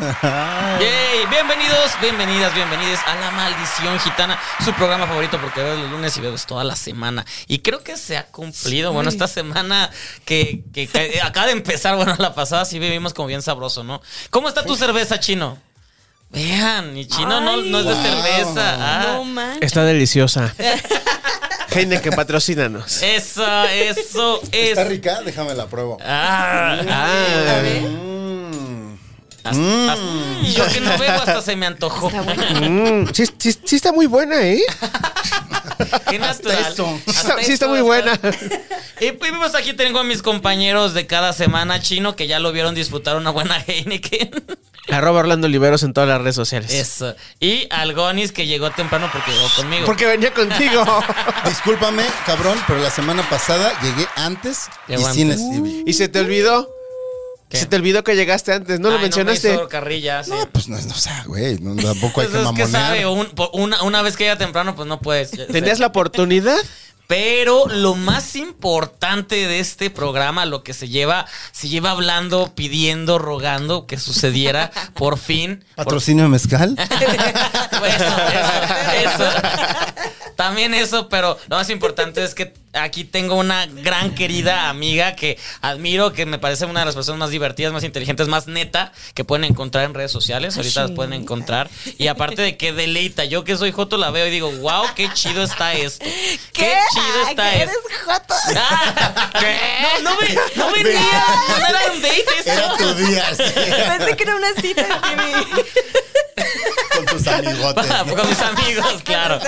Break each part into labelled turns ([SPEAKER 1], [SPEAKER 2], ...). [SPEAKER 1] Yay, bienvenidos, bienvenidas, bienvenidos a La Maldición Gitana, su programa favorito porque veo los lunes y veo toda la semana. Y creo que se ha cumplido, bueno, esta semana que, que- que acaba de empezar, bueno, la pasada sí vivimos como bien sabroso, ¿no? ¿Cómo está tu cerveza, Chino? Vean, y Chino no, no es de cerveza. ah.
[SPEAKER 2] No manches.
[SPEAKER 3] Está deliciosa. que patrocínanos.
[SPEAKER 1] Eso, eso, es.
[SPEAKER 4] ¿Está rica? Déjame la pruebo.
[SPEAKER 1] Ah, ah.
[SPEAKER 2] A ver.
[SPEAKER 4] Mm.
[SPEAKER 1] Y yo que no veo hasta se me antojó.
[SPEAKER 2] Está bueno.
[SPEAKER 3] Mm, sí, sí- sí está muy buena, ¿eh?
[SPEAKER 1] Qué natural.
[SPEAKER 4] eso.
[SPEAKER 3] Sí
[SPEAKER 1] Hasta
[SPEAKER 3] está, sí está
[SPEAKER 1] eso,
[SPEAKER 3] muy
[SPEAKER 1] hasta-
[SPEAKER 3] buena.
[SPEAKER 1] Y pues vemos aquí tengo a mis compañeros de cada semana chino que ya lo vieron disfrutar una buena Heineken.
[SPEAKER 3] Arroba Orlando Oliveros en todas las redes sociales.
[SPEAKER 1] Eso. Y Algonis que llegó temprano porque llegó conmigo.
[SPEAKER 3] Porque venía contigo.
[SPEAKER 4] Discúlpame, cabrón, pero la semana pasada llegué antes
[SPEAKER 1] Llegó
[SPEAKER 4] y
[SPEAKER 1] antes.
[SPEAKER 4] sin Stevie.
[SPEAKER 3] ¿Y se te olvidó?
[SPEAKER 1] ¿Qué?
[SPEAKER 3] Se te olvidó que llegaste antes, ¿no
[SPEAKER 1] Ay,
[SPEAKER 3] lo mencionaste?
[SPEAKER 1] me hizo carrilla, sí.
[SPEAKER 4] No, pues no, no, o sea, güey, no, tampoco hay
[SPEAKER 1] Pues
[SPEAKER 4] que
[SPEAKER 1] es que sabe,
[SPEAKER 4] mamonear.
[SPEAKER 1] un- por una, una vez que llega temprano, pues no puedes.
[SPEAKER 3] ¿Tenías la oportunidad?
[SPEAKER 1] Pero lo más importante de este programa, lo que se lleva, se lleva hablando, pidiendo, rogando que sucediera por fin. por
[SPEAKER 4] ¿Patrocinio mezcal?
[SPEAKER 1] Pues eso, eso, eso. También eso, pero lo más importante es que aquí tengo una gran querida amiga que admiro, que me parece una de las personas más divertidas, más inteligentes, más neta que pueden encontrar en redes sociales. Ahorita las pueden encontrar. Y aparte de que deleita, yo que soy Joto la veo y digo, wow, qué chido está esto. Qué, chido está
[SPEAKER 2] ¿Qué
[SPEAKER 1] esto.
[SPEAKER 2] eres joto?
[SPEAKER 1] Ah, No, no me, no me
[SPEAKER 4] Ve.
[SPEAKER 1] digas, no era un date esto.
[SPEAKER 4] Era tu día, sí,
[SPEAKER 2] Pensé que era una cita, Stevie.
[SPEAKER 4] con tus amigotes.
[SPEAKER 1] Para-
[SPEAKER 4] ¿no?
[SPEAKER 1] Con mis amigos, claro.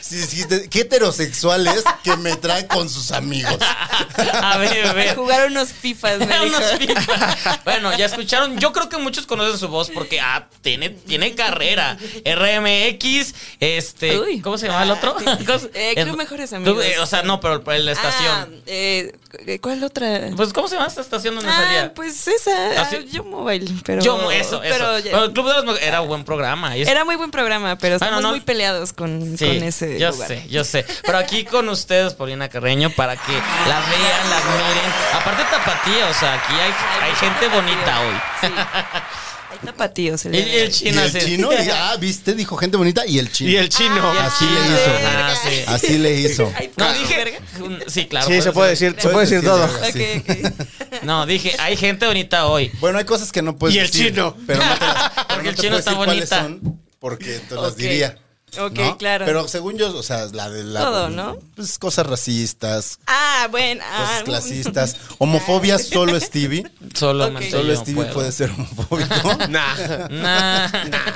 [SPEAKER 4] Sí, dijiste, qué heterosexuales que me trae con sus amigos.
[SPEAKER 2] Ah,
[SPEAKER 1] A ver, a
[SPEAKER 2] A
[SPEAKER 1] ver.
[SPEAKER 2] jugar unos fifas, me dijo.
[SPEAKER 1] Unos FIFA. bueno, ya escucharon. Yo creo que muchos conocen su voz porque ah, tiene, tiene carrera. RMX, este.
[SPEAKER 2] Uy.
[SPEAKER 1] ¿Cómo se llama el otro?
[SPEAKER 2] Ah, sí.
[SPEAKER 1] ¿Cómo se-
[SPEAKER 2] Eh, Club
[SPEAKER 1] el-
[SPEAKER 2] Mejores Amigos.
[SPEAKER 1] eh, o sea, no, pero por la estación.
[SPEAKER 2] Ah, eh, ¿Cuál otra?
[SPEAKER 1] Pues, ¿cómo se llama esta estación donde
[SPEAKER 2] Ah,
[SPEAKER 1] salía?
[SPEAKER 2] pues esa.
[SPEAKER 1] Ah,
[SPEAKER 2] ah,
[SPEAKER 1] sí.
[SPEAKER 2] Yo Mobile, pero.
[SPEAKER 1] Yo, eso, eso.
[SPEAKER 2] pero ya-
[SPEAKER 1] Pero el Club de las Mujeres era buen programa. y es-
[SPEAKER 2] Era muy buen programa, pero estamos
[SPEAKER 1] no-
[SPEAKER 2] muy peleados con,
[SPEAKER 1] Sí,
[SPEAKER 2] con ese
[SPEAKER 1] yo
[SPEAKER 2] lugar.
[SPEAKER 1] sé, yo sé. Pero aquí con ustedes, Paulina Carreño, para que la vean, la miren. Aparte tapatía, o sea, aquí hay, hay gente bonita hoy.
[SPEAKER 2] pues, Sí. Hay tapatíos. el
[SPEAKER 1] Y
[SPEAKER 2] día
[SPEAKER 1] el,
[SPEAKER 2] de hoy.
[SPEAKER 4] Y
[SPEAKER 1] chino
[SPEAKER 4] el
[SPEAKER 1] así.
[SPEAKER 4] chino, y- ah, viste, dijo gente bonita y el chino.
[SPEAKER 3] Y el chino.
[SPEAKER 1] Y el
[SPEAKER 4] Así le
[SPEAKER 1] chino,
[SPEAKER 4] hizo.
[SPEAKER 1] ajá, sí.
[SPEAKER 4] Así le hizo.
[SPEAKER 2] Ay,
[SPEAKER 1] No,
[SPEAKER 2] pues,
[SPEAKER 1] dije.
[SPEAKER 2] verga.
[SPEAKER 1] Sí, claro.
[SPEAKER 3] Sí, se puede decir, se puede
[SPEAKER 4] Puedes
[SPEAKER 3] decir todo.
[SPEAKER 4] verga, sí.
[SPEAKER 2] Ok, ok.
[SPEAKER 1] No, dije, hay gente bonita hoy.
[SPEAKER 4] Bueno, hay cosas que no puedes
[SPEAKER 3] Y el
[SPEAKER 4] decir,
[SPEAKER 3] chino.
[SPEAKER 4] Pero no te las- pero
[SPEAKER 1] Porque
[SPEAKER 4] no
[SPEAKER 1] el
[SPEAKER 4] te
[SPEAKER 1] chino
[SPEAKER 4] puedo
[SPEAKER 1] está
[SPEAKER 4] decir cuáles
[SPEAKER 1] bonita.
[SPEAKER 4] son, porque te las
[SPEAKER 2] Ok.
[SPEAKER 4] diría.
[SPEAKER 2] Ok,
[SPEAKER 4] ¿no?
[SPEAKER 2] claro.
[SPEAKER 4] Pero según yo, o sea, la de la.
[SPEAKER 2] Todo, ¿no?
[SPEAKER 4] Pues cosas racistas,
[SPEAKER 2] Ah, bueno. ah,
[SPEAKER 4] cosas
[SPEAKER 2] uh,
[SPEAKER 4] clasistas. Homofobia, solo Stevie.
[SPEAKER 1] Solo,
[SPEAKER 2] Ok.
[SPEAKER 1] me-
[SPEAKER 4] Solo
[SPEAKER 1] yo no
[SPEAKER 4] Stevie
[SPEAKER 1] puedo.
[SPEAKER 4] puede ser homofóbico.
[SPEAKER 3] Nah.
[SPEAKER 1] Nah.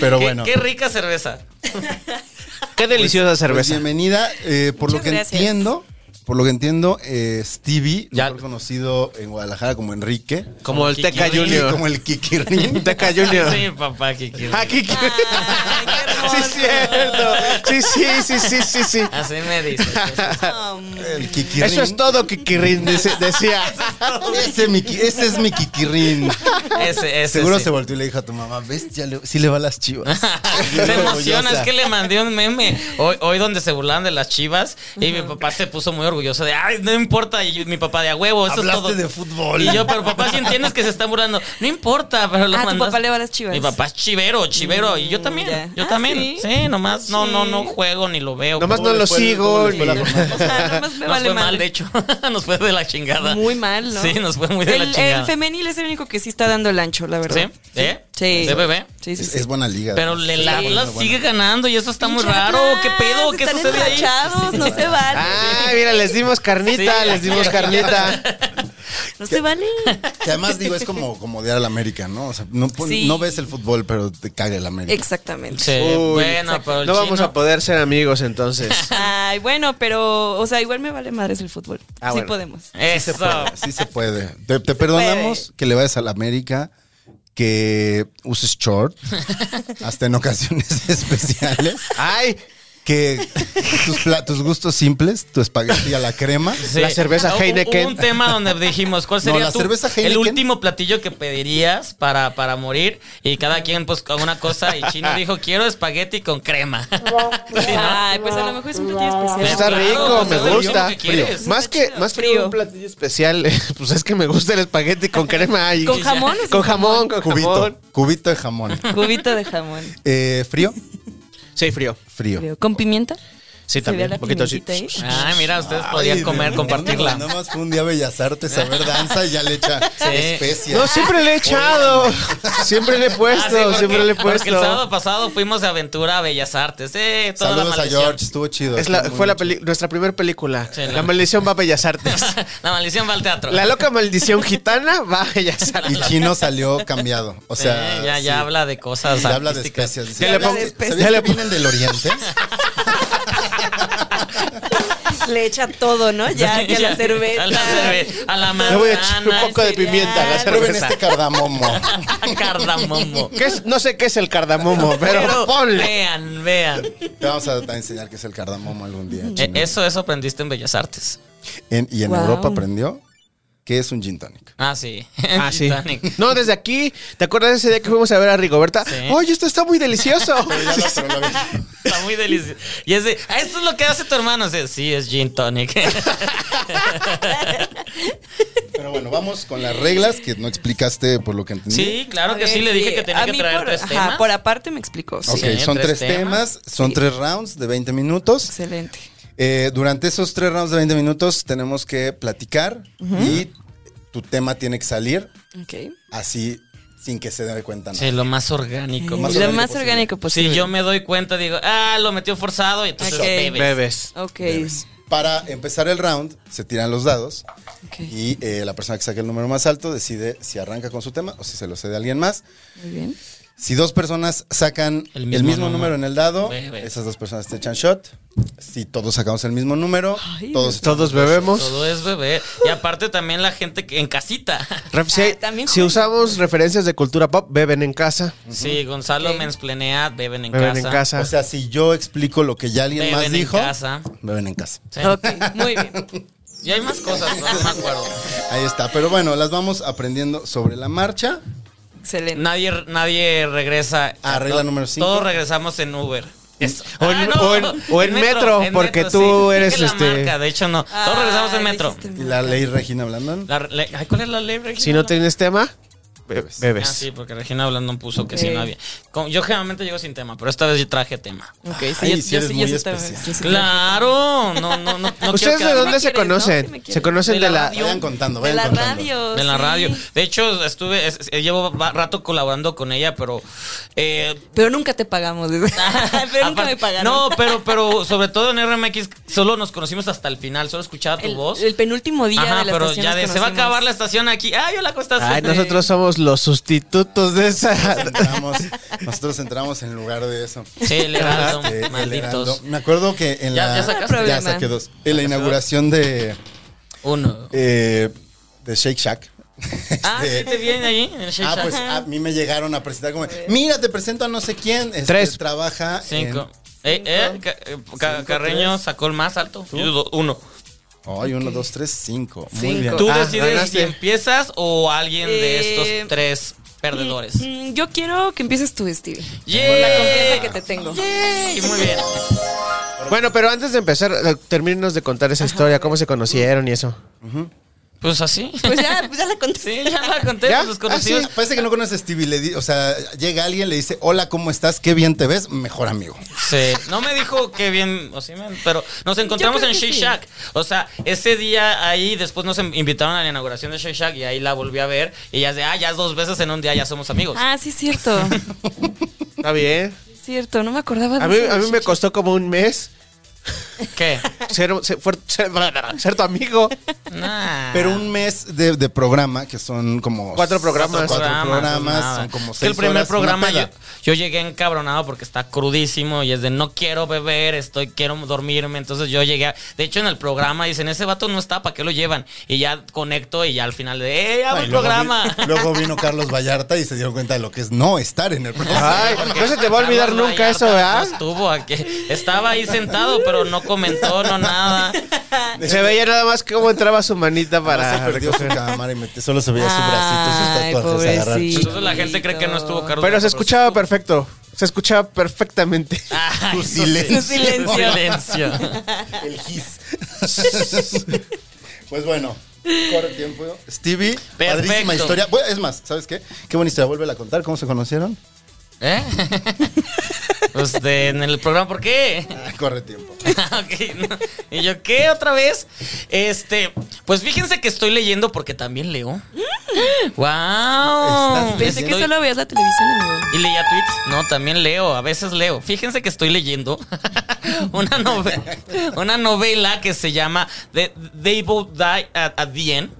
[SPEAKER 4] Pero
[SPEAKER 1] Qué-
[SPEAKER 4] bueno.
[SPEAKER 1] Qué rica cerveza.
[SPEAKER 3] Qué deliciosa
[SPEAKER 4] Pues
[SPEAKER 3] cerveza.
[SPEAKER 4] bienvenida. eh, por lo
[SPEAKER 2] Muchas
[SPEAKER 4] que
[SPEAKER 2] gracias.
[SPEAKER 4] entiendo, por lo que entiendo, eh, Stevie,
[SPEAKER 1] Ya.
[SPEAKER 4] mejor conocido en Guadalajara como Enrique.
[SPEAKER 3] Como el
[SPEAKER 1] Pues, Kiki
[SPEAKER 3] Teca
[SPEAKER 1] Rin.
[SPEAKER 3] Junior.
[SPEAKER 4] Como el Kikirin.
[SPEAKER 3] Teca
[SPEAKER 1] Yo
[SPEAKER 3] Junior.
[SPEAKER 1] soy mi papá, Kiki.
[SPEAKER 3] Ah, Kiki.
[SPEAKER 2] Ay, qué hermoso.
[SPEAKER 3] Sí, cierto. Sí, sí, sí, sí, sí, sí.
[SPEAKER 1] Así me dice. pues.
[SPEAKER 2] Um,
[SPEAKER 4] El Kikirin.
[SPEAKER 3] Eso es todo, Kikirin, dice- decía.
[SPEAKER 4] Ese, mi ki- ese es mi Kikirin.
[SPEAKER 1] Ese, ese.
[SPEAKER 4] Seguro
[SPEAKER 1] sí.
[SPEAKER 4] se volteó y le dijo a tu mamá, ¿ves? Ya le, sí le va a las
[SPEAKER 3] Ah,
[SPEAKER 4] chivas.
[SPEAKER 1] Se emociona,
[SPEAKER 4] Orgullosa.
[SPEAKER 1] es que le mandé un meme hoy, hoy donde se burlaban de las chivas y mi papá se puso muy orgulloso de, ay, no importa, y yo- mi papá de a huevo, eso
[SPEAKER 4] Hablaste
[SPEAKER 1] es todo.
[SPEAKER 4] de fútbol.
[SPEAKER 1] Y yo, pero papá, si entiendes que se están burlando, no importa, pero lo
[SPEAKER 2] Ah, tu
[SPEAKER 1] mandas-
[SPEAKER 2] papá le va a las chivas.
[SPEAKER 1] Mi papá es chivero, chivero, y yo también,
[SPEAKER 2] ya.
[SPEAKER 1] yo
[SPEAKER 2] Ah,
[SPEAKER 1] también,
[SPEAKER 2] ¿sí?
[SPEAKER 1] sí, nomás, no, no, no juego ni lo veo.
[SPEAKER 3] Nomás no
[SPEAKER 4] le
[SPEAKER 3] lo
[SPEAKER 4] fue-
[SPEAKER 3] sigo.
[SPEAKER 4] cómo le fue la
[SPEAKER 3] ni-
[SPEAKER 4] jornada?
[SPEAKER 2] o sea, nomás me
[SPEAKER 1] Nos
[SPEAKER 2] vale
[SPEAKER 1] fue
[SPEAKER 2] madre.
[SPEAKER 1] mal, de hecho. nos fue de la chingada.
[SPEAKER 2] Muy mal, ¿no?
[SPEAKER 1] Sí, nos fue muy de la
[SPEAKER 2] El-
[SPEAKER 1] chingada.
[SPEAKER 2] El femenil es el único que sí está dando el ancho, la
[SPEAKER 1] ¿Sí?
[SPEAKER 2] verdad.
[SPEAKER 1] ¿Eh?
[SPEAKER 2] Sí.
[SPEAKER 1] ¿De bebé?
[SPEAKER 2] Sí, sí,
[SPEAKER 4] Es,
[SPEAKER 2] sí.
[SPEAKER 4] es buena liga.
[SPEAKER 1] Pero
[SPEAKER 4] Sí,
[SPEAKER 1] el
[SPEAKER 4] está
[SPEAKER 1] Atlas
[SPEAKER 4] bueno, bueno.
[SPEAKER 1] sigue ganando y eso está muy raro. ¿Qué pedo? ¿Qué
[SPEAKER 2] Están
[SPEAKER 1] sucede ahí?
[SPEAKER 2] enrachados, no se van.
[SPEAKER 3] Ah, mira, les dimos carnita,
[SPEAKER 1] Sí.
[SPEAKER 3] les dimos carnita.
[SPEAKER 2] No se vale.
[SPEAKER 4] Que además digo, es como, como odiar al América, ¿no? O sea, no, pon-
[SPEAKER 2] Sí.
[SPEAKER 4] no ves el fútbol, pero te caga el América.
[SPEAKER 2] Exactamente.
[SPEAKER 1] Sí,
[SPEAKER 3] Uy,
[SPEAKER 1] Eh, bueno, pero el
[SPEAKER 3] no vamos
[SPEAKER 1] chino-
[SPEAKER 3] a poder ser amigos entonces.
[SPEAKER 2] Ay, bueno, pero, o sea, igual me vale madres el fútbol.
[SPEAKER 3] Ah,
[SPEAKER 2] sí
[SPEAKER 3] bueno.
[SPEAKER 2] podemos.
[SPEAKER 1] Eso.
[SPEAKER 4] Sí se puede. Te, te perdonamos que le vayas al América, que uses short, hasta en ocasiones especiales,
[SPEAKER 3] Ay,
[SPEAKER 4] que tus, pla- tus gustos simples, tu espagueti a la crema.
[SPEAKER 1] Sí.
[SPEAKER 3] La cerveza
[SPEAKER 1] Hubo- hubo
[SPEAKER 3] Heineken.
[SPEAKER 1] un tema donde dijimos, ¿cuál
[SPEAKER 4] No,
[SPEAKER 1] sería
[SPEAKER 4] la
[SPEAKER 1] tú-
[SPEAKER 4] cerveza
[SPEAKER 1] el
[SPEAKER 4] Heineken.
[SPEAKER 1] último platillo que pedirías para, para morir? Y cada quien, pues, con una cosa. Y Chino dijo, quiero espagueti con crema.
[SPEAKER 2] Ay, pues a lo mejor es un platillo especial.
[SPEAKER 3] está
[SPEAKER 1] claro,
[SPEAKER 3] rico,
[SPEAKER 1] pues
[SPEAKER 3] me
[SPEAKER 1] es lo mismo
[SPEAKER 3] gusta.
[SPEAKER 1] que quieres.
[SPEAKER 3] Frío. Más
[SPEAKER 2] Está
[SPEAKER 3] que
[SPEAKER 2] chido.
[SPEAKER 3] más frío
[SPEAKER 2] Frío.
[SPEAKER 3] un platillo especial, pues es que me gusta el espagueti con crema y
[SPEAKER 2] ¿Con jamón o sin
[SPEAKER 3] con jamón, con jamón.
[SPEAKER 4] Cubito, cubito de jamón.
[SPEAKER 2] Cubito de jamón.
[SPEAKER 4] Eh, ¿Frío?
[SPEAKER 3] Sí, frío.
[SPEAKER 4] Frío.
[SPEAKER 2] Creo. ¿Con pimienta?
[SPEAKER 3] Sí,
[SPEAKER 2] Se ve
[SPEAKER 3] también,
[SPEAKER 2] la
[SPEAKER 3] un poquito así.
[SPEAKER 2] pimentita ahí.
[SPEAKER 1] Ay, mira, ustedes
[SPEAKER 4] Ay,
[SPEAKER 1] podían comer,
[SPEAKER 4] no,
[SPEAKER 1] compartirla. Ah,
[SPEAKER 4] Nada más fue un día Bellas Artes a ver danza y ya le echa especias.
[SPEAKER 3] No, siempre le he echado. Siempre le he
[SPEAKER 1] Ah, sí,
[SPEAKER 3] puesto,
[SPEAKER 1] porque-
[SPEAKER 3] siempre le he
[SPEAKER 1] porque el
[SPEAKER 3] puesto.
[SPEAKER 1] sábado pasado fuimos de aventura a Bellas Artes. Eh, toda
[SPEAKER 4] Saludos
[SPEAKER 1] la
[SPEAKER 4] a
[SPEAKER 1] maldición.
[SPEAKER 4] George, estuvo chido.
[SPEAKER 3] Es la-
[SPEAKER 4] estuvo
[SPEAKER 3] fue la
[SPEAKER 4] muy
[SPEAKER 3] peli- nuestra primera película.
[SPEAKER 1] Sí,
[SPEAKER 3] la
[SPEAKER 1] la-
[SPEAKER 3] maldición va a Bellas Artes.
[SPEAKER 1] la maldición va al teatro.
[SPEAKER 3] La loca maldición gitana va a Bellas
[SPEAKER 4] chido.
[SPEAKER 3] Artes.
[SPEAKER 4] Y Chino salió cambiado. O sea,
[SPEAKER 1] Eh, ya,
[SPEAKER 4] sí.
[SPEAKER 1] ya habla de cosas
[SPEAKER 4] Ya habla de
[SPEAKER 1] artísticas.
[SPEAKER 4] especias.
[SPEAKER 3] Ya le pongo-
[SPEAKER 4] ¿Sabías
[SPEAKER 3] ya le
[SPEAKER 4] que vienen del oriente?
[SPEAKER 2] Le echa todo, ¿no? Ya, ya la cerveza.
[SPEAKER 1] A la cerveza. A la
[SPEAKER 3] Le voy a echar un
[SPEAKER 1] manzana,
[SPEAKER 3] poco de
[SPEAKER 2] cereal.
[SPEAKER 3] pimienta a la
[SPEAKER 4] Prueben
[SPEAKER 3] cerveza.
[SPEAKER 4] este cardamomo.
[SPEAKER 1] Cardamomo.
[SPEAKER 3] ¿Qué es? No sé qué es el cardamomo, pero,
[SPEAKER 1] Pero
[SPEAKER 3] ponle.
[SPEAKER 1] Vean, vean.
[SPEAKER 4] Te vamos a a enseñar qué es el cardamomo algún día.
[SPEAKER 1] Eh,
[SPEAKER 4] Chino.
[SPEAKER 1] Eso, eso aprendiste en Bellas Artes.
[SPEAKER 4] En- y en
[SPEAKER 2] Wow.
[SPEAKER 4] Europa aprendió que es un gin tonic.
[SPEAKER 1] Ah, sí.
[SPEAKER 3] Ah, sí.
[SPEAKER 1] Titanic.
[SPEAKER 3] No, desde aquí, ¿te acuerdas de ese día que fuimos a ver a Rigoberta?
[SPEAKER 1] Sí.
[SPEAKER 3] Oye, esto está muy delicioso.
[SPEAKER 4] Ya lo- pero lo vi.
[SPEAKER 1] Está muy delicioso. Y es de, ah, esto es lo que hace tu hermano. O sea, sí, es gin tonic.
[SPEAKER 4] Pero bueno, vamos con las reglas que no explicaste por lo que entendí.
[SPEAKER 1] Sí, claro que
[SPEAKER 2] A
[SPEAKER 1] sí.
[SPEAKER 2] ver,
[SPEAKER 1] Le dije que
[SPEAKER 2] a
[SPEAKER 1] tenía que
[SPEAKER 2] mí
[SPEAKER 1] traer
[SPEAKER 2] por,
[SPEAKER 1] tres
[SPEAKER 2] ajá,
[SPEAKER 1] temas.
[SPEAKER 2] por aparte me explicó. sí.
[SPEAKER 4] Ok,
[SPEAKER 1] Sí,
[SPEAKER 4] son
[SPEAKER 1] tres
[SPEAKER 4] tres
[SPEAKER 1] temas.
[SPEAKER 4] temas, son tres rounds de 20 minutos.
[SPEAKER 2] Excelente.
[SPEAKER 4] Eh, durante esos tres rounds de 20 minutos tenemos que platicar y tu tema tiene que salir
[SPEAKER 2] Ok.
[SPEAKER 4] así sin que se dé cuenta. nada.
[SPEAKER 1] Sí, lo más orgánico.
[SPEAKER 4] Lo más
[SPEAKER 2] lo
[SPEAKER 4] orgánico
[SPEAKER 2] más
[SPEAKER 4] posible.
[SPEAKER 2] orgánico posible.
[SPEAKER 1] Si yo me doy cuenta, digo, ah, lo metió forzado y entonces
[SPEAKER 2] Ok.
[SPEAKER 1] bebes.
[SPEAKER 3] Bebes.
[SPEAKER 2] Ok.
[SPEAKER 4] Debes. Para empezar el round se tiran los dados
[SPEAKER 2] ok.
[SPEAKER 4] y eh, la persona que saque el número más alto decide si arranca con su tema o si se lo cede a alguien más.
[SPEAKER 2] Muy bien.
[SPEAKER 4] Si dos personas sacan
[SPEAKER 1] El
[SPEAKER 4] el
[SPEAKER 1] mismo
[SPEAKER 4] mismo,
[SPEAKER 1] número.
[SPEAKER 4] número en el dado,
[SPEAKER 1] Bebes.
[SPEAKER 4] esas dos personas te echan shot. Si todos sacamos el mismo número, todos
[SPEAKER 3] Todos bebemos.
[SPEAKER 1] Todo es beber. Y aparte también la gente que- en casita.
[SPEAKER 3] Ref, si, hay-
[SPEAKER 2] Ah, también
[SPEAKER 3] si
[SPEAKER 2] juegan.
[SPEAKER 3] usamos referencias de cultura pop, beben en casa.
[SPEAKER 1] Sí, Gonzalo
[SPEAKER 2] Ok.
[SPEAKER 1] mensplenea, beben en
[SPEAKER 3] Beben
[SPEAKER 1] casa.
[SPEAKER 3] en casa.
[SPEAKER 4] O sea, si yo explico lo que ya alguien
[SPEAKER 1] Beben
[SPEAKER 4] más
[SPEAKER 1] en
[SPEAKER 4] dijo,
[SPEAKER 1] casa.
[SPEAKER 4] beben en casa.
[SPEAKER 1] Sí.
[SPEAKER 2] Ok, muy bien.
[SPEAKER 1] Y hay más cosas, no, no me acuerdo.
[SPEAKER 4] Ahí está. Pero bueno, las vamos aprendiendo sobre la marcha.
[SPEAKER 2] Excelente.
[SPEAKER 1] Nadie, nadie regresa.
[SPEAKER 4] Ah, regla
[SPEAKER 1] To-
[SPEAKER 4] número cinco.
[SPEAKER 1] Todos regresamos en Uber. Ah, Eso.
[SPEAKER 3] O en- o en- o en metro, porque tú
[SPEAKER 1] Dije
[SPEAKER 3] eres,
[SPEAKER 1] la
[SPEAKER 3] este-
[SPEAKER 1] marca, de hecho, no. Todos regresamos en
[SPEAKER 2] Ay,
[SPEAKER 1] metro.
[SPEAKER 2] dijiste
[SPEAKER 4] Y
[SPEAKER 2] mal.
[SPEAKER 4] la ley Regina Blandón.
[SPEAKER 1] La re- ay, ¿Cuál es la ley, Regina?
[SPEAKER 3] Si no pues. tienes tema, bebes.
[SPEAKER 1] Ah, sí, porque Regina Blandón puso que
[SPEAKER 2] Ok.
[SPEAKER 1] si no había. Como- yo generalmente llego sin tema, pero esta vez yo traje tema.
[SPEAKER 2] Ok,
[SPEAKER 4] Ay,
[SPEAKER 2] sí, yo,
[SPEAKER 4] sí
[SPEAKER 2] yo
[SPEAKER 4] eres
[SPEAKER 2] sí,
[SPEAKER 4] muy
[SPEAKER 2] yo sí te-
[SPEAKER 4] especial.
[SPEAKER 2] yo sí te-
[SPEAKER 1] Claro, no, no, no. no
[SPEAKER 3] ¿Ustedes
[SPEAKER 1] quiero
[SPEAKER 3] de
[SPEAKER 1] quedar-
[SPEAKER 3] dónde se
[SPEAKER 2] quieres, ¿no?
[SPEAKER 3] conocen?
[SPEAKER 2] Sí me quieres.
[SPEAKER 3] se conocen
[SPEAKER 1] De
[SPEAKER 3] de,
[SPEAKER 1] la
[SPEAKER 3] la...
[SPEAKER 1] radio.
[SPEAKER 4] Vayan contando,
[SPEAKER 2] De
[SPEAKER 4] vayan
[SPEAKER 2] la
[SPEAKER 4] contando.
[SPEAKER 2] radio.
[SPEAKER 1] En la
[SPEAKER 2] sí.
[SPEAKER 1] radio. De hecho, estuve, es- es- llevo va- rato colaborando con ella, pero eh,
[SPEAKER 2] Pero nunca te pagamos. pero nunca
[SPEAKER 1] Aparte-
[SPEAKER 2] me pagaron.
[SPEAKER 1] No, pero, pero sobre todo en RMX solo nos conocimos hasta el final, solo escuchaba tu
[SPEAKER 2] el,
[SPEAKER 1] voz.
[SPEAKER 2] el penúltimo día
[SPEAKER 1] Ajá,
[SPEAKER 2] de la
[SPEAKER 1] pero
[SPEAKER 2] estación
[SPEAKER 1] ya
[SPEAKER 2] nos
[SPEAKER 1] de se va a
[SPEAKER 2] conocimos.
[SPEAKER 1] acabar la estación aquí. Ay, hola, ¿cómo estás?
[SPEAKER 3] Ay,
[SPEAKER 1] Este,
[SPEAKER 3] nosotros somos los sustitutos de esa...
[SPEAKER 4] Entramos- nosotros entramos en lugar de eso.
[SPEAKER 1] Sí, el Heraldo,
[SPEAKER 4] Este, el Heraldo.
[SPEAKER 1] malditos.
[SPEAKER 4] Me acuerdo que en
[SPEAKER 1] Ya-
[SPEAKER 4] la.
[SPEAKER 1] ya sacaste.
[SPEAKER 2] No hay problema.
[SPEAKER 4] saqué dos. En la inauguración de,
[SPEAKER 1] Uno.
[SPEAKER 4] eh, de Shake Shack.
[SPEAKER 1] Ah,
[SPEAKER 4] Este,
[SPEAKER 1] sí, te vienen ahí en el Shake
[SPEAKER 4] Ah,
[SPEAKER 1] Shack.
[SPEAKER 4] pues a mí me llegaron a presentar como, mira, te presento a no sé quién. este,
[SPEAKER 3] Tres.
[SPEAKER 4] Trabaja en-
[SPEAKER 1] Cinco. Eh, eh, Ca- eh, Ca-
[SPEAKER 4] Cinco,
[SPEAKER 1] Carreño
[SPEAKER 4] tres.
[SPEAKER 1] sacó el más alto. Yo do- uno.
[SPEAKER 4] Ay, uno, dos, tres, cinco. Muy
[SPEAKER 2] Cinco.
[SPEAKER 4] bien.
[SPEAKER 1] ¿Tú
[SPEAKER 3] Ah,
[SPEAKER 1] decides
[SPEAKER 3] ganaste.
[SPEAKER 1] si em- empiezas o alguien de
[SPEAKER 2] Eh,
[SPEAKER 1] estos tres perdedores?
[SPEAKER 2] Mm, Yo quiero que empieces tú, Steve.
[SPEAKER 1] Yeah.
[SPEAKER 2] Con la confianza que te tengo.
[SPEAKER 1] Yay, muy bien.
[SPEAKER 3] Bueno, pero antes de empezar, eh, termínenos de contar esa historia, cómo se conocieron y eso.
[SPEAKER 1] Pues así.
[SPEAKER 2] Pues ya, pues ya la conté.
[SPEAKER 1] Sí, ya la conté,
[SPEAKER 3] ¿Ya?
[SPEAKER 1] pues los conocidos.
[SPEAKER 4] Ah, Sí, parece que no conoces a Stevie. Le di- o sea, llega alguien, le dice, hola, ¿cómo estás? Qué bien te ves, mejor amigo.
[SPEAKER 1] Sí, no me dijo que bien, o sí, man, pero nos encontramos
[SPEAKER 2] creo
[SPEAKER 1] en
[SPEAKER 2] que
[SPEAKER 1] Shake
[SPEAKER 2] sí.
[SPEAKER 1] Shack. O sea, ese día ahí, después nos em- invitaron a la inauguración de Shake Shack y ahí la volví a ver. Y ya es de, ah, ya dos veces en un día ya somos amigos.
[SPEAKER 2] Ah, sí, es cierto.
[SPEAKER 3] Está bien.
[SPEAKER 2] Es cierto, no me acordaba de
[SPEAKER 3] A mí,
[SPEAKER 2] eso.
[SPEAKER 3] a mí me costó como un mes
[SPEAKER 1] ¿Qué?
[SPEAKER 3] Ser, ser, fuer- ser- ser tu amigo.
[SPEAKER 1] Nah.
[SPEAKER 4] Pero un mes de, de programa, que son como.
[SPEAKER 3] Cuatro programas.
[SPEAKER 4] Cuatro
[SPEAKER 1] programas, pues
[SPEAKER 4] programas,
[SPEAKER 1] nada.
[SPEAKER 4] son como
[SPEAKER 1] Es
[SPEAKER 4] seis
[SPEAKER 1] que el primer
[SPEAKER 4] horas, una
[SPEAKER 1] programa yo,
[SPEAKER 4] peda.
[SPEAKER 1] yo llegué encabronado porque está crudísimo y es de no quiero beber, estoy quiero dormirme, entonces yo llegué, a- de hecho en el programa dicen, "Ese vato no está, ¿para qué lo llevan?" y ya conecto y ya al final de, "Eh, hago
[SPEAKER 4] Ay,
[SPEAKER 1] el
[SPEAKER 4] Ah, luego vi-
[SPEAKER 1] programa."
[SPEAKER 4] luego vino Carlos Vallarta y se dio cuenta de lo que es no estar en el programa.
[SPEAKER 3] Ay,
[SPEAKER 1] Porque
[SPEAKER 3] no se te va a olvidar
[SPEAKER 1] Carlos
[SPEAKER 3] nunca
[SPEAKER 1] Vallarta
[SPEAKER 3] eso, ¿eh? ¿verdad?
[SPEAKER 1] no estuvo aquí. Estaba ahí sentado, pero no comentó, no nada.
[SPEAKER 3] Se veía nada más cómo entraba su manita
[SPEAKER 4] Además,
[SPEAKER 3] para
[SPEAKER 4] se perdió su
[SPEAKER 3] recoger.
[SPEAKER 4] cámara y metió- solo se veía su bracito,
[SPEAKER 2] Ay,
[SPEAKER 4] sus tatuajes agarrar.
[SPEAKER 2] pobrecito.
[SPEAKER 1] Entonces la gente cree que no estuvo Carlos.
[SPEAKER 3] Pero se
[SPEAKER 1] Vallarta,
[SPEAKER 3] escuchaba perfecto. Se escuchaba perfectamente.
[SPEAKER 1] Ah,
[SPEAKER 4] Su
[SPEAKER 1] eso sí.
[SPEAKER 4] silencio.
[SPEAKER 2] Su silencio.
[SPEAKER 1] Silencio.
[SPEAKER 4] El gis. pues bueno, corre tiempo. Stevie,
[SPEAKER 1] Perfecto.
[SPEAKER 4] padrísima historia. Bueno, es más, ¿sabes qué? Qué buena historia. Vuelve a contar cómo se conocieron.
[SPEAKER 1] ¿Eh? Pues de- en el programa, ¿por qué?
[SPEAKER 4] Ah, Corre tiempo.
[SPEAKER 1] Ok, no. Y yo, ¿qué? ¿Otra vez? Este, pues fíjense que estoy leyendo porque también leo. ¡Wow!
[SPEAKER 4] Estás
[SPEAKER 2] ¿Hm? Pensé que
[SPEAKER 1] Estoy-
[SPEAKER 2] solo veías la televisión, amigo.
[SPEAKER 1] ¿Y leía tweets? No, también leo, a veces leo. Fíjense que estoy leyendo una, nove- una novela que se llama The- They Both Die at, at the End.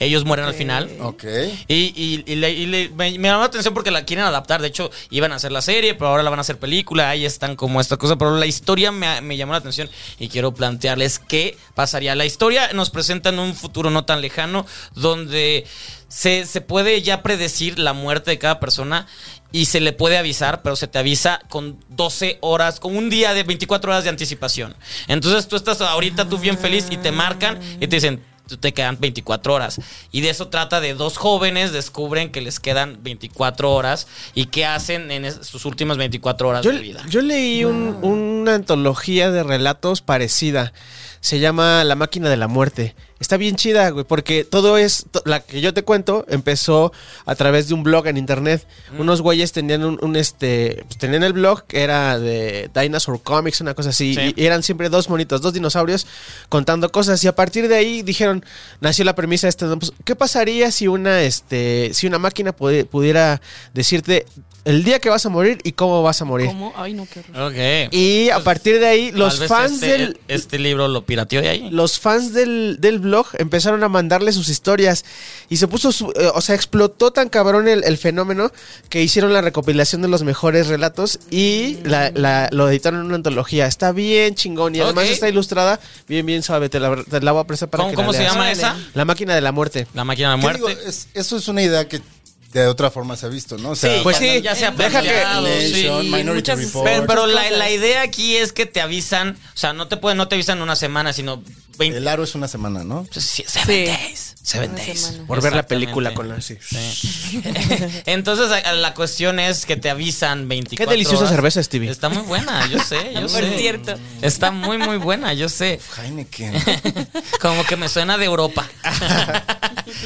[SPEAKER 1] Ellos mueren al final.
[SPEAKER 4] Ok.
[SPEAKER 1] Y, y- y le- y le- me, me llamó la atención porque la quieren adaptar. De hecho, iban a hacer la serie, pero ahora la van a hacer película. Ahí están como esta cosa. Pero la historia me, me llamó la atención y quiero plantearles qué pasaría. La historia nos presenta en un futuro no tan lejano donde se, se puede ya predecir la muerte de cada persona y se le puede avisar, pero se te avisa con 12 horas, con un día de 24 horas de anticipación. Entonces tú estás ahorita tú bien feliz y te marcan y te dicen te quedan 24 horas. Y de eso trata de dos jóvenes descubren que les quedan 24 horas y qué hacen en es- sus últimas 24 horas
[SPEAKER 3] Yo,
[SPEAKER 1] de vida.
[SPEAKER 3] yo leí un- una antología de relatos parecida. Se llama La máquina de la muerte. Está bien chida, güey, porque todo es. to- La que yo te cuento empezó a través de un blog en internet.
[SPEAKER 1] Mm.
[SPEAKER 3] Unos güeyes tenían un, un, este. pues, tenían el blog que era de Dinosaur Comics, una cosa así.
[SPEAKER 1] Sí.
[SPEAKER 3] Y eran siempre dos monitos, dos dinosaurios contando cosas. Y a partir de ahí dijeron. Nació la premisa esta. ¿no? Pues, ¿Qué pasaría si una, este, si una máquina pudi- pudiera decirte el día que vas a morir y cómo vas a morir?
[SPEAKER 2] ¿Cómo? Ay, no, qué horror.
[SPEAKER 1] Ok.
[SPEAKER 3] Y a partir de ahí, los fans
[SPEAKER 1] este,
[SPEAKER 3] del.
[SPEAKER 1] Este libro lo pirateó de ahí.
[SPEAKER 3] Los fans del, del blog empezaron a mandarle sus historias y se puso, su- eh, o sea, explotó tan cabrón el, el fenómeno que hicieron la recopilación de los mejores relatos y la- la- lo editaron en una antología. Está bien chingón y además
[SPEAKER 1] Ok.
[SPEAKER 3] está ilustrada bien, bien suave. Te la, te la voy a prestar para
[SPEAKER 1] ¿Cómo,
[SPEAKER 3] que
[SPEAKER 1] cómo
[SPEAKER 3] la
[SPEAKER 1] se
[SPEAKER 3] leas.
[SPEAKER 1] llama
[SPEAKER 2] Órale.
[SPEAKER 1] esa?
[SPEAKER 3] La máquina de la muerte.
[SPEAKER 1] La máquina de la
[SPEAKER 4] ¿Qué digo?
[SPEAKER 1] muerte.
[SPEAKER 4] Es- eso es una idea que de otra forma se ha visto, ¿no? O sea,
[SPEAKER 1] Sí,
[SPEAKER 3] pues
[SPEAKER 1] ya-
[SPEAKER 3] sí,
[SPEAKER 1] ya se ha
[SPEAKER 3] deja que-
[SPEAKER 1] plagiado, sí.
[SPEAKER 4] Nation, Minority
[SPEAKER 2] muchas-
[SPEAKER 4] Report.
[SPEAKER 1] Pero, pero la,
[SPEAKER 2] cosas.
[SPEAKER 1] la idea aquí es que te avisan, o sea, no te pueden, no te avisan una semana, sino 20,
[SPEAKER 4] el aro es una semana, ¿no?
[SPEAKER 1] Pues sí, Seven
[SPEAKER 2] Sí.
[SPEAKER 1] Days. Seven
[SPEAKER 2] Una
[SPEAKER 1] Days.
[SPEAKER 2] semana.
[SPEAKER 3] Por ver la
[SPEAKER 1] Exactamente.
[SPEAKER 3] película con la- sí.
[SPEAKER 1] Sí. Entonces, a- a la cuestión es que te avisan 24
[SPEAKER 3] Qué deliciosa
[SPEAKER 1] horas.
[SPEAKER 3] cerveza, Stevie.
[SPEAKER 1] Está muy buena, yo sé, yo
[SPEAKER 2] Por
[SPEAKER 1] sé.
[SPEAKER 2] cierto.
[SPEAKER 1] Está muy, muy buena, yo sé.
[SPEAKER 4] Heineken.
[SPEAKER 1] Como que me suena de Europa.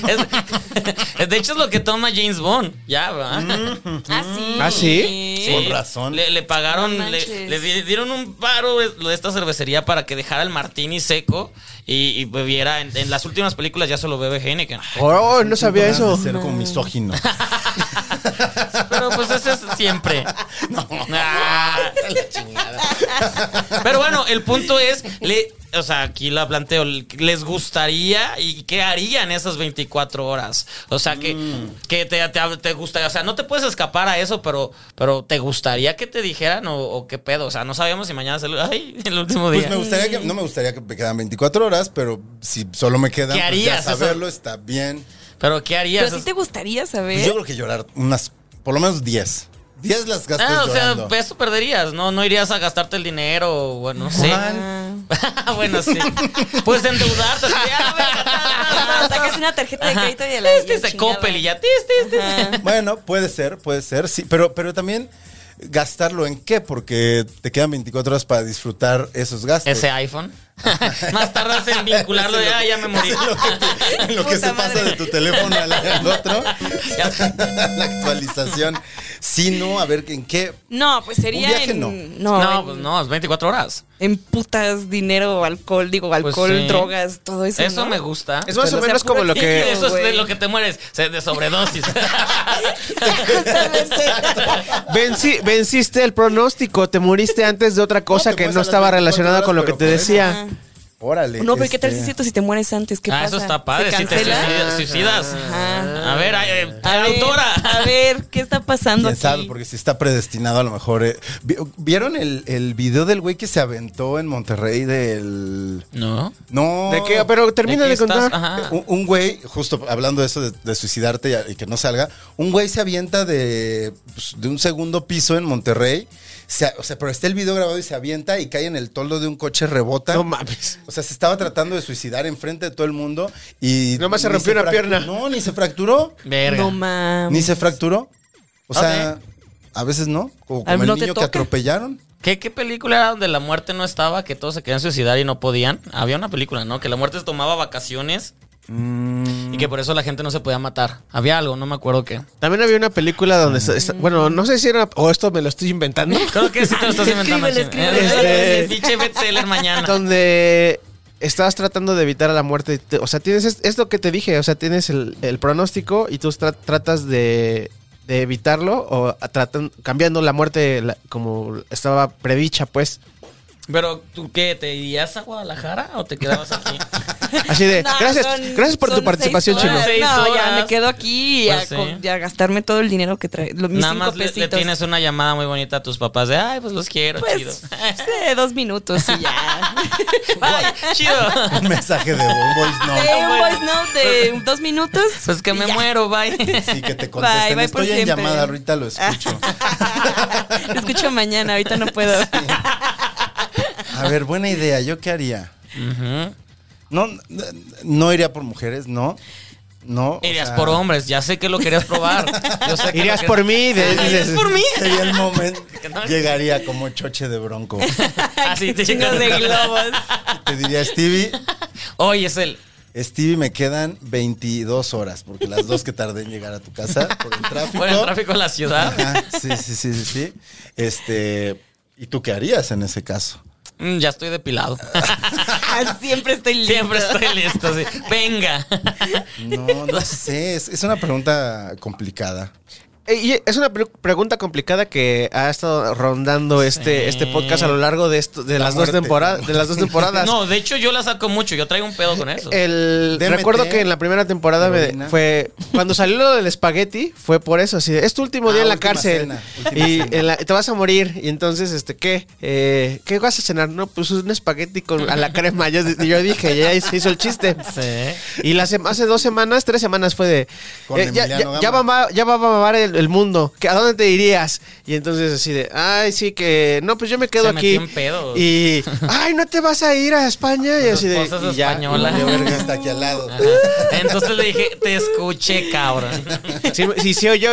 [SPEAKER 1] Es- de hecho, es lo que toma James Bond. Ya, ¿verdad?
[SPEAKER 2] Ah, sí.
[SPEAKER 3] ¿Ah, sí?
[SPEAKER 4] Mm. Con razón.
[SPEAKER 1] Le, le pagaron,
[SPEAKER 2] No
[SPEAKER 1] le,
[SPEAKER 2] manches.
[SPEAKER 1] le di- dieron un paro es- lo de esta cervecería para que dejara el martini seco y, y bebiera. En, en las últimas películas ya solo bebe Heineken.
[SPEAKER 3] Oh, no sabía
[SPEAKER 4] Ganas de
[SPEAKER 3] eso.
[SPEAKER 4] Ser como misógino.
[SPEAKER 1] Pero pues ese es siempre. Ah. Pero bueno, el punto es, le, o sea, aquí la planteo, ¿les gustaría y qué harían esas 24 horas? O sea, que,
[SPEAKER 4] Mm.
[SPEAKER 1] que te, te, te gustaría, o sea, no te puedes escapar a eso, pero, pero ¿te gustaría que te dijeran o, o qué pedo? O sea, no sabíamos si mañana es el, ay, el último día.
[SPEAKER 4] Pues me gustaría que, no me gustaría que me quedan 24 horas, pero si solo me quedan,
[SPEAKER 1] ¿Qué
[SPEAKER 4] pues
[SPEAKER 1] harías?
[SPEAKER 4] ya
[SPEAKER 1] Eso-
[SPEAKER 4] saberlo está bien.
[SPEAKER 1] pero ¿qué harías?
[SPEAKER 2] Pero sí te gustaría
[SPEAKER 4] Pues yo
[SPEAKER 2] saber.
[SPEAKER 4] creo que llorar unas, por lo menos 10. 10 las gastas
[SPEAKER 1] Ah, o sea,
[SPEAKER 4] llorando.
[SPEAKER 1] eso perderías, ¿no? No irías a gastarte el dinero, bueno, no sé. bueno, sí. Puedes endeudarte. así, ah, venga, ta, ta, ta, ta.
[SPEAKER 2] Sacas una tarjeta de
[SPEAKER 1] Ajá.
[SPEAKER 2] crédito y a la-
[SPEAKER 1] Tis,
[SPEAKER 2] y
[SPEAKER 1] tis,
[SPEAKER 2] la
[SPEAKER 1] de
[SPEAKER 2] chingada.
[SPEAKER 1] Coppel y ya. tis, tis, tis.
[SPEAKER 4] Bueno, puede ser, puede ser, sí, pero, pero también gastarlo en qué, porque te quedan 24 horas para disfrutar esos gastos.
[SPEAKER 1] Ese iPhone. Más tardas en vincularlo de, ah, ya me morí.
[SPEAKER 4] En lo que
[SPEAKER 2] Puta
[SPEAKER 4] se pasa
[SPEAKER 2] madre.
[SPEAKER 4] de tu teléfono al, al otro, la actualización. Si no, a ver, ¿en qué?
[SPEAKER 2] No, pues sería
[SPEAKER 4] Un viaje,
[SPEAKER 2] en.
[SPEAKER 4] no.
[SPEAKER 1] No,
[SPEAKER 2] en,
[SPEAKER 1] pues no, es 24 horas.
[SPEAKER 2] en putas, dinero, alcohol, digo,
[SPEAKER 1] Pues
[SPEAKER 2] alcohol,
[SPEAKER 1] sí.
[SPEAKER 2] drogas, todo eso.
[SPEAKER 1] Eso
[SPEAKER 2] ¿no?
[SPEAKER 1] me gusta.
[SPEAKER 3] Es más
[SPEAKER 2] Pero,
[SPEAKER 3] o
[SPEAKER 2] o sea,
[SPEAKER 3] menos como
[SPEAKER 2] puro
[SPEAKER 3] lo
[SPEAKER 1] Sí,
[SPEAKER 3] que.
[SPEAKER 1] eso es de lo que te mueres, se- de sobredosis.
[SPEAKER 2] Justamente.
[SPEAKER 3] Venci- venciste el pronóstico, te muriste antes de otra cosa
[SPEAKER 4] te
[SPEAKER 3] que
[SPEAKER 4] mueres
[SPEAKER 3] no
[SPEAKER 4] a las
[SPEAKER 3] estaba
[SPEAKER 4] 24
[SPEAKER 3] relacionada con lo que
[SPEAKER 4] horas,
[SPEAKER 3] te
[SPEAKER 4] pero por eso.
[SPEAKER 3] decía.
[SPEAKER 4] Órale.
[SPEAKER 2] No, pero ¿qué tal si
[SPEAKER 4] este,
[SPEAKER 2] es cierto si te mueres antes? ¿Qué
[SPEAKER 1] Ah,
[SPEAKER 2] pasa?
[SPEAKER 1] eso está padre.
[SPEAKER 2] ¿Se
[SPEAKER 1] Si te
[SPEAKER 2] cancela?
[SPEAKER 1] suicida- suicidas.
[SPEAKER 2] Ajá.
[SPEAKER 1] A ver, ay, eh, autora.
[SPEAKER 2] a ver, ¿qué está pasando
[SPEAKER 4] Quién
[SPEAKER 2] aquí?
[SPEAKER 4] sabe, porque si está predestinado a lo mejor. eh. Vi- ¿Vieron el, el video del güey que se aventó en Monterrey del.
[SPEAKER 1] No.
[SPEAKER 4] No.
[SPEAKER 3] ¿De qué? Pero termina
[SPEAKER 1] Aquí
[SPEAKER 3] de
[SPEAKER 1] estás,
[SPEAKER 3] contar.
[SPEAKER 2] Ah.
[SPEAKER 1] ajá.
[SPEAKER 4] Un, un güey, justo hablando de eso de, de suicidarte y, a- y que no salga, un güey se avienta de, pues, de un segundo piso en Monterrey. se a- o sea, pero está el video grabado y se avienta y cae en el toldo de un coche, rebota.
[SPEAKER 3] No mames.
[SPEAKER 4] o sea, se estaba tratando de suicidar enfrente de todo el mundo y.
[SPEAKER 3] Nomás se
[SPEAKER 4] ni
[SPEAKER 3] rompió una
[SPEAKER 4] frac-
[SPEAKER 3] pierna.
[SPEAKER 4] No, ni se fracturó.
[SPEAKER 1] Verga.
[SPEAKER 2] No mames.
[SPEAKER 4] Ni se fracturó. O sea, a veces no. Como, como
[SPEAKER 2] Ah,
[SPEAKER 4] el
[SPEAKER 2] no te
[SPEAKER 4] niño que
[SPEAKER 2] toca.
[SPEAKER 4] atropellaron.
[SPEAKER 1] ¿Qué, ¿Qué película era donde la muerte no estaba, que todos se querían suicidar y no podían? Había una película, ¿no? Que la muerte se tomaba vacaciones
[SPEAKER 3] Mm.
[SPEAKER 1] y que por eso la gente no se podía matar. Había algo, no me acuerdo qué.
[SPEAKER 3] También había una película donde. está- está- bueno, no sé si era. O esto me lo estoy inventando.
[SPEAKER 1] Creo que sí te lo estás inventando.
[SPEAKER 2] Escríbele,
[SPEAKER 1] Chino.
[SPEAKER 2] escríbele.
[SPEAKER 1] Ese Pinche bestseller mañana.
[SPEAKER 3] donde estabas tratando de evitar a la muerte. Te- O sea, tienes es, es lo que te dije. O sea, tienes el, el pronóstico y tú tra- tratas de, de evitarlo o a- tratan- cambiando la muerte la- como estaba predicha, pues.
[SPEAKER 1] Pero, ¿tú qué? ¿Te irías a Guadalajara o te quedabas aquí?
[SPEAKER 3] Así de,
[SPEAKER 2] No,
[SPEAKER 3] gracias,
[SPEAKER 2] son-
[SPEAKER 3] gracias por tu
[SPEAKER 2] son
[SPEAKER 3] participación,
[SPEAKER 2] seis
[SPEAKER 3] chino.
[SPEAKER 2] horas.
[SPEAKER 1] Seis
[SPEAKER 2] No, ya
[SPEAKER 1] horas.
[SPEAKER 2] me quedo aquí y a,
[SPEAKER 1] Pues sí.
[SPEAKER 2] co- y a gastarme todo el dinero que trae. Los, mis
[SPEAKER 1] Nada
[SPEAKER 2] cinco
[SPEAKER 1] más le, le
[SPEAKER 2] pesitos.
[SPEAKER 1] tienes una llamada muy bonita a tus papás de, ay, pues los quiero,
[SPEAKER 2] pues,
[SPEAKER 1] chido.
[SPEAKER 2] sí, dos minutos y ya.
[SPEAKER 1] ay, chido.
[SPEAKER 4] Un mensaje de un voice
[SPEAKER 2] Sí,
[SPEAKER 4] note.
[SPEAKER 2] un voice note de dos minutos.
[SPEAKER 1] Pues que
[SPEAKER 2] y
[SPEAKER 1] me
[SPEAKER 2] ya.
[SPEAKER 1] muero, bye.
[SPEAKER 4] Sí, que te
[SPEAKER 2] Bye,
[SPEAKER 4] contesten.
[SPEAKER 2] bye por
[SPEAKER 4] Estoy en
[SPEAKER 2] siempre.
[SPEAKER 4] llamada, ahorita lo escucho.
[SPEAKER 2] Lo escucho mañana, ahorita no puedo.
[SPEAKER 4] A ver, buena idea. ¿Yo qué haría?
[SPEAKER 1] Ujú.
[SPEAKER 4] No, no iría por mujeres, no. No. o
[SPEAKER 1] Irías
[SPEAKER 4] sea,
[SPEAKER 1] por hombres, ya sé que lo querías probar. Yo sé que lo
[SPEAKER 3] Irías
[SPEAKER 1] quer-
[SPEAKER 3] por mí. de-
[SPEAKER 1] Ay,
[SPEAKER 3] dices,
[SPEAKER 1] ¿es por mí?
[SPEAKER 4] Sería el momento.
[SPEAKER 1] No.
[SPEAKER 4] Llegaría como choche de bronco.
[SPEAKER 1] Así te
[SPEAKER 2] Chingos
[SPEAKER 1] llegan-
[SPEAKER 2] de globos.
[SPEAKER 4] Te diría, Stevie,
[SPEAKER 1] Hoy es el.
[SPEAKER 4] Stevie, me quedan 22 horas, porque las dos que tardé en llegar a tu casa por el tráfico.
[SPEAKER 1] Por el tráfico de la ciudad.
[SPEAKER 4] Ajá, sí, sí, sí, sí, sí. Este, ¿y tú qué harías en ese caso?
[SPEAKER 1] Mm, ya estoy depilado.
[SPEAKER 2] Ah, Siempre estoy listo.
[SPEAKER 1] Siempre estoy listo. sí. Venga.
[SPEAKER 4] No, no sé, es, es una pregunta complicada.
[SPEAKER 3] Eh, Y es una pre- pregunta complicada que ha estado rondando este, este podcast a lo largo de, esto, de,
[SPEAKER 4] La
[SPEAKER 3] las
[SPEAKER 4] muerte.
[SPEAKER 3] dos temporadas, de las dos temporadas.
[SPEAKER 1] No, de hecho, yo la saco mucho. Yo traigo un pedo con eso.
[SPEAKER 3] El,
[SPEAKER 4] DMT,
[SPEAKER 3] recuerdo que en la primera temporada me-
[SPEAKER 4] heroína.
[SPEAKER 3] fue cuando salió lo del espagueti fue por eso así de, es tu último
[SPEAKER 4] Ah,
[SPEAKER 3] día en la
[SPEAKER 4] última
[SPEAKER 3] cárcel
[SPEAKER 4] cena, última
[SPEAKER 3] y
[SPEAKER 4] cena.
[SPEAKER 3] en la- te vas a morir y entonces este qué Eh, qué vas a cenar no pues un espagueti con a la crema yo, yo dije ya se hizo el chiste
[SPEAKER 1] Sí.
[SPEAKER 3] y las sem- hace dos semanas tres semanas fue de
[SPEAKER 4] Con
[SPEAKER 3] eh, ya,
[SPEAKER 4] Emiliano
[SPEAKER 3] ya- ya va a
[SPEAKER 4] Gama.
[SPEAKER 3] ma- ya va a mamar el, el mundo ¿Qué- a dónde te irías y entonces así de ay sí que no pues yo me quedo
[SPEAKER 1] Se
[SPEAKER 3] aquí
[SPEAKER 1] metió en pedos.
[SPEAKER 3] y ay no te vas a ir a España y
[SPEAKER 1] Su
[SPEAKER 3] así de
[SPEAKER 1] esposa es
[SPEAKER 3] y ya.
[SPEAKER 1] española.
[SPEAKER 4] Yo verga está aquí al lado.
[SPEAKER 1] Ajá. Entonces le dije, te escuché, cabrón.
[SPEAKER 3] Sí, sí, sí, yo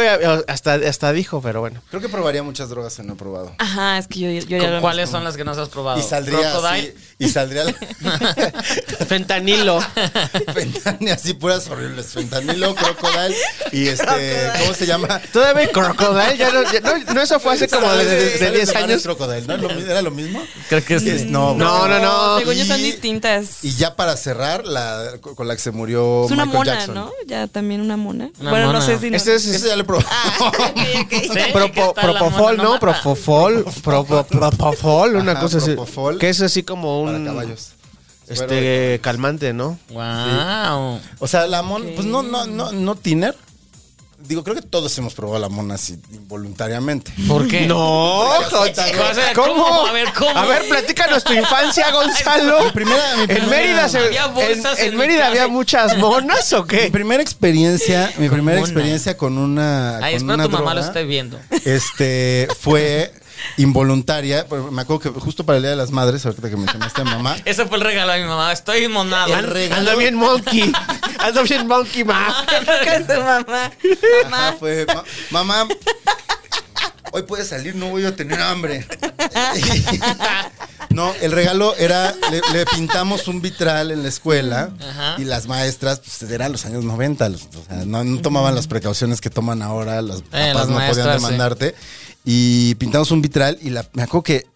[SPEAKER 3] hasta, hasta dijo, pero bueno.
[SPEAKER 4] Creo que probaría muchas drogas que no he probado.
[SPEAKER 2] Ajá, es que yo, yo ya lo
[SPEAKER 1] ¿Cuáles son las que no has probado?
[SPEAKER 4] Y saldría así,
[SPEAKER 1] Crocodile.
[SPEAKER 4] y saldría
[SPEAKER 3] Fentanilo.
[SPEAKER 4] fentanilo, así puras horribles, fentanilo, crocodile y este, ¿cómo se llama?
[SPEAKER 3] Todavía Crocodile, ya no, ya- no, no, eso fue hace como de, de- de 10 años.
[SPEAKER 4] Crocodile, ¿no? Lo mi- ¿Era lo mismo?
[SPEAKER 1] Creo que
[SPEAKER 4] Es-
[SPEAKER 1] sí.
[SPEAKER 4] no,
[SPEAKER 3] No, no, no.
[SPEAKER 2] Según yo son
[SPEAKER 4] Y-
[SPEAKER 2] distintas.
[SPEAKER 4] Y ya para cerrar, la con la que se murió
[SPEAKER 2] es una
[SPEAKER 4] Michael
[SPEAKER 2] mona,
[SPEAKER 4] Jackson.
[SPEAKER 2] ¿no? Ya también una mona.
[SPEAKER 1] Una
[SPEAKER 2] bueno,
[SPEAKER 1] mona.
[SPEAKER 2] no sé si no.
[SPEAKER 3] Este es
[SPEAKER 4] Eso ya lo probé.
[SPEAKER 2] Ah.
[SPEAKER 1] Sí,
[SPEAKER 3] propo-
[SPEAKER 1] ¿qué tal la
[SPEAKER 3] propofol,
[SPEAKER 1] mona?
[SPEAKER 3] ¿no?
[SPEAKER 1] mata.
[SPEAKER 3] Propofol, propo- propofol, una
[SPEAKER 4] Ajá,
[SPEAKER 3] cosa así.
[SPEAKER 4] propofol.
[SPEAKER 3] Que es así como
[SPEAKER 4] Para
[SPEAKER 3] un
[SPEAKER 4] caballos. Suero de
[SPEAKER 3] este calmante, ¿no?
[SPEAKER 1] Wow.
[SPEAKER 4] O sea, la mona, pues no, no, no, no tiner. Digo, creo que todos hemos probado la mona así involuntariamente.
[SPEAKER 1] ¿Por qué?
[SPEAKER 3] No,
[SPEAKER 1] O sea,
[SPEAKER 3] ¿cómo?
[SPEAKER 1] ¿cómo? A ver, ¿cómo?
[SPEAKER 3] A ver, platícanos tu infancia, Gonzalo.
[SPEAKER 4] primera- mi primera-
[SPEAKER 3] en Mérida, se-
[SPEAKER 1] Había
[SPEAKER 3] en,
[SPEAKER 1] bolsas
[SPEAKER 3] en
[SPEAKER 1] en mi
[SPEAKER 3] Mérida
[SPEAKER 1] casa.
[SPEAKER 3] había muchas monas o qué?
[SPEAKER 4] Mi primera experiencia, mi primera
[SPEAKER 1] mona.
[SPEAKER 4] experiencia con una.
[SPEAKER 1] Ay,
[SPEAKER 4] con
[SPEAKER 1] espero
[SPEAKER 4] una
[SPEAKER 1] tu mamá lo
[SPEAKER 4] droga,
[SPEAKER 1] esté viendo.
[SPEAKER 4] Este fue involuntaria. pero Me acuerdo que justo para el Día de las Madres, ahorita que mencionaste a mi mamá.
[SPEAKER 1] Ese fue el regalo de mi mamá. Estoy monado.
[SPEAKER 3] An- Ando bien monkey. Ando bien monkey, ma.
[SPEAKER 2] Con su mamá.
[SPEAKER 4] Ajá,
[SPEAKER 2] Mamá.
[SPEAKER 4] fue, "Ma- mamá, hoy puedes salir, no voy a tener hambre. No, el regalo era, le, le pintamos un vitral en la escuela y las maestras, pues eran los años 90, los- o sea, no, no tomaban las precauciones que toman ahora, los papás
[SPEAKER 1] Eh, las
[SPEAKER 4] no podían
[SPEAKER 1] maestras, sí.
[SPEAKER 4] demandarte. Y pintamos un vitral y la, me acuerdo que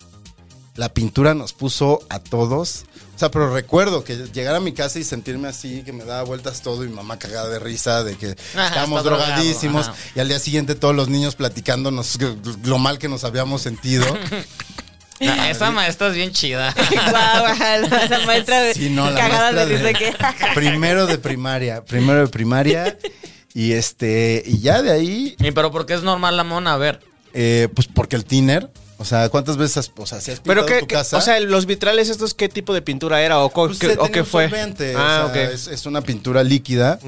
[SPEAKER 4] la pintura nos puso a todos. O sea, pero recuerdo que llegar a mi casa y sentirme así, que me daba vueltas todo y mi mamá cagada de risa, de que
[SPEAKER 1] Ajá,
[SPEAKER 4] estábamos
[SPEAKER 1] está drogado,
[SPEAKER 4] drogadísimos.
[SPEAKER 1] ajá.
[SPEAKER 4] Y al día siguiente todos los niños platicándonos que- lo mal que nos habíamos sentido.
[SPEAKER 1] Ah, Esa maestra es bien chida.
[SPEAKER 2] Guau, ajá, la, la maestra de
[SPEAKER 4] Sí, no, la
[SPEAKER 2] cagada
[SPEAKER 4] maestra
[SPEAKER 2] de risa
[SPEAKER 4] de-
[SPEAKER 2] que.
[SPEAKER 4] Primero de primaria, primero de primaria. Y este, y ya de ahí,
[SPEAKER 1] Y pero porque es normal la mona, a ver.
[SPEAKER 4] eh, pues porque el tiner, o sea, ¿cuántas veces, has- o sea, si has
[SPEAKER 3] Pero que,
[SPEAKER 4] pintado tu casa?
[SPEAKER 3] o sea, los vitrales estos, ¿qué tipo de pintura era o, co-
[SPEAKER 4] Pues
[SPEAKER 3] qué-
[SPEAKER 4] se
[SPEAKER 3] o
[SPEAKER 4] tenía
[SPEAKER 3] qué
[SPEAKER 4] un
[SPEAKER 3] fue?
[SPEAKER 4] solvente, o
[SPEAKER 3] ah,
[SPEAKER 4] sea,
[SPEAKER 3] ok. Mm.
[SPEAKER 4] es, es una pintura líquida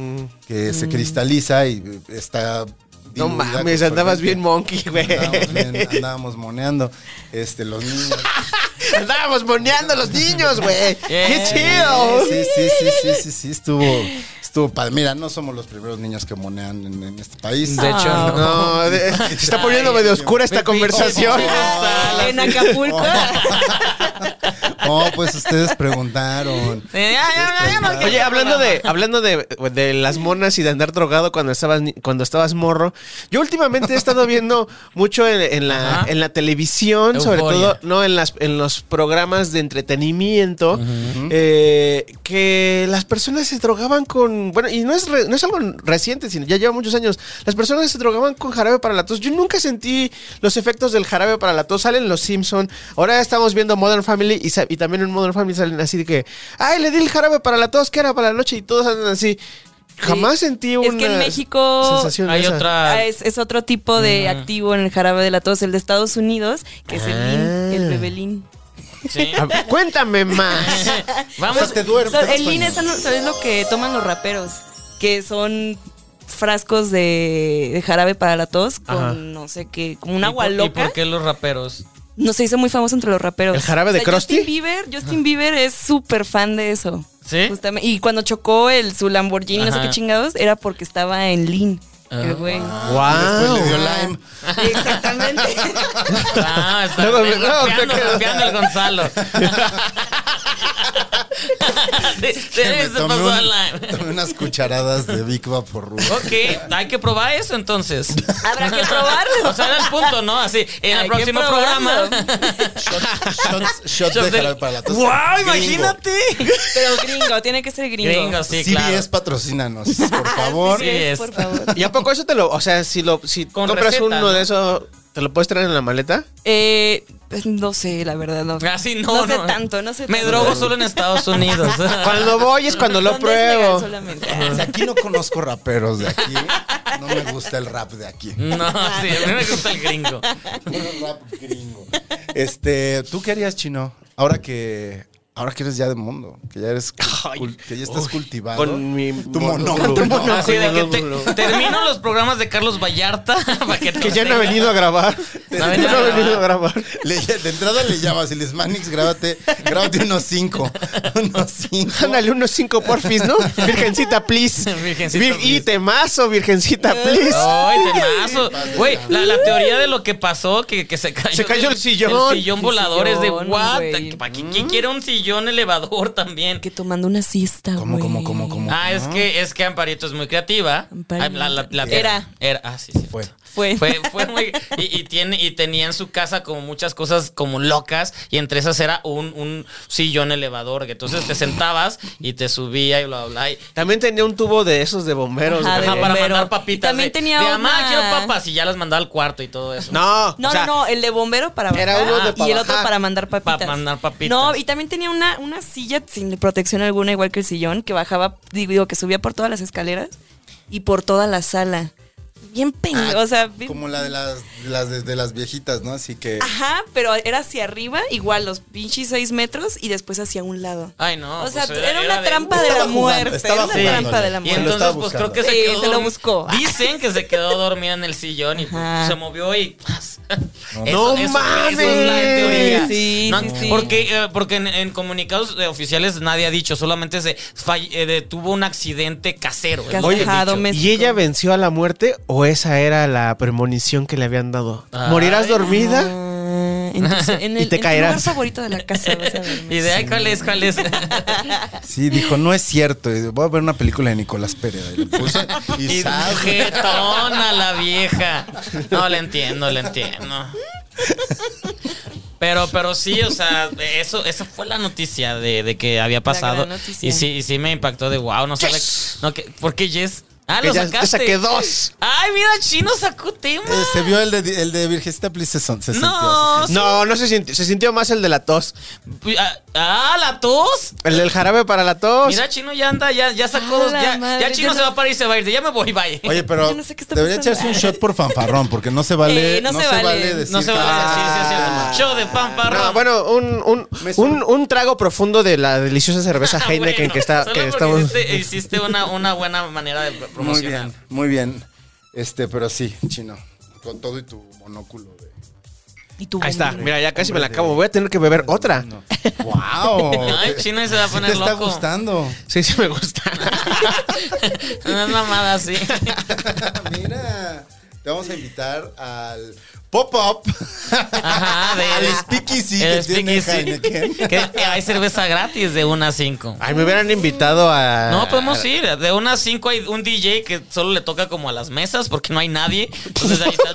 [SPEAKER 4] que se cristaliza y eh, está.
[SPEAKER 3] No
[SPEAKER 4] diluida con
[SPEAKER 3] mames, andabas
[SPEAKER 4] solvente.
[SPEAKER 3] bien monkey, güey.
[SPEAKER 4] Andábamos, bien, andábamos moneando. Este, los niños.
[SPEAKER 3] Andábamos moneando a los niños, güey. ¡Qué
[SPEAKER 1] Eh,
[SPEAKER 3] chido!
[SPEAKER 4] Sí, sí, sí, sí, sí, sí, estuvo, estuvo padre. Mira, no somos los primeros niños que monean en, en este país.
[SPEAKER 1] De hecho, no.
[SPEAKER 3] No, de- se está poniendo medio oscura esta conversación.
[SPEAKER 2] En Acapulco.
[SPEAKER 4] No, pues ustedes preguntaron.
[SPEAKER 1] Sí, ya, ya, ya, ya no quiero
[SPEAKER 3] Oye, hablando
[SPEAKER 1] programa.
[SPEAKER 3] de, hablando de, de las monas y de andar drogado cuando estabas, ni- cuando estabas morro, yo últimamente he estado viendo mucho en, en la,
[SPEAKER 1] Ajá.
[SPEAKER 3] en la televisión, sobre
[SPEAKER 1] Euforia.
[SPEAKER 3] todo no en, las, en los programas de entretenimiento, eh, que las personas se drogaban con, bueno, y no es, re- no es algo reciente, sino ya lleva muchos años, las personas se drogaban con jarabe para la tos. Yo nunca sentí los efectos del jarabe para la tos. Salen los Simpson, ahora estamos viendo Modern Family y, sa- y también en Modern Family salen así de que, ay, le di el jarabe para la tos, que era para la noche y todos andan así. Jamás sentí una
[SPEAKER 2] Es que en México
[SPEAKER 3] sensación
[SPEAKER 1] Hay
[SPEAKER 3] de esa.
[SPEAKER 1] otra.
[SPEAKER 2] Ah, es, es otro tipo de activo en el jarabe de la tos, el de Estados Unidos, que es el
[SPEAKER 3] Ah.
[SPEAKER 2] lean, el bebelín.
[SPEAKER 1] sí.
[SPEAKER 3] Ah, Cuéntame más.
[SPEAKER 1] Vamos.
[SPEAKER 4] O sea, te duermes.
[SPEAKER 2] So, el lean es, algo- so, es lo que toman los raperos, que son frascos de, de jarabe para la tos con
[SPEAKER 3] Ajá.
[SPEAKER 2] no sé qué, como un
[SPEAKER 1] ¿Y
[SPEAKER 2] agua
[SPEAKER 1] por- ¿Y
[SPEAKER 2] loca.
[SPEAKER 1] por qué los raperos?
[SPEAKER 2] No se hizo muy famoso entre los raperos.
[SPEAKER 3] ¿El jarabe de Krusty?
[SPEAKER 2] Justin Bieber, Justin Bieber es súper fan de eso.
[SPEAKER 1] ¿Sí?
[SPEAKER 2] Justamente. Y cuando chocó el, su Lamborghini, no
[SPEAKER 1] Ajá.
[SPEAKER 2] sé qué chingados, era porque estaba en lean. El güey.
[SPEAKER 3] Ah.
[SPEAKER 4] Después le dio
[SPEAKER 3] Wow.
[SPEAKER 4] lime.
[SPEAKER 2] Exactamente.
[SPEAKER 1] Ah, está
[SPEAKER 3] Luego-
[SPEAKER 1] bien,
[SPEAKER 3] luego te
[SPEAKER 1] rapeando,
[SPEAKER 3] quedas-
[SPEAKER 1] rapeando el Gonzalo. Sí, sí,
[SPEAKER 4] Que me
[SPEAKER 1] se
[SPEAKER 4] tomé
[SPEAKER 1] pasó
[SPEAKER 4] un-
[SPEAKER 1] a la-
[SPEAKER 4] tomé unas cucharadas de Big Vaporru.
[SPEAKER 1] Ok, hay que probar eso entonces.
[SPEAKER 2] Habrá que probarlo.
[SPEAKER 1] O sea, era el punto, ¿no? Así, en el
[SPEAKER 2] Hay que
[SPEAKER 1] próximo programa.
[SPEAKER 2] probarlo.
[SPEAKER 4] Shots, shots, shots
[SPEAKER 1] Shots
[SPEAKER 4] de
[SPEAKER 1] del-
[SPEAKER 4] jarabe para la tos.
[SPEAKER 1] ¡Wow!
[SPEAKER 4] Gringo.
[SPEAKER 1] Imagínate.
[SPEAKER 2] Pero gringo, tiene que ser gringo.
[SPEAKER 1] Gringo, sí, claro.
[SPEAKER 4] CBS, patrocínanos, por favor.
[SPEAKER 1] Sí, es.
[SPEAKER 2] Por favor.
[SPEAKER 3] ¿Y a poco eso te lo, o sea, si lo, si
[SPEAKER 1] Con
[SPEAKER 3] compras
[SPEAKER 1] receta,
[SPEAKER 3] uno
[SPEAKER 1] ¿no?
[SPEAKER 3] de esos, te lo puedes traer en la maleta?
[SPEAKER 2] Eh, no sé, la verdad, no.
[SPEAKER 1] Así Ah, no,
[SPEAKER 2] sé
[SPEAKER 1] no.
[SPEAKER 2] tanto, no sé
[SPEAKER 1] Me
[SPEAKER 2] tanto.
[SPEAKER 1] drogo solo en Estados Unidos.
[SPEAKER 3] Cuando voy es cuando lo
[SPEAKER 2] ¿Dónde es legal
[SPEAKER 3] pruebo.
[SPEAKER 2] solamente?
[SPEAKER 4] O sea, aquí no conozco raperos de aquí. No me gusta el rap de aquí.
[SPEAKER 1] No, sí, a mí me gusta el gringo.
[SPEAKER 4] El rap gringo. Este, ¿tú qué harías, chino? Ahora que. Ahora que eres ya de mundo, que ya eres cul- cul- que ya estás cultivado.
[SPEAKER 3] Con mi
[SPEAKER 4] tu monóculo.
[SPEAKER 3] tu monóculo.
[SPEAKER 1] Así de que te-
[SPEAKER 3] Monóculo.
[SPEAKER 1] termino los programas de Carlos Vallarta. para que,
[SPEAKER 3] Que
[SPEAKER 1] los
[SPEAKER 3] ya no ha
[SPEAKER 1] tengas.
[SPEAKER 3] venido a grabar.
[SPEAKER 1] No
[SPEAKER 3] No
[SPEAKER 1] ha
[SPEAKER 3] ha
[SPEAKER 1] venido a
[SPEAKER 3] venido a grabar.
[SPEAKER 4] Le- de entrada le llamas y le dices, Manix, grábate, grábate unos cinco. Unos cinco.
[SPEAKER 3] Ándale unos cinco porfis, ¿no? Virgencita, please.
[SPEAKER 1] Virgencita,
[SPEAKER 3] Vir-
[SPEAKER 1] please.
[SPEAKER 3] Y temazo, virgencita, please.
[SPEAKER 1] Ay, temazo. Güey, la, la teoría de lo que pasó, que, que se cayó.
[SPEAKER 3] Se cayó el sillón.
[SPEAKER 1] El sillón
[SPEAKER 2] El
[SPEAKER 1] volador es de
[SPEAKER 2] sillón,
[SPEAKER 1] what?
[SPEAKER 2] güey.
[SPEAKER 1] ¿Para qué, qué quiere un sillón elevador también?
[SPEAKER 2] Que tomando una siesta, güey.
[SPEAKER 4] Como, como, como, como.
[SPEAKER 1] Ah, es que es que Amparito es muy creativa.
[SPEAKER 2] Amparito.
[SPEAKER 1] Ah, la- la- la-
[SPEAKER 2] Era.
[SPEAKER 1] Era. Ah, sí, sí.
[SPEAKER 4] Fue.
[SPEAKER 2] Fue.
[SPEAKER 1] Fue, fue muy. Y, y tiene, y tenía en su casa como muchas cosas como locas. Y entre esas era un, un sillón elevador. Que entonces te sentabas y te subía y bla, bla, bla. Y,
[SPEAKER 3] También tenía un tubo de esos de bomberos.
[SPEAKER 2] Ajá,
[SPEAKER 3] güey.
[SPEAKER 1] ajá,
[SPEAKER 2] de
[SPEAKER 1] para
[SPEAKER 2] bombero.
[SPEAKER 1] mandar
[SPEAKER 2] Y
[SPEAKER 1] papitas.
[SPEAKER 2] también
[SPEAKER 1] de-
[SPEAKER 2] tenía
[SPEAKER 1] de, mamá,
[SPEAKER 2] una-
[SPEAKER 1] quiero papas. Y ya las mandaba al cuarto y todo eso.
[SPEAKER 3] No, o
[SPEAKER 2] No,
[SPEAKER 3] sea,
[SPEAKER 2] no, no, el de bombero para bajar
[SPEAKER 3] Era uno de pa'
[SPEAKER 2] y el otro
[SPEAKER 3] bajar.
[SPEAKER 2] para mandar papitas.
[SPEAKER 1] Pa' mandar papitas.
[SPEAKER 2] No, y también tenía una, una silla sin protección alguna, igual que el sillón, que bajaba, digo, digo, que subía por todas las escaleras y por toda la sala. Bien
[SPEAKER 1] Ah,
[SPEAKER 2] pendejo, o sea, bien-
[SPEAKER 4] Ah, Como la de las, de las, de, de las viejitas, ¿no? Así que.
[SPEAKER 2] Ajá, pero era hacia arriba, igual los pinches seis metros y después hacia un lado.
[SPEAKER 1] Ay, no.
[SPEAKER 2] o
[SPEAKER 1] pues
[SPEAKER 2] sea, era, una
[SPEAKER 1] de-
[SPEAKER 2] trampa de,
[SPEAKER 4] Estaba
[SPEAKER 2] la
[SPEAKER 4] jugando,
[SPEAKER 2] muerte.
[SPEAKER 4] estaba
[SPEAKER 2] Era una
[SPEAKER 4] jugando.
[SPEAKER 2] trampa de la
[SPEAKER 1] Y
[SPEAKER 4] Lo
[SPEAKER 2] muerte.
[SPEAKER 1] entonces,
[SPEAKER 4] estaba
[SPEAKER 1] pues creo
[SPEAKER 4] buscando.
[SPEAKER 1] que se
[SPEAKER 2] Sí,
[SPEAKER 1] quedó.
[SPEAKER 2] se lo buscó.
[SPEAKER 1] Dicen que se quedó dormida en el sillón y pues,
[SPEAKER 2] Ajá.
[SPEAKER 1] se movió y. ¡paz!
[SPEAKER 4] No
[SPEAKER 1] Eso es la
[SPEAKER 3] mames.
[SPEAKER 1] teoría.
[SPEAKER 2] Sí, sí, sí.
[SPEAKER 1] Porque, eh, porque en, en comunicados eh, oficiales nadie ha dicho, solamente se fall- eh, de- tuvo un accidente casero. ¿eh? es lo que
[SPEAKER 2] Oye,
[SPEAKER 1] han dicho.
[SPEAKER 2] doméstico.
[SPEAKER 3] ¿Y ella venció a la muerte o esa era la premonición que le habían dado?
[SPEAKER 1] Ay,
[SPEAKER 3] ¿Morirás
[SPEAKER 1] no.
[SPEAKER 3] dormida?
[SPEAKER 2] Ah, en, tu- en el,
[SPEAKER 3] Y te
[SPEAKER 2] en tu
[SPEAKER 3] caerás.
[SPEAKER 2] lugar favorito de la casa. vas a dormir.
[SPEAKER 1] Y de, ay, ¿cuál es? ¿Cuál es?
[SPEAKER 4] Sí, dijo, no es cierto. y dijo, Voy a ver una película de Nicolás Pérez. Y le puse. Y,
[SPEAKER 1] Y
[SPEAKER 4] ¡zas!
[SPEAKER 1] sujetona la vieja. No le entiendo, le entiendo. Pero, pero sí, o sea, eso, esa fue la noticia de, de que había pasado.
[SPEAKER 2] gran noticia.
[SPEAKER 1] Y sí, y sí me impactó de wow, no sabe. No, que, ¿Por qué Yes? Ah,
[SPEAKER 3] Que
[SPEAKER 1] lo
[SPEAKER 3] ya- ya
[SPEAKER 1] sacaste.
[SPEAKER 3] saqué dos.
[SPEAKER 1] Ay, mira, Chino sacó tema.
[SPEAKER 4] Eh, se vio el de, el de Virgencita Please se son- se sintió, se
[SPEAKER 1] no,
[SPEAKER 3] No, no se sintió, se sintió más el de la tos.
[SPEAKER 1] sí. Ah, ah, la tos.
[SPEAKER 3] El del jarabe para la tos.
[SPEAKER 1] Mira, Chino ya anda, ya, ya sacó
[SPEAKER 2] Ah,
[SPEAKER 1] dos.
[SPEAKER 2] la
[SPEAKER 1] Ya,
[SPEAKER 2] madre,
[SPEAKER 1] ya Chino
[SPEAKER 2] ya
[SPEAKER 1] se
[SPEAKER 2] no-
[SPEAKER 1] va a parar y se va a ir. de, Ya me voy, bye.
[SPEAKER 4] Oye, pero
[SPEAKER 2] Yo no sé qué está
[SPEAKER 4] debería
[SPEAKER 2] pasando.
[SPEAKER 4] echarse un shot por fanfarrón, porque no se vale.
[SPEAKER 2] Sí,
[SPEAKER 4] no, se, vale. decir
[SPEAKER 1] no se va
[SPEAKER 4] que-
[SPEAKER 1] a decir, sí, es cierto. Show de
[SPEAKER 3] Ah. No,
[SPEAKER 1] fanfarrón.
[SPEAKER 3] bueno, un, un,
[SPEAKER 4] Me sur-
[SPEAKER 3] un, un trago profundo de la deliciosa cerveza
[SPEAKER 1] Ah,
[SPEAKER 3] Heineken
[SPEAKER 1] bueno,
[SPEAKER 3] que, está,
[SPEAKER 1] solo
[SPEAKER 3] que
[SPEAKER 1] porque
[SPEAKER 3] estamos.
[SPEAKER 1] Hiciste, hiciste una, una buena manera de pro-
[SPEAKER 4] Muy
[SPEAKER 1] promocionar.
[SPEAKER 4] bien, muy bien. Este, pero sí, chino. Con todo y tu monóculo.
[SPEAKER 2] Y tu
[SPEAKER 3] Ahí está,
[SPEAKER 2] hombre.
[SPEAKER 3] mira, ya casi me la acabo. Voy a tener que beber otra.
[SPEAKER 4] ¡Wow!
[SPEAKER 1] Ay, chino, y se va a poner
[SPEAKER 4] te está
[SPEAKER 1] loco.
[SPEAKER 4] gustando.
[SPEAKER 3] Sí, sí, me gusta.
[SPEAKER 1] Una mamada así.
[SPEAKER 4] Mira, te vamos a invitar al pop-up.
[SPEAKER 1] Ajá, de-
[SPEAKER 4] al
[SPEAKER 1] de-
[SPEAKER 4] speakeasy que
[SPEAKER 1] el
[SPEAKER 4] tiene
[SPEAKER 1] speakeasy.
[SPEAKER 4] Heineken.
[SPEAKER 1] Que hay cerveza gratis de 1 a 5.
[SPEAKER 3] Ay, me hubieran invitado a.
[SPEAKER 1] No, podemos ir. De 1 a 5 hay un DJ que solo le toca como a las mesas porque no hay nadie. Entonces ahí está.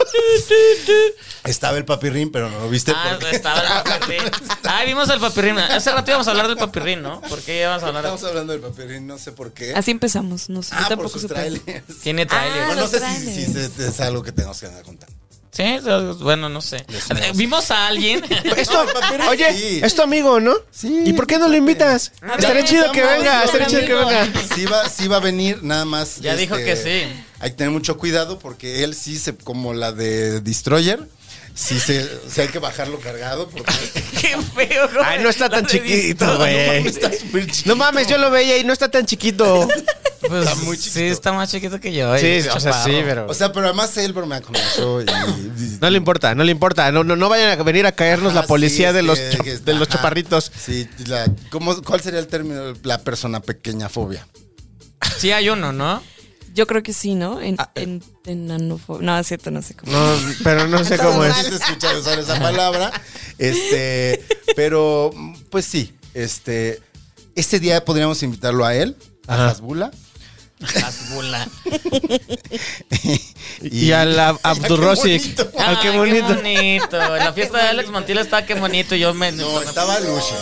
[SPEAKER 4] Estaba el papirrín, pero no lo viste
[SPEAKER 1] Ah,
[SPEAKER 4] porque
[SPEAKER 1] estaba el papirrín. Ay, vimos al papirrín. Hace rato íbamos a hablar del papirrín, ¿no? ¿Por qué íbamos a hablar? Ah,
[SPEAKER 4] Estamos
[SPEAKER 1] de-
[SPEAKER 4] hablando del papirrín, no sé por qué.
[SPEAKER 2] Así empezamos. No sé, yo
[SPEAKER 4] ah, por
[SPEAKER 2] tampoco
[SPEAKER 4] sus
[SPEAKER 2] supe.
[SPEAKER 4] trailers.
[SPEAKER 1] Tiene trailer.
[SPEAKER 4] Bueno, no
[SPEAKER 2] los
[SPEAKER 4] sé si,
[SPEAKER 2] trailers.
[SPEAKER 4] si es, es algo que tenemos que andar contando.
[SPEAKER 1] Sí, eso- bueno, no sé.
[SPEAKER 4] míos.
[SPEAKER 1] Vimos a alguien.
[SPEAKER 3] Esto,
[SPEAKER 4] No, papirrín,
[SPEAKER 3] oye,
[SPEAKER 4] sí.
[SPEAKER 3] es tu amigo, ¿no?
[SPEAKER 4] Sí,
[SPEAKER 3] ¿Y por qué no lo invitas?
[SPEAKER 1] A ver,
[SPEAKER 3] Estaría chido
[SPEAKER 1] vamos,
[SPEAKER 3] que venga,
[SPEAKER 1] vamos,
[SPEAKER 3] estaría chido que
[SPEAKER 1] amigo.
[SPEAKER 3] venga.
[SPEAKER 4] Sí va, sí va a venir, nada más. este,
[SPEAKER 1] Ya dijo que sí.
[SPEAKER 4] Hay que tener mucho cuidado porque él sí se, como la de Destroyer, sí se, o sea, hay que bajarlo cargado porque
[SPEAKER 1] Qué feo, güey.
[SPEAKER 3] Ay, no está tan
[SPEAKER 1] La revista.
[SPEAKER 3] chiquito, güey.
[SPEAKER 4] está súper chido.
[SPEAKER 3] No mames, yo lo veía y no está tan chiquito.
[SPEAKER 1] Pues,
[SPEAKER 4] Está muy chiquito.
[SPEAKER 1] Sí, está más chiquito que yo.
[SPEAKER 3] Sí,
[SPEAKER 1] eh,
[SPEAKER 3] o sea,
[SPEAKER 1] chaparro.
[SPEAKER 3] sí, pero.
[SPEAKER 4] O sea, pero además él bromea con eso y, y-
[SPEAKER 3] No le importa, no le importa. No, no, no vayan a venir a caernos la
[SPEAKER 4] Ah,
[SPEAKER 3] policía
[SPEAKER 4] sí,
[SPEAKER 3] de,
[SPEAKER 4] es
[SPEAKER 3] los
[SPEAKER 4] que-
[SPEAKER 3] cho-
[SPEAKER 4] que-
[SPEAKER 3] de los
[SPEAKER 4] ajá.
[SPEAKER 3] chaparritos.
[SPEAKER 4] Sí, la- ¿cómo- ¿cuál sería el término? La persona pequeña fobia.
[SPEAKER 1] Sí hay uno, ¿no?
[SPEAKER 2] Yo creo que sí, ¿no? En, en, en anofo- No, es cierto, no sé cómo.
[SPEAKER 3] No, pero no sé cómo
[SPEAKER 4] No
[SPEAKER 3] es.
[SPEAKER 4] se escucha usar esa palabra. Este, pero mm, pues sí, este este día podríamos invitarlo a él,
[SPEAKER 3] Ajá.
[SPEAKER 4] a Hasbula.
[SPEAKER 1] Hasbula.
[SPEAKER 3] Y, a la Abdurrosic.
[SPEAKER 4] bonito.
[SPEAKER 3] Ay, Ah, qué
[SPEAKER 1] Ay,
[SPEAKER 3] bonito.
[SPEAKER 1] bonito. La fiesta de Alex Montiel estaba qué bonito. Yo me.
[SPEAKER 4] No, estaba Luche.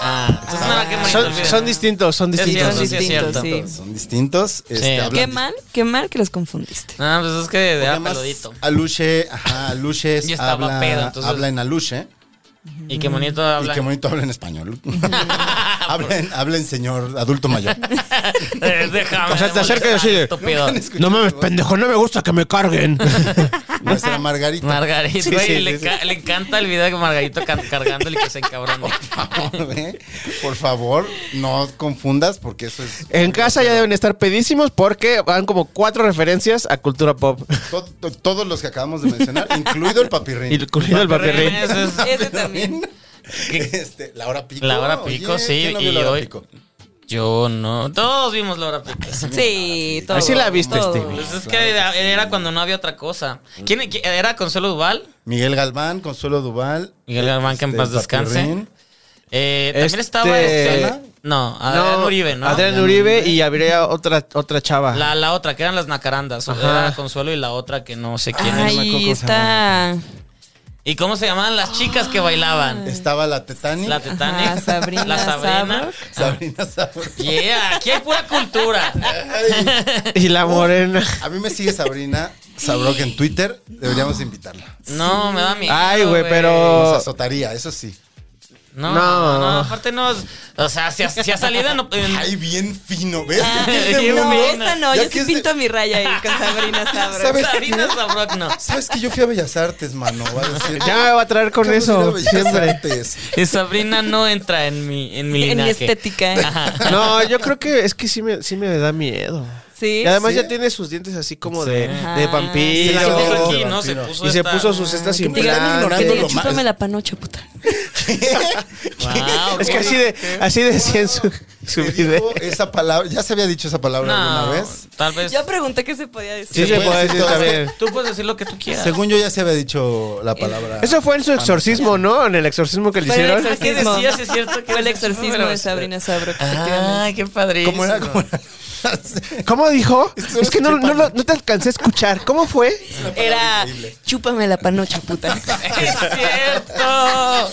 [SPEAKER 1] Ah, entonces no era qué bonito.
[SPEAKER 3] Son,
[SPEAKER 1] olvídalo.
[SPEAKER 3] son distintos, son
[SPEAKER 1] Es
[SPEAKER 3] distintos.
[SPEAKER 1] cierto, sí, es cierto.
[SPEAKER 2] sí.
[SPEAKER 4] Son distintos. este,
[SPEAKER 1] Sí.
[SPEAKER 4] hablan
[SPEAKER 2] Qué
[SPEAKER 4] dis-
[SPEAKER 2] mal, qué mal que los confundiste.
[SPEAKER 1] No, pues es que
[SPEAKER 4] porque
[SPEAKER 1] era
[SPEAKER 4] además
[SPEAKER 1] peludito.
[SPEAKER 4] Aluche, ajá, Aluche
[SPEAKER 1] Yo estaba
[SPEAKER 4] habla,
[SPEAKER 1] pedo, entonces-
[SPEAKER 4] habla en Aluche.
[SPEAKER 1] Y qué bonito
[SPEAKER 4] Y
[SPEAKER 1] habla.
[SPEAKER 4] qué bonito habla en español. habla, en, habla en señor adulto mayor.
[SPEAKER 1] Eh, Déjame.
[SPEAKER 3] O sea, te acercas y
[SPEAKER 1] molestar,
[SPEAKER 3] así de-
[SPEAKER 1] Estúpido.
[SPEAKER 3] No mames, pendejo, no me gusta que me carguen.
[SPEAKER 4] Nuestra Margarita.
[SPEAKER 1] Margarito,
[SPEAKER 3] Sí,
[SPEAKER 1] güey,
[SPEAKER 3] sí,
[SPEAKER 1] le,
[SPEAKER 3] sí,
[SPEAKER 1] ca- le encanta el video de Margarito car- cargándole y que se encabrona.
[SPEAKER 4] favor, ¿eh? Por favor, no confundas porque eso es...
[SPEAKER 3] En casa ya deben estar pedísimos porque van como cuatro referencias a cultura pop.
[SPEAKER 4] To- to- todos los que acabamos de mencionar, incluido el papirrín.
[SPEAKER 3] Incluido el papirrín.
[SPEAKER 1] Eso es-
[SPEAKER 2] Ese también.
[SPEAKER 4] Este, la hora pico.
[SPEAKER 1] La hora pico,
[SPEAKER 4] Oye,
[SPEAKER 1] sí,
[SPEAKER 4] ¿quién no vio
[SPEAKER 1] y
[SPEAKER 4] la hora
[SPEAKER 1] hoy-
[SPEAKER 4] pico?
[SPEAKER 1] Yo no. Todos vimos la hora pica.
[SPEAKER 2] Sí, todo.
[SPEAKER 3] Así la viste,
[SPEAKER 2] todo.
[SPEAKER 3] Stevie.
[SPEAKER 1] Pues es que era, era cuando no había otra cosa. ¿Quién qui- era Consuelo Duval?
[SPEAKER 4] Miguel Galván, Consuelo Duval.
[SPEAKER 1] Miguel Galván, que en
[SPEAKER 4] este,
[SPEAKER 1] paz
[SPEAKER 4] el
[SPEAKER 1] descanse.
[SPEAKER 4] papirrín.
[SPEAKER 1] Eh,
[SPEAKER 3] Este-
[SPEAKER 1] También estaba este, No, Adrián
[SPEAKER 3] No,
[SPEAKER 1] Uribe, ¿no?
[SPEAKER 3] Adrián Uribe y habría otra, otra chava.
[SPEAKER 1] La, la otra, que eran las nacarandas.
[SPEAKER 3] Ajá.
[SPEAKER 1] Era Consuelo y la otra que no sé quién es.
[SPEAKER 2] Ahí está.
[SPEAKER 1] ¿Y cómo se llamaban las chicas que bailaban?
[SPEAKER 4] Estaba la Tetani.
[SPEAKER 1] La Tetani.
[SPEAKER 2] Ajá, Sabrina
[SPEAKER 1] La Sabrina.
[SPEAKER 2] Sabrok.
[SPEAKER 4] Sabrina Sabrina.
[SPEAKER 1] Yeah, aquí hay pura cultura.
[SPEAKER 3] Y la morena.
[SPEAKER 4] A mí me sigue Sabrina Sabrok en Twitter. Deberíamos invitarla.
[SPEAKER 1] No, me da miedo.
[SPEAKER 3] Ay, güey, pero-
[SPEAKER 4] Nos azotaría, eso sí.
[SPEAKER 1] No,
[SPEAKER 3] No.
[SPEAKER 1] no, aparte no. O sea, si ha, si ha salido. No, en-
[SPEAKER 4] Ay, bien fino, ¿ves?
[SPEAKER 3] Ah,
[SPEAKER 1] qué
[SPEAKER 2] No,
[SPEAKER 1] buena.
[SPEAKER 2] esa no,
[SPEAKER 4] Ya
[SPEAKER 2] yo
[SPEAKER 4] que
[SPEAKER 2] sí
[SPEAKER 4] es de-
[SPEAKER 2] pinto mi raya ahí con Sabrina Sabro.
[SPEAKER 4] ¿Sabes?
[SPEAKER 1] Sabrina Sabrok, no.
[SPEAKER 4] Sabes que yo fui a Bellas Artes, mano. Va a decir,
[SPEAKER 3] Ya me va a traer con
[SPEAKER 4] Acabo de ir a
[SPEAKER 3] eso.
[SPEAKER 4] Bellas
[SPEAKER 3] Siempre.
[SPEAKER 4] Artes.
[SPEAKER 1] Y Sabrina no entra en mi, en mi
[SPEAKER 2] En mi
[SPEAKER 1] linaje.
[SPEAKER 2] estética. ¿eh?
[SPEAKER 1] Ajá.
[SPEAKER 3] No, yo creo que es que sí me, sí me da miedo.
[SPEAKER 2] Sí.
[SPEAKER 3] Y además
[SPEAKER 4] ¿Sí?
[SPEAKER 3] ya tiene sus dientes así como
[SPEAKER 1] Sí.
[SPEAKER 3] de, de
[SPEAKER 2] Ajá.
[SPEAKER 1] Y
[SPEAKER 3] vampiro.
[SPEAKER 1] la
[SPEAKER 4] Sí,
[SPEAKER 1] puso
[SPEAKER 4] sí,
[SPEAKER 1] aquí,
[SPEAKER 4] sí,
[SPEAKER 1] ¿no?
[SPEAKER 4] sí,
[SPEAKER 1] Se
[SPEAKER 4] no.
[SPEAKER 1] puso
[SPEAKER 3] Y se
[SPEAKER 1] esta-
[SPEAKER 3] puso sus estas
[SPEAKER 2] Que pues, te digan,
[SPEAKER 4] ignorando
[SPEAKER 2] que te
[SPEAKER 3] implantes.
[SPEAKER 4] lo
[SPEAKER 2] digan,
[SPEAKER 4] más.
[SPEAKER 2] chúpame la panocha, puta.
[SPEAKER 1] Wow,
[SPEAKER 3] Es que así de, así decían su, su
[SPEAKER 4] Se
[SPEAKER 3] video.
[SPEAKER 4] dijo esa palabra, ya se había dicho esa palabra alguna vez.
[SPEAKER 1] Tal vez.
[SPEAKER 2] Yo pregunté qué se podía decir.
[SPEAKER 3] Sí, se puede decir también.
[SPEAKER 1] Tú puedes decir lo que tú quieras.
[SPEAKER 4] Según yo ya se había dicho la palabra.
[SPEAKER 3] Eso fue en su exorcismo, ¿no? En el exorcismo que le
[SPEAKER 2] Fue el
[SPEAKER 3] hicieron.
[SPEAKER 1] ¿Qué
[SPEAKER 2] exorcismo.
[SPEAKER 1] decías? Es cierto que
[SPEAKER 2] Fue el
[SPEAKER 1] eres
[SPEAKER 2] exorcismo
[SPEAKER 1] chingón,
[SPEAKER 2] de
[SPEAKER 1] pero-
[SPEAKER 2] Sabrina Sabro.
[SPEAKER 1] Ah, qué padrísimo.
[SPEAKER 4] ¿Cómo era? ¿Cómo era?
[SPEAKER 3] ¿Cómo dijo?
[SPEAKER 4] Estuvo
[SPEAKER 3] Es que no, no, lo- no te alcancé a escuchar. ¿Cómo fue?
[SPEAKER 2] Era chúpame la panocha, puta.
[SPEAKER 1] Es cierto.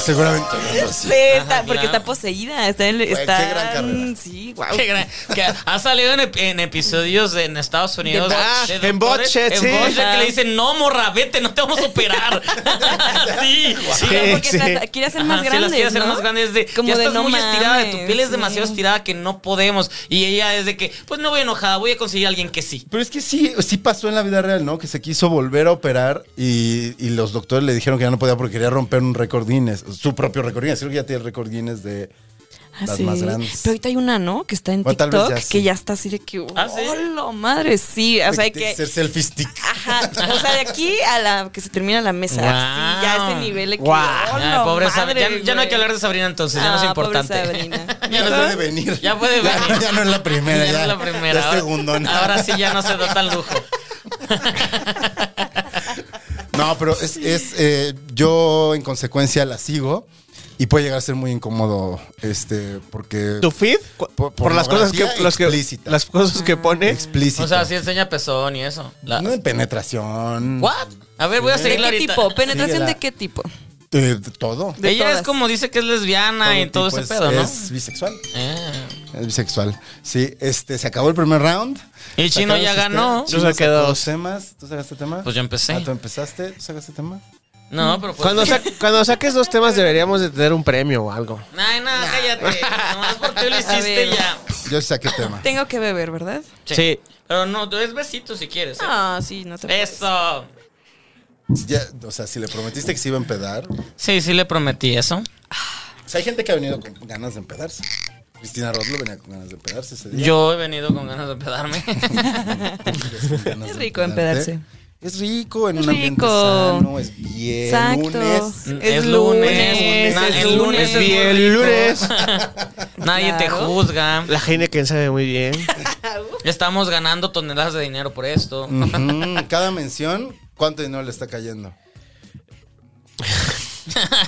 [SPEAKER 4] Seguramente.
[SPEAKER 2] Sí, está-
[SPEAKER 1] Ajá,
[SPEAKER 2] porque
[SPEAKER 1] claro.
[SPEAKER 2] está poseída. Está en.
[SPEAKER 4] qué
[SPEAKER 2] Está,
[SPEAKER 4] gran carrera.
[SPEAKER 2] Sí, wow.
[SPEAKER 1] Qué gran- que ha salido en, ep- en episodios de- en Estados Unidos.
[SPEAKER 3] De Botched.
[SPEAKER 1] de
[SPEAKER 3] Ah,
[SPEAKER 1] doctores,
[SPEAKER 3] en Botched,
[SPEAKER 1] en
[SPEAKER 3] sí.
[SPEAKER 1] Botched que
[SPEAKER 2] Ajá.
[SPEAKER 1] le dicen, no, morra, vete, no te vamos a operar. sí, sí.
[SPEAKER 2] Pero porque
[SPEAKER 3] Sí, sí.
[SPEAKER 2] las- quiere hacer
[SPEAKER 1] Ajá,
[SPEAKER 2] más
[SPEAKER 1] sí,
[SPEAKER 2] grandes.
[SPEAKER 1] las quiere hacer
[SPEAKER 2] ¿no?
[SPEAKER 1] más grandes. De, ya estás muy estirada, de tu piel es
[SPEAKER 2] mames,
[SPEAKER 1] demasiado
[SPEAKER 2] sí.
[SPEAKER 1] estirada que no podemos. Y ella es de que, pues no voy enojada, voy a conseguir a alguien que sí.
[SPEAKER 4] Pero es que sí, sí pasó en la vida real, ¿no? Que se quiso volver a operar y, y los doctores le dijeron que ya no podía porque quería romper un récord Guinness, su propio récord Guinness. Creo que ya tiene el récord Guinness de
[SPEAKER 2] Ah,
[SPEAKER 4] las
[SPEAKER 2] sí.
[SPEAKER 4] más grandes.
[SPEAKER 2] Pero ahorita hay una, ¿no? Que está en
[SPEAKER 4] O tal vez
[SPEAKER 2] TikTok,
[SPEAKER 4] ya sí.
[SPEAKER 2] que ya está así de que,
[SPEAKER 1] Ah, ¿sí?
[SPEAKER 2] ¡hola, madre! Sí, o sea,
[SPEAKER 4] De-
[SPEAKER 2] hay
[SPEAKER 4] de
[SPEAKER 2] que...
[SPEAKER 4] Ser selfie stick.
[SPEAKER 1] Ah,
[SPEAKER 2] Ajá, o sea, de aquí a la que se termina la mesa.
[SPEAKER 1] Wow.
[SPEAKER 2] Sí, ya ese nivel de que,
[SPEAKER 3] Wow.
[SPEAKER 1] Ay,
[SPEAKER 2] ¡hola,
[SPEAKER 1] pobre Sabrina.
[SPEAKER 2] madre,
[SPEAKER 1] Ya, ya no hay que
[SPEAKER 2] güey!
[SPEAKER 1] hablar de Sabrina entonces, ya no es
[SPEAKER 2] Ah,
[SPEAKER 1] importante.
[SPEAKER 2] pobre Sabrina.
[SPEAKER 1] ya no
[SPEAKER 4] Ya puede
[SPEAKER 1] es-
[SPEAKER 4] venir.
[SPEAKER 1] Ya puede
[SPEAKER 4] Ya,
[SPEAKER 1] venir.
[SPEAKER 4] ya no es la primera,
[SPEAKER 1] Ya
[SPEAKER 4] ya.
[SPEAKER 1] no es la primera.
[SPEAKER 4] ya
[SPEAKER 1] ahora-
[SPEAKER 4] segundona.
[SPEAKER 1] Ahora sí ya no se da tan lujo.
[SPEAKER 4] No, pero es, es, eh, yo en consecuencia la sigo y puede llegar a ser muy incómodo, este, porque
[SPEAKER 3] ¿Tu feed? Cu- Por, las cosas que,
[SPEAKER 4] pornografía
[SPEAKER 3] los que-
[SPEAKER 4] explícita.
[SPEAKER 3] las cosas que pone.
[SPEAKER 4] explícita.
[SPEAKER 1] eh? O sea, sí enseña pezón y eso. La-
[SPEAKER 4] no de penetración.
[SPEAKER 1] ¿What? A ver, voy a
[SPEAKER 2] ¿De
[SPEAKER 1] seguirla
[SPEAKER 2] qué
[SPEAKER 1] ahorita.
[SPEAKER 2] tipo? ¿Penetración
[SPEAKER 4] Síguela.
[SPEAKER 2] de qué tipo?
[SPEAKER 4] De- de todo.
[SPEAKER 2] De
[SPEAKER 1] Ella es
[SPEAKER 2] todas.
[SPEAKER 1] como dice que es lesbiana Ah, y todo
[SPEAKER 4] tipo
[SPEAKER 1] ese
[SPEAKER 4] es-
[SPEAKER 1] pedo, ¿no?
[SPEAKER 4] Es bisexual.
[SPEAKER 1] Ah.
[SPEAKER 4] Es bisexual. Sí, este, se acabó el primer round.
[SPEAKER 1] Y Chino
[SPEAKER 4] Sacaron
[SPEAKER 1] ya
[SPEAKER 4] sus
[SPEAKER 1] ganó.
[SPEAKER 4] temas.
[SPEAKER 3] Yo
[SPEAKER 4] Chino
[SPEAKER 3] saqué
[SPEAKER 4] sacó
[SPEAKER 3] dos.
[SPEAKER 4] los temas. ¿Tú sacaste tema?
[SPEAKER 1] Pues yo empecé.
[SPEAKER 4] Ah, ¿tú empezaste? ¿Tú sacaste tema?
[SPEAKER 1] No, pero pues.
[SPEAKER 3] Cuando, sa- cuando saques dos temas deberíamos de tener un premio o algo.
[SPEAKER 1] Ay, no, cállate. Nomás porque lo
[SPEAKER 2] A
[SPEAKER 1] hiciste
[SPEAKER 2] ver.
[SPEAKER 1] ya.
[SPEAKER 4] Yo saqué tema.
[SPEAKER 2] Tengo que beber, ¿verdad?
[SPEAKER 1] Sí. Pero no, es besito si quieres. ¿eh?
[SPEAKER 2] Ah, sí, no te preocupes.
[SPEAKER 1] Eso.
[SPEAKER 4] Ya, o sea, si le prometiste que se iba a empedar. O
[SPEAKER 1] Sí, sí le prometí eso.
[SPEAKER 4] sea, hay gente que ha venido con ganas de empedarse. Cristina Rodlo venía con ganas de empedarse ese día.
[SPEAKER 1] Yo he venido con ganas de pedarme.
[SPEAKER 4] Con ganas
[SPEAKER 2] Es
[SPEAKER 4] de
[SPEAKER 2] rico
[SPEAKER 4] empedarte.
[SPEAKER 2] empedarse.
[SPEAKER 4] Es rico en
[SPEAKER 2] Es
[SPEAKER 4] un ambiente
[SPEAKER 2] rico.
[SPEAKER 4] sano, es bien.
[SPEAKER 2] Exacto.
[SPEAKER 4] Lunes.
[SPEAKER 1] Es lunes.
[SPEAKER 2] lunes,
[SPEAKER 1] Na-
[SPEAKER 2] es
[SPEAKER 1] el lunes
[SPEAKER 2] lunes.
[SPEAKER 1] es muy
[SPEAKER 3] Bien,
[SPEAKER 1] rico.
[SPEAKER 3] lunes.
[SPEAKER 1] Nadie te
[SPEAKER 2] Claro.
[SPEAKER 1] juzga.
[SPEAKER 3] La Heineken sabe muy bien.
[SPEAKER 1] Estamos ganando toneladas de dinero por esto.
[SPEAKER 4] Mm. Ujú, Cada mención, ¿cuánto dinero le está cayendo?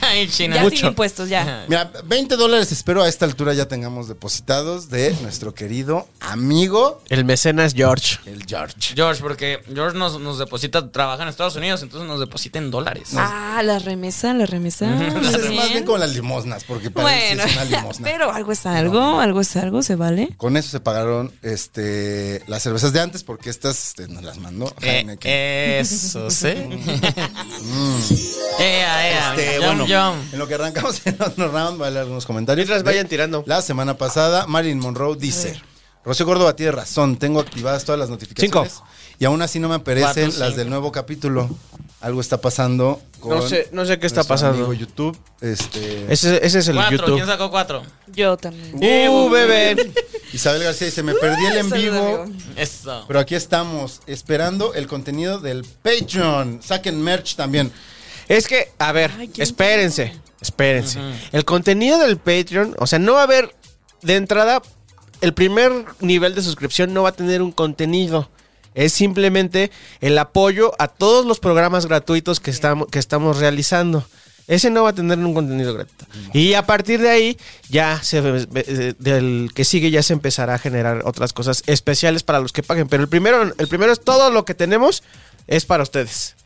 [SPEAKER 1] Ay, Chino.
[SPEAKER 2] Ya sin impuestos, ya.
[SPEAKER 4] Mira, 20 dólares espero a esta altura ya tengamos depositados de nuestro querido amigo,
[SPEAKER 3] El mecenas George.
[SPEAKER 4] el George.
[SPEAKER 1] George, porque George nos, nos deposita, trabaja en Estados Unidos, entonces nos deposita en dólares.
[SPEAKER 2] Ah, la remesa, la remesa.
[SPEAKER 4] Pues es
[SPEAKER 2] Muy
[SPEAKER 4] más
[SPEAKER 2] bien.
[SPEAKER 4] bien como las limosnas, porque para él
[SPEAKER 2] Bueno,
[SPEAKER 4] sí es una limosna.
[SPEAKER 2] pero algo es algo, algo es algo, se vale.
[SPEAKER 4] Con eso se pagaron este, las cervezas de antes, porque estas este, nos las mandó Jaime.
[SPEAKER 1] Eh,
[SPEAKER 4] que-
[SPEAKER 1] eso, sí. Ea, ea,
[SPEAKER 4] Este,
[SPEAKER 1] yum,
[SPEAKER 4] bueno,
[SPEAKER 1] yum.
[SPEAKER 4] en lo que arrancamos en otro round, vale algunos comentarios.
[SPEAKER 3] Mientras
[SPEAKER 4] De-
[SPEAKER 3] vayan tirando.
[SPEAKER 4] La semana pasada, Marilyn Monroe dice: Rocío Córdoba tiene razón, tengo activadas todas las notificaciones.
[SPEAKER 3] Cinco.
[SPEAKER 4] Y aún así no me aparecen
[SPEAKER 1] Cuatro,
[SPEAKER 4] las
[SPEAKER 1] cinco.
[SPEAKER 4] del nuevo capítulo. Algo está pasando con.
[SPEAKER 3] No sé- no sé qué está
[SPEAKER 4] nuestro
[SPEAKER 3] pasando.
[SPEAKER 4] amigo YouTube. Este.
[SPEAKER 3] Ese, ese es el
[SPEAKER 1] Cuatro,
[SPEAKER 3] YouTube.
[SPEAKER 1] ¿quién sacó cuatro?
[SPEAKER 2] Yo también.
[SPEAKER 3] ¡Uh, bebé!
[SPEAKER 4] Isabel García dice: Me perdí el en
[SPEAKER 2] Saluda,
[SPEAKER 4] vivo.
[SPEAKER 2] amigo.
[SPEAKER 1] Eso.
[SPEAKER 4] Pero aquí estamos, esperando el contenido del Patreon. Saquen merch también.
[SPEAKER 3] Es que, a ver,
[SPEAKER 2] Ay, ¿quién
[SPEAKER 3] espérense, espérense. El contenido del Patreon, o sea, no va a haber, de entrada, el primer nivel de suscripción no va a tener un contenido. Es simplemente el apoyo a todos los programas gratuitos que estamos, que estamos realizando. Ese no va a tener un contenido gratuito. Y a partir de ahí, ya se, eh, del que sigue ya se empezará a generar otras cosas especiales para los que paguen. Pero el primero, el primero es todo lo que tenemos, es para ustedes.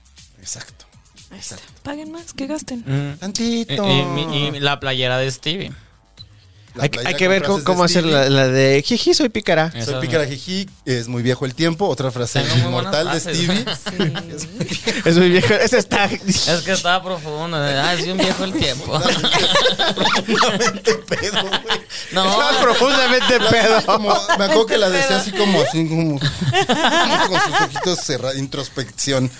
[SPEAKER 4] Exacto.
[SPEAKER 2] Ahí está. Paguen más, que gasten.
[SPEAKER 1] Mm. Y,
[SPEAKER 4] Tantito.
[SPEAKER 1] y mi- y la playera de Stevie.
[SPEAKER 4] La
[SPEAKER 3] Hay, que-
[SPEAKER 4] playera
[SPEAKER 3] hay que
[SPEAKER 4] con
[SPEAKER 3] ver cómo,
[SPEAKER 4] frases de
[SPEAKER 3] cómo hacer
[SPEAKER 4] Stevie.
[SPEAKER 3] la, la de Jiji, soy pícara.
[SPEAKER 1] Eh. Eso,
[SPEAKER 4] Soy Pícara Jiji, es muy viejo el tiempo. Otra frase
[SPEAKER 1] Tengo muy
[SPEAKER 4] inmortal de
[SPEAKER 1] buenas frases.
[SPEAKER 4] Stevie.
[SPEAKER 3] Es muy viejo. Ese está.
[SPEAKER 1] Es que estaba profundo. Ah, es bien viejo el tiempo.
[SPEAKER 4] Profundamente pedo, güey.
[SPEAKER 3] Estaba
[SPEAKER 1] no,
[SPEAKER 3] profundamente
[SPEAKER 4] La
[SPEAKER 3] pedo.
[SPEAKER 4] hacía como- me acuerdo que la decía así como, así como, con sus ojitos cerrados, introspección.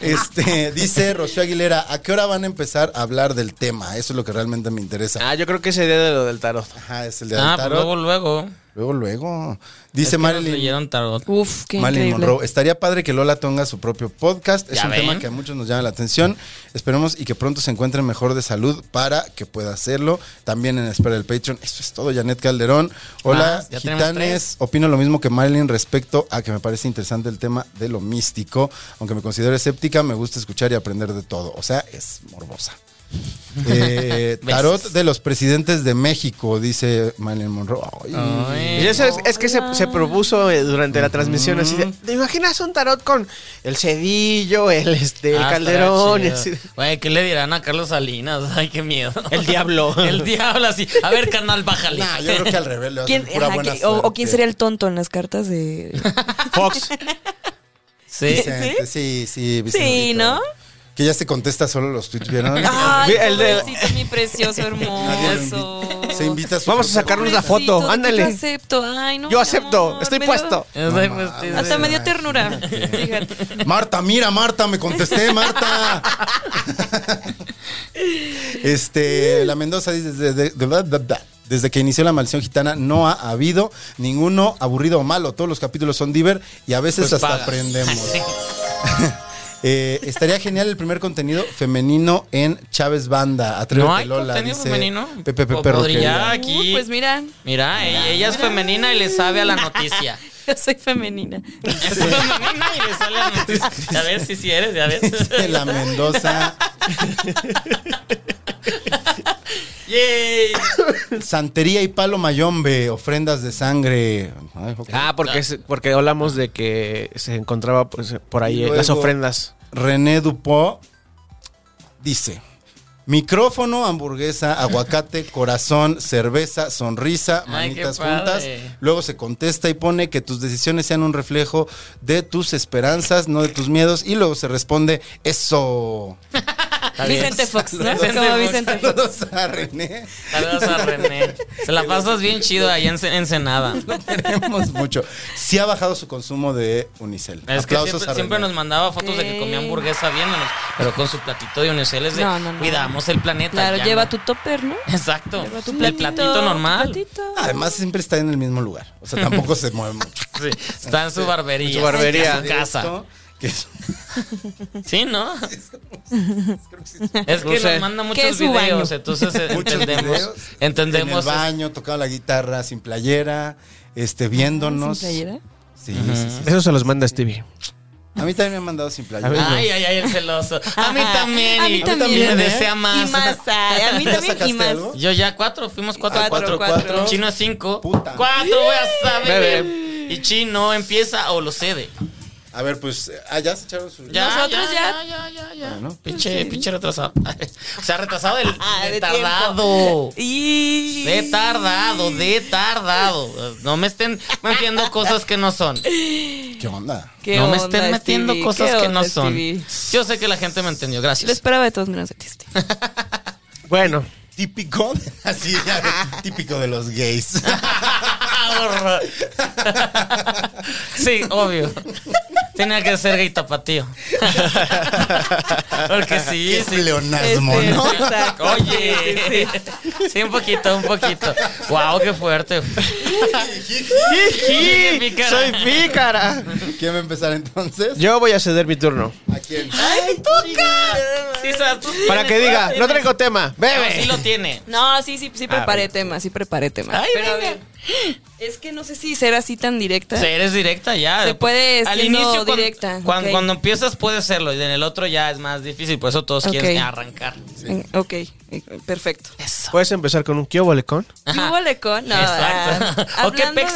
[SPEAKER 4] Este, dice Rocío Aguilera, ¿a qué hora van a empezar a hablar del tema? Eso es lo que realmente me interesa.
[SPEAKER 3] Ah, yo creo que ese día de lo del tarot.
[SPEAKER 4] Ajá, es el de
[SPEAKER 1] ah, pues
[SPEAKER 4] Tarot.
[SPEAKER 1] luego, luego.
[SPEAKER 4] Luego, luego.
[SPEAKER 1] Es que
[SPEAKER 4] Dice
[SPEAKER 1] nos
[SPEAKER 4] Marilyn.
[SPEAKER 1] leyeron tarot.
[SPEAKER 2] Uf, qué
[SPEAKER 4] Marilyn
[SPEAKER 2] increíble.
[SPEAKER 4] Monroe. Estaría padre que Lola tenga su propio podcast. Es
[SPEAKER 1] Ya
[SPEAKER 4] un
[SPEAKER 1] ven.
[SPEAKER 4] tema que a muchos nos llama la atención. Esperemos y que pronto se encuentre mejor de salud para que pueda hacerlo. También en espera del Patreon. Eso es todo, Janet Calderón. Hola,
[SPEAKER 1] Más, ya tenemos
[SPEAKER 4] gitanes.
[SPEAKER 1] tres.
[SPEAKER 4] Opino lo mismo que Marilyn respecto a que me parece interesante el tema de lo místico. Aunque me considero escéptica, me gusta escuchar y aprender de todo. O sea, es morbosa. Eh, tarot de los presidentes de México, dice Marilyn Monroe. Ay.
[SPEAKER 1] Ay.
[SPEAKER 3] Y eso es, es que se, se propuso eh, durante la transmisión así
[SPEAKER 1] Mm.
[SPEAKER 3] de, ¿te imaginas un tarot con el cedillo, el este, el
[SPEAKER 1] Ah,
[SPEAKER 3] calderón? y
[SPEAKER 1] estaría
[SPEAKER 3] así
[SPEAKER 1] chido.
[SPEAKER 3] de-
[SPEAKER 1] Güey, ¿qué le dirán a Carlos Salinas? Ay, qué miedo.
[SPEAKER 3] El diablo.
[SPEAKER 1] El diablo, así. A ver, carnal, bájale.
[SPEAKER 4] Nah, yo creo que al revés le va a
[SPEAKER 2] ¿Quién-
[SPEAKER 4] hacer pura
[SPEAKER 2] ajá,
[SPEAKER 4] buena
[SPEAKER 2] qué- o, o quién
[SPEAKER 4] suerte.
[SPEAKER 2] sería el tonto en las cartas de.
[SPEAKER 3] Fox.
[SPEAKER 1] Sí.
[SPEAKER 4] Vicente, sí, sí,
[SPEAKER 2] sí,
[SPEAKER 4] Vicentito.
[SPEAKER 2] ¿no?
[SPEAKER 4] Que ya se contesta solo los tweets, ¿vieron?
[SPEAKER 1] Ah,
[SPEAKER 2] Ay,
[SPEAKER 3] El de-
[SPEAKER 2] pobrecito, mi precioso
[SPEAKER 4] Nadie lo
[SPEAKER 2] hermoso.
[SPEAKER 4] invi- se invita a su
[SPEAKER 3] Vamos a
[SPEAKER 4] propio-
[SPEAKER 3] sacarnos la
[SPEAKER 2] Pobrecito,
[SPEAKER 3] foto,
[SPEAKER 2] de que
[SPEAKER 3] ándale.
[SPEAKER 2] Yo acepto, ay, no.
[SPEAKER 3] Yo
[SPEAKER 2] mi
[SPEAKER 3] acepto,
[SPEAKER 2] amor,
[SPEAKER 3] estoy
[SPEAKER 2] me dio-
[SPEAKER 3] puesto.
[SPEAKER 1] Yo soy, pues, sí,
[SPEAKER 2] Hasta
[SPEAKER 1] sí.
[SPEAKER 2] me dio ternura.
[SPEAKER 4] Imagínate.
[SPEAKER 2] Fíjate.
[SPEAKER 4] Marta, mira, Marta, me contesté, Marta. este, la Mendoza dice, desde, de- de- de- de- desde que inició la maldición gitana no ha habido ninguno aburrido o malo. Todos los capítulos son diver y a veces
[SPEAKER 1] Pues
[SPEAKER 4] hasta
[SPEAKER 1] paga.
[SPEAKER 4] aprendemos. Eh, estaría genial el primer contenido femenino en Chávez Banda. Atrévete,
[SPEAKER 1] ¿No hay
[SPEAKER 4] Lola,
[SPEAKER 1] contenido
[SPEAKER 4] dice
[SPEAKER 1] femenino?
[SPEAKER 4] Pepe
[SPEAKER 1] Po-
[SPEAKER 4] Pepe
[SPEAKER 1] podría.
[SPEAKER 4] Roquelia.
[SPEAKER 1] Aquí.
[SPEAKER 2] Uh, pues mira,
[SPEAKER 1] Mira, ella, ella es femenina y le sabe a la noticia.
[SPEAKER 2] yo soy femenina.
[SPEAKER 1] Es femenina y le sale a la noticia. Ya ves, si sí, eres, ya
[SPEAKER 4] Dice
[SPEAKER 1] ves.
[SPEAKER 4] la Mendoza.
[SPEAKER 1] Yay.
[SPEAKER 4] Santería y palo mayombe, ofrendas de sangre. Ay, ok.
[SPEAKER 3] Ah, porque, se- porque hablamos de que se encontraba pues, por ahí
[SPEAKER 4] Y
[SPEAKER 3] eh, las
[SPEAKER 4] luego-
[SPEAKER 3] ofrendas.
[SPEAKER 4] René Dupont dice: Micrófono, hamburguesa, aguacate, corazón, cerveza, sonrisa,
[SPEAKER 1] Ay, qué
[SPEAKER 4] manitas
[SPEAKER 1] padre.
[SPEAKER 4] juntas. Luego se contesta y pone que tus decisiones sean un reflejo de tus esperanzas, no de tus miedos. Y luego se responde: Eso.
[SPEAKER 2] Vicente Fox, ¿no?
[SPEAKER 1] Vicente
[SPEAKER 2] Como
[SPEAKER 1] Fox.
[SPEAKER 2] Vicente Fox.
[SPEAKER 4] Saludos a René.
[SPEAKER 1] Saludos a René. Se la pasas bien chido ahí en Sen- Ensenada.
[SPEAKER 4] Queremos mucho. Sí ha bajado su consumo de Unicel.
[SPEAKER 1] Es que
[SPEAKER 4] Aplausos
[SPEAKER 1] siempre,
[SPEAKER 4] a
[SPEAKER 1] siempre
[SPEAKER 4] René.
[SPEAKER 1] nos mandaba fotos de que comía
[SPEAKER 2] Sí.
[SPEAKER 1] hamburguesa viéndonos, pero con su platito de unicel es de
[SPEAKER 2] No, no, no.
[SPEAKER 1] cuidamos el planeta.
[SPEAKER 2] Claro,
[SPEAKER 1] ya
[SPEAKER 2] lleva
[SPEAKER 1] no".
[SPEAKER 2] tu topper, ¿no?
[SPEAKER 1] Exacto.
[SPEAKER 2] Lleva tu
[SPEAKER 1] el
[SPEAKER 2] platito,
[SPEAKER 1] platito
[SPEAKER 2] tu
[SPEAKER 1] normal.
[SPEAKER 2] platito.
[SPEAKER 4] Además, siempre está en el mismo lugar. O sea, tampoco se mueve mucho.
[SPEAKER 1] Sí, está en su barbería.
[SPEAKER 3] En su barbería.
[SPEAKER 1] En su casa.
[SPEAKER 4] Esto, que es-
[SPEAKER 1] Sí, ¿no? Es que
[SPEAKER 3] No sé.
[SPEAKER 1] nos manda
[SPEAKER 2] ¿Qué es
[SPEAKER 1] muchos
[SPEAKER 2] su baño?
[SPEAKER 1] videos, entonces eh,
[SPEAKER 4] Muchos
[SPEAKER 1] entendemos.
[SPEAKER 4] videos. En el
[SPEAKER 1] Entendemos.
[SPEAKER 4] baño, tocaba la guitarra sin playera, este, viéndonos.
[SPEAKER 2] ¿Sin playera?
[SPEAKER 4] Sí, sí, sí.
[SPEAKER 3] Eso se los manda Stevie.
[SPEAKER 4] A mí también me han mandado sin
[SPEAKER 3] A ver.
[SPEAKER 4] playera.
[SPEAKER 1] Ay, ay, ay, el celoso. A mí
[SPEAKER 2] Ajá.
[SPEAKER 1] también.
[SPEAKER 2] A mí
[SPEAKER 1] y-
[SPEAKER 2] también. ¿eh?
[SPEAKER 1] Me desea más.
[SPEAKER 2] Y más, ay, a mí
[SPEAKER 4] ¿Ya
[SPEAKER 2] también
[SPEAKER 4] sacaste
[SPEAKER 2] y más.
[SPEAKER 4] algo?
[SPEAKER 1] Yo ya cuatro, fuimos cuatro.
[SPEAKER 2] Ah, cuatro, cuatro.
[SPEAKER 1] Chino es cinco.
[SPEAKER 4] Puta.
[SPEAKER 1] Cuatro, voy a saber.
[SPEAKER 3] Bebé.
[SPEAKER 1] Y Chino empieza o lo cede.
[SPEAKER 4] A ver, pues, eh, ah, ya se echaron su.
[SPEAKER 1] Ya,
[SPEAKER 2] Nosotros
[SPEAKER 1] ya, ya, ya, ya.
[SPEAKER 4] Bueno.
[SPEAKER 1] Pinche, pinche retrasado. o sea, retrasado del
[SPEAKER 2] Ah,
[SPEAKER 1] de
[SPEAKER 2] de
[SPEAKER 1] tardado.
[SPEAKER 2] Y...
[SPEAKER 1] De tardado, de tardado. No me estén metiendo cosas que no son.
[SPEAKER 4] ¿Qué onda?
[SPEAKER 2] ¿Qué
[SPEAKER 1] no me
[SPEAKER 2] onda,
[SPEAKER 1] estén metiendo
[SPEAKER 2] Stevie?
[SPEAKER 1] cosas
[SPEAKER 2] ¿Qué
[SPEAKER 1] que
[SPEAKER 2] onda,
[SPEAKER 1] no son.
[SPEAKER 2] Stevie?
[SPEAKER 1] Yo sé que la gente me entendió,
[SPEAKER 2] Lo
[SPEAKER 1] gracias.
[SPEAKER 2] esperaba de todos menos de ti, Stevie.
[SPEAKER 3] Bueno,
[SPEAKER 4] Típico, de- así, ya, de- típico de los gays.
[SPEAKER 1] Horror. sí, obvio. Tenía que ser gay tapatío. Porque sí,
[SPEAKER 4] Qué
[SPEAKER 1] sí. Este,
[SPEAKER 4] pleonasmo,
[SPEAKER 2] Ese,
[SPEAKER 4] ¿no?
[SPEAKER 2] exacto.
[SPEAKER 1] Oye,
[SPEAKER 2] Sí, sí, sí.
[SPEAKER 1] sí, un poquito, un poquito. Wow, qué fuerte. Dije, pícara.
[SPEAKER 3] soy pícara.
[SPEAKER 1] este.
[SPEAKER 4] ¿Quién va a empezar entonces?
[SPEAKER 3] Yo voy a ceder mi turno.
[SPEAKER 4] ¿A quién?
[SPEAKER 1] Sí, o sea, tú
[SPEAKER 3] Para que
[SPEAKER 1] tienes-
[SPEAKER 3] diga, no traigo tema.
[SPEAKER 1] No,
[SPEAKER 3] Bebe.
[SPEAKER 1] sí lo tiene.
[SPEAKER 2] No, sí,
[SPEAKER 3] Ah,
[SPEAKER 2] sí, sí preparé tema, sí preparé tema.
[SPEAKER 1] Ay,
[SPEAKER 2] Pero a
[SPEAKER 1] venga.
[SPEAKER 2] ver, es que no sé si ser así tan directa.
[SPEAKER 1] O sea, eres directa ya.
[SPEAKER 2] Se puede
[SPEAKER 1] Al
[SPEAKER 2] siendo
[SPEAKER 1] inicio, cuando-
[SPEAKER 2] directa,
[SPEAKER 1] cuan- Cuando,
[SPEAKER 2] ok.
[SPEAKER 1] empiezas puedes serlo y en el otro ya es más difícil, por eso todos quieren
[SPEAKER 2] Ok.
[SPEAKER 1] arrancar.
[SPEAKER 2] Eh, Ok, eh, perfecto.
[SPEAKER 1] Eso.
[SPEAKER 3] Puedes empezar con un kiobole con.
[SPEAKER 2] ¿Qué hubo le con? No,
[SPEAKER 1] Exacto.
[SPEAKER 2] ah,
[SPEAKER 1] ¿O qué
[SPEAKER 2] hablando
[SPEAKER 1] pex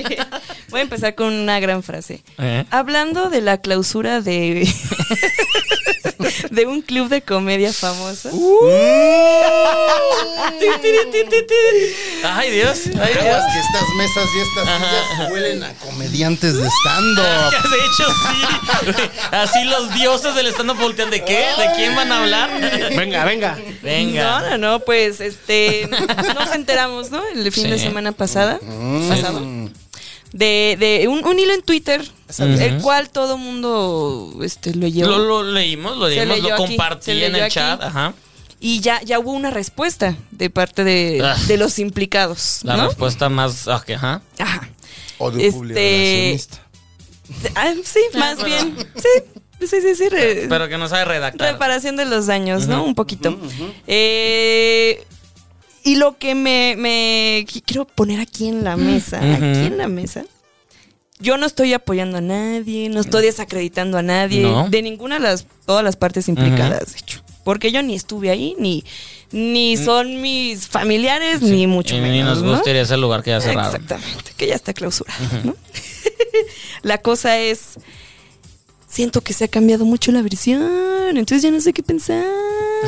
[SPEAKER 2] de-
[SPEAKER 1] con?
[SPEAKER 2] Voy a empezar con una gran frase.
[SPEAKER 1] ¿Eh?
[SPEAKER 2] Hablando de la clausura de de un club de comedia famoso.
[SPEAKER 1] Uh, Ay, Dios. Ay, Dios.
[SPEAKER 4] Aguas que estas mesas y estas sillas huelen a comediantes de stand-up.
[SPEAKER 1] Ya, De hecho, sí. Así los dioses del stand-up voltean. ¿De qué? ¿De quién van a hablar?
[SPEAKER 3] Venga, venga.
[SPEAKER 1] Venga.
[SPEAKER 2] No, no, no, pues este nos enteramos, ¿no? El fin de
[SPEAKER 1] Sí.
[SPEAKER 2] semana pasada.
[SPEAKER 4] Mm.
[SPEAKER 2] pasado, De, de un, un hilo en Twitter, el cual todo mundo este, lo llevó.
[SPEAKER 1] Lo, lo leímos, lo
[SPEAKER 2] Se
[SPEAKER 1] leímos,
[SPEAKER 2] leyó
[SPEAKER 1] lo
[SPEAKER 2] aquí,
[SPEAKER 1] compartí
[SPEAKER 2] se
[SPEAKER 1] en
[SPEAKER 2] leyó
[SPEAKER 1] el
[SPEAKER 2] aquí.
[SPEAKER 1] chat. Ajá.
[SPEAKER 2] Y ya, ya hubo una respuesta de parte de,
[SPEAKER 1] Ah.
[SPEAKER 2] de los implicados.
[SPEAKER 1] La
[SPEAKER 2] ¿no?
[SPEAKER 1] respuesta más. ah, que, ajá.
[SPEAKER 2] Ajá.
[SPEAKER 4] O de un
[SPEAKER 2] Este-
[SPEAKER 4] publirelacionista.
[SPEAKER 2] Ah, sí, más
[SPEAKER 1] pero-
[SPEAKER 2] bien. Sí, sí, sí, sí. re-
[SPEAKER 1] Pero que no sabe redactar.
[SPEAKER 2] reparación de los daños, ¿no? Un poquito. Eh, y lo que me, me qui- quiero poner aquí en la mesa, aquí en la mesa. Yo no estoy apoyando a nadie, no estoy desacreditando a nadie,
[SPEAKER 1] No.
[SPEAKER 2] de ninguna de las, todas las partes implicadas, de hecho. Porque yo ni estuve ahí, ni, ni son mis familiares, ni mucho
[SPEAKER 1] y
[SPEAKER 2] menos.
[SPEAKER 1] ni nos
[SPEAKER 2] ¿no?
[SPEAKER 1] gusta ir a ese lugar que ya cerraron.
[SPEAKER 2] Exactamente, que ya está clausurada, ¿no? la cosa es, siento que se ha cambiado mucho la versión, entonces ya no sé qué pensar.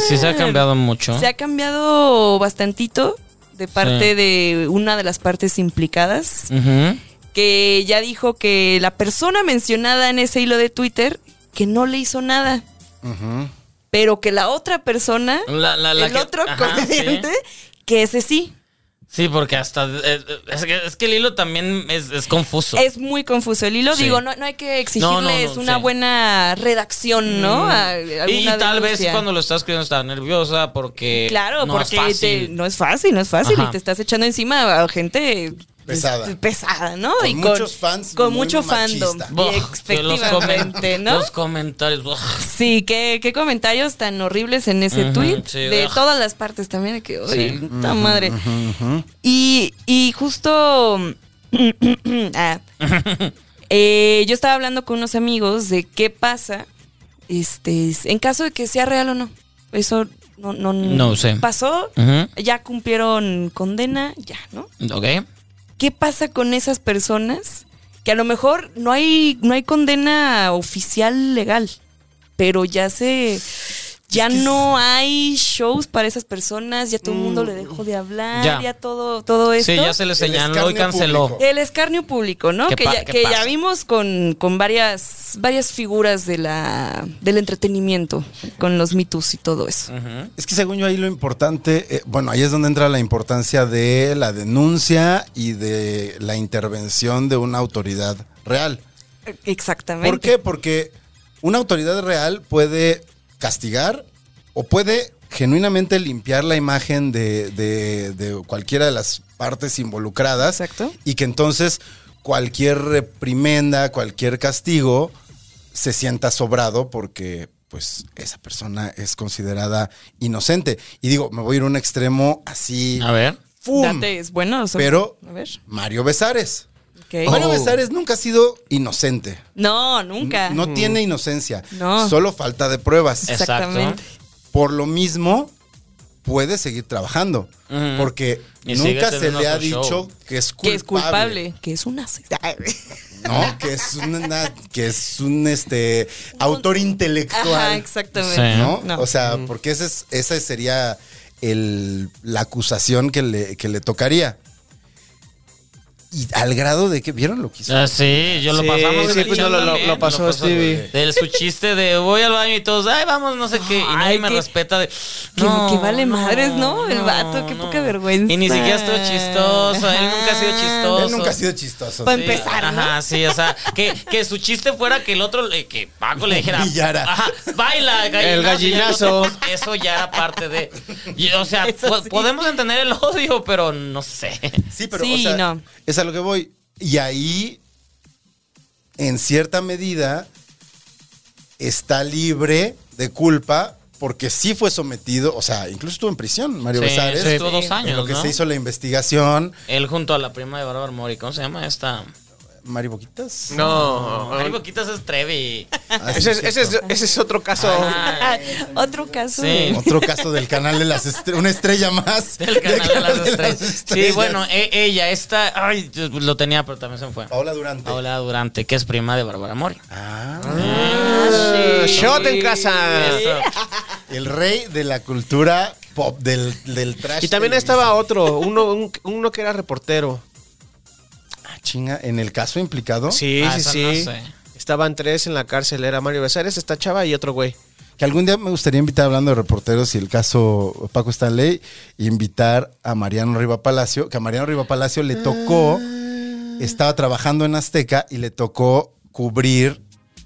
[SPEAKER 1] Sí, se ha cambiado mucho.
[SPEAKER 2] Se ha cambiado bastantito de parte de una de las partes implicadas,
[SPEAKER 1] Ujú.
[SPEAKER 2] que ya dijo que la persona mencionada en ese hilo de Twitter, que no le hizo nada, pero que la otra persona,
[SPEAKER 1] La- la- la
[SPEAKER 2] el
[SPEAKER 1] que-
[SPEAKER 2] otro
[SPEAKER 1] ajá,
[SPEAKER 2] comediante,
[SPEAKER 1] sí.
[SPEAKER 2] que ese sí.
[SPEAKER 1] Sí, porque hasta. eh, eh, Es que, es que el hilo también es, es confuso.
[SPEAKER 2] Es muy confuso el hilo.
[SPEAKER 1] Sí.
[SPEAKER 2] Digo, no, no hay que
[SPEAKER 1] No,
[SPEAKER 2] exigirles
[SPEAKER 1] no, no,
[SPEAKER 2] una
[SPEAKER 1] sí. Mm.
[SPEAKER 2] buena redacción, ¿no? A- a
[SPEAKER 1] Y- y,
[SPEAKER 2] alguna
[SPEAKER 1] tal vez
[SPEAKER 2] denuncia.
[SPEAKER 1] cuando lo estás escribiendo estás nerviosa porque.
[SPEAKER 2] Claro,
[SPEAKER 1] no
[SPEAKER 2] porque
[SPEAKER 1] es
[SPEAKER 2] te-
[SPEAKER 1] fácil.
[SPEAKER 2] no es fácil, no es fácil.
[SPEAKER 1] Ajá.
[SPEAKER 2] Y te estás echando encima a gente
[SPEAKER 4] Pesada.
[SPEAKER 2] pues, pesada, ¿no?
[SPEAKER 4] Con
[SPEAKER 2] y
[SPEAKER 4] muchos fans
[SPEAKER 2] Con
[SPEAKER 4] muy
[SPEAKER 2] mucho
[SPEAKER 4] machista.
[SPEAKER 2] fandom.
[SPEAKER 1] Buah,
[SPEAKER 2] Y
[SPEAKER 1] que los comen-
[SPEAKER 2] efectivamente, ¿no?
[SPEAKER 1] Los comentarios. buah.
[SPEAKER 2] Sí, qué, qué comentarios tan horribles en ese
[SPEAKER 1] Ujú,
[SPEAKER 2] tweet.
[SPEAKER 1] sí,
[SPEAKER 2] de
[SPEAKER 1] ugh.
[SPEAKER 2] todas las partes también. Que,
[SPEAKER 1] Sí.
[SPEAKER 2] uy, puta madre. y, y justo. ah, eh, yo estaba hablando con unos amigos de qué pasa este, en caso de que sea real o no. Eso no, no,
[SPEAKER 1] No sé.
[SPEAKER 2] pasó.
[SPEAKER 1] Ujú.
[SPEAKER 2] Ya cumplieron condena, ya, ¿no?
[SPEAKER 1] Ok.
[SPEAKER 2] ¿qué pasa con esas personas que a lo mejor no hay no hay condena oficial legal, pero ya se ya no hay shows para esas personas, ya todo el mundo le dejó de hablar,
[SPEAKER 1] Mm, Ya.
[SPEAKER 2] ya, todo todo esto.
[SPEAKER 1] Sí, ya se le
[SPEAKER 4] El
[SPEAKER 1] señaló y
[SPEAKER 4] escarnio
[SPEAKER 1] canceló.
[SPEAKER 4] público.
[SPEAKER 2] El escarnio público, ¿no?
[SPEAKER 1] ¿Qué
[SPEAKER 2] Que,
[SPEAKER 1] pa-
[SPEAKER 2] ya,
[SPEAKER 1] qué
[SPEAKER 2] que ya
[SPEAKER 1] pasa?
[SPEAKER 2] vimos con, con varias varias figuras de la del entretenimiento, con los mitos y todo eso.
[SPEAKER 4] Es que según yo ahí lo importante, eh, bueno, ahí es donde entra la importancia de la denuncia y de la intervención de una autoridad real.
[SPEAKER 2] Exactamente.
[SPEAKER 4] ¿Por qué? Porque una autoridad real puede castigar o puede genuinamente limpiar la imagen de, de- de cualquiera de las partes involucradas.
[SPEAKER 2] Exacto.
[SPEAKER 4] Y que entonces cualquier reprimenda, cualquier castigo se sienta sobrado porque pues esa persona es considerada inocente. Y digo, me voy a ir a un extremo así.
[SPEAKER 1] A ver.
[SPEAKER 4] ¡fum!
[SPEAKER 2] Date, es bueno. son-
[SPEAKER 4] Pero-
[SPEAKER 2] A ver.
[SPEAKER 4] Mario Besares.
[SPEAKER 2] ok.
[SPEAKER 4] Mario Besares nunca ha sido inocente.
[SPEAKER 2] No, nunca.
[SPEAKER 4] No
[SPEAKER 1] Mm.
[SPEAKER 4] tiene inocencia.
[SPEAKER 2] No.
[SPEAKER 4] Solo falta de pruebas.
[SPEAKER 1] Exacto.
[SPEAKER 2] Exactamente.
[SPEAKER 4] Por lo mismo, puede seguir trabajando.
[SPEAKER 1] Ujú.
[SPEAKER 4] Porque
[SPEAKER 1] Y sigue
[SPEAKER 4] nunca se
[SPEAKER 1] teniendo
[SPEAKER 4] le ha
[SPEAKER 1] su
[SPEAKER 4] dicho
[SPEAKER 1] show.
[SPEAKER 4] que es culpable.
[SPEAKER 2] que es culpable, que es un asesino.
[SPEAKER 4] ¿No? Que es un, una- que es un este, autor intelectual.
[SPEAKER 2] Ajá, exactamente.
[SPEAKER 1] Sí.
[SPEAKER 4] ¿no?
[SPEAKER 2] No.
[SPEAKER 4] O sea,
[SPEAKER 1] Mm.
[SPEAKER 4] porque ese, es- esa sería el- la acusación que le, que le tocaría. Y al grado de que, ¿vieron lo que hizo?
[SPEAKER 1] Ah, sí, yo lo
[SPEAKER 3] Sí,
[SPEAKER 1] pasamos.
[SPEAKER 3] sí,
[SPEAKER 1] en el
[SPEAKER 3] yo
[SPEAKER 1] chat
[SPEAKER 3] lo- lo-
[SPEAKER 1] también.
[SPEAKER 3] lo pasó Stevie.
[SPEAKER 1] De su chiste de voy al baño y todos, ay, vamos, no sé qué. Y nadie
[SPEAKER 2] Ay,
[SPEAKER 1] me
[SPEAKER 2] qué-
[SPEAKER 1] respeta. De,
[SPEAKER 2] qué- qué vale madres, ¿no? El vato, qué poca vergüenza.
[SPEAKER 1] Y ni siquiera estuvo chistoso. Él nunca ha sido
[SPEAKER 2] Ajá.
[SPEAKER 1] chistoso.
[SPEAKER 4] Él nunca ha sido chistoso.
[SPEAKER 2] Para
[SPEAKER 1] Sí,
[SPEAKER 2] empezar, ¿no?
[SPEAKER 1] Ajá, sí, o sea, que, que su chiste fuera que el otro, le- que Paco le dijera.
[SPEAKER 4] Brillara.
[SPEAKER 1] Ajá, baila,
[SPEAKER 3] El gallinazo.
[SPEAKER 1] y el otro, pues, eso ya era parte de. y, o sea,
[SPEAKER 2] Eso
[SPEAKER 1] po-
[SPEAKER 2] sí.
[SPEAKER 1] podemos entender el odio, pero no sé.
[SPEAKER 4] Sí, pero
[SPEAKER 2] Sí,
[SPEAKER 4] o sea,
[SPEAKER 2] no.
[SPEAKER 4] es a lo que voy. Y ahí, en cierta medida, está libre de culpa porque sí fue sometido, o sea, incluso estuvo en prisión, Mario
[SPEAKER 1] Sí,
[SPEAKER 4] Besares.
[SPEAKER 1] sí, estuvo dos años,
[SPEAKER 4] En lo que
[SPEAKER 1] ¿no?
[SPEAKER 4] se hizo la investigación,
[SPEAKER 1] Él junto a la prima de Bárbara Mori, ¿cómo se llama esta?
[SPEAKER 4] Mario Boquitas.
[SPEAKER 3] No.
[SPEAKER 1] Mari Boquitas es Trevi.
[SPEAKER 4] Ah, sí,
[SPEAKER 3] Ese es,
[SPEAKER 4] cierto.
[SPEAKER 3] ese es- ese es otro caso.
[SPEAKER 1] Ah,
[SPEAKER 2] Otro caso.
[SPEAKER 1] Sí.
[SPEAKER 2] de-
[SPEAKER 4] Otro caso del canal de las estrellas, una estrella más.
[SPEAKER 1] del canal de las estrellas. Sí,
[SPEAKER 4] estrellas.
[SPEAKER 1] bueno, e- ella, esta, ay, yo lo tenía, pero también se me fue.
[SPEAKER 4] Paola Durante.
[SPEAKER 1] Paola Durante, que es prima de Bárbara Mori.
[SPEAKER 4] Ah,
[SPEAKER 3] Ah, Shot en casa.
[SPEAKER 1] Eso.
[SPEAKER 4] el rey de la cultura pop, del, del trash.
[SPEAKER 3] Y también estaba otro, uno, un- uno que era reportero.
[SPEAKER 4] Ah, chinga, en el caso implicado.
[SPEAKER 3] Sí,
[SPEAKER 1] Ah,
[SPEAKER 3] sí,
[SPEAKER 1] esa
[SPEAKER 3] sí.
[SPEAKER 1] no sé.
[SPEAKER 3] Estaban tres en la cárcel, era Mario Besares, esta chava y otro güey.
[SPEAKER 4] Que algún día me gustaría invitar, hablando de reporteros y el caso Paco Stanley, invitar a Mariano Riva Palacio, que a Mariano Riva Palacio le tocó, estaba trabajando en Azteca y le tocó cubrir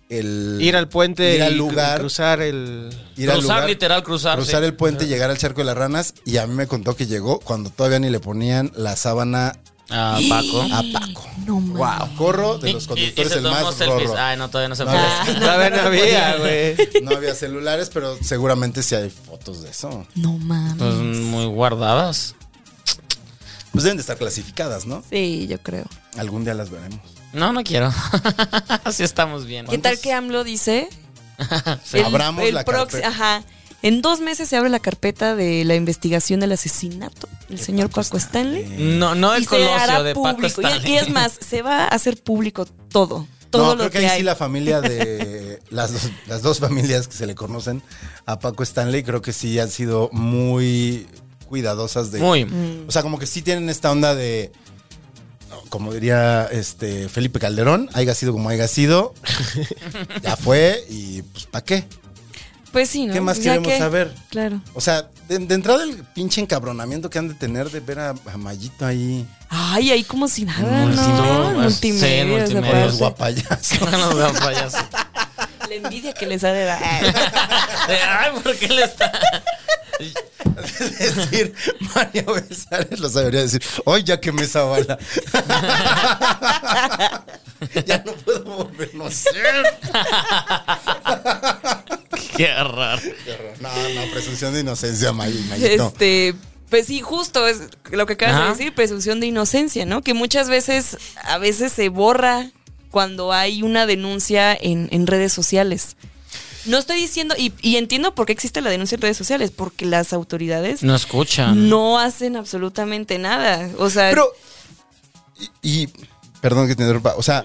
[SPEAKER 4] el
[SPEAKER 3] Mm. Ir al puente
[SPEAKER 4] ir
[SPEAKER 3] y
[SPEAKER 4] al
[SPEAKER 3] cru-
[SPEAKER 4] lugar,
[SPEAKER 3] cruzar el...
[SPEAKER 4] ir al
[SPEAKER 1] cruzar,
[SPEAKER 4] lugar,
[SPEAKER 1] literal, cruzar.
[SPEAKER 4] cruzar
[SPEAKER 1] sí.
[SPEAKER 4] el puente, llegar al cerco de las ranas y a mí me contó que llegó cuando todavía ni le ponían la sábana
[SPEAKER 1] Ah, Paco.
[SPEAKER 4] a Paco. wow, corro de los
[SPEAKER 1] Y- y-
[SPEAKER 4] conductores
[SPEAKER 1] y se
[SPEAKER 4] el
[SPEAKER 1] tomó
[SPEAKER 4] más
[SPEAKER 1] selfies. Ah,
[SPEAKER 4] gorro.
[SPEAKER 1] Ay, no, todavía no se
[SPEAKER 4] No,
[SPEAKER 1] puede.
[SPEAKER 4] no.
[SPEAKER 3] Todavía no había, güey.
[SPEAKER 4] No había celulares, pero seguramente sí hay fotos de eso.
[SPEAKER 2] No mames.
[SPEAKER 1] Pues muy guardadas.
[SPEAKER 4] Pues deben de estar clasificadas, ¿no?
[SPEAKER 2] Sí, yo creo.
[SPEAKER 4] Algún día las veremos.
[SPEAKER 1] No, no quiero. Así estamos bien.
[SPEAKER 2] ¿Qué tal que AMLO dice?
[SPEAKER 1] Sí.
[SPEAKER 4] Abramos la
[SPEAKER 2] prox-
[SPEAKER 4] carpeta.
[SPEAKER 2] Ajá. En dos meses se abre la carpeta de la investigación del asesinato del señor Paco Stanley.
[SPEAKER 1] No, no
[SPEAKER 2] y
[SPEAKER 1] el
[SPEAKER 2] se hará
[SPEAKER 1] colosio de Paco
[SPEAKER 2] público. Y-
[SPEAKER 1] Stanley.
[SPEAKER 2] Y, es más, se va a hacer público todo. Todo
[SPEAKER 4] no,
[SPEAKER 2] lo
[SPEAKER 4] creo que,
[SPEAKER 2] que
[SPEAKER 4] ahí
[SPEAKER 2] hay.
[SPEAKER 4] sí la familia de las dos, las dos familias que se le conocen a Paco Stanley, creo que sí han sido muy cuidadosas de.
[SPEAKER 1] Muy.
[SPEAKER 2] Mm.
[SPEAKER 4] O sea, como que sí tienen esta onda de. no, Como diría este Felipe Calderón, haya sido como haya sido, ya fue y pues ¿para qué?
[SPEAKER 2] Pues sí, ¿no?
[SPEAKER 4] ¿Qué más
[SPEAKER 2] Pues ya
[SPEAKER 4] queremos
[SPEAKER 2] que-
[SPEAKER 4] saber?
[SPEAKER 2] Claro.
[SPEAKER 4] O sea, de, de entrada el pinche encabronamiento que han de tener de ver a, a Mayito ahí,
[SPEAKER 2] Ay, ahí como si nada,
[SPEAKER 1] Multi-
[SPEAKER 2] ¿no?
[SPEAKER 1] no, pues,
[SPEAKER 2] Multimedia.
[SPEAKER 1] sí, multimedia.
[SPEAKER 4] con los
[SPEAKER 1] Aparte.
[SPEAKER 4] guapayazos.
[SPEAKER 1] No nos vean payasos.
[SPEAKER 2] La envidia que les ha de dar.
[SPEAKER 1] De, Ay, ¿por qué le está?
[SPEAKER 4] Es decir, Mario Besares lo sabría decir. Hoy ya quemé esa bala. ya no puedo volverlo a hacer.
[SPEAKER 1] Qué raro.
[SPEAKER 4] No, no, presunción de inocencia, May- Mayito.
[SPEAKER 2] Este, pues sí, justo es lo que acabas
[SPEAKER 1] Ajá.
[SPEAKER 2] de decir, presunción de inocencia, ¿no? Que muchas veces, a veces se borra cuando hay una denuncia en, en redes sociales. No estoy diciendo, y, y entiendo por qué existe la denuncia en redes sociales, porque las autoridades
[SPEAKER 1] No escuchan.
[SPEAKER 2] no hacen absolutamente nada. O sea,
[SPEAKER 4] Pero, y, y- perdón que te interrumpa, o sea,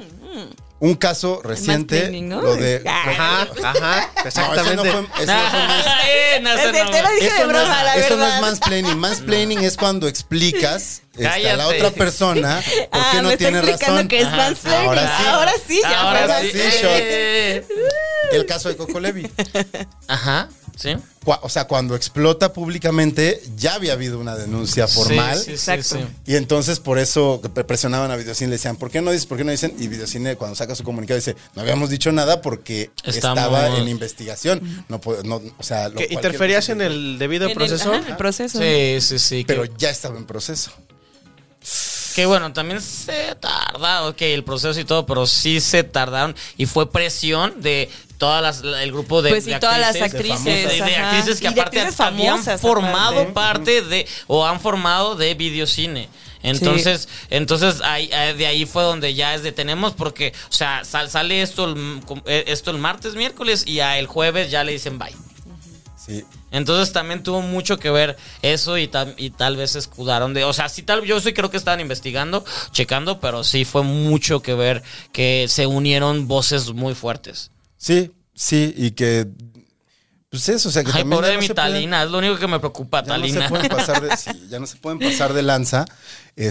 [SPEAKER 4] un caso reciente,
[SPEAKER 2] trending, Mm. ¿no?
[SPEAKER 4] lo de...
[SPEAKER 2] Ah.
[SPEAKER 3] Ajá, ajá, exactamente.
[SPEAKER 4] No, ese no fue- ese no fue mis-
[SPEAKER 1] Eh, no,
[SPEAKER 2] Es
[SPEAKER 1] eso
[SPEAKER 2] el
[SPEAKER 1] no.
[SPEAKER 2] tema dije de
[SPEAKER 4] Eso no,
[SPEAKER 2] broma, la
[SPEAKER 4] es, eso no
[SPEAKER 2] verdad.
[SPEAKER 4] es mansplaining. Mansplaining es cuando explicas este, a la
[SPEAKER 1] Cállate.
[SPEAKER 4] otra persona por
[SPEAKER 2] Ah,
[SPEAKER 4] qué no
[SPEAKER 2] me está
[SPEAKER 4] tiene
[SPEAKER 2] explicando
[SPEAKER 4] razón.
[SPEAKER 2] que es
[SPEAKER 4] Ajá.
[SPEAKER 2] mansplaining.
[SPEAKER 4] Ahora sí.
[SPEAKER 2] Ahora sí, ya
[SPEAKER 1] Ahora
[SPEAKER 4] fue
[SPEAKER 1] sí.
[SPEAKER 4] así, shot.
[SPEAKER 1] Eh.
[SPEAKER 4] El caso de Coco Levi.
[SPEAKER 1] Ajá, sí.
[SPEAKER 4] Cua- O sea, cuando explota públicamente, ya había habido una denuncia formal.
[SPEAKER 1] Sí, sí, sí,
[SPEAKER 2] Exacto.
[SPEAKER 1] sí.
[SPEAKER 4] Y entonces por eso pre- presionaban a Videocine, le decían, ¿por qué no dices? ¿Por qué no dicen? Y Videocine cuando saca su comunicado dice, no habíamos dicho nada porque
[SPEAKER 1] Estamos-
[SPEAKER 4] estaba en investigación. No, po- no, o sea, lo
[SPEAKER 3] Que
[SPEAKER 4] cualquier-
[SPEAKER 3] interferías en el debido
[SPEAKER 2] En el-
[SPEAKER 3] proceso.
[SPEAKER 2] ajá, en el proceso.
[SPEAKER 1] Sí, sí, sí.
[SPEAKER 4] Pero
[SPEAKER 1] que,
[SPEAKER 4] ya estaba en proceso.
[SPEAKER 1] que bueno, también se tarda, ok, el proceso y todo, pero sí se tardaron y fue presión de todas las, el grupo de,
[SPEAKER 2] Pues sí,
[SPEAKER 1] de
[SPEAKER 2] todas las
[SPEAKER 1] actrices,
[SPEAKER 2] actrices,
[SPEAKER 1] de- de,
[SPEAKER 2] ajá.
[SPEAKER 1] actrices que
[SPEAKER 2] Y de
[SPEAKER 1] aparte
[SPEAKER 2] actrices
[SPEAKER 1] habían
[SPEAKER 2] famosas,
[SPEAKER 1] formado parte
[SPEAKER 2] aparte.
[SPEAKER 1] de o han formado de videocine. Entonces, entonces ahí, ahí- de ahí fue donde ya es detenemos porque, o sea, sal- sale esto el, m- com- eh, esto el martes, miércoles y a el jueves ya le dicen bye.
[SPEAKER 4] Sí.
[SPEAKER 1] Entonces también tuvo mucho que ver eso y, tam- y tal vez escudaron de, o sea, sí tal, yo sí creo que estaban investigando, checando, pero sí fue mucho que ver que se unieron voces muy fuertes.
[SPEAKER 4] Sí, sí, y que... Pues eso, o sea, que
[SPEAKER 1] Ay,
[SPEAKER 4] también
[SPEAKER 1] pobre
[SPEAKER 4] ya
[SPEAKER 1] de
[SPEAKER 4] no
[SPEAKER 1] mi
[SPEAKER 4] se pueden-
[SPEAKER 1] Talina, es lo único que me preocupa,
[SPEAKER 4] ya no
[SPEAKER 1] Talina.
[SPEAKER 4] se pueden pasar de, sí, ya no se pueden pasar de lanza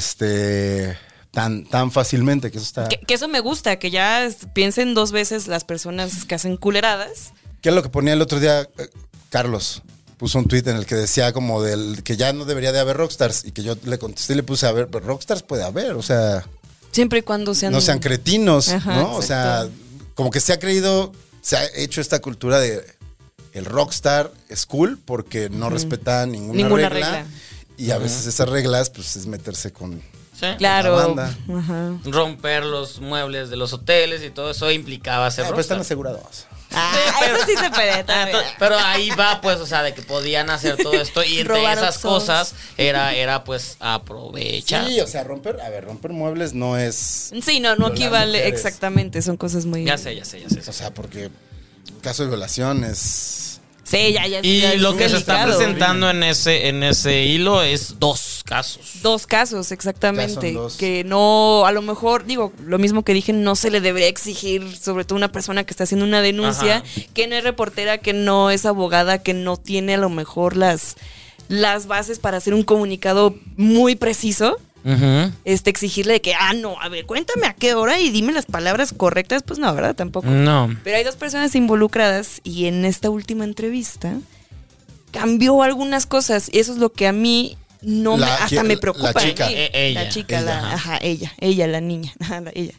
[SPEAKER 4] este, tan, tan fácilmente, que eso está...
[SPEAKER 2] Que, que eso me gusta, que ya es- piensen dos veces las personas que hacen culeradas.
[SPEAKER 4] ¿Qué es lo que ponía el otro día eh, Carlos? Puso un tuit en el que decía como del que ya no debería de haber rockstars y que yo le contesté y le puse a ver, pero rockstars puede haber, o sea,
[SPEAKER 2] Siempre y cuando sean.
[SPEAKER 4] no sean cretinos,
[SPEAKER 2] Ajá,
[SPEAKER 4] ¿no? O sea,
[SPEAKER 2] exacto.
[SPEAKER 4] como que se ha creído, se ha hecho esta cultura de el rockstar es cool porque no respeta ninguna,
[SPEAKER 2] Ninguna
[SPEAKER 4] regla,
[SPEAKER 2] regla.
[SPEAKER 4] y a veces esas reglas pues es meterse con
[SPEAKER 1] Sí.
[SPEAKER 2] Claro.
[SPEAKER 4] la banda.
[SPEAKER 2] Ajá.
[SPEAKER 1] Romper los muebles de los hoteles y todo eso implicaba hacer
[SPEAKER 4] Ah, pero están
[SPEAKER 1] rockstar.
[SPEAKER 4] asegurados.
[SPEAKER 2] Ah, eso sí se puede.
[SPEAKER 1] Ah,
[SPEAKER 2] también.
[SPEAKER 1] to- pero ahí va, pues, o sea, de que podían hacer todo esto y entre
[SPEAKER 2] Robar
[SPEAKER 1] esas
[SPEAKER 2] Oxxos.
[SPEAKER 1] cosas era, era pues, aprovechar.
[SPEAKER 4] Sí, o sea, romper, a ver, romper muebles no es,
[SPEAKER 2] Sí, no, no
[SPEAKER 4] Violar
[SPEAKER 2] equivale
[SPEAKER 4] mujeres.
[SPEAKER 2] exactamente. Son cosas muy.
[SPEAKER 1] Ya sé, ya sé, ya sé.
[SPEAKER 4] o sea, porque en caso de violación es
[SPEAKER 2] Sí, ya, ya. ya
[SPEAKER 1] Y
[SPEAKER 2] es
[SPEAKER 1] lo que se está
[SPEAKER 2] delicado.
[SPEAKER 1] presentando en ese, en ese hilo es dos casos.
[SPEAKER 2] Dos casos,
[SPEAKER 4] Ya
[SPEAKER 2] exactamente.
[SPEAKER 4] son dos.
[SPEAKER 2] Que no, a lo mejor, digo, lo mismo que dije, no se le debería exigir, sobre todo a una persona que está haciendo una denuncia,
[SPEAKER 1] Ajá.
[SPEAKER 2] que no es reportera, que no es abogada, que no tiene a lo mejor las, las bases para hacer un comunicado muy preciso. Este, exigirle de que, ah, no, a ver, cuéntame a qué hora y dime las palabras correctas. Pues no, ¿verdad? Tampoco.
[SPEAKER 1] No.
[SPEAKER 2] Pero hay dos personas involucradas y en esta última entrevista cambió algunas cosas. Y eso es lo que a mí no me,
[SPEAKER 4] La-
[SPEAKER 2] hasta
[SPEAKER 4] qui-
[SPEAKER 2] me
[SPEAKER 4] la
[SPEAKER 2] preocupa.
[SPEAKER 4] chica.
[SPEAKER 2] Sí,
[SPEAKER 1] E- ella,
[SPEAKER 2] la chica,
[SPEAKER 4] ella,
[SPEAKER 2] la-
[SPEAKER 4] ajá.
[SPEAKER 2] ajá, ella, ella, la niña, ajá, la- ella.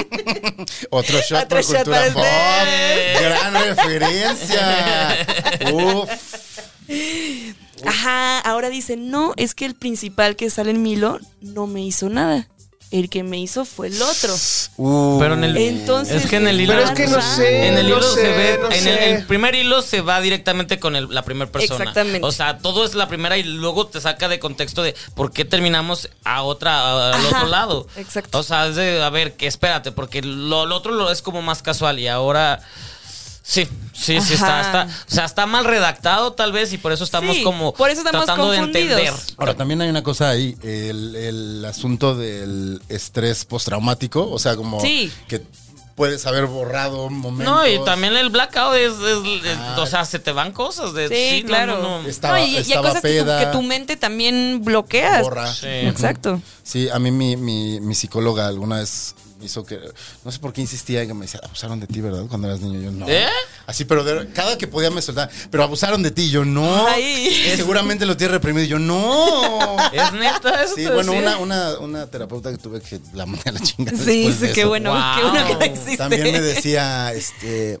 [SPEAKER 4] Otro shot
[SPEAKER 2] Otro
[SPEAKER 4] por
[SPEAKER 2] shot
[SPEAKER 4] cultura
[SPEAKER 2] para
[SPEAKER 4] pop.
[SPEAKER 2] ustedes.
[SPEAKER 4] Gran referencia. Uf.
[SPEAKER 2] Ajá, ahora dicen, no, es que el principal que sale en Milo no me hizo nada. El que me hizo fue el otro.
[SPEAKER 4] Uh.
[SPEAKER 1] Pero en el,
[SPEAKER 2] Entonces,
[SPEAKER 1] es que en el hilo,
[SPEAKER 3] Pero es que no sé,
[SPEAKER 1] en el
[SPEAKER 3] no
[SPEAKER 1] hilo
[SPEAKER 3] sé,
[SPEAKER 1] se ve,
[SPEAKER 3] no
[SPEAKER 1] en el,
[SPEAKER 3] sé.
[SPEAKER 1] el primer hilo se va directamente con el- la primera persona.
[SPEAKER 2] Exactamente.
[SPEAKER 1] O sea, todo es la primera y luego te saca de contexto de por qué terminamos a otra, a- al
[SPEAKER 2] Ajá,
[SPEAKER 1] otro lado.
[SPEAKER 2] exacto.
[SPEAKER 1] O sea, es de, a ver, que espérate, porque lo, lo otro lo es como más casual y ahora. Sí, sí, sí, está,
[SPEAKER 2] Ajá.
[SPEAKER 1] está. O sea, está mal redactado tal vez y por eso estamos
[SPEAKER 2] Sí,
[SPEAKER 1] como
[SPEAKER 2] por eso estamos
[SPEAKER 1] tratando de
[SPEAKER 2] confundidos.
[SPEAKER 1] entender.
[SPEAKER 4] Ahora, también hay una cosa ahí, el, el asunto del estrés postraumático, o sea, como
[SPEAKER 2] Sí.
[SPEAKER 4] que puedes haber borrado momentos.
[SPEAKER 1] No, y también el blackout es, es- es-
[SPEAKER 4] Ah.
[SPEAKER 1] o sea, se te van cosas de
[SPEAKER 2] Sí,
[SPEAKER 1] no,
[SPEAKER 2] claro.
[SPEAKER 1] no, no.
[SPEAKER 4] Estaba-
[SPEAKER 2] No, y, y hay
[SPEAKER 4] estaba
[SPEAKER 2] cosas que tu,
[SPEAKER 4] peda.
[SPEAKER 2] que tu mente también bloqueas.
[SPEAKER 4] borra.
[SPEAKER 2] Exacto.
[SPEAKER 4] Sí, a mí mi, mi, mi psicóloga alguna vez me hizo que, no sé por qué insistía en que me decía, abusaron de ti, ¿verdad? Cuando eras niño, yo no.
[SPEAKER 1] ¿Eh?
[SPEAKER 4] Así, pero de- cada que podía me soltaba, pero abusaron de ti, yo no.
[SPEAKER 2] Ay.
[SPEAKER 4] Es que seguramente lo tienes reprimido, yo no.
[SPEAKER 1] Es neta eso.
[SPEAKER 4] Sí,
[SPEAKER 1] te
[SPEAKER 4] bueno,
[SPEAKER 1] decía?
[SPEAKER 4] una, una, una terapeuta que tuve que la mandé a la chingada.
[SPEAKER 2] Sí,
[SPEAKER 4] después
[SPEAKER 2] sí,
[SPEAKER 4] de
[SPEAKER 2] qué
[SPEAKER 4] eso.
[SPEAKER 2] bueno,
[SPEAKER 1] Wow.
[SPEAKER 2] qué bueno que no existe.
[SPEAKER 4] Ah, También me decía, este,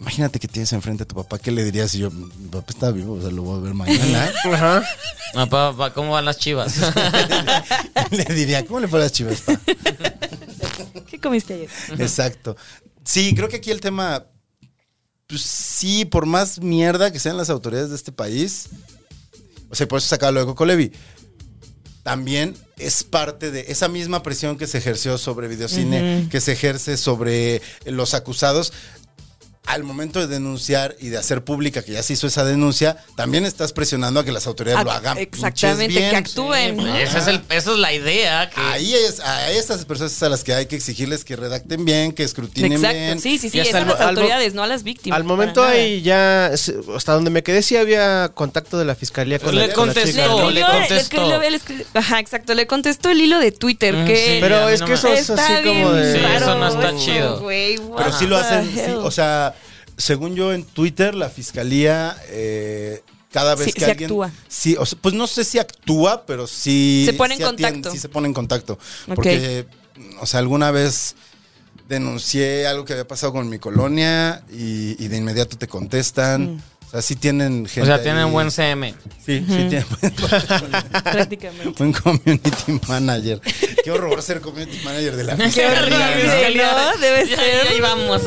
[SPEAKER 4] imagínate que tienes enfrente a tu papá, ¿qué le dirías? Y yo, mi papá está vivo, o sea, lo voy a ver mañana.
[SPEAKER 3] Ajá.
[SPEAKER 1] Ah, pa- pa, ¿Cómo van las chivas?
[SPEAKER 4] le diría, ¿cómo le fue a las chivas? pa?"
[SPEAKER 2] ¿Qué comiste ayer?
[SPEAKER 4] Exacto. Sí, creo que aquí el tema, pues sí, por más mierda que sean las autoridades de este país, o sea, por eso sacaba lo de Coco Levi, también es parte de esa misma presión que se ejerció sobre videocine, que se ejerce sobre los acusados. Al momento de denunciar y de hacer pública que ya se hizo esa denuncia, también estás presionando a que las autoridades
[SPEAKER 2] Ac-
[SPEAKER 4] lo hagan. pinches
[SPEAKER 2] Ah, exactamente,
[SPEAKER 4] bien.
[SPEAKER 2] que actúen.
[SPEAKER 1] Esa es, el, esa es la idea. Que,
[SPEAKER 4] Ahí es, a esas personas es a las que hay que exigirles que redacten bien, que escrutinen bien.
[SPEAKER 2] Exacto, sí, sí, sí,
[SPEAKER 3] Y hasta
[SPEAKER 2] es a
[SPEAKER 3] al-
[SPEAKER 2] las
[SPEAKER 3] al-
[SPEAKER 2] autoridades, no a las víctimas.
[SPEAKER 3] Al momento
[SPEAKER 2] para nada.
[SPEAKER 3] ahí ya, es- hasta donde me quedé, sí había contacto de la fiscalía con
[SPEAKER 1] Le
[SPEAKER 3] la, con la
[SPEAKER 1] contestó,
[SPEAKER 3] chica.
[SPEAKER 2] Le
[SPEAKER 1] No, le
[SPEAKER 2] escribió- le
[SPEAKER 1] contestó.
[SPEAKER 2] escribió- le escribió- ajá, exacto, le contestó el hilo de Twitter
[SPEAKER 1] Mm,
[SPEAKER 2] que
[SPEAKER 1] sí.
[SPEAKER 3] Pero
[SPEAKER 1] a mí
[SPEAKER 3] es
[SPEAKER 1] no
[SPEAKER 3] que
[SPEAKER 1] me-
[SPEAKER 3] eso es
[SPEAKER 2] está
[SPEAKER 3] así
[SPEAKER 2] bien
[SPEAKER 3] como de...
[SPEAKER 1] Sí, eso
[SPEAKER 2] raro
[SPEAKER 1] no está chido.
[SPEAKER 2] güey,
[SPEAKER 4] Pero
[SPEAKER 2] what
[SPEAKER 4] sí lo
[SPEAKER 2] the
[SPEAKER 4] hacen, sí,
[SPEAKER 2] hell.
[SPEAKER 4] o sea, según yo en Twitter, la fiscalía eh, cada vez
[SPEAKER 2] Sí,
[SPEAKER 4] que
[SPEAKER 2] sí
[SPEAKER 4] alguien...
[SPEAKER 2] actúa.
[SPEAKER 4] Sí, o sea, pues no sé si actúa, pero sí...
[SPEAKER 2] Se pone en
[SPEAKER 4] sí atiende,
[SPEAKER 2] contacto.
[SPEAKER 4] Sí se pone en contacto.
[SPEAKER 2] Ok.
[SPEAKER 4] Porque, o sea, alguna vez denuncié algo que había pasado con mi colonia y, y de inmediato te
[SPEAKER 2] Mm.
[SPEAKER 4] contestan. O sea, sí tienen gente
[SPEAKER 1] o sea, tienen
[SPEAKER 4] ahí.
[SPEAKER 1] buen CM.
[SPEAKER 4] Sí, sí tienen buen...
[SPEAKER 2] prácticamente.
[SPEAKER 4] Buen community manager. Qué horror ser community manager de la
[SPEAKER 1] Qué horrible,
[SPEAKER 4] fiscalía. ¿no?
[SPEAKER 2] ¿no? Debe
[SPEAKER 1] Ya-
[SPEAKER 2] ser.
[SPEAKER 1] ya Ahí vamos.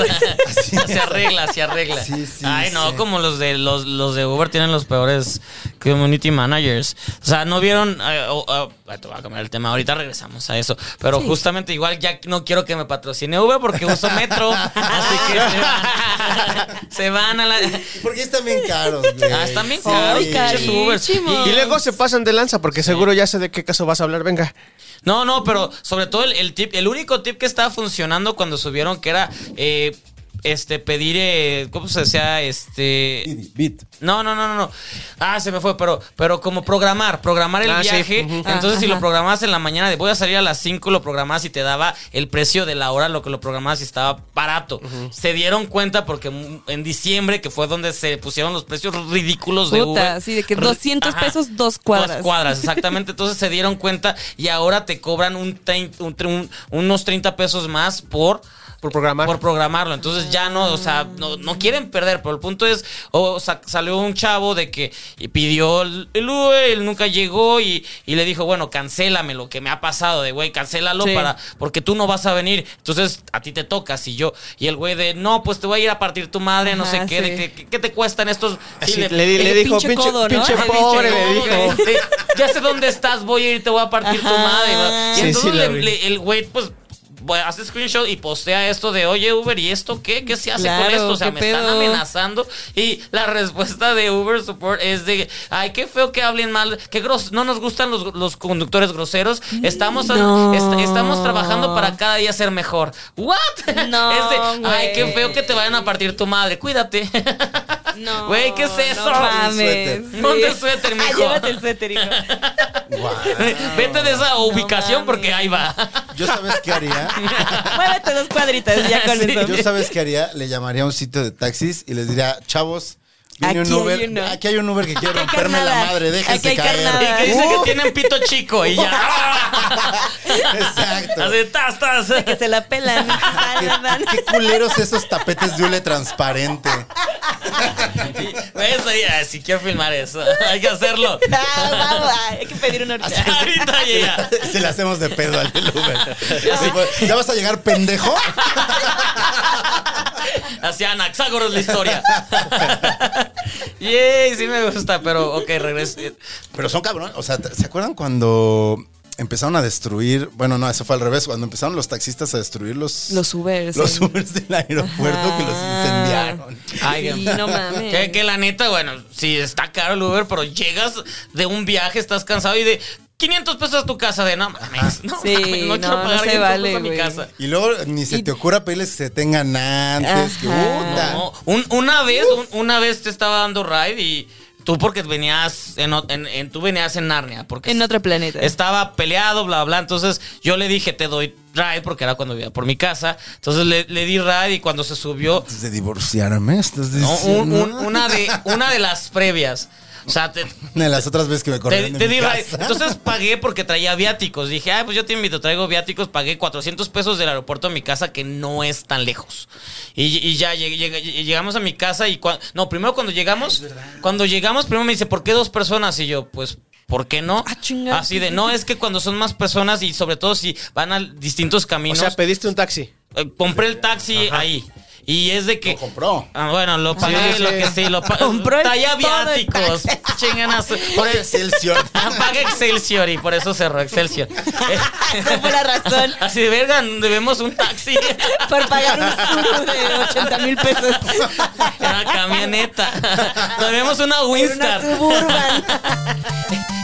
[SPEAKER 1] se arregla, se arregla.
[SPEAKER 4] Sí, sí,
[SPEAKER 1] Ay, no,
[SPEAKER 4] sí.
[SPEAKER 1] como los de los, los de Uber tienen los peores community managers. O sea, no vieron. eh, oh, oh, ay, te voy a cambiar el tema. Ahorita regresamos a eso. Pero justamente igual ya no quiero que me patrocine Uber porque uso metro. así que se van, se van a la.
[SPEAKER 4] Porque están bien caros, güey.
[SPEAKER 1] Ah, están bien
[SPEAKER 4] Sí.
[SPEAKER 1] caros, pinches Uber.
[SPEAKER 2] carísimos.
[SPEAKER 1] Y-
[SPEAKER 3] Y luego se pasan de lanza porque seguro ya sé de qué caso vas a hablar. Venga.
[SPEAKER 1] No, no, pero sobre todo el, el tip, el único tip que estaba funcionando cuando subieron que era eh, este pedir, eh, ¿cómo se decía? Este.
[SPEAKER 4] Bit.
[SPEAKER 1] No, no, no, no, no. Ah, se me fue, pero, pero como programar, programar el
[SPEAKER 3] Ah, sí.
[SPEAKER 1] viaje.
[SPEAKER 3] Ujú.
[SPEAKER 1] Entonces,
[SPEAKER 2] Ah,
[SPEAKER 1] si lo
[SPEAKER 2] ajá.
[SPEAKER 1] programabas en la mañana de voy a salir a las 5, lo programabas y te daba el precio de la hora, lo que lo programabas y estaba barato. Se dieron cuenta porque mu- en diciembre, que fue donde se pusieron los precios ridículos de
[SPEAKER 2] Puta,
[SPEAKER 1] Uber.
[SPEAKER 2] sí, de que
[SPEAKER 1] Ri-
[SPEAKER 2] 200 pesos, dos cuadras.
[SPEAKER 1] Dos cuadras, exactamente. Entonces se dieron cuenta y ahora te cobran un trein- un tre- un- unos 30 pesos más por
[SPEAKER 3] Por programar.
[SPEAKER 1] por programarlo. Entonces ya no, o sea, no, no quieren perder, pero el punto es, o, sa- salió un chavo de que y pidió el el Uber, él nunca llegó y, y le dijo, bueno, cancélame lo que me ha pasado, de güey, cancélalo
[SPEAKER 2] Sí.
[SPEAKER 1] para, porque tú no vas a venir, entonces a ti te tocas y yo, y el güey de, no, pues te voy a ir a partir tu madre, no
[SPEAKER 2] Ajá,
[SPEAKER 1] sé qué, de
[SPEAKER 2] sí.
[SPEAKER 1] que- que- ¿qué te cuestan estos?
[SPEAKER 3] Así,
[SPEAKER 1] Sí, le-
[SPEAKER 3] le, di-
[SPEAKER 2] el
[SPEAKER 3] le dijo,
[SPEAKER 2] pinche
[SPEAKER 3] pinche,
[SPEAKER 2] codo, ¿no?
[SPEAKER 3] pinche
[SPEAKER 2] El pinche
[SPEAKER 3] pobre, le
[SPEAKER 1] no,
[SPEAKER 3] dijo.
[SPEAKER 1] güey, sí. Ya sé dónde estás, voy a ir y te voy a partir tu
[SPEAKER 2] Ajá.
[SPEAKER 1] madre. ¿verdad? Y
[SPEAKER 3] Sí,
[SPEAKER 1] entonces
[SPEAKER 3] sí, la
[SPEAKER 1] le-
[SPEAKER 3] vi.
[SPEAKER 1] le- el güey, pues. bueno, Hace screenshot y postea esto de, oye Uber, ¿y esto qué? ¿Qué se hace con
[SPEAKER 2] Claro,
[SPEAKER 1] esto? O sea,
[SPEAKER 2] ¿qué
[SPEAKER 1] me
[SPEAKER 2] pedo?
[SPEAKER 1] están amenazando. Y la respuesta de Uber Support es de, ay, qué feo que hablen mal, qué gros no nos gustan los, los conductores groseros. Estamos, a-
[SPEAKER 2] No.
[SPEAKER 1] est- estamos trabajando para cada día ser mejor. ¿What?
[SPEAKER 2] No,
[SPEAKER 1] es de, ay, qué
[SPEAKER 2] güey.
[SPEAKER 1] feo que te vayan a partir tu madre, cuídate.
[SPEAKER 2] No,
[SPEAKER 1] Güey, ¿qué es eso?
[SPEAKER 2] No mames.
[SPEAKER 4] suéter.
[SPEAKER 2] sí.
[SPEAKER 1] Ponte el suéter,
[SPEAKER 2] Ah,
[SPEAKER 1] mijo.
[SPEAKER 2] llévate el suéter, hijo.
[SPEAKER 1] Vete de esa ubicación
[SPEAKER 2] mames.
[SPEAKER 1] porque ahí va.
[SPEAKER 4] Yo sabes qué haría.
[SPEAKER 2] Muévete dos cuadritas ya con
[SPEAKER 1] Sí.
[SPEAKER 2] eso.
[SPEAKER 4] Yo sabes qué haría. Le llamaría a un sitio de taxis y les diría, chavos, Viene
[SPEAKER 2] Aquí
[SPEAKER 4] un
[SPEAKER 2] hay
[SPEAKER 4] Uber.
[SPEAKER 2] uno.
[SPEAKER 4] aquí hay un Uber que quiere
[SPEAKER 2] Aquí hay
[SPEAKER 4] romperme la
[SPEAKER 2] carnada.
[SPEAKER 4] madre. Déjense
[SPEAKER 2] Aquí hay
[SPEAKER 4] caer.
[SPEAKER 2] carnada.
[SPEAKER 1] Y que dice
[SPEAKER 4] Uh.
[SPEAKER 1] que tienen pito chico y ya.
[SPEAKER 4] Exacto.
[SPEAKER 1] Así, tas, tas.
[SPEAKER 2] Que se la pelan. Ah,
[SPEAKER 4] ¿Qué,
[SPEAKER 2] la dan.
[SPEAKER 4] qué culeros esos tapetes de hule transparente.
[SPEAKER 1] ¿Ves? Ahí, ah, Si quiero filmar eso, hay que hacerlo.
[SPEAKER 2] Ah, vamos, ah, hay que pedir una horchata.
[SPEAKER 1] Ahorita llega.
[SPEAKER 4] Si le hacemos de pedo al del Uber. Así, pues, ¿Ya vas a llegar, pendejo?
[SPEAKER 1] Así Anaxágoras la historia. Yay, sí me gusta, pero ok, regreso.
[SPEAKER 4] Pero son cabrón. O sea, ¿se acuerdan cuando empezaron a destruir? Bueno, no, eso fue al revés. Cuando empezaron los taxistas a destruir los,
[SPEAKER 2] Los Ubers.
[SPEAKER 4] los
[SPEAKER 2] sí.
[SPEAKER 4] Ubers del aeropuerto que los
[SPEAKER 2] Ajá.
[SPEAKER 4] incendiaron.
[SPEAKER 1] Ay,
[SPEAKER 2] Sí,
[SPEAKER 1] que-
[SPEAKER 2] no mames.
[SPEAKER 1] Que, que la neta, bueno, sí está caro el Uber, pero llegas de un viaje, estás cansado y de 500 pesos a tu casa de no mames. No,
[SPEAKER 2] Sí,
[SPEAKER 1] mames, no
[SPEAKER 2] no,
[SPEAKER 1] quiero
[SPEAKER 2] no
[SPEAKER 1] pagar
[SPEAKER 2] se
[SPEAKER 1] 500
[SPEAKER 2] vale,
[SPEAKER 1] pesos a mi
[SPEAKER 2] güey.
[SPEAKER 1] casa.
[SPEAKER 4] Y luego ni se
[SPEAKER 2] Y-
[SPEAKER 4] te ocurra pedirles que se tengan antes. Que,
[SPEAKER 2] Ajá.
[SPEAKER 4] puta.
[SPEAKER 1] No, un- una vez, un- una vez te estaba dando ride y tú porque venías en, o- en- en- tú venías en Narnia porque
[SPEAKER 2] En otro planeta.
[SPEAKER 1] estaba peleado, bla, bla. Entonces yo le dije, te doy ride porque era cuando vivía por mi casa. Entonces le, le di ride y cuando se subió,
[SPEAKER 4] Antes de divorciarme, estás
[SPEAKER 1] ¿no?
[SPEAKER 4] diciendo.
[SPEAKER 1] Un- un- una, de, una de las previas. O sea, te,
[SPEAKER 4] Una de las otras veces que me
[SPEAKER 1] te,
[SPEAKER 4] corrieron de
[SPEAKER 1] te
[SPEAKER 4] mi
[SPEAKER 1] di ride.
[SPEAKER 4] casa.
[SPEAKER 1] Entonces pagué porque traía viáticos. Dije, ay, pues yo te invito, traigo viáticos. Pagué 400 pesos del aeropuerto a mi casa, que no es tan lejos. Y, y ya llegué- llegué- llegamos a mi casa y... cua- no, primero cuando llegamos... cuando llegamos, primero me dice, ¿por qué dos personas? Y yo, pues... ¿Por qué no?
[SPEAKER 2] Ah, chinga.
[SPEAKER 1] Así de, no, es que cuando son más personas y sobre todo si van a distintos
[SPEAKER 3] O
[SPEAKER 1] caminos.
[SPEAKER 3] sea, pediste un taxi.
[SPEAKER 1] eh, compré el taxi ahí. Y es de que.
[SPEAKER 4] Lo compró.
[SPEAKER 1] Ah, bueno, lo pagué,
[SPEAKER 3] sí,
[SPEAKER 1] lo
[SPEAKER 3] sí.
[SPEAKER 1] que sí, lo pagué.
[SPEAKER 2] Compró el-
[SPEAKER 1] Traía
[SPEAKER 2] todo el
[SPEAKER 1] viáticos. Chingan a su- por el-
[SPEAKER 4] Excelsior.
[SPEAKER 1] Ah, Paga Excelsior y por eso cerró Excelsior.
[SPEAKER 2] Esa fue la razón
[SPEAKER 1] Así de verga, debemos un taxi.
[SPEAKER 2] por pagar un suru de 80 mil pesos.
[SPEAKER 1] Una camioneta. Debemos una
[SPEAKER 2] Por una
[SPEAKER 1] Winstar.
[SPEAKER 2] suburban.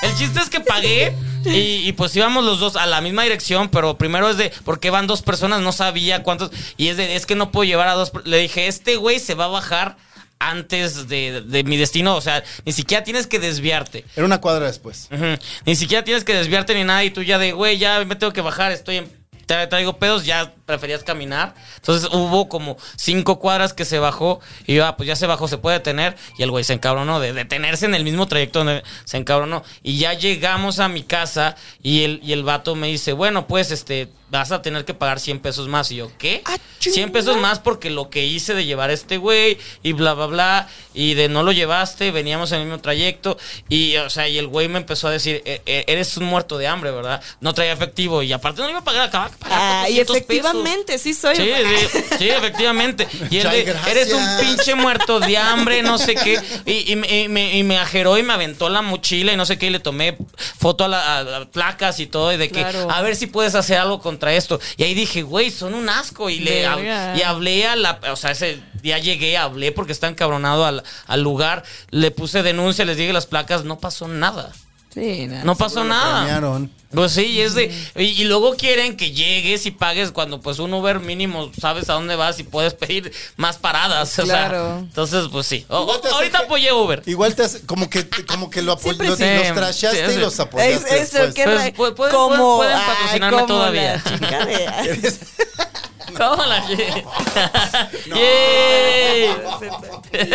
[SPEAKER 1] El chiste es que pagué y, y pues íbamos los dos a la misma dirección, pero primero es de por qué van dos personas, no sabía cuántos. Y es de, es que no puedo llevar a dos. per- Le dije, este güey se va a bajar antes de, de mi destino. O sea, ni siquiera tienes que desviarte.
[SPEAKER 4] Era una cuadra después.
[SPEAKER 1] Ujú. Ni siquiera tienes que desviarte ni nada y tú ya de, güey, ya me tengo que bajar, estoy en... tra- Traigo pedos, ya preferías caminar. Entonces hubo como cinco cuadras que se bajó y yo, ah, pues ya se bajó, se puede detener. Y el güey se encabronó de detenerse en el mismo trayecto donde se encabronó. Y ya llegamos a mi casa y el, y el vato me dice, bueno, pues este, vas a tener que pagar 100 pesos más. Y yo, ¿qué?
[SPEAKER 2] Ah,
[SPEAKER 1] 100 pesos
[SPEAKER 2] chinga.
[SPEAKER 1] más porque lo que hice de llevar a este güey y bla, bla, bla, y de no lo llevaste, veníamos en el mismo trayecto, y, o sea, y el güey me empezó a decir, "E- e- eres un muerto de hambre, ¿verdad? No traía efectivo, y aparte no iba a pagar, acababa de pagar
[SPEAKER 2] Ah, y
[SPEAKER 1] 400 pesos".
[SPEAKER 2] efectivamente, sí soy.
[SPEAKER 1] Sí, sí, sí, efectivamente. Y él
[SPEAKER 4] Ay,
[SPEAKER 1] de,
[SPEAKER 4] gracias.
[SPEAKER 1] eres un pinche muerto de hambre, no sé qué. Y, y me- y me, y me ajeró y me aventó la mochila y no sé qué. Y le tomé foto a, la- a las placas y todo. Y de que,
[SPEAKER 2] Claro.
[SPEAKER 1] a ver si puedes hacer algo contra esto. Y ahí dije, güey, son un asco. Y le
[SPEAKER 2] Verga.
[SPEAKER 1] y hablé a la. O sea, ese día llegué, hablé porque está encabronado al, al lugar. Le puse denuncia, les dije las placas. No pasó nada.
[SPEAKER 2] Sí, nada.
[SPEAKER 1] No pasó nada.
[SPEAKER 4] Premiaron.
[SPEAKER 1] Pues sí, y es de. Y, y luego quieren que llegues y pagues cuando, pues, un Uber mínimo sabes a dónde vas y puedes pedir más paradas. o sea,
[SPEAKER 2] Claro.
[SPEAKER 1] entonces, pues sí. O-
[SPEAKER 4] Igual te hace
[SPEAKER 1] ahorita
[SPEAKER 4] que-
[SPEAKER 1] apoyé Uber.
[SPEAKER 4] Igual te hace- como que, como que lo apoyaste,
[SPEAKER 2] Siempre
[SPEAKER 4] los,
[SPEAKER 2] sí.
[SPEAKER 4] los trasheaste
[SPEAKER 1] Sí, sí.
[SPEAKER 4] y los
[SPEAKER 2] Es,
[SPEAKER 4] apoyaste.
[SPEAKER 2] eso,
[SPEAKER 4] después.
[SPEAKER 2] qué
[SPEAKER 1] Pues,
[SPEAKER 2] ra-
[SPEAKER 1] pu- pueden-
[SPEAKER 2] como-
[SPEAKER 1] pueden- pueden
[SPEAKER 2] ay,
[SPEAKER 1] patrocinarme
[SPEAKER 2] como
[SPEAKER 1] todavía.
[SPEAKER 2] la chica de-
[SPEAKER 1] ¿Cómo la ¡Yay!
[SPEAKER 2] No es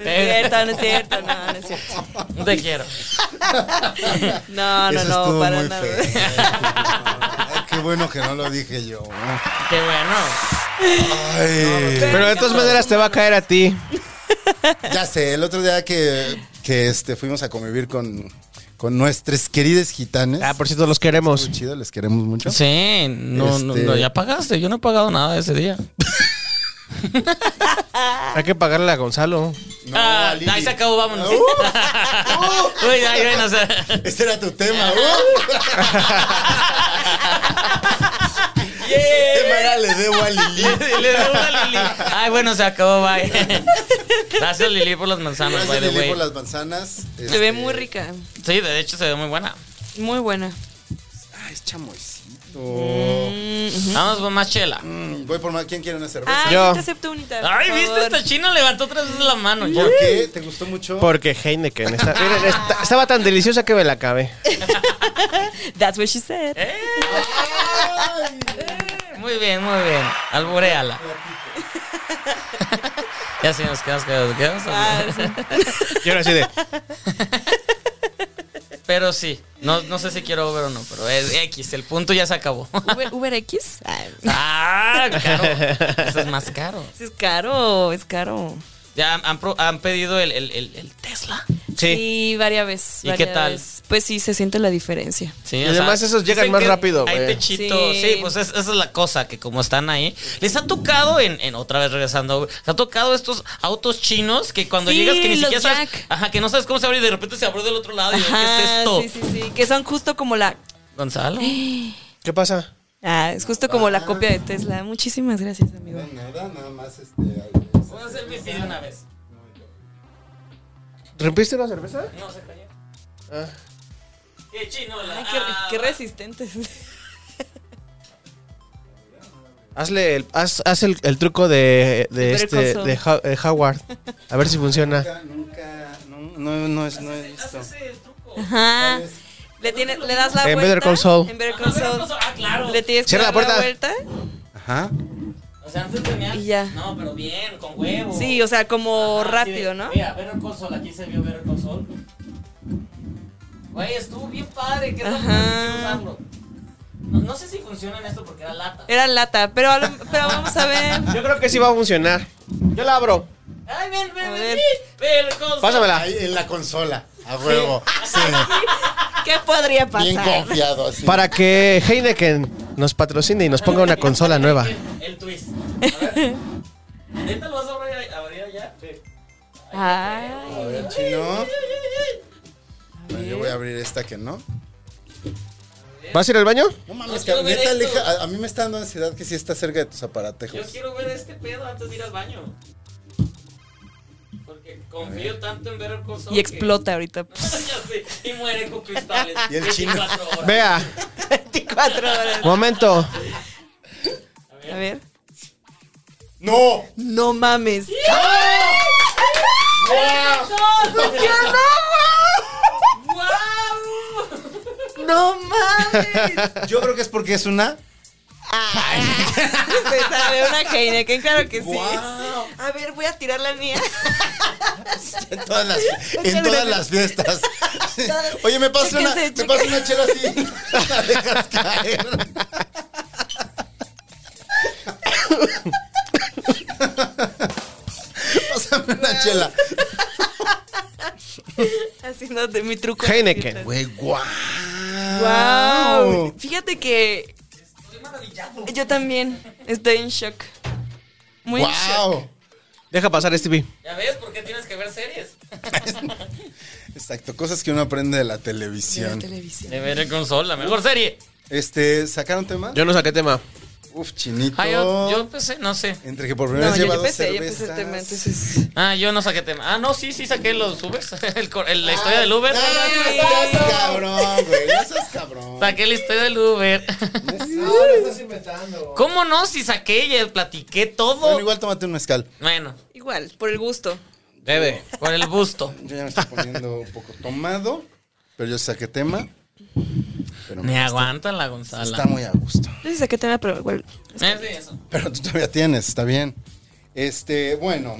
[SPEAKER 2] cierto, no es cierto, no, no es cierto.
[SPEAKER 1] Te quiero.
[SPEAKER 2] No, no,
[SPEAKER 4] Eso
[SPEAKER 2] no,
[SPEAKER 4] estuvo
[SPEAKER 2] para
[SPEAKER 4] muy
[SPEAKER 2] nada.
[SPEAKER 4] feo. Ay, qué bueno que no lo dije yo.
[SPEAKER 1] Qué bueno.
[SPEAKER 4] Ay.
[SPEAKER 3] Pero de todas maneras te va a caer a ti.
[SPEAKER 4] Ya sé, el otro día que, que, este, fuimos a convivir con, con nuestros queridos gitanes.
[SPEAKER 3] Ah, por cierto, los queremos.
[SPEAKER 1] pues.
[SPEAKER 4] Muy chido, les queremos mucho.
[SPEAKER 1] Sí, no, no,
[SPEAKER 4] Este-
[SPEAKER 1] no, ya pagaste. Yo no he pagado nada ese día.
[SPEAKER 3] Hay que pagarle a Gonzalo.
[SPEAKER 4] No,
[SPEAKER 1] Ah,
[SPEAKER 4] a Lili.
[SPEAKER 1] ahí se acabó, vámonos.
[SPEAKER 4] Uh,
[SPEAKER 1] Uy, ay, bueno, o sea.
[SPEAKER 4] Ese Este era tu tema. uh.
[SPEAKER 1] ¡Yay!
[SPEAKER 4] Tema era uh. le debo a Lili.
[SPEAKER 1] Le- le debo una Lili. Ay, bueno, se acabó, bye. Gracias, Lili, por las manzanas, by
[SPEAKER 4] Gracias
[SPEAKER 1] the
[SPEAKER 4] Lili
[SPEAKER 1] way.
[SPEAKER 4] por las manzanas. Este,
[SPEAKER 2] Se ve muy rica,
[SPEAKER 1] Sí, de hecho, se ve muy buena.
[SPEAKER 2] muy buena.
[SPEAKER 4] Ah, es chamoycito.
[SPEAKER 1] Vamos por más chela.
[SPEAKER 4] Mm, voy por más. ¿Quién quiere una cerveza?
[SPEAKER 2] Ah,
[SPEAKER 3] Yo.
[SPEAKER 2] yo te acepto unita. por
[SPEAKER 1] Ay, ¿viste?
[SPEAKER 2] favor.
[SPEAKER 1] Esta china levantó tres veces la mano. Ya.
[SPEAKER 4] ¿Por qué? ¿Te gustó mucho?
[SPEAKER 3] Porque Heineken está- miren, está- estaba tan deliciosa que me la acabé.
[SPEAKER 2] That's what she said.
[SPEAKER 1] ¡Eh!
[SPEAKER 4] Ay.
[SPEAKER 1] muy bien, muy bien. Albureala. ya sí, nos quedamos con nos quedamos.
[SPEAKER 2] Ah,
[SPEAKER 3] Y ahora sí de.
[SPEAKER 1] Pero sí, no, no sé si quiero Uber o no, pero es X, el punto ya se acabó.
[SPEAKER 2] Uber, Uber X. Ay,
[SPEAKER 1] ah, caro. Eso es más caro.
[SPEAKER 2] es caro, es caro.
[SPEAKER 1] Ya han, han pro- han pedido el, el- el- el Tesla.
[SPEAKER 3] Sí.
[SPEAKER 2] Sí, varias veces.
[SPEAKER 1] ¿Y qué
[SPEAKER 2] varias
[SPEAKER 1] tal?
[SPEAKER 2] veces. Pues sí, se siente la diferencia.
[SPEAKER 1] Sí,
[SPEAKER 3] Y además esos llegan
[SPEAKER 1] dicen
[SPEAKER 3] más
[SPEAKER 1] que
[SPEAKER 3] rápido,
[SPEAKER 1] Hay
[SPEAKER 3] güey.
[SPEAKER 1] techito, sí,
[SPEAKER 2] Sí.
[SPEAKER 1] pues es- esa es la cosa, que como están ahí, les ha tocado, en, en otra vez regresando, a Uber, les ha tocado estos autos chinos que cuando
[SPEAKER 2] Sí,
[SPEAKER 1] llegas que ni
[SPEAKER 2] los
[SPEAKER 1] siquiera sabes,
[SPEAKER 2] Jack.
[SPEAKER 1] ajá, que no sabes cómo se abre y de repente se abrió del otro lado y yo, ¿qué es
[SPEAKER 2] Ajá,
[SPEAKER 1] esto?
[SPEAKER 2] Sí, sí, sí. Que son justo como la.
[SPEAKER 1] Gonzalo.
[SPEAKER 3] ¿Qué pasa?
[SPEAKER 2] Ah, es justo como la copia de Tesla. Muchísimas gracias, amigo.
[SPEAKER 4] Nada, nada más este. ay,
[SPEAKER 1] Voy a hacer pipí de una vez.
[SPEAKER 3] ¿Rompiste una cerveza? Ah.
[SPEAKER 1] No se cayó. Qué chino la. Ah,
[SPEAKER 2] Ay, qué, qué resistentes.
[SPEAKER 3] Hazle el, haz, haz el, el truco de, de
[SPEAKER 2] El
[SPEAKER 3] este
[SPEAKER 2] percoso.
[SPEAKER 3] de Ha- eh, Howard. A ver si funciona.
[SPEAKER 4] Nunca, nunca, no, no, no, es, no he visto.
[SPEAKER 2] Ajá. Le, tienes- le das la
[SPEAKER 3] En
[SPEAKER 2] vuelta.
[SPEAKER 3] Better Call Saul.
[SPEAKER 2] En Better Call Saul.
[SPEAKER 1] Ah, claro.
[SPEAKER 2] Le tienes que
[SPEAKER 3] Cierra la
[SPEAKER 2] dar la
[SPEAKER 3] puerta.
[SPEAKER 2] vuelta.
[SPEAKER 4] Ajá.
[SPEAKER 1] O sea, antes tenía.
[SPEAKER 2] Y ya.
[SPEAKER 1] No, pero bien, con huevo.
[SPEAKER 2] Ah, Sí, o sea, como
[SPEAKER 1] Ajá,
[SPEAKER 2] rápido,
[SPEAKER 1] Ah, sí,
[SPEAKER 2] ¿no?
[SPEAKER 1] Mira, ver el console, aquí se vio ver el console. Güey, estuvo bien padre, que es lo que
[SPEAKER 2] Ajá.
[SPEAKER 1] quiero usarlo. No, no sé si funciona en esto porque era lata.
[SPEAKER 2] Era lata, pero, a lo- pero vamos a ver.
[SPEAKER 3] Yo creo que sí va a funcionar. Yo la abro.
[SPEAKER 1] Ay, ven, ven,
[SPEAKER 2] A
[SPEAKER 1] ven,
[SPEAKER 2] ver.
[SPEAKER 1] sí, ver el console.
[SPEAKER 3] Pásamela.
[SPEAKER 4] Ahí en la consola, a huevo. Sí,
[SPEAKER 2] ¿Qué podría
[SPEAKER 4] bien
[SPEAKER 2] pasar?
[SPEAKER 4] confiado así.
[SPEAKER 3] Para que Heineken nos patrocine y nos ponga una consola nueva.
[SPEAKER 1] El twist. A ver. ¿Neta lo vas a abrir, abrir allá? Sí.
[SPEAKER 4] A
[SPEAKER 2] Ay,
[SPEAKER 4] ver, chino. Bueno, yo voy a abrir esta que no.
[SPEAKER 3] ¿Vas a ir al baño?
[SPEAKER 4] No mames,
[SPEAKER 1] Pues, quiero
[SPEAKER 4] que
[SPEAKER 1] ver
[SPEAKER 4] neta,
[SPEAKER 1] esto.
[SPEAKER 4] Aleja, a, a mí me está dando ansiedad que sí está cerca de tus aparatejos.
[SPEAKER 1] Yo quiero ver este pedo antes de ir al baño. Porque confío tanto en ver el console.
[SPEAKER 2] y explota ahorita.
[SPEAKER 1] que- Ya sé, y muere con cristales.
[SPEAKER 4] Y el chino.
[SPEAKER 1] 24 horas.
[SPEAKER 3] Vea.
[SPEAKER 2] 24 horas.
[SPEAKER 3] Momento.
[SPEAKER 2] A ver.
[SPEAKER 4] ¡No!
[SPEAKER 2] No mames. ¡Ah!
[SPEAKER 1] ¡Guau!
[SPEAKER 2] No mames.
[SPEAKER 4] Yo creo que es porque es una.
[SPEAKER 2] Se sabe una Heineken, claro que sí. A ver, voy a tirar la mía.
[SPEAKER 4] En todas las, en todas las fiestas. Oye, me pasa una,
[SPEAKER 2] Chéquense,
[SPEAKER 4] me pasa una chela así. La dejas caer. Pásame una chela.
[SPEAKER 2] Haciéndote mi truco.
[SPEAKER 3] Heineken.
[SPEAKER 4] Güey, guau.
[SPEAKER 2] Wow. Fíjate que. Yo también estoy en shock. Muy en shock.
[SPEAKER 4] Guau.
[SPEAKER 3] Deja pasar, este Stevie.
[SPEAKER 1] ¿Ya ves por qué tienes que ver series?
[SPEAKER 4] Exacto, cosas que uno aprende de la
[SPEAKER 2] De la
[SPEAKER 4] televisión.
[SPEAKER 2] televisión.
[SPEAKER 1] De ver el console, la mejor serie.
[SPEAKER 4] Este, ¿sacaron tema?
[SPEAKER 3] Yo no saqué tema.
[SPEAKER 4] Uf, chinito.
[SPEAKER 1] Ah, yo, yo empecé, no sé.
[SPEAKER 4] Entre que por primera
[SPEAKER 2] No,
[SPEAKER 4] vez
[SPEAKER 2] yo
[SPEAKER 4] lleva
[SPEAKER 2] ya
[SPEAKER 4] dos
[SPEAKER 2] empecé, ya empecé el
[SPEAKER 4] cervezas.
[SPEAKER 2] tema, entonces.
[SPEAKER 1] Ah, yo no saqué tema. Ah, no, sí, sí saqué los Ubers. El cor- el- la historia del
[SPEAKER 4] Ah,
[SPEAKER 1] Uber.
[SPEAKER 4] Ay, no seas cabrón, güey. No seas cabrón.
[SPEAKER 1] Saqué la historia del Uber.
[SPEAKER 3] estás inventando.
[SPEAKER 1] ¿Cómo no? Si saqué y platiqué
[SPEAKER 4] Bueno,
[SPEAKER 1] todo.
[SPEAKER 4] igual tómate un mezcal.
[SPEAKER 1] Bueno,
[SPEAKER 2] Igual, por el gusto.
[SPEAKER 3] Bebe.
[SPEAKER 1] por el busto.
[SPEAKER 4] Yo ya me estoy poniendo un poco tomado, pero yo saqué tema. Pero
[SPEAKER 1] Me
[SPEAKER 4] me-
[SPEAKER 1] aguanta la
[SPEAKER 4] está
[SPEAKER 1] Gonzala.
[SPEAKER 4] muy a gusto.
[SPEAKER 2] No sé si qué tema, pero igual.
[SPEAKER 1] Eh, sí, eso.
[SPEAKER 4] Pero tú todavía tienes, está bien. Este, bueno,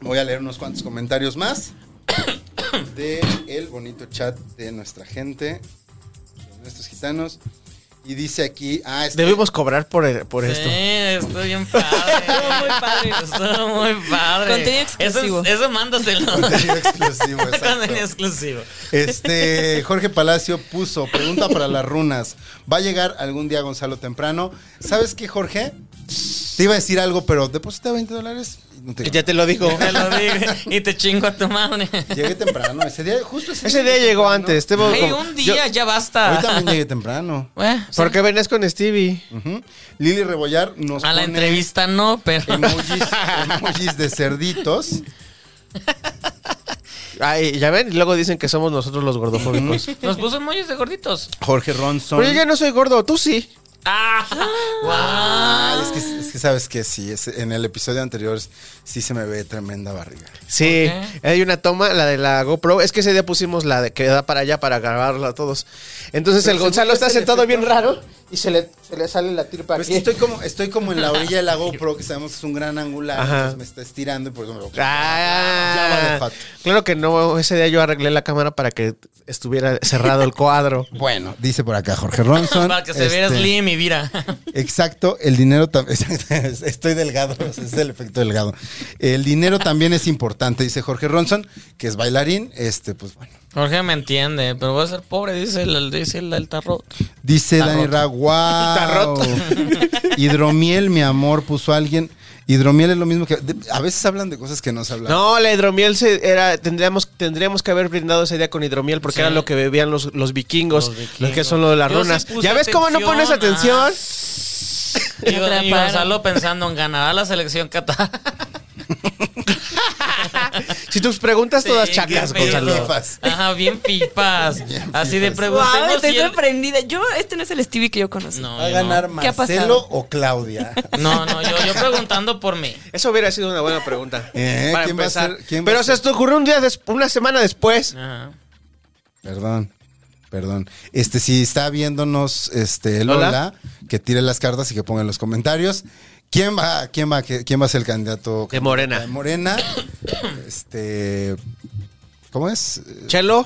[SPEAKER 4] voy a leer unos cuantos comentarios más de el bonito chat de nuestra gente, de nuestros gitanos. Y dice aquí, ah, es que-
[SPEAKER 3] Debemos cobrar por, el- por
[SPEAKER 1] Sí,
[SPEAKER 3] esto.
[SPEAKER 1] estoy bien padre. Estuvo
[SPEAKER 2] muy padre.
[SPEAKER 1] Estuvo muy padre.
[SPEAKER 2] Contenido
[SPEAKER 1] Eso-
[SPEAKER 2] exclusivo.
[SPEAKER 1] Eso, mándaselo.
[SPEAKER 4] Contenido exclusivo, exacto.
[SPEAKER 1] Contenido exclusivo.
[SPEAKER 4] Este, Jorge Palacio puso, pregunta para las runas. ¿Va a llegar algún día Gonzalo temprano? ¿Sabes qué, Jorge? Te iba a decir algo, pero deposita 20 dólares. y no te digo
[SPEAKER 3] Ya te lo digo.
[SPEAKER 1] Te lo digo. Y te chingo a tu madre.
[SPEAKER 4] nada. Llegué temprano, ese día, justo ese,
[SPEAKER 3] Ese día llegó
[SPEAKER 4] temprano.
[SPEAKER 3] antes. te-
[SPEAKER 1] Ay,
[SPEAKER 3] como-
[SPEAKER 1] un
[SPEAKER 3] yo-
[SPEAKER 1] día, ya
[SPEAKER 4] Hoy
[SPEAKER 1] basta.
[SPEAKER 4] también llegué temprano.
[SPEAKER 1] Bueno, sí.
[SPEAKER 3] ¿Por qué venías con Stevie?
[SPEAKER 4] Ujú. Lili Rebollar nos
[SPEAKER 1] a la
[SPEAKER 4] pone
[SPEAKER 1] entrevista no, pero.
[SPEAKER 4] emojis, emojis de cerditos.
[SPEAKER 3] Ay, ya ven, y luego dicen que somos nosotros los gordofóbicos.
[SPEAKER 1] Nos puso emojis de gorditos.
[SPEAKER 4] Jorge Ronson.
[SPEAKER 3] Pero yo ya no soy gordo, tú sí.
[SPEAKER 1] ¡Ah!
[SPEAKER 4] Ah,
[SPEAKER 1] ¡Wow!
[SPEAKER 4] es, que, es que sabes que sí, es- en el episodio anterior sí se me ve tremenda barriga.
[SPEAKER 3] Sí,
[SPEAKER 1] ¿Por
[SPEAKER 3] hay una toma, la de la GoPro. Es que ese día pusimos la de que da para allá para grabarla a todos. Entonces el Gonzalo está sentado bien raro
[SPEAKER 5] y se le, se le sale la tirpa
[SPEAKER 4] Pues
[SPEAKER 5] aquí.
[SPEAKER 4] estoy como, estoy como en la orilla del lago Pro, que sabemos que es un gran angular,
[SPEAKER 3] Ajá.
[SPEAKER 4] entonces me está estirando y por eso me lo-
[SPEAKER 3] Ah,
[SPEAKER 4] Ya vale, Pato.
[SPEAKER 3] claro que no, ese día yo arreglé la cámara para que estuviera cerrado el cuadro.
[SPEAKER 4] Bueno, dice por acá Jorge Ronson.
[SPEAKER 1] Para que se viera
[SPEAKER 4] este,
[SPEAKER 1] Slim y Vira.
[SPEAKER 4] Exacto, el dinero también. Estoy delgado, ese es el efecto delgado. El dinero también es importante, dice Jorge Ronson, que es bailarín. Este, pues bueno.
[SPEAKER 1] Jorge me entiende, pero voy a ser pobre, dice el, dice el, el tarot.
[SPEAKER 4] Dice
[SPEAKER 1] Está
[SPEAKER 4] Dani
[SPEAKER 1] roto.
[SPEAKER 4] Ra, wow. Hidromiel, mi amor, puso alguien. Hidromiel es lo mismo que. de- a veces hablan de cosas que no se hablan.
[SPEAKER 3] No, la hidromiel se- era, tendríamos, tendríamos que haber brindado ese día con hidromiel porque
[SPEAKER 1] Sí.
[SPEAKER 3] era lo que bebían los, los vikingos,
[SPEAKER 1] Los
[SPEAKER 3] los
[SPEAKER 1] vikingos.
[SPEAKER 3] que son lo de las
[SPEAKER 1] Yo sí
[SPEAKER 3] runas.
[SPEAKER 1] puse
[SPEAKER 3] ¿Ya ves cómo no
[SPEAKER 1] atención,
[SPEAKER 3] pones
[SPEAKER 1] ah.
[SPEAKER 3] atención?
[SPEAKER 1] Y,
[SPEAKER 2] Otra
[SPEAKER 1] y
[SPEAKER 2] para.
[SPEAKER 1] Gonzalo pensando en ganará la selección Qatar.
[SPEAKER 3] Si tus preguntas todas
[SPEAKER 1] ah. Sí,
[SPEAKER 3] chacas,
[SPEAKER 1] bien
[SPEAKER 3] Gonzalo.
[SPEAKER 1] fifas. Ajá, bien pipas. Así de
[SPEAKER 2] Guau,
[SPEAKER 1] preguntemos
[SPEAKER 2] estoy
[SPEAKER 1] si él-
[SPEAKER 2] sorprendida. Yo, este no es el Stevie que yo conocí.
[SPEAKER 1] No,
[SPEAKER 4] ¿Va a
[SPEAKER 1] yo no.
[SPEAKER 4] ganar
[SPEAKER 2] ¿Qué ha
[SPEAKER 4] Marcelo
[SPEAKER 2] pasado?
[SPEAKER 4] o Claudia?
[SPEAKER 1] No, no, yo, yo preguntando por mí.
[SPEAKER 3] Eso hubiera sido una buena pregunta.
[SPEAKER 4] Eh,
[SPEAKER 3] para
[SPEAKER 4] ¿quién va a
[SPEAKER 3] empezar.
[SPEAKER 4] ser- quién va
[SPEAKER 3] Pero
[SPEAKER 4] a
[SPEAKER 3] se te ocurrió un día, des- una semana después.
[SPEAKER 1] Ajá.
[SPEAKER 4] Perdón, perdón. Este, si está viéndonos este Lola,
[SPEAKER 3] Lola.
[SPEAKER 4] que tire las cartas y que ponga en los comentarios. ¿Quién va, quién va, quién va a ser el candidato?
[SPEAKER 3] De Morena.
[SPEAKER 4] De Morena. Este. ¿Cómo es?
[SPEAKER 3] ¿Chelo?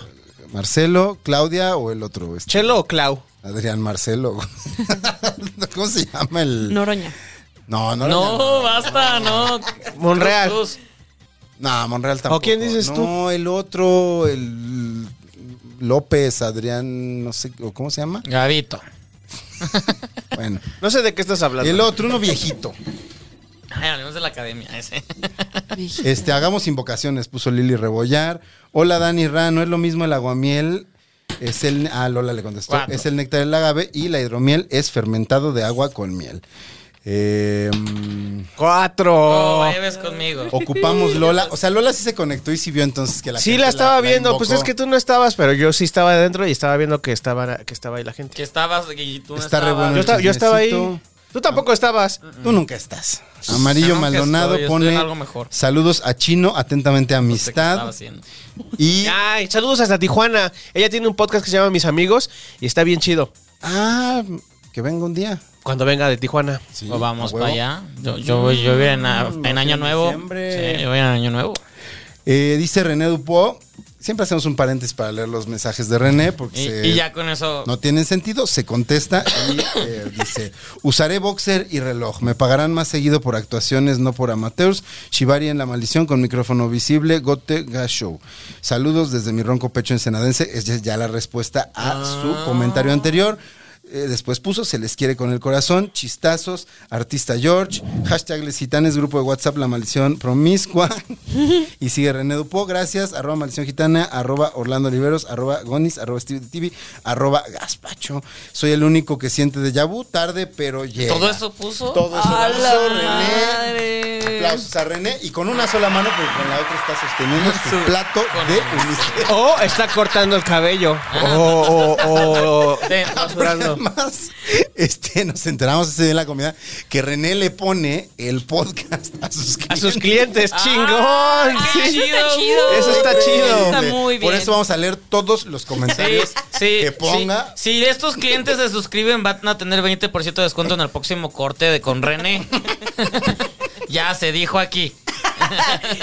[SPEAKER 4] ¿Marcelo, Claudia o el otro? Este,
[SPEAKER 3] ¿Chelo o Clau?
[SPEAKER 4] Adrián Marcelo. ¿Cómo se llama el.?
[SPEAKER 2] Noroña.
[SPEAKER 4] No, no.
[SPEAKER 1] No,
[SPEAKER 4] No,
[SPEAKER 1] basta, no.
[SPEAKER 3] Monreal.
[SPEAKER 1] Cruz, cruz.
[SPEAKER 4] no Monreal tampoco.
[SPEAKER 3] quién dices tú?
[SPEAKER 4] No, el otro, el. López, Adrián, no sé, ¿o ¿cómo se llama?
[SPEAKER 1] Gavito.
[SPEAKER 4] Bueno.
[SPEAKER 3] No sé de qué estás hablando.
[SPEAKER 4] El otro, uno viejito.
[SPEAKER 1] Ay, hablemos de la academia ese.
[SPEAKER 4] Este, hagamos invocaciones, puso Lili Rebollar. Hola, Dani Ra, no es lo mismo el aguamiel. Es el, ah, Lola le contestó.
[SPEAKER 1] Cuatro.
[SPEAKER 4] Es el néctar del agave y la hidromiel es fermentado de agua con miel. Eh, mm,
[SPEAKER 3] Cuatro.
[SPEAKER 1] Oh, bebes conmigo.
[SPEAKER 4] ocupamos Lola. O sea, Lola sí se conectó y sí vio entonces que la
[SPEAKER 3] sí
[SPEAKER 4] gente
[SPEAKER 3] la estaba viendo,
[SPEAKER 4] invocó.
[SPEAKER 3] pues es que tú no estabas, pero yo sí estaba adentro y estaba viendo que estaba, que estaba ahí la gente.
[SPEAKER 1] Que estabas y tú no
[SPEAKER 4] Está re
[SPEAKER 1] estabas.
[SPEAKER 4] bueno.
[SPEAKER 3] Yo estaba, yo estaba ahí.
[SPEAKER 4] Necesito-
[SPEAKER 3] Tú tampoco estabas.
[SPEAKER 4] Tú nunca estás. Amarillo
[SPEAKER 1] Mm. Nunca
[SPEAKER 4] Maldonado
[SPEAKER 1] estoy, estoy en
[SPEAKER 4] pone
[SPEAKER 1] algo mejor.
[SPEAKER 4] saludos a Chino,
[SPEAKER 1] No
[SPEAKER 4] atentamente
[SPEAKER 1] sé qué estaba
[SPEAKER 4] amistad.
[SPEAKER 1] haciendo.
[SPEAKER 4] Y
[SPEAKER 3] Ay, saludos hasta Tijuana. Ella tiene un podcast que se llama Mis Amigos y está bien chido.
[SPEAKER 4] ah, que venga un día.
[SPEAKER 3] Cuando venga de Tijuana.
[SPEAKER 4] Sí,
[SPEAKER 1] O Pues vamos
[SPEAKER 4] a huevo.
[SPEAKER 1] para allá. Yo, yo, voy- yo voy en, a- en
[SPEAKER 4] en
[SPEAKER 1] Año Nuevo.
[SPEAKER 4] diciembre.
[SPEAKER 1] Sí, yo voy en Año Nuevo.
[SPEAKER 4] Eh, dice René Dupo. Siempre hacemos un paréntesis para leer los mensajes de René porque
[SPEAKER 1] Y,
[SPEAKER 4] se-
[SPEAKER 1] y ya con eso.
[SPEAKER 4] no tienen sentido. Se contesta y eh, dice: Usaré boxer y reloj. Me pagarán más seguido por actuaciones, no por amateurs. Shibari en la maldición con micrófono visible. Gote Gashow. Saludos desde mi ronco pecho ensenadense. Es ya- ya la respuesta a
[SPEAKER 1] Ah.
[SPEAKER 4] su comentario anterior. Eh, después puso Se les quiere con el corazón, chistazos, artista George, hashtag les gitanes, grupo de WhatsApp La Maldición Promiscua. y sigue René Dupo, gracias, arroba Maldición Gitana, arroba Orlando Oliveros, arroba Gonis, arroba Steve TV, arroba Gaspacho. Soy el único que siente de vu, tarde, pero llega.
[SPEAKER 1] Todo eso puso.
[SPEAKER 4] Todo eso
[SPEAKER 2] ¡A
[SPEAKER 4] lo
[SPEAKER 2] la
[SPEAKER 4] hizo René.
[SPEAKER 2] madre!
[SPEAKER 4] Aplausos a René y con una sola mano, porque con la otra está sosteniendo su
[SPEAKER 1] Su-
[SPEAKER 4] plato
[SPEAKER 1] con-
[SPEAKER 4] de unicel.
[SPEAKER 3] O Oh, está cortando el cabello. O, o, o- o-
[SPEAKER 1] De-
[SPEAKER 4] Oh, Porque
[SPEAKER 3] rasurando.
[SPEAKER 4] además, este, nos enteramos ese día de la comida que René le pone el podcast a sus
[SPEAKER 3] A
[SPEAKER 4] clientes.
[SPEAKER 3] sus clientes,
[SPEAKER 1] Ah,
[SPEAKER 3] chingón.
[SPEAKER 1] qué
[SPEAKER 3] sí.
[SPEAKER 2] Eso está chido.
[SPEAKER 3] Eso está chido.
[SPEAKER 2] Está muy bien.
[SPEAKER 4] Por eso vamos a leer todos los
[SPEAKER 1] Sí,
[SPEAKER 4] comentarios
[SPEAKER 1] sí,
[SPEAKER 4] que ponga.
[SPEAKER 1] sí. Si estos clientes se suscriben, van a tener 20% de descuento en el próximo corte de con René. ya se dijo aquí.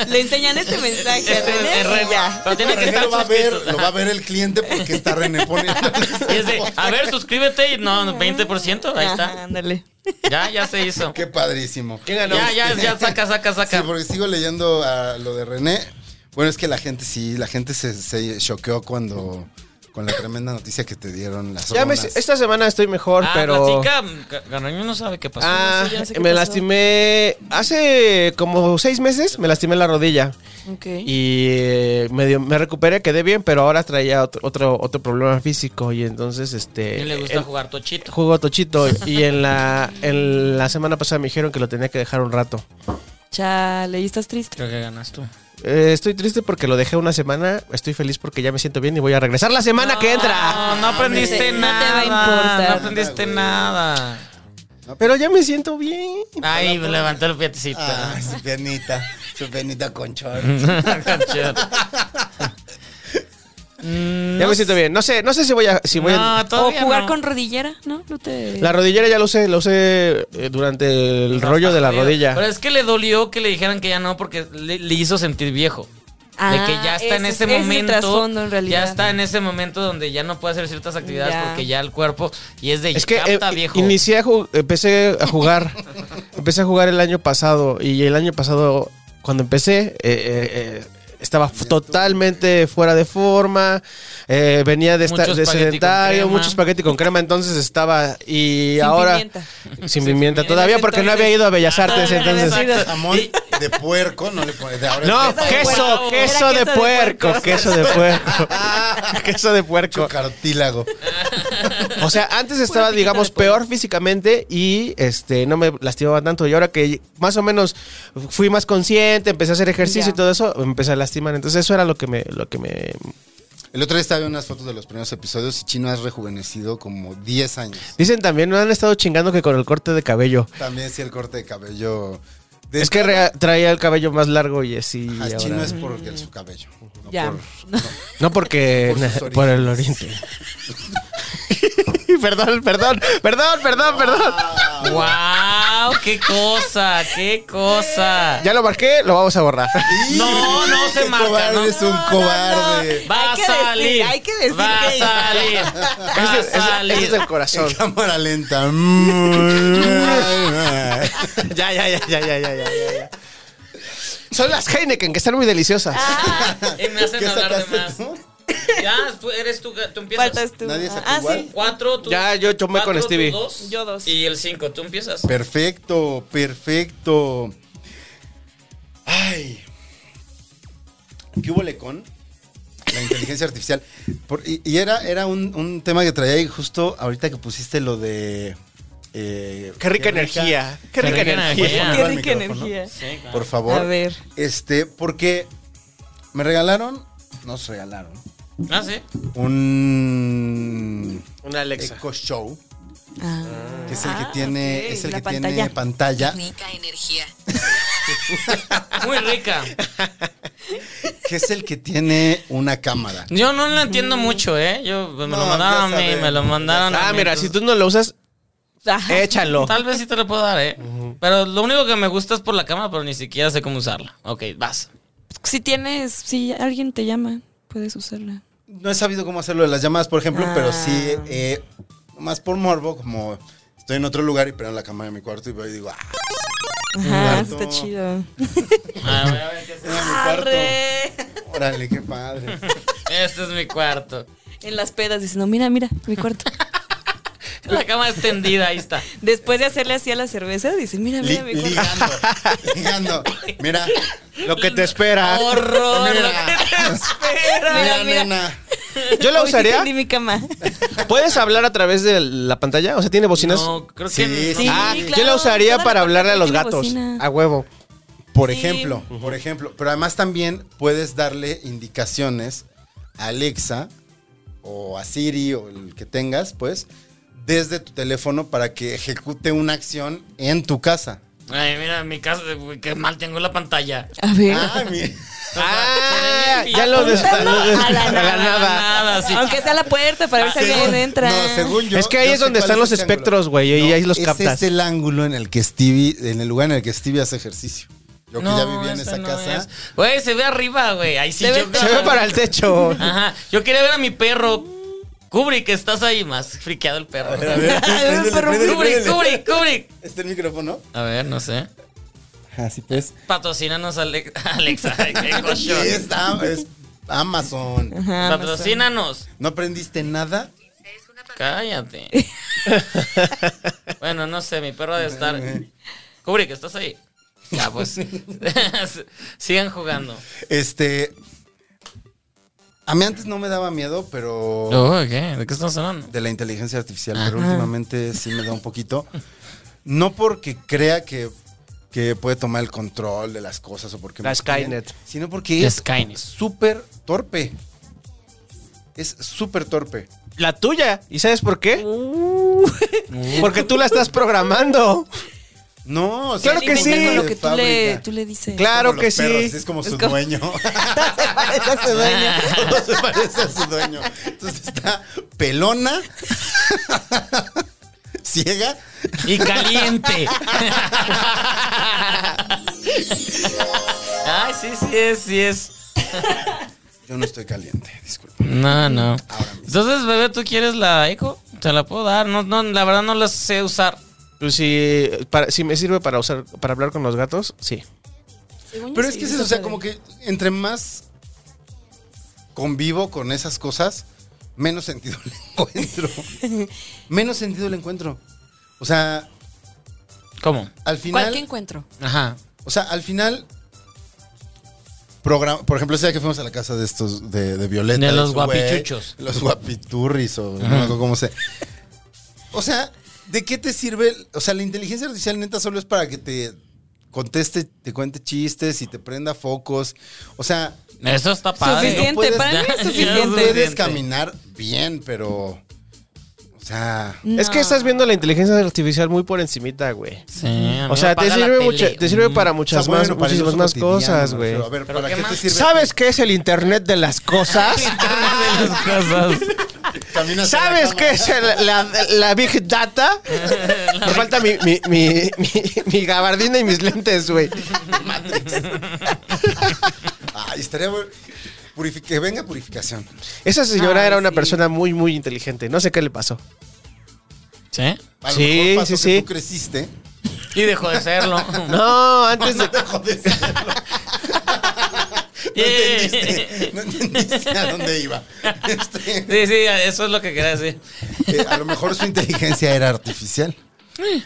[SPEAKER 2] Le enseñan este mensaje a
[SPEAKER 1] Este es
[SPEAKER 2] René.
[SPEAKER 1] de René.
[SPEAKER 2] y ya.
[SPEAKER 1] Pero tiene que
[SPEAKER 4] René
[SPEAKER 1] estar
[SPEAKER 4] lo va, a ver,
[SPEAKER 1] suscrito.
[SPEAKER 4] lo va a ver el cliente porque está René poniendo.
[SPEAKER 1] Y es de, a ver, suscríbete y no, 20%, ahí
[SPEAKER 2] Ajá,
[SPEAKER 1] está.
[SPEAKER 2] ándale.
[SPEAKER 1] Ya, ya se hizo.
[SPEAKER 4] Qué padrísimo. Este,
[SPEAKER 3] ¿Quién ganó?
[SPEAKER 1] Ya, ya, ya, saca, saca,
[SPEAKER 4] Sí,
[SPEAKER 1] saca.
[SPEAKER 4] porque sigo leyendo a lo de René. Bueno, es que la gente sí, la gente se, se choqueó cuando con la tremenda noticia que te dieron las
[SPEAKER 3] Ya me-
[SPEAKER 4] hormonas.
[SPEAKER 3] esta semana estoy mejor,
[SPEAKER 1] Ah,
[SPEAKER 3] pero.
[SPEAKER 1] platica, Pues, Ga- Garroño no sabe qué pasó.
[SPEAKER 3] Ah,
[SPEAKER 2] ya sé qué
[SPEAKER 3] me
[SPEAKER 2] pasó.
[SPEAKER 3] lastimé hace como seis meses, me lastimé la rodilla
[SPEAKER 2] Ok.
[SPEAKER 3] y eh, medio- me recuperé, quedé bien, pero ahora traía otro otro, otro problema físico y entonces este
[SPEAKER 1] ¿Quién le gusta
[SPEAKER 3] el-
[SPEAKER 1] jugar tochito?
[SPEAKER 3] jugó tochito y en la en la semana pasada me dijeron que lo tenía que dejar un rato.
[SPEAKER 2] Chale, ¿y estás triste?
[SPEAKER 1] Creo que ganas tú.
[SPEAKER 3] Eh, estoy triste porque lo dejé una semana, estoy feliz porque ya me siento bien y voy a regresar la semana que entra.
[SPEAKER 1] No, no aprendiste
[SPEAKER 2] No te- no te va
[SPEAKER 1] nada.
[SPEAKER 2] a importar.
[SPEAKER 1] No aprendiste nada.
[SPEAKER 3] Pero ya me siento bien.
[SPEAKER 1] Ay, levantó el pietecito.
[SPEAKER 4] Ah, su piernita, su piernita con short.
[SPEAKER 1] Cachorro.
[SPEAKER 3] ya me siento bien. No sé, no sé si voy a. Si voy a
[SPEAKER 1] No,
[SPEAKER 2] O
[SPEAKER 1] todavía
[SPEAKER 2] jugar
[SPEAKER 1] no.
[SPEAKER 2] con rodillera, ¿no? No te.
[SPEAKER 3] la rodillera ya lo usé, lo usé eh, durante el rollo de la
[SPEAKER 1] Jodido.
[SPEAKER 3] rodilla.
[SPEAKER 1] Pero es que le dolió que le dijeran que ya no porque le, le hizo sentir viejo. de
[SPEAKER 2] Ah,
[SPEAKER 1] que ya está en ese
[SPEAKER 2] ese- ese es el
[SPEAKER 1] momento.
[SPEAKER 2] trasfondo, en realidad.
[SPEAKER 1] Ya está en ese momento donde ya no puede hacer ciertas actividades
[SPEAKER 2] Ya.
[SPEAKER 1] porque ya el cuerpo y es de
[SPEAKER 3] Es que eh,
[SPEAKER 1] capta, viejo.
[SPEAKER 3] inicié a ju- empecé a jugar. empecé a jugar el año pasado. Y el año pasado, cuando empecé, eh, eh, eh, estaba f- totalmente fuera de forma. eh, venía de, esta-
[SPEAKER 1] Mucho
[SPEAKER 3] de
[SPEAKER 1] espagueti con
[SPEAKER 3] sedentario,
[SPEAKER 1] crema.
[SPEAKER 3] mucho espagueti con crema. Entonces estaba. Y
[SPEAKER 2] Sin
[SPEAKER 3] ahora.
[SPEAKER 2] pimienta.
[SPEAKER 3] Sin pimienta.
[SPEAKER 1] pimienta.
[SPEAKER 3] Todavía porque no había ido a Bellas
[SPEAKER 1] Ah,
[SPEAKER 3] Artes.
[SPEAKER 1] todavía no
[SPEAKER 3] Entonces.
[SPEAKER 1] habías ido.
[SPEAKER 4] Jamón de puerco, no le pones. de ahora
[SPEAKER 3] No,
[SPEAKER 4] es
[SPEAKER 3] queso,
[SPEAKER 1] puerco.
[SPEAKER 4] queso.
[SPEAKER 3] queso
[SPEAKER 2] Era
[SPEAKER 3] de
[SPEAKER 2] queso de
[SPEAKER 3] puerco, queso de puerco. Queso de puerco.
[SPEAKER 4] Cartílago.
[SPEAKER 3] O sea, antes estaba,
[SPEAKER 2] picita
[SPEAKER 3] digamos,
[SPEAKER 2] de pollo.
[SPEAKER 3] peor físicamente y este no me lastimaba tanto. Y ahora que más o menos fui más consciente, empecé a hacer ejercicio
[SPEAKER 2] Ya.
[SPEAKER 3] y todo eso, me empecé a lastimar. Entonces eso era lo que me, lo que me.
[SPEAKER 4] El otro día estaba viendo unas fotos de los primeros episodios y Chino has rejuvenecido como 10 años.
[SPEAKER 3] Dicen también, me han estado chingando que con el corte de cabello.
[SPEAKER 4] También sí el corte de cabello. De-
[SPEAKER 3] Es que rea- traía el cabello más largo y así.
[SPEAKER 4] Ah,
[SPEAKER 3] ahora-
[SPEAKER 4] Chino es por el- su cabello. no
[SPEAKER 2] Ya.
[SPEAKER 4] por-
[SPEAKER 3] No porque
[SPEAKER 4] Por sus
[SPEAKER 3] por,
[SPEAKER 4] orígenes.
[SPEAKER 3] el oriente. perdón, perdón, perdón, perdón, perdón.
[SPEAKER 1] Ah. ¡Wow! ¡Qué cosa! ¡Qué cosa!
[SPEAKER 3] Ya lo marqué, lo vamos a borrar.
[SPEAKER 1] No, no se
[SPEAKER 4] Qué
[SPEAKER 1] marca,
[SPEAKER 4] cobarde,
[SPEAKER 1] no.
[SPEAKER 4] Es un
[SPEAKER 3] eh,
[SPEAKER 4] cobarde.
[SPEAKER 1] Va a
[SPEAKER 2] Hay que decir,
[SPEAKER 1] salir.
[SPEAKER 2] hay que decir
[SPEAKER 1] va
[SPEAKER 2] que-
[SPEAKER 1] a salir. Va a
[SPEAKER 3] Ese- ese-
[SPEAKER 1] salir.
[SPEAKER 3] ese es el corazón.
[SPEAKER 4] Cámara lenta. Mm,
[SPEAKER 3] Ya, ya, ya, ya, ya, ya, ya, ya, ya. Son las Heineken, que están muy deliciosas.
[SPEAKER 2] Ah.
[SPEAKER 1] Ah, Y me hacen
[SPEAKER 4] ¿Qué
[SPEAKER 1] hablar de
[SPEAKER 4] sacaste
[SPEAKER 1] más.
[SPEAKER 4] tú?
[SPEAKER 1] Ya, tú eres tú, tú empiezas.
[SPEAKER 2] Faltas tú.
[SPEAKER 4] Nadie sacó
[SPEAKER 2] ah,
[SPEAKER 4] igual.
[SPEAKER 2] sí.
[SPEAKER 1] Cuatro, tú.
[SPEAKER 3] Ya, yo chomé
[SPEAKER 1] cuatro,
[SPEAKER 3] con
[SPEAKER 1] tú
[SPEAKER 3] Stevie.
[SPEAKER 1] dos,
[SPEAKER 2] Yo dos.
[SPEAKER 1] Y el cinco, tú empiezas.
[SPEAKER 4] Perfecto, perfecto. Ay. ¿Qué hubo con la inteligencia artificial? Por- y, y era, era un, un tema que traía ahí justo ahorita que pusiste lo de... eh,
[SPEAKER 3] Qué rica energía. Qué rica
[SPEAKER 1] rica
[SPEAKER 3] energía.
[SPEAKER 1] energía.
[SPEAKER 4] ¿Puedes
[SPEAKER 2] Qué
[SPEAKER 4] poner el
[SPEAKER 2] rica
[SPEAKER 4] Ah, micrófono?
[SPEAKER 2] energía.
[SPEAKER 4] Por favor.
[SPEAKER 2] A ver.
[SPEAKER 4] Este, porque me regalaron, nos regalaron,
[SPEAKER 1] Ah, sí.
[SPEAKER 4] un
[SPEAKER 3] Una Alexa.
[SPEAKER 4] Echo Show,
[SPEAKER 2] Ah,
[SPEAKER 4] que es el que
[SPEAKER 2] Ah,
[SPEAKER 4] tiene,
[SPEAKER 2] ok,
[SPEAKER 4] es el
[SPEAKER 2] la
[SPEAKER 4] que tiene
[SPEAKER 2] pantalla.
[SPEAKER 4] pantalla,
[SPEAKER 6] Rica energía.
[SPEAKER 1] Ah, Muy rica.
[SPEAKER 4] que es el que tiene una cámara.
[SPEAKER 1] Yo no lo entiendo mucho, ¿eh? Yo, me
[SPEAKER 4] No,
[SPEAKER 1] lo mandaron
[SPEAKER 4] ya
[SPEAKER 1] a mí,
[SPEAKER 4] sabemos,
[SPEAKER 1] me lo
[SPEAKER 4] ya
[SPEAKER 1] mandaron a
[SPEAKER 3] Ah,
[SPEAKER 1] mí,
[SPEAKER 3] mira, si
[SPEAKER 1] entonces-
[SPEAKER 3] tú no lo usas, échalo.
[SPEAKER 1] Tal vez sí te lo puedo dar, ¿eh? Pero lo único que me gusta es por la cámara, pero ni siquiera sé cómo usarla. Ok, vas.
[SPEAKER 2] Si tienes, si alguien te llama, puedes usarla.
[SPEAKER 4] No he sabido cómo hacerlo de las llamadas, por ejemplo,
[SPEAKER 2] Ah.
[SPEAKER 4] pero sí, eh, más por morbo, como estoy en otro lugar y prendo la cámara de mi cuarto y veo y digo, ah,
[SPEAKER 2] Ajá, eso
[SPEAKER 4] Cuarto.
[SPEAKER 2] está chido.
[SPEAKER 1] A ver, a ver, ¿qué es
[SPEAKER 4] era
[SPEAKER 2] Ah,
[SPEAKER 4] mi cuarto. Órale, qué padre.
[SPEAKER 1] Este es mi cuarto.
[SPEAKER 2] En las pedas diciendo, mira, mira, mi cuarto.
[SPEAKER 1] La cama extendida, ahí está.
[SPEAKER 2] Después de hacerle así a la cerveza, dice, mira, mira, mi
[SPEAKER 4] Li-
[SPEAKER 2] cuarto.
[SPEAKER 4] ligando, ligando. Mira,
[SPEAKER 3] Lo que te
[SPEAKER 4] Ah,
[SPEAKER 3] espera.
[SPEAKER 1] Horror.
[SPEAKER 4] Mira.
[SPEAKER 1] lo que te espera.
[SPEAKER 4] mira,
[SPEAKER 2] Mira, mira.
[SPEAKER 4] nena.
[SPEAKER 3] Yo la
[SPEAKER 2] Hoy sí
[SPEAKER 3] usaría.
[SPEAKER 2] tendí mi cama.
[SPEAKER 3] ¿Puedes hablar a través de la pantalla? O sea, ¿tiene bocinas?
[SPEAKER 1] No, creo
[SPEAKER 4] Sí,
[SPEAKER 1] que
[SPEAKER 4] sí.
[SPEAKER 1] no.
[SPEAKER 3] Ah,
[SPEAKER 2] Sí,
[SPEAKER 3] yo la
[SPEAKER 2] claro,
[SPEAKER 3] usaría
[SPEAKER 2] toda la
[SPEAKER 3] para
[SPEAKER 2] pantalla
[SPEAKER 3] hablarle a los
[SPEAKER 2] tiene
[SPEAKER 3] gatos.
[SPEAKER 2] bocina.
[SPEAKER 3] A huevo.
[SPEAKER 4] Por
[SPEAKER 2] Sí.
[SPEAKER 4] ejemplo, por ejemplo. Pero además también puedes darle indicaciones a Alexa o a Siri o el que tengas, pues, desde tu teléfono para que ejecute una acción en tu casa.
[SPEAKER 1] Ay, mira, en mi casa, uy, qué mal tengo la pantalla.
[SPEAKER 2] A ver.
[SPEAKER 4] Ah, mira.
[SPEAKER 3] Ah,
[SPEAKER 1] se ve
[SPEAKER 3] ya lo
[SPEAKER 1] bien.
[SPEAKER 3] des-
[SPEAKER 2] a la
[SPEAKER 3] a
[SPEAKER 2] nada.
[SPEAKER 3] la nada.
[SPEAKER 1] sí.
[SPEAKER 2] Aunque sea la puerta para ver si alguien entra.
[SPEAKER 4] Ah, No, según yo.
[SPEAKER 3] Es que ahí
[SPEAKER 4] yo
[SPEAKER 3] es
[SPEAKER 4] sé
[SPEAKER 3] donde
[SPEAKER 4] cuál
[SPEAKER 3] están los
[SPEAKER 4] ese ángulo.
[SPEAKER 3] espectros, güey, y ahí los captas.
[SPEAKER 4] Ese es el ángulo en el que Stevie, en el lugar en el que Stevie hace ejercicio. Yo que ya vivía en
[SPEAKER 1] esa
[SPEAKER 4] esa
[SPEAKER 1] no
[SPEAKER 4] casa.
[SPEAKER 1] es. Güey, se ve arriba, güey. Ahí sí
[SPEAKER 2] Se
[SPEAKER 1] yo
[SPEAKER 2] ve-
[SPEAKER 3] Se ve para el techo.
[SPEAKER 1] Ajá. Yo quería ver a mi perro. Kubrick, estás ahí más friqueado el perro.
[SPEAKER 4] A ver,
[SPEAKER 2] Ay,
[SPEAKER 4] préndele,
[SPEAKER 2] pero
[SPEAKER 4] préndele,
[SPEAKER 1] Kubrick,
[SPEAKER 4] préndele.
[SPEAKER 1] Kubrick, Kubrick.
[SPEAKER 4] ¿Está el Este micrófono?
[SPEAKER 1] A ver, no sé.
[SPEAKER 4] Así pues.
[SPEAKER 1] Patrocínanos, Ale- Alexa. Echo
[SPEAKER 4] Sí,
[SPEAKER 1] Show.
[SPEAKER 4] está, es Amazon.
[SPEAKER 2] Ajá,
[SPEAKER 1] Patrocínanos.
[SPEAKER 4] ¿No aprendiste nada?
[SPEAKER 1] Cállate. bueno, no sé, mi perro ha de estar. Kubrick, estás ahí. Ya, pues. Sigan jugando.
[SPEAKER 4] Este. A mí antes no me daba miedo, pero.
[SPEAKER 1] ¿qué? Oh, ¿De qué estamos hablando?
[SPEAKER 4] de la inteligencia artificial, pero últimamente sí me da un poquito. No porque crea que, que puede tomar el control de las cosas o porque...
[SPEAKER 3] La
[SPEAKER 4] me quieren,
[SPEAKER 3] Skynet.
[SPEAKER 4] Sino porque es
[SPEAKER 1] Skynet.
[SPEAKER 4] súper torpe. Es súper torpe.
[SPEAKER 3] La
[SPEAKER 2] Uh.
[SPEAKER 3] tuya. ¿Y sabes por qué? Porque tú la estás programando.
[SPEAKER 4] No, o
[SPEAKER 3] Claro
[SPEAKER 2] Se
[SPEAKER 3] que
[SPEAKER 2] alimenta
[SPEAKER 3] sí.
[SPEAKER 2] Con lo
[SPEAKER 4] de
[SPEAKER 2] que tú le,
[SPEAKER 4] fábrica.
[SPEAKER 2] tú le dices.
[SPEAKER 3] Claro
[SPEAKER 4] Como
[SPEAKER 3] que
[SPEAKER 4] los perros,
[SPEAKER 3] sí.
[SPEAKER 4] Es como su
[SPEAKER 2] Es como-
[SPEAKER 4] dueño.
[SPEAKER 2] Esa se dueña.
[SPEAKER 4] No se parece a su dueño. Entonces está pelona, ciega.
[SPEAKER 1] Y caliente. Ay, sí, sí es, sí es.
[SPEAKER 4] Yo no estoy caliente, disculpa.
[SPEAKER 1] No, no. Entonces, bebé, ¿tú quieres la eco? Te la puedo dar. No, no, la verdad no la sé usar.
[SPEAKER 3] Pues si, para- si me sirve para usar, para hablar con los gatos, sí.
[SPEAKER 4] Pero es que es eso, o sea, como que entre más convivo con esas cosas, menos sentido le encuentro. menos sentido le encuentro. O sea,
[SPEAKER 1] ¿Cómo?
[SPEAKER 4] al
[SPEAKER 2] ¿Cuál que
[SPEAKER 4] final.
[SPEAKER 2] encuentro?
[SPEAKER 1] Ajá.
[SPEAKER 4] O sea, al final. programa- por ejemplo, ese día que fuimos a la casa de estos, de, de Violeta.
[SPEAKER 1] De los
[SPEAKER 4] su güey,
[SPEAKER 1] guapichuchos.
[SPEAKER 4] los guapiturris o no me acuerdo cómo se. O sea, ¿de qué te sirve? O sea, la inteligencia artificial neta solo es para que te conteste, te cuente chistes y te prenda focos. O sea,
[SPEAKER 1] Eso está padre.
[SPEAKER 2] Suficiente,
[SPEAKER 4] puedes-
[SPEAKER 2] para mí es
[SPEAKER 1] Ya,
[SPEAKER 4] sí puedes
[SPEAKER 1] suficiente.
[SPEAKER 4] caminar bien, pero. O sea.
[SPEAKER 3] Es que estás viendo la inteligencia artificial muy por encimita, güey.
[SPEAKER 1] Sí, a mí
[SPEAKER 3] O sea,
[SPEAKER 1] me
[SPEAKER 3] te
[SPEAKER 1] apaga la
[SPEAKER 3] sirve,
[SPEAKER 1] tele.
[SPEAKER 3] mucha- te sirve para muchas
[SPEAKER 4] Mm. o sea,
[SPEAKER 3] más,
[SPEAKER 4] bueno, para el
[SPEAKER 3] muchísimas
[SPEAKER 4] uso
[SPEAKER 3] más
[SPEAKER 4] cotidiano,
[SPEAKER 3] cosas,
[SPEAKER 4] me
[SPEAKER 3] güey.
[SPEAKER 4] refiero. A ver,
[SPEAKER 1] Pero
[SPEAKER 4] ¿para
[SPEAKER 1] ¿qué
[SPEAKER 4] qué, te
[SPEAKER 1] más?
[SPEAKER 4] sirve?
[SPEAKER 3] ¿Sabes qué es el internet de las cosas?
[SPEAKER 1] de las cosas.
[SPEAKER 4] Caminas a la
[SPEAKER 3] ¿Sabes
[SPEAKER 4] cama.
[SPEAKER 3] qué es el- la, la Big Data? Me falta mi, mi, mi, mi, mi gabardina y mis lentes, güey.
[SPEAKER 4] Ay, estaría bueno. Purifi- que venga purificación.
[SPEAKER 3] Esa señora
[SPEAKER 2] Ay,
[SPEAKER 3] era una
[SPEAKER 2] sí.
[SPEAKER 3] persona muy, muy inteligente. No sé qué le pasó.
[SPEAKER 1] ¿Sí?
[SPEAKER 4] A lo
[SPEAKER 3] Sí,
[SPEAKER 4] mejor pasó
[SPEAKER 3] sí,
[SPEAKER 4] que
[SPEAKER 3] sí.
[SPEAKER 4] Tú creciste.
[SPEAKER 1] Y dejó de serlo.
[SPEAKER 3] No, antes Pues de...
[SPEAKER 4] Dejó de serlo. No entendiste, no entendiste a dónde iba. Este,
[SPEAKER 1] Sí, sí, eso es lo que quería decir.
[SPEAKER 4] eh, a lo mejor su inteligencia era artificial.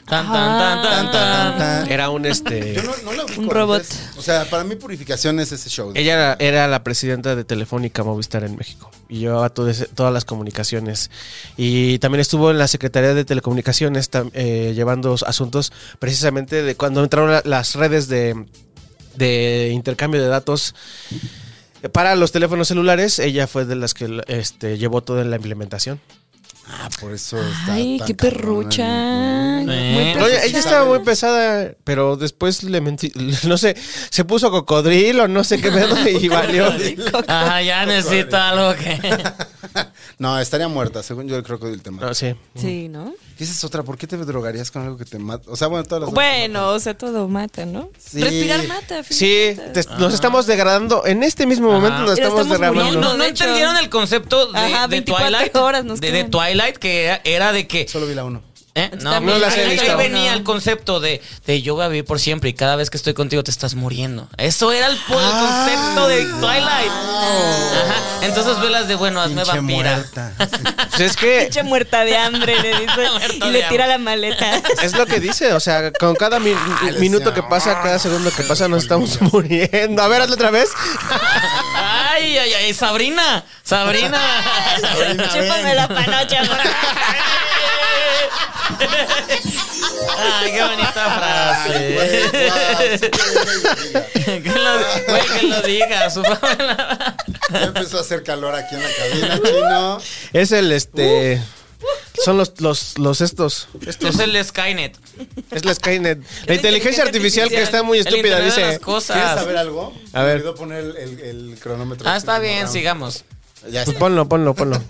[SPEAKER 1] Tan, tan, Ah. tan, tan,
[SPEAKER 4] Tan, tan,
[SPEAKER 1] tan.
[SPEAKER 4] tan, tan.
[SPEAKER 3] Era un
[SPEAKER 4] Yo
[SPEAKER 3] este...
[SPEAKER 4] no, no la ubico,
[SPEAKER 2] Un robot.
[SPEAKER 4] Andrés. O sea, para mí purificación es ese show.
[SPEAKER 3] Ella era, era la presidenta de Telefónica Movistar en México y llevaba todo ese- todas las comunicaciones. Y también estuvo en la Secretaría de Telecomunicaciones tam- eh, llevando asuntos precisamente de cuando entraron la- las redes de, de intercambio de datos para los teléfonos celulares. Ella fue de las que este, llevó toda la implementación.
[SPEAKER 4] Ah, por eso está
[SPEAKER 2] Ay,
[SPEAKER 4] tan
[SPEAKER 2] qué
[SPEAKER 4] cabrona.
[SPEAKER 2] perrucha.
[SPEAKER 1] Eh.
[SPEAKER 2] Muy
[SPEAKER 3] No, ella, ella
[SPEAKER 2] perrucha.
[SPEAKER 3] estaba muy pesada, pero después le mentí, no sé, se puso cocodrilo, no sé qué pedo y valió.
[SPEAKER 1] Ajá, ya necesito algo que.
[SPEAKER 4] No, estaría muerta, según yo el crocodil te mata.
[SPEAKER 3] No, sí.
[SPEAKER 2] Sí, ¿no?
[SPEAKER 4] ¿Qué es esa otra? ¿Por qué te drogarías con algo que te mata? O sea, bueno, todas las
[SPEAKER 2] Bueno, o sea, todo mata, ¿no?
[SPEAKER 4] Sí.
[SPEAKER 2] Respirar mata. a fin de
[SPEAKER 3] Sí,
[SPEAKER 2] cuentas.
[SPEAKER 3] te- nos estamos degradando. En este mismo momento nos
[SPEAKER 2] Pero
[SPEAKER 3] estamos,
[SPEAKER 2] estamos
[SPEAKER 3] degradando.
[SPEAKER 1] No,
[SPEAKER 2] muriendo.
[SPEAKER 1] no
[SPEAKER 2] de hecho.
[SPEAKER 1] entendieron el concepto de,
[SPEAKER 2] Ajá,
[SPEAKER 1] de
[SPEAKER 2] 24
[SPEAKER 1] Twilight.
[SPEAKER 2] horas nos
[SPEAKER 1] de, de
[SPEAKER 2] quedan.
[SPEAKER 1] Twilight que era, era de que.
[SPEAKER 4] Solo vi la uno.
[SPEAKER 1] ¿eh? No,
[SPEAKER 2] También
[SPEAKER 3] No las he
[SPEAKER 1] ahí- ahí
[SPEAKER 3] visto.
[SPEAKER 1] venía
[SPEAKER 2] No.
[SPEAKER 1] el concepto de, de yo voy a vivir por siempre y cada vez que estoy contigo te estás muriendo. Eso era el, po- el concepto de
[SPEAKER 4] Ah.
[SPEAKER 1] Twilight. Ajá. Entonces velas de bueno, hazme
[SPEAKER 4] Pinche
[SPEAKER 1] vampira.
[SPEAKER 4] muerta.
[SPEAKER 3] Pues es que
[SPEAKER 2] Pinche muerta de hambre, le dice.
[SPEAKER 1] Muerto de
[SPEAKER 2] y le tira
[SPEAKER 1] hambre.
[SPEAKER 2] la maleta.
[SPEAKER 3] es lo que dice. O sea, con cada mi-
[SPEAKER 4] les
[SPEAKER 3] minuto que
[SPEAKER 4] decía,
[SPEAKER 3] pasa, cada segundo que pasa, nos estamos muriendo. A ver, hazlo otra vez.
[SPEAKER 1] Ay, ay, ay, Sabrina. Sabrina.
[SPEAKER 4] Sabrina,
[SPEAKER 2] Chúpame
[SPEAKER 4] ven.
[SPEAKER 2] la panocha.
[SPEAKER 1] Ay, qué bonita
[SPEAKER 4] Ay, güey,
[SPEAKER 1] frase.
[SPEAKER 4] guau, sí, güey, güey.
[SPEAKER 1] que lo, güey, que lo diga, supámela.
[SPEAKER 4] Ya empezó a hacer calor aquí en la cabina, chino.
[SPEAKER 3] Es el este. Son los, los, los estos.
[SPEAKER 1] Esto es el Skynet.
[SPEAKER 3] Es la Skynet. La inteligencia
[SPEAKER 2] inteligencia
[SPEAKER 3] artificial que está muy
[SPEAKER 1] El
[SPEAKER 3] estúpida,
[SPEAKER 1] Internet de las
[SPEAKER 3] dice.
[SPEAKER 4] ¿Quieres
[SPEAKER 1] cosas.
[SPEAKER 4] saber algo?
[SPEAKER 3] A ver.
[SPEAKER 4] Me olvidó poner el, el- el cronómetro.
[SPEAKER 1] Ah, está
[SPEAKER 4] Último
[SPEAKER 1] bien,
[SPEAKER 4] round.
[SPEAKER 1] sigamos.
[SPEAKER 4] Ya
[SPEAKER 3] Pues
[SPEAKER 4] está.
[SPEAKER 3] ponlo, ponlo, ponlo.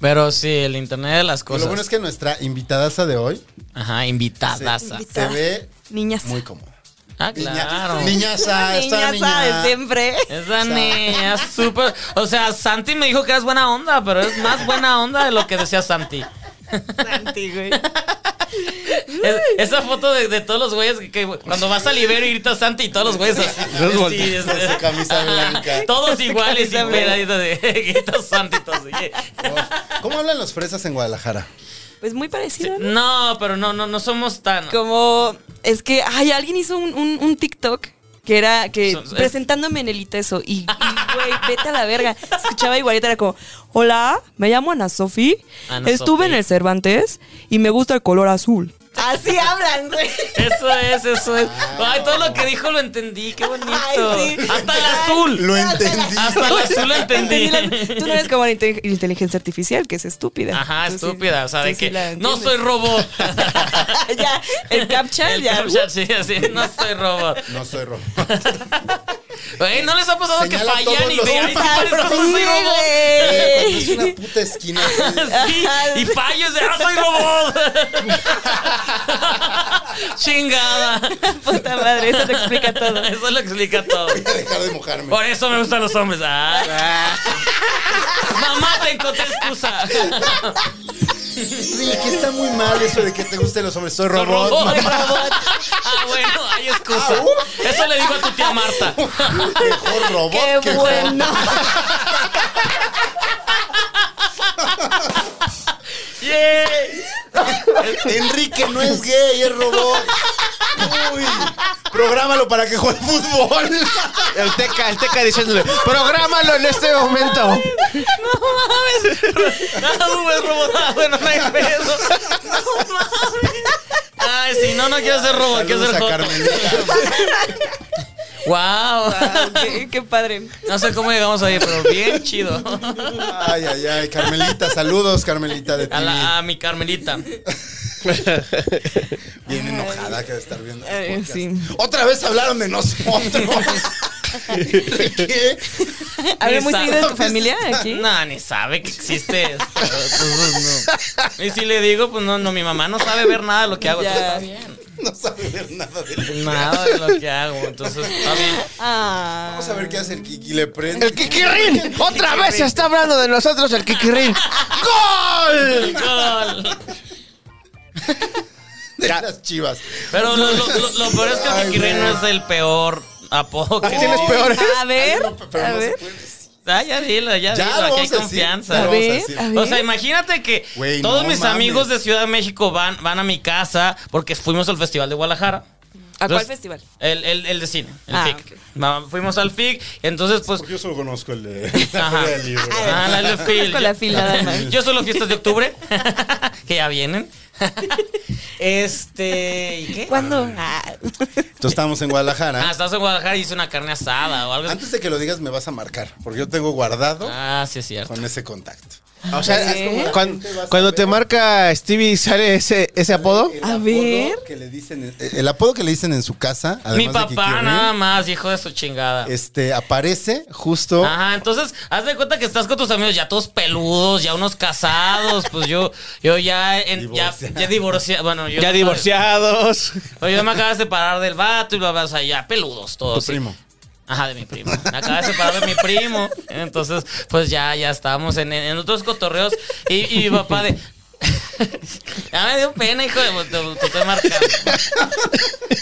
[SPEAKER 1] Pero sí, el internet de las
[SPEAKER 4] Lo
[SPEAKER 1] cosas.
[SPEAKER 4] bueno es que nuestra invitadaza de hoy
[SPEAKER 1] Ajá,
[SPEAKER 4] se,
[SPEAKER 1] invitadaza.
[SPEAKER 4] se ve
[SPEAKER 2] Niñas.
[SPEAKER 4] muy cómoda.
[SPEAKER 1] Ah, claro.
[SPEAKER 4] Niña, niñaza, esta
[SPEAKER 2] Niñaza
[SPEAKER 4] niña.
[SPEAKER 2] de siempre.
[SPEAKER 1] Esa niña es súper. O sea, Santi me dijo que eras buena onda, pero es más buena onda de lo que decía Santi.
[SPEAKER 2] Santi, güey.
[SPEAKER 1] Es- esa foto de, de todos los güeyes que, que cuando vas al Ibero y gritas Santi y todos los güeyes así.
[SPEAKER 3] Los
[SPEAKER 1] Sí,
[SPEAKER 3] voltean.
[SPEAKER 1] es-
[SPEAKER 4] Con su camisa
[SPEAKER 1] Ajá.
[SPEAKER 4] blanca.
[SPEAKER 1] Todos
[SPEAKER 2] su
[SPEAKER 1] iguales y
[SPEAKER 2] camisa blanca.
[SPEAKER 1] peladitos de gritas Santi y todos así.
[SPEAKER 4] Uf. ¿Cómo hablan los fresas en Guadalajara?
[SPEAKER 2] Pues muy parecido, ¿no?
[SPEAKER 1] No, pero no, no, no somos tan.
[SPEAKER 2] Como, es que, ay, alguien hizo un, un- un TikTok que era que
[SPEAKER 1] Son- es-
[SPEAKER 2] presentándome en el ITESO y, y, güey, vete a la verga. Se Escuchaba igualita, era como, hola, me llamo Ana Sofi,
[SPEAKER 1] Ana
[SPEAKER 2] estuve
[SPEAKER 1] Sofi.
[SPEAKER 2] en el Cervantes y me gusta el color azul. Así hablan, güey.
[SPEAKER 1] Eso es, eso es. Ay, todo lo que dijo lo entendí, qué bonito.
[SPEAKER 2] Ay, sí.
[SPEAKER 1] Hasta el
[SPEAKER 2] Ay,
[SPEAKER 1] azul.
[SPEAKER 4] Lo
[SPEAKER 2] hasta el
[SPEAKER 4] entendí.
[SPEAKER 1] Hasta el azul lo entendí.
[SPEAKER 2] Entendí la- Tú no eres como la inte- inteligencia artificial, que es estúpida.
[SPEAKER 1] Ajá,
[SPEAKER 2] Tú sí-
[SPEAKER 1] estúpida. O sea,
[SPEAKER 2] tú
[SPEAKER 1] de
[SPEAKER 2] sí
[SPEAKER 1] que
[SPEAKER 2] la
[SPEAKER 1] no soy
[SPEAKER 2] entiendes.
[SPEAKER 1] robot.
[SPEAKER 2] ya, el captcha,
[SPEAKER 1] El
[SPEAKER 2] ya.
[SPEAKER 1] captcha, sí, así, no soy robot.
[SPEAKER 4] No soy rojo.
[SPEAKER 1] Güey, ¿no les ha pasado
[SPEAKER 4] Señala
[SPEAKER 1] que
[SPEAKER 4] todos
[SPEAKER 1] fallan y
[SPEAKER 4] los
[SPEAKER 1] digan, ay, sí,
[SPEAKER 2] Ah,
[SPEAKER 1] parece que no
[SPEAKER 2] sí,
[SPEAKER 1] soy robot?
[SPEAKER 4] Es
[SPEAKER 2] güey.
[SPEAKER 4] una puta esquina. así de-
[SPEAKER 1] Sí, y fallos de, ah, soy robot. Chingada.
[SPEAKER 2] Puta madre, eso te explica todo.
[SPEAKER 1] Eso lo explica todo.
[SPEAKER 4] Voy a dejar de mojarme.
[SPEAKER 1] Por eso me gustan los hombres. Ah. Mamá, te encontré excusa.
[SPEAKER 4] Sí, que está muy mal eso de que te gusten los hombres. Soy
[SPEAKER 1] Soy
[SPEAKER 4] robot. Ah,
[SPEAKER 1] robot.
[SPEAKER 4] mamá.
[SPEAKER 1] Ah, bueno, hay excusa. Eso le digo a tu tía Marta.
[SPEAKER 4] Mejor robot
[SPEAKER 2] Qué
[SPEAKER 4] que
[SPEAKER 2] bueno.
[SPEAKER 1] Yeah.
[SPEAKER 4] robot. Enrique no es gay, es robot. Uy, prográmalo para que juegue fútbol.
[SPEAKER 3] El Teca, el Teca diciéndole, prográmalo en este momento.
[SPEAKER 1] No mames. No, güey, robot. Ah, bueno, no hay pedo. No mames. Ay, si no, no quiero ser
[SPEAKER 2] Oh,
[SPEAKER 1] robot, quiero ser
[SPEAKER 4] Saludos a
[SPEAKER 1] joto.
[SPEAKER 4] Carmelita.
[SPEAKER 1] Wow.
[SPEAKER 2] Ah, qué, qué padre.
[SPEAKER 1] No sé cómo llegamos ahí, pero bien chido.
[SPEAKER 4] Ay, ay, ay, Carmelita, saludos, Carmelita de ti.
[SPEAKER 1] A, la- a mi Carmelita.
[SPEAKER 4] Bien enojada que de estar viendo. este
[SPEAKER 2] Ay,
[SPEAKER 4] podcast.
[SPEAKER 2] Eh, sí.
[SPEAKER 4] Otra vez hablaron de nosotros. ¿Qué?
[SPEAKER 2] ¿Habla muy
[SPEAKER 1] Esa-
[SPEAKER 2] seguido de tu familia aquí?
[SPEAKER 1] No, ni sabe que existe esto. Entonces, no. Y si le digo, pues no, no, mi mamá no sabe ver nada de lo que hago. Entonces,
[SPEAKER 2] Ya.
[SPEAKER 1] pues, está bien.
[SPEAKER 4] No sabe ver nada de lo que
[SPEAKER 1] Nada de lo que hago. Entonces, está bien.
[SPEAKER 2] Ah.
[SPEAKER 4] Vamos a ver qué hace el Kiki. Le prende.
[SPEAKER 3] El Kikirrin, otra vez está hablando de nosotros el Kikirrin. ¡Gol!
[SPEAKER 1] Gol.
[SPEAKER 4] de las chivas.
[SPEAKER 1] Pero lo, lo- lo- lo peor es que el
[SPEAKER 4] Ay,
[SPEAKER 1] Kikirri no
[SPEAKER 4] güey.
[SPEAKER 1] es el peor apodo que
[SPEAKER 3] ¿Tienes peores?
[SPEAKER 2] A ver,
[SPEAKER 4] Pero
[SPEAKER 2] a
[SPEAKER 4] no se
[SPEAKER 2] ver.
[SPEAKER 4] puede decir.
[SPEAKER 1] Ah, ya dilo, ya,
[SPEAKER 4] Ya
[SPEAKER 1] dilo. Aquí
[SPEAKER 4] lo
[SPEAKER 1] hay
[SPEAKER 4] vamos a decir,
[SPEAKER 1] confianza.
[SPEAKER 4] ya lo
[SPEAKER 2] A
[SPEAKER 4] vamos a
[SPEAKER 2] ver,
[SPEAKER 4] decir.
[SPEAKER 2] a ver.
[SPEAKER 1] O sea, imagínate que
[SPEAKER 4] Güey,
[SPEAKER 1] todos
[SPEAKER 4] no
[SPEAKER 1] mis
[SPEAKER 4] mames.
[SPEAKER 1] amigos de Ciudad de México van, van a mi casa porque fuimos al Festival de Guadalajara.
[SPEAKER 2] ¿A cuál
[SPEAKER 1] Entonces,
[SPEAKER 2] festival?
[SPEAKER 1] El, el- el de cine, el
[SPEAKER 2] Ah,
[SPEAKER 1] FIC.
[SPEAKER 2] ok.
[SPEAKER 1] Va- Fuimos al FIC, entonces pues...
[SPEAKER 4] Porque yo solo conozco el de la
[SPEAKER 1] Ajá.
[SPEAKER 4] Feria del Libro.
[SPEAKER 1] Ah, la del FIC.
[SPEAKER 2] Con la fila, nada más.
[SPEAKER 1] Yo solo fiestas de octubre, que ya vienen. este... ¿Y qué?
[SPEAKER 2] ¿Cuándo? Ah.
[SPEAKER 4] Entonces estábamos
[SPEAKER 1] Ah,
[SPEAKER 4] en Guadalajara.
[SPEAKER 1] estás en Guadalajara y hice una carne asada o algo así.
[SPEAKER 4] Antes de que lo digas, me vas a marcar. Porque yo tengo guardado
[SPEAKER 1] Ah, sí es cierto.
[SPEAKER 4] con ese contacto.
[SPEAKER 3] O sea,
[SPEAKER 2] ¿Eh?
[SPEAKER 3] cuan- cuando, te marca Stevie sale ese, ese apodo.
[SPEAKER 4] El
[SPEAKER 2] A
[SPEAKER 4] apodo
[SPEAKER 2] ver.
[SPEAKER 4] que le dicen en- el apodo que le dicen en su casa, además
[SPEAKER 1] Mi
[SPEAKER 4] de
[SPEAKER 1] papá
[SPEAKER 4] Kikirrín,
[SPEAKER 1] nada más, Ah, hijo de su chingada.
[SPEAKER 4] este aparece justo
[SPEAKER 1] Ajá, entonces, haz de cuenta que estás con tus amigos ya todos peludos, ya unos casados, pues yo, yo ya, en- ya,
[SPEAKER 4] Divorciado.
[SPEAKER 1] ya divorciado, bueno, yo
[SPEAKER 3] Ya divorciados.
[SPEAKER 1] Oye, yo me acabo de separar del vato y bla, bla, o sea, ya peludos
[SPEAKER 4] tu
[SPEAKER 1] todos. oh, sí.
[SPEAKER 4] primo.
[SPEAKER 1] Ajá, de mi primo. Me acabo de separar de mi primo. Entonces, pues ya, ya estábamos en, en otros cotorreos. Y, y mi papá de. ya me dio pena, hijo de. Te, te estoy marcando.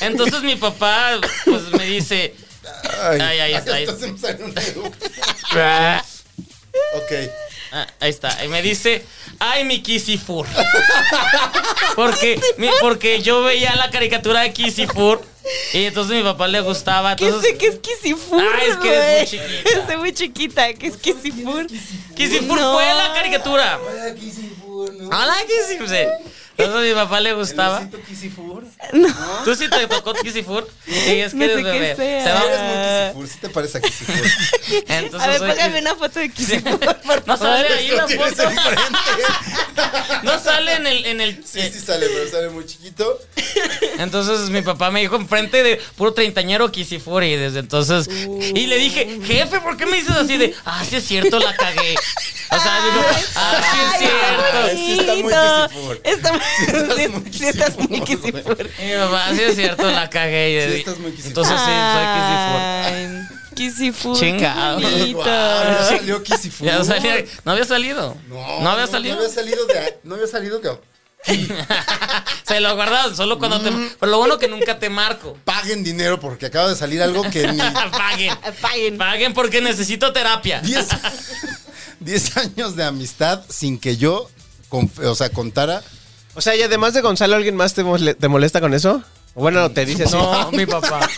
[SPEAKER 1] Entonces mi papá, pues me dice.
[SPEAKER 4] Ay,
[SPEAKER 1] Ay, ahí está, ahí
[SPEAKER 4] entonces me sale un dedo. ok.
[SPEAKER 1] Ah, ahí está. Y me dice, ay, mi Kisifur. Porque, mi- porque yo veía la caricatura de Kisifur y entonces mi papá le gustaba.
[SPEAKER 2] ¿Qué
[SPEAKER 1] Entonces,
[SPEAKER 2] sé que es Kisifur?
[SPEAKER 1] Ah, es que es muy
[SPEAKER 2] güey.
[SPEAKER 1] chiquita. Pues,
[SPEAKER 2] Estoy muy chiquita. ¿Qué es Kisifur?
[SPEAKER 1] Kisifur
[SPEAKER 2] No.
[SPEAKER 1] fue la caricatura. Hola, Kisifur. Sí. Entonces mi papá le gustaba.
[SPEAKER 2] No.
[SPEAKER 1] ¿Tú sí te tocó Kisifur? Sí, es que
[SPEAKER 2] No sé
[SPEAKER 1] eres
[SPEAKER 2] qué
[SPEAKER 1] bebé.
[SPEAKER 2] sea.
[SPEAKER 1] Se va-
[SPEAKER 4] Eres muy Kisifur, ¿sí te parece a Kisifur?
[SPEAKER 1] Entonces,
[SPEAKER 2] a ver,
[SPEAKER 1] soy-
[SPEAKER 2] póngame una foto de Kisifur, por
[SPEAKER 1] No
[SPEAKER 2] favor.
[SPEAKER 1] sale ahí la
[SPEAKER 4] Tienes
[SPEAKER 1] foto.
[SPEAKER 4] enfrente.
[SPEAKER 1] No sale en el. En el
[SPEAKER 4] Sí, sí sale, pero sale muy chiquito.
[SPEAKER 1] Entonces mi papá me dijo enfrente de puro treintañero Kisifuri y desde entonces. Y le dije, jefe, ¿por qué me dices así de, ah, sí es cierto, la cagué? O sea, mi papá, ah, sí es cierto.
[SPEAKER 4] ay, sí está muy Kisifur.
[SPEAKER 2] Está
[SPEAKER 4] estás
[SPEAKER 2] muy
[SPEAKER 4] muy
[SPEAKER 2] sí, sí estás muy
[SPEAKER 4] Kisifur,
[SPEAKER 2] Kisifur.
[SPEAKER 1] Y mi papá, sí es cierto, la cagué. Y de-
[SPEAKER 4] Sí, estás muy Kisifur.
[SPEAKER 1] Entonces sí,
[SPEAKER 4] Ah.
[SPEAKER 1] soy
[SPEAKER 2] Ay, Kisifur.
[SPEAKER 1] Chingado.
[SPEAKER 2] qué bonito.
[SPEAKER 4] Guau, ya salió Kisifur.
[SPEAKER 1] Kisifur. Ya salía, no había salido.
[SPEAKER 4] No,
[SPEAKER 1] No, había salido.
[SPEAKER 4] No había salido de. No había salido de.
[SPEAKER 1] Se lo guardaban solo cuando te. Pero lo bueno que nunca te marco.
[SPEAKER 4] Paguen dinero porque acaba de salir algo que ni
[SPEAKER 1] Paguen.
[SPEAKER 2] Paguen.
[SPEAKER 1] Paguen porque necesito terapia.
[SPEAKER 4] 10, 10 años de amistad sin que yo, conf- o sea, contara.
[SPEAKER 3] O sea, y además de Gonzalo, ¿alguien más te, mole- te molesta con eso? O Bueno, te dice, no.
[SPEAKER 1] No, mi papá.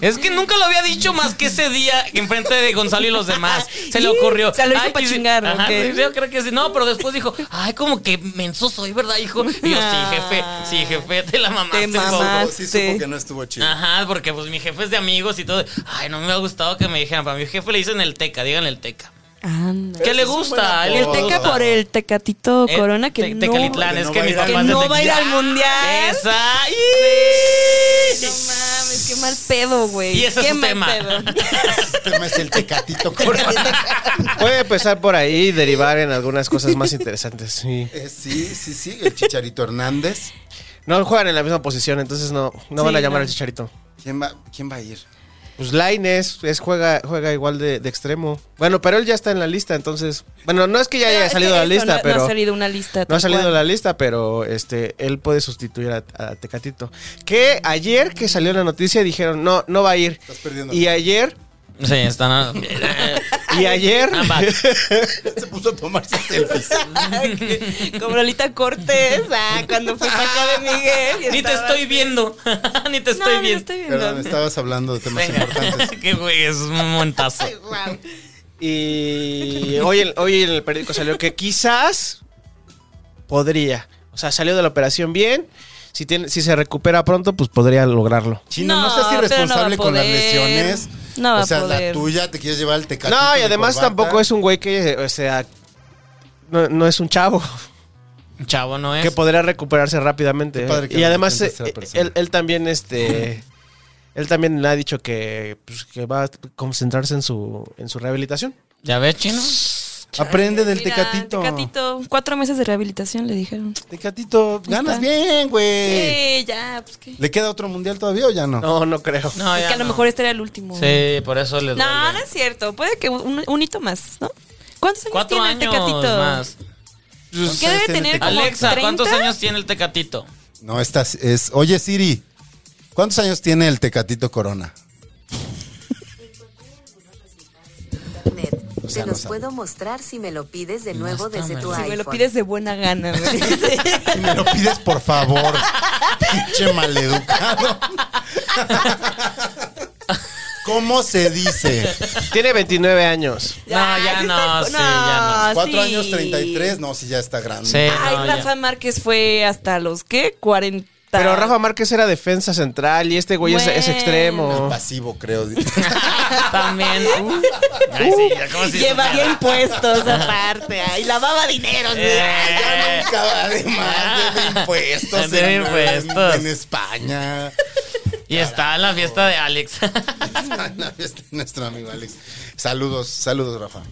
[SPEAKER 1] Es que nunca lo había dicho más que ese día enfrente de Gonzalo y los demás. Se le ocurrió.
[SPEAKER 2] Se lo hizo pa'
[SPEAKER 1] quisi-
[SPEAKER 2] chingar,
[SPEAKER 1] Ajá,
[SPEAKER 2] ok.
[SPEAKER 1] sí, Yo creo que sí. No, pero después dijo, ay, como que menso soy, ¿verdad, hijo? Y yo, sí, jefe, sí, jefe, te la mamaste.
[SPEAKER 2] Ah. Te
[SPEAKER 1] un
[SPEAKER 2] mamaste.
[SPEAKER 1] poco".
[SPEAKER 4] No, sí supo
[SPEAKER 2] Mamaste.
[SPEAKER 4] que no estuvo chido.
[SPEAKER 1] Ajá, porque pues mi jefe es de amigos y todo. Ay, no me ha gustado que me dijeran. Para mi jefe le dicen el teca, díganle el teca.
[SPEAKER 2] Anda.
[SPEAKER 1] ¿Qué le
[SPEAKER 4] es un buen
[SPEAKER 1] gusta?
[SPEAKER 4] apodo.
[SPEAKER 1] ¿Le
[SPEAKER 2] El teca por el tecatito
[SPEAKER 1] Eh,
[SPEAKER 2] corona que
[SPEAKER 1] Te-
[SPEAKER 2] no.
[SPEAKER 1] Tecalitlán,
[SPEAKER 4] que
[SPEAKER 1] es
[SPEAKER 4] no
[SPEAKER 1] que
[SPEAKER 4] va a
[SPEAKER 1] mi
[SPEAKER 4] ir al-
[SPEAKER 1] papá es
[SPEAKER 2] que
[SPEAKER 1] de
[SPEAKER 2] no va a ir al
[SPEAKER 1] Tecalitlán.
[SPEAKER 2] mundial.
[SPEAKER 1] Esa. ¡Y!
[SPEAKER 2] No mames, qué mal pedo, güey.
[SPEAKER 1] Y ese es
[SPEAKER 2] Qué
[SPEAKER 1] su
[SPEAKER 2] mal
[SPEAKER 1] tema.
[SPEAKER 2] pedo.
[SPEAKER 4] Este tema es el tecatito corona.
[SPEAKER 3] Puede empezar por ahí y derivar en algunas cosas más interesantes. sí.
[SPEAKER 4] Eh, sí, sí, sí, el Chicharito Hernández.
[SPEAKER 3] No juegan en la misma posición, entonces no, no van
[SPEAKER 2] Sí,
[SPEAKER 3] a llamar
[SPEAKER 2] no.
[SPEAKER 3] al chicharito.
[SPEAKER 4] ¿Quién va, ¿Quién va a ir?
[SPEAKER 3] Pues Laines es, juega, juega igual de, de extremo. Bueno, pero él ya está en la lista, entonces. Bueno, no es que ya
[SPEAKER 2] Pero
[SPEAKER 3] haya
[SPEAKER 2] es
[SPEAKER 3] salido
[SPEAKER 2] que
[SPEAKER 3] de la
[SPEAKER 2] eso,
[SPEAKER 3] lista,
[SPEAKER 2] no,
[SPEAKER 3] pero.
[SPEAKER 2] No ha salido una lista.
[SPEAKER 3] No ha
[SPEAKER 2] tal
[SPEAKER 3] salido de
[SPEAKER 2] cual.
[SPEAKER 3] la lista, pero este él puede sustituir a, a Tecatito. Que ayer que salió la noticia dijeron, no, no va a ir.
[SPEAKER 4] Estás perdiendo.
[SPEAKER 3] Y ayer,
[SPEAKER 1] Sí, están. eh,
[SPEAKER 3] y ayer.
[SPEAKER 1] I'm back.
[SPEAKER 4] Se puso a tomarse selfies.
[SPEAKER 2] Como Lolita Cortés, ah, cuando fui para acá de Miguel. y
[SPEAKER 1] Ni te
[SPEAKER 2] estaba-
[SPEAKER 1] estoy viendo. Ni te
[SPEAKER 2] No,
[SPEAKER 1] estoy
[SPEAKER 2] ni te
[SPEAKER 1] viendo.
[SPEAKER 2] estoy viendo.
[SPEAKER 4] Perdón, estabas hablando de temas importantes.
[SPEAKER 1] Venga. Qué güey, es un montazo.
[SPEAKER 3] Y hoy, en- hoy en el periódico salió que quizás podría. O sea, salió de la operación bien. Si, tiene, si se recupera pronto, pues podría lograrlo.
[SPEAKER 4] Chino, no,
[SPEAKER 2] No,
[SPEAKER 4] seas
[SPEAKER 2] pero no va a
[SPEAKER 4] irresponsable con las
[SPEAKER 2] poder.
[SPEAKER 4] lesiones.
[SPEAKER 2] No va
[SPEAKER 4] o
[SPEAKER 2] a
[SPEAKER 4] sea, la
[SPEAKER 2] poder.
[SPEAKER 4] tuya, te quieres llevar al tecatito.
[SPEAKER 3] no, y
[SPEAKER 4] de
[SPEAKER 3] además
[SPEAKER 4] corbata.
[SPEAKER 3] tampoco es un güey que, o sea, no, no es un chavo
[SPEAKER 1] Chavo, ¿no es?
[SPEAKER 3] que podría recuperarse rápidamente.
[SPEAKER 4] Qué padre que
[SPEAKER 3] y
[SPEAKER 4] lo
[SPEAKER 3] además,
[SPEAKER 4] intentes
[SPEAKER 3] eh,
[SPEAKER 4] tercera persona.
[SPEAKER 3] él, él también, este... Él también le ha dicho que, pues, que va a concentrarse en su, en su rehabilitación.
[SPEAKER 1] ¿Ya ves, chino?
[SPEAKER 4] Aprende del
[SPEAKER 2] Mira,
[SPEAKER 4] tecatito.
[SPEAKER 2] Tecatito, cuatro meses de rehabilitación le dijeron.
[SPEAKER 4] Tecatito, ganas
[SPEAKER 2] está.
[SPEAKER 4] bien, güey.
[SPEAKER 2] Sí, ya, pues qué.
[SPEAKER 4] ¿Le queda otro mundial todavía o ya no?
[SPEAKER 3] No, no creo.
[SPEAKER 1] No,
[SPEAKER 2] es
[SPEAKER 1] ya
[SPEAKER 2] que a lo
[SPEAKER 1] no.
[SPEAKER 2] mejor este era el último.
[SPEAKER 1] Sí, por eso le duele.
[SPEAKER 2] No, no es cierto. Puede que un, un hito más, ¿no? ¿Cuántos años
[SPEAKER 1] Cuatro
[SPEAKER 2] tiene
[SPEAKER 1] años
[SPEAKER 2] el Tecatito? Pues,
[SPEAKER 1] más.
[SPEAKER 4] ¿Cuántos
[SPEAKER 2] ¿Qué
[SPEAKER 4] años
[SPEAKER 2] debe
[SPEAKER 4] tiene
[SPEAKER 2] tener
[SPEAKER 4] Tecatito?
[SPEAKER 2] como
[SPEAKER 1] Alexa, ¿cuántos
[SPEAKER 2] 30?
[SPEAKER 1] años tiene el Tecatito?
[SPEAKER 4] No, esta es- es. Oye, Siri, ¿cuántos años tiene el Tecatito Corona?
[SPEAKER 6] internet.
[SPEAKER 4] O sea,
[SPEAKER 6] Te
[SPEAKER 4] no
[SPEAKER 6] los
[SPEAKER 4] sabe.
[SPEAKER 6] puedo mostrar si me lo pides de nuevo
[SPEAKER 1] está
[SPEAKER 6] desde
[SPEAKER 1] mal.
[SPEAKER 6] tu
[SPEAKER 1] Si
[SPEAKER 2] Si
[SPEAKER 6] iPhone.
[SPEAKER 2] me lo pides de buena gana, güey.
[SPEAKER 4] Y me lo pides, por favor. Pinche maleducado. ¿Cómo se dice?
[SPEAKER 3] Tiene 29 años.
[SPEAKER 1] No, ya
[SPEAKER 2] Ah, sí
[SPEAKER 1] no,
[SPEAKER 2] está-
[SPEAKER 1] sí, ya
[SPEAKER 4] ¿Cuatro
[SPEAKER 2] sí.
[SPEAKER 4] años 33? No, si ya está grande.
[SPEAKER 1] Sí,
[SPEAKER 2] Ay,
[SPEAKER 1] no, ya.
[SPEAKER 2] Rafa Márquez fue hasta los, ¿qué? 40.
[SPEAKER 3] Pero Rafa Márquez era defensa central y este güey es, es
[SPEAKER 2] Bueno.
[SPEAKER 3] extremo.
[SPEAKER 4] Pasivo, creo.
[SPEAKER 1] También. Ay, sí, ya como si
[SPEAKER 2] Uh, Lleva
[SPEAKER 1] supiera.
[SPEAKER 2] impuestos aparte. Ay, lavaba dinero.
[SPEAKER 1] Eh.
[SPEAKER 4] Además de impuestos.
[SPEAKER 1] Debe
[SPEAKER 4] en-
[SPEAKER 1] impuestos.
[SPEAKER 4] En España.
[SPEAKER 1] Y está en la fiesta de Alex.
[SPEAKER 4] Este es Nuestro amigo Alex. Saludos, saludos, Rafa.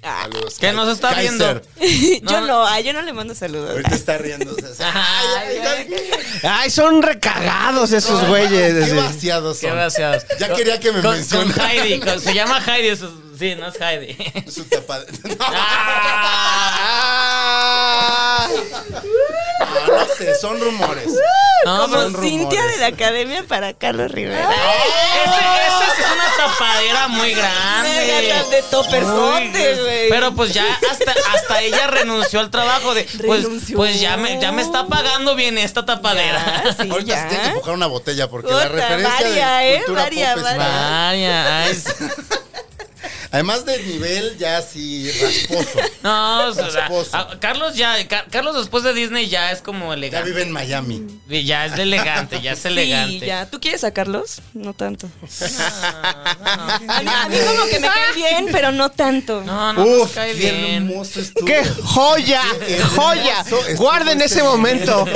[SPEAKER 4] Saludos.
[SPEAKER 1] Que nos está
[SPEAKER 4] Kaiser.
[SPEAKER 1] viendo.
[SPEAKER 2] yo no, ay, yo no le mando saludos.
[SPEAKER 4] Ahorita está riéndose. así. Ay, ay, ay,
[SPEAKER 3] Ay, son recagados esos güeyes.
[SPEAKER 4] Qué
[SPEAKER 3] así.
[SPEAKER 4] vaciados
[SPEAKER 1] Qué
[SPEAKER 4] son.
[SPEAKER 1] gracias.
[SPEAKER 4] Ya quería que me
[SPEAKER 1] con,
[SPEAKER 4] mencionara.
[SPEAKER 1] Con Heidi. con- se llama Heidi. eso- sí, no es Heidi.
[SPEAKER 4] Su tapa de- No,
[SPEAKER 1] Ah.
[SPEAKER 4] no, no sé, son rumores.
[SPEAKER 1] No,
[SPEAKER 2] Como
[SPEAKER 1] pero-
[SPEAKER 4] son
[SPEAKER 2] Cintia
[SPEAKER 4] rumores.
[SPEAKER 2] de la Academia para Carlos Rivera.
[SPEAKER 1] Ese- Esa es una tapadera muy
[SPEAKER 2] Verga,
[SPEAKER 1] grande.
[SPEAKER 2] de toperzote, güey.
[SPEAKER 1] Pero pues ya hasta, hasta ella renunció al trabajo de pues,
[SPEAKER 2] Renunció.
[SPEAKER 1] pues ya me ya me está pagando bien esta tapadera.
[SPEAKER 2] Ah, sí,
[SPEAKER 4] Ahorita se
[SPEAKER 2] ya.
[SPEAKER 4] tiene que empujar una botella porque
[SPEAKER 2] Puta,
[SPEAKER 4] la referencia
[SPEAKER 2] varia,
[SPEAKER 4] de
[SPEAKER 2] ¿eh?
[SPEAKER 4] cultura
[SPEAKER 2] Varia,
[SPEAKER 4] pop es
[SPEAKER 2] varia.
[SPEAKER 4] varia.
[SPEAKER 1] Vaya, ay,
[SPEAKER 4] Además del nivel ya así rasposo.
[SPEAKER 1] no, o sea,
[SPEAKER 4] Rasposo.
[SPEAKER 1] a- Carlos ya Car- Carlos después de Disney ya es como
[SPEAKER 4] Ya
[SPEAKER 1] elegante.
[SPEAKER 4] vive en Miami.
[SPEAKER 1] Y Ya es de elegante, ya es
[SPEAKER 2] Sí,
[SPEAKER 1] elegante.
[SPEAKER 2] ya. ¿Tú quieres sacarlos? No tanto. A mí, a mí como que me cae bien, pero no tanto.
[SPEAKER 1] No, no nos
[SPEAKER 4] Uf,
[SPEAKER 1] cae
[SPEAKER 4] qué
[SPEAKER 1] bien.
[SPEAKER 4] hermoso estuvo.
[SPEAKER 3] ¡Qué joya! ¡Joya!
[SPEAKER 4] hermoso estuvo
[SPEAKER 3] Guarden
[SPEAKER 4] este
[SPEAKER 3] ese momento.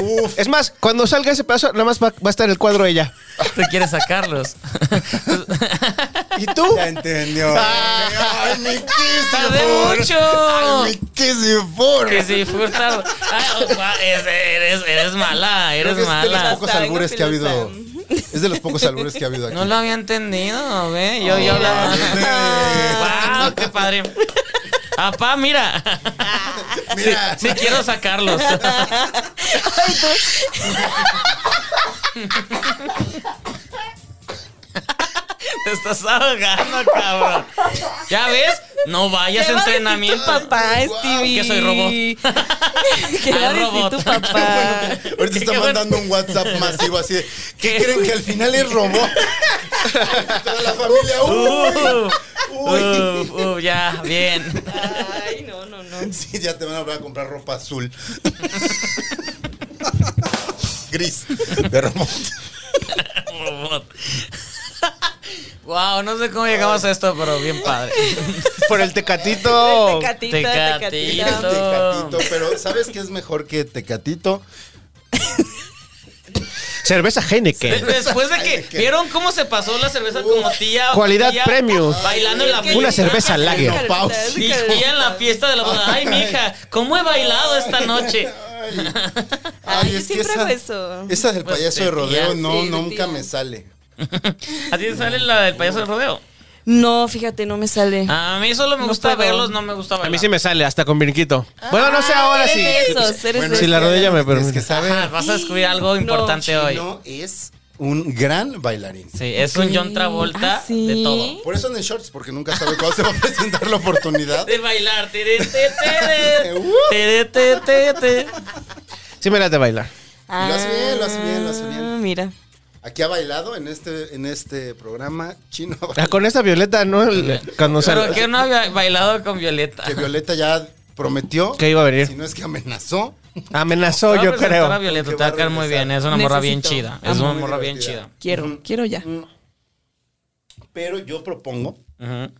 [SPEAKER 4] Uf,
[SPEAKER 3] Es más, cuando salga ese pedazo, nada más va, va a estar el cuadro ella.
[SPEAKER 1] Tú quieres a Carlos.
[SPEAKER 3] ¿Y tú?
[SPEAKER 4] ya entendió. Ay, mi
[SPEAKER 1] Tardé
[SPEAKER 4] Kissy
[SPEAKER 1] mucho.
[SPEAKER 4] Ay, mi Kissy Fur.
[SPEAKER 1] Que sí, fue tarde. Ah, guau, es- eres, eres mala, eres
[SPEAKER 4] Creo que Es de los
[SPEAKER 1] mala.
[SPEAKER 4] pocos
[SPEAKER 2] Hasta
[SPEAKER 4] albures
[SPEAKER 2] algo
[SPEAKER 4] que ha
[SPEAKER 2] que
[SPEAKER 4] habido.
[SPEAKER 2] lo
[SPEAKER 4] Es de los pocos albures que ha habido aquí.
[SPEAKER 1] No lo había entendido, ve. Yo, yo hablaba. ¡Wow! ¡Qué padre! Apá, mira.
[SPEAKER 4] Mira.
[SPEAKER 1] Sí, quiero sacarlos. Te estás ahogando, cabrón. ¿Ya ves? No vayas
[SPEAKER 2] ¿Qué
[SPEAKER 1] a
[SPEAKER 2] va a decir
[SPEAKER 1] entrenamiento.
[SPEAKER 2] tu papá, Stevie?
[SPEAKER 1] que soy robot.
[SPEAKER 2] ¿Qué va
[SPEAKER 1] Soy
[SPEAKER 2] a decir
[SPEAKER 1] robot.
[SPEAKER 2] tu papá?
[SPEAKER 4] Ahorita
[SPEAKER 1] Qué-
[SPEAKER 4] está
[SPEAKER 1] qué bueno.
[SPEAKER 4] mandando un WhatsApp masivo así de, ¿qué
[SPEAKER 1] ¿Qué?
[SPEAKER 4] creen que al final es robot? Toda la familia, uy,
[SPEAKER 1] Uh.
[SPEAKER 4] uy.
[SPEAKER 1] Uf, uf, ya, bien.
[SPEAKER 2] Ay, no, no, no.
[SPEAKER 4] Sí, ya te van a hablar a comprar ropa azul. Gris. De robot.
[SPEAKER 1] Robot. Wow, no sé cómo llegamos a esto, pero bien padre.
[SPEAKER 3] Por el tecatito.
[SPEAKER 2] Tecatito,
[SPEAKER 1] Tecatito.
[SPEAKER 2] tecatito.
[SPEAKER 4] Tecatito, pero ¿sabes qué es mejor que Tecatito?
[SPEAKER 3] Cerveza
[SPEAKER 1] De-
[SPEAKER 3] Heineken.
[SPEAKER 1] Después de que vieron cómo se pasó la cerveza como tía.
[SPEAKER 3] Cualidad
[SPEAKER 1] tía,
[SPEAKER 3] premium.
[SPEAKER 1] Bailando en la
[SPEAKER 2] Es que
[SPEAKER 3] Una
[SPEAKER 2] yo-
[SPEAKER 3] cerveza lager.
[SPEAKER 2] Calma,
[SPEAKER 4] Paus.
[SPEAKER 1] Y
[SPEAKER 2] calma.
[SPEAKER 1] ella en la fiesta de la boda. Ay, mija, ¿cómo he bailado esta noche?
[SPEAKER 2] Ay, yo siempre hago eso.
[SPEAKER 4] Esa del
[SPEAKER 1] Pues,
[SPEAKER 4] payaso
[SPEAKER 1] de
[SPEAKER 4] de rodeo,
[SPEAKER 1] tía,
[SPEAKER 4] no,
[SPEAKER 2] sí, de
[SPEAKER 4] nunca
[SPEAKER 2] tía.
[SPEAKER 4] me sale.
[SPEAKER 1] ¿A ti te sale la del payaso del rodeo?
[SPEAKER 2] No, fíjate, no me sale.
[SPEAKER 1] A mí solo me
[SPEAKER 2] No
[SPEAKER 1] gusta
[SPEAKER 2] puedo.
[SPEAKER 1] verlos, no me gusta bailar.
[SPEAKER 3] A mí sí me sale, hasta con brinquito. Bueno, no sé ahora
[SPEAKER 2] Ah, eres
[SPEAKER 3] sí.
[SPEAKER 2] de esos, eres
[SPEAKER 3] Bueno,
[SPEAKER 2] de
[SPEAKER 3] si la
[SPEAKER 2] esos.
[SPEAKER 3] rodilla me
[SPEAKER 4] Es
[SPEAKER 3] permite.
[SPEAKER 4] que sabe,
[SPEAKER 1] Ah, vas a descubrir algo
[SPEAKER 2] No,
[SPEAKER 1] importante hoy.
[SPEAKER 4] no es un gran bailarín.
[SPEAKER 1] Sí, es un John Travolta
[SPEAKER 2] Ah, ¿sí?
[SPEAKER 1] de todo.
[SPEAKER 4] Por eso anda en shorts, porque nunca sabe cuándo se va a presentar la oportunidad.
[SPEAKER 1] De bailar. tere, te, tere,
[SPEAKER 4] Uh.
[SPEAKER 1] tere, te, te, te.
[SPEAKER 3] Sí me late bailar.
[SPEAKER 4] Lo hace bien, lo hace bien, lo hace bien.
[SPEAKER 2] Ah, Mira.
[SPEAKER 4] Aquí ha bailado en este, en este programa chino. ha
[SPEAKER 3] Ah,
[SPEAKER 4] bailado.
[SPEAKER 3] con esta Violeta, ¿no? El- Cuando
[SPEAKER 1] Pero
[SPEAKER 3] sal-
[SPEAKER 1] que no había bailado con Violeta.
[SPEAKER 4] Que Violeta ya prometió.
[SPEAKER 3] que iba a
[SPEAKER 4] Si
[SPEAKER 3] venir.
[SPEAKER 4] no es que amenazó.
[SPEAKER 3] Amenazó,
[SPEAKER 1] Voy a
[SPEAKER 3] yo
[SPEAKER 1] presentar a
[SPEAKER 3] creo.
[SPEAKER 1] Violeta,
[SPEAKER 4] Porque
[SPEAKER 1] te va a
[SPEAKER 4] va a
[SPEAKER 1] caer muy
[SPEAKER 4] regresar.
[SPEAKER 1] bien. Es una morra bien
[SPEAKER 2] Necesito.
[SPEAKER 1] chida.
[SPEAKER 2] Ah,
[SPEAKER 1] Es una
[SPEAKER 4] muy
[SPEAKER 1] morra bien
[SPEAKER 4] divertida.
[SPEAKER 1] chida.
[SPEAKER 2] Quiero, quiero ya.
[SPEAKER 4] Pero yo propongo
[SPEAKER 1] Ujú.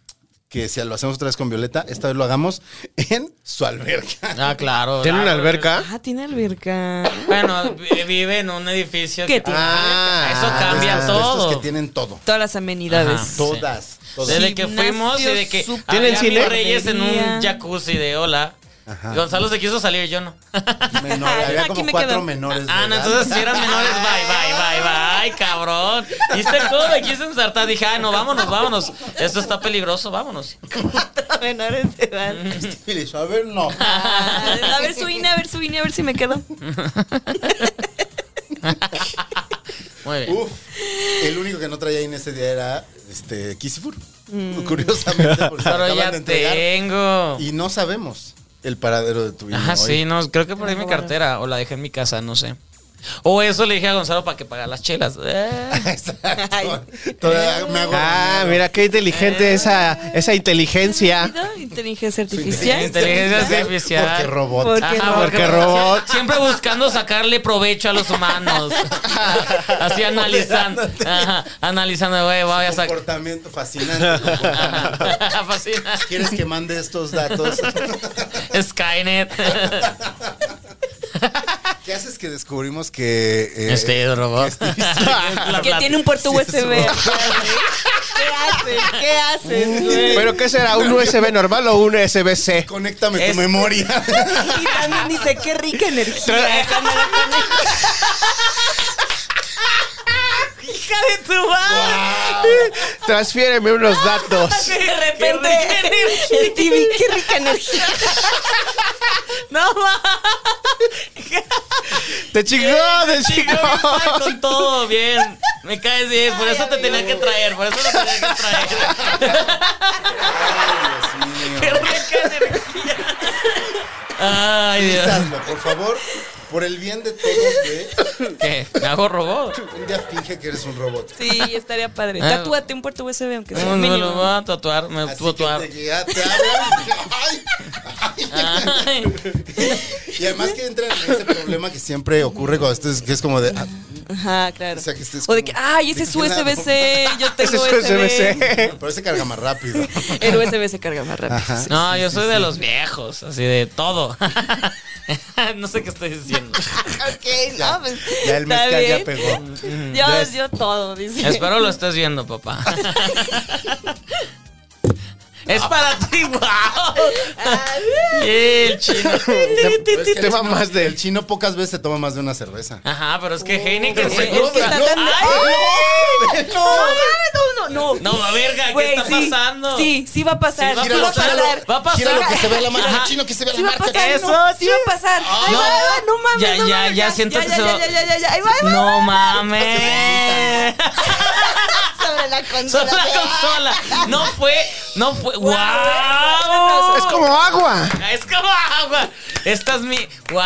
[SPEAKER 4] que si lo hacemos otra vez con Violeta, esta vez lo hagamos en su alberca.
[SPEAKER 1] Ah, claro.
[SPEAKER 3] ¿Tiene una
[SPEAKER 1] claro.
[SPEAKER 3] alberca?
[SPEAKER 2] Ah, tiene alberca.
[SPEAKER 1] Bueno, vi- vive en un edificio.
[SPEAKER 2] ¿Qué
[SPEAKER 1] que-
[SPEAKER 2] tiene?
[SPEAKER 3] Ah,
[SPEAKER 1] eso
[SPEAKER 4] De
[SPEAKER 1] cambia
[SPEAKER 4] estos- de
[SPEAKER 1] todo.
[SPEAKER 4] Estos que tienen todo.
[SPEAKER 2] Todas las amenidades.
[SPEAKER 1] Ajá.
[SPEAKER 4] Todas. todas.
[SPEAKER 1] pues, Desde que fuimos y de que
[SPEAKER 2] Gimnasio,
[SPEAKER 1] había
[SPEAKER 3] ¿Tienen cine?
[SPEAKER 1] mis reyes en un
[SPEAKER 2] Barbería.
[SPEAKER 1] jacuzzi de hola.
[SPEAKER 4] Ajá.
[SPEAKER 1] Gonzalo se quiso salir, yo no.
[SPEAKER 4] Menor,
[SPEAKER 2] Aquí
[SPEAKER 4] había
[SPEAKER 2] me
[SPEAKER 4] como
[SPEAKER 2] quedo.
[SPEAKER 4] cuatro menores. de
[SPEAKER 1] Ah, no,
[SPEAKER 4] edad.
[SPEAKER 1] entonces si eran menores, bye, bye, bye, bye, cabrón. ¿Viste cómo me quise ensartar? Dije, ah, no, vámonos, vámonos. Esto está peligroso, vámonos.
[SPEAKER 2] Menores de edad.
[SPEAKER 4] Y le dijo, a ver, no.
[SPEAKER 2] Ah, A ver, su INE, a ver, su INE, a ver si me quedo.
[SPEAKER 1] Muy bien.
[SPEAKER 4] Uf. El único que no traía en ese día era este Kisifur. Curiosamente, porque se
[SPEAKER 1] Pero
[SPEAKER 4] acaban
[SPEAKER 1] ya
[SPEAKER 4] de entregar.
[SPEAKER 1] tengo.
[SPEAKER 4] Y no sabemos el paradero de tu hijo.
[SPEAKER 1] Ah,
[SPEAKER 4] hoy.
[SPEAKER 1] sí, no, creo que por ahí mi cartera. O la dejé en mi casa, no sé. O eso le dije a Gonzalo para que pagara las chelas. Eh.
[SPEAKER 4] Exacto. Todavía me hago.
[SPEAKER 3] Ah, mira qué
[SPEAKER 2] Eh.
[SPEAKER 3] inteligente esa, esa inteligencia.
[SPEAKER 2] ¿No? Inteligencia
[SPEAKER 4] su
[SPEAKER 2] artificial.
[SPEAKER 1] Inteligencia artificial.
[SPEAKER 4] Porque robot.
[SPEAKER 2] Porque
[SPEAKER 1] Ajá,
[SPEAKER 2] robot.
[SPEAKER 3] porque robot.
[SPEAKER 1] Siempre buscando sacarle provecho a los humanos. Así analizando. Ajá, analizando, güey, voy a sacar.
[SPEAKER 4] comportamiento fascinante. comportamiento.
[SPEAKER 1] Ajá, fascina.
[SPEAKER 4] ¿Quieres que mande estos datos?
[SPEAKER 1] Skynet.
[SPEAKER 4] ¿Qué haces que descubrimos que. eh,
[SPEAKER 1] Este es robot. La
[SPEAKER 2] Que
[SPEAKER 1] plata.
[SPEAKER 2] tiene un puerto
[SPEAKER 4] Sí, eso.
[SPEAKER 2] USB. ¿Qué haces? ¿Qué
[SPEAKER 4] Uh.
[SPEAKER 2] haces, güey?
[SPEAKER 3] ¿Pero qué será? ¿Un USB normal o un USB-C?
[SPEAKER 4] Conéctame
[SPEAKER 1] Es-
[SPEAKER 4] tu memoria.
[SPEAKER 2] Y también dice, qué rica energía. Esta me la pone- Hija de tu madre.
[SPEAKER 3] Transfiéreme unos datos.
[SPEAKER 2] De repente, Stevie, qué rica energía. No mames.
[SPEAKER 3] ¡Te
[SPEAKER 2] Ah,
[SPEAKER 3] chingó, te
[SPEAKER 1] Ay,
[SPEAKER 3] chingó!
[SPEAKER 1] con todo bien. Me caes bien. Por eso te tenía que traer. Por eso lo tenía que traer. Qué rica energía. Ay, Dios.
[SPEAKER 4] Hazlo, por favor, por el bien de todos, güey.
[SPEAKER 1] ¿Qué? ¿Me hago robot?
[SPEAKER 4] Un día finge que eres un robot.
[SPEAKER 2] Sí, estaría padre.
[SPEAKER 1] Ah.
[SPEAKER 2] Tatúate un puerto USB, aunque sea
[SPEAKER 1] No, me lo voy
[SPEAKER 2] mínimo.
[SPEAKER 1] a tatuar, me
[SPEAKER 4] Así
[SPEAKER 1] tatuar.
[SPEAKER 4] que te, llega- te hablan, ay, ay.
[SPEAKER 1] Ay,
[SPEAKER 4] Y además que entra en ese problema que siempre ocurre cuando estés, que es como de. ah,
[SPEAKER 2] Ajá, claro.
[SPEAKER 4] O sea, que estés
[SPEAKER 2] O de
[SPEAKER 4] como-
[SPEAKER 2] que, ah. ay, ese
[SPEAKER 4] ¿de
[SPEAKER 2] es
[SPEAKER 4] qué lado?
[SPEAKER 2] USB-C, yo tengo
[SPEAKER 3] Ese es
[SPEAKER 2] USB.
[SPEAKER 3] USB-C.
[SPEAKER 4] Pero ese carga más rápido.
[SPEAKER 2] El USB se carga más rápido.
[SPEAKER 4] Ajá.
[SPEAKER 1] No, yo soy de los viejos, así de todo. No sé qué estoy diciendo.
[SPEAKER 2] Ok, no, pues,
[SPEAKER 4] Ya el
[SPEAKER 2] está
[SPEAKER 4] mezcal ya
[SPEAKER 2] bien.
[SPEAKER 4] pegó.
[SPEAKER 1] Mm,
[SPEAKER 2] Dios, yo todo, dice.
[SPEAKER 1] Espero lo estés viendo, papá. Es para ti, wow. el chino.
[SPEAKER 4] Pero es que el
[SPEAKER 3] Te va
[SPEAKER 4] chino-
[SPEAKER 3] más de-
[SPEAKER 4] El chino pocas veces se toma más de una cerveza.
[SPEAKER 1] Ajá, pero es que Heineken se
[SPEAKER 2] Es que
[SPEAKER 1] compra.
[SPEAKER 2] está tan-
[SPEAKER 1] Ay,
[SPEAKER 2] No, no, no, no.
[SPEAKER 1] No, verga, ¿qué
[SPEAKER 2] Güey,
[SPEAKER 1] está
[SPEAKER 2] sí,
[SPEAKER 1] pasando?
[SPEAKER 2] Sí, sí va a pasar.
[SPEAKER 1] Sí,
[SPEAKER 2] Sí,
[SPEAKER 1] gíralo,
[SPEAKER 2] va a pasar.
[SPEAKER 1] gíralo. Va a pasar.
[SPEAKER 4] Gíralo, que se vea la marca.
[SPEAKER 1] Ajá.
[SPEAKER 4] Chino, que se vea
[SPEAKER 2] Sí
[SPEAKER 4] la
[SPEAKER 2] va a
[SPEAKER 4] marca.
[SPEAKER 2] pasar.
[SPEAKER 1] eso, Ah,
[SPEAKER 2] no, sí va a pasar. Ahí
[SPEAKER 1] No.
[SPEAKER 2] va, ahí va, no mames.
[SPEAKER 1] Ya,
[SPEAKER 2] no
[SPEAKER 1] ya,
[SPEAKER 2] mames,
[SPEAKER 1] ya siento
[SPEAKER 2] ya,
[SPEAKER 1] que
[SPEAKER 2] ya,
[SPEAKER 1] se va-
[SPEAKER 2] Ya, ya, ya, ya, ya. Ahí va, ahí va.
[SPEAKER 1] No mames.
[SPEAKER 2] Sobre
[SPEAKER 7] la
[SPEAKER 1] Son
[SPEAKER 7] consola.
[SPEAKER 1] la consola. No fue, no fue.
[SPEAKER 7] Guau.
[SPEAKER 1] ¡Wow!
[SPEAKER 7] Es
[SPEAKER 5] como agua.
[SPEAKER 1] Es como agua. Esta es mi. ¡Wow!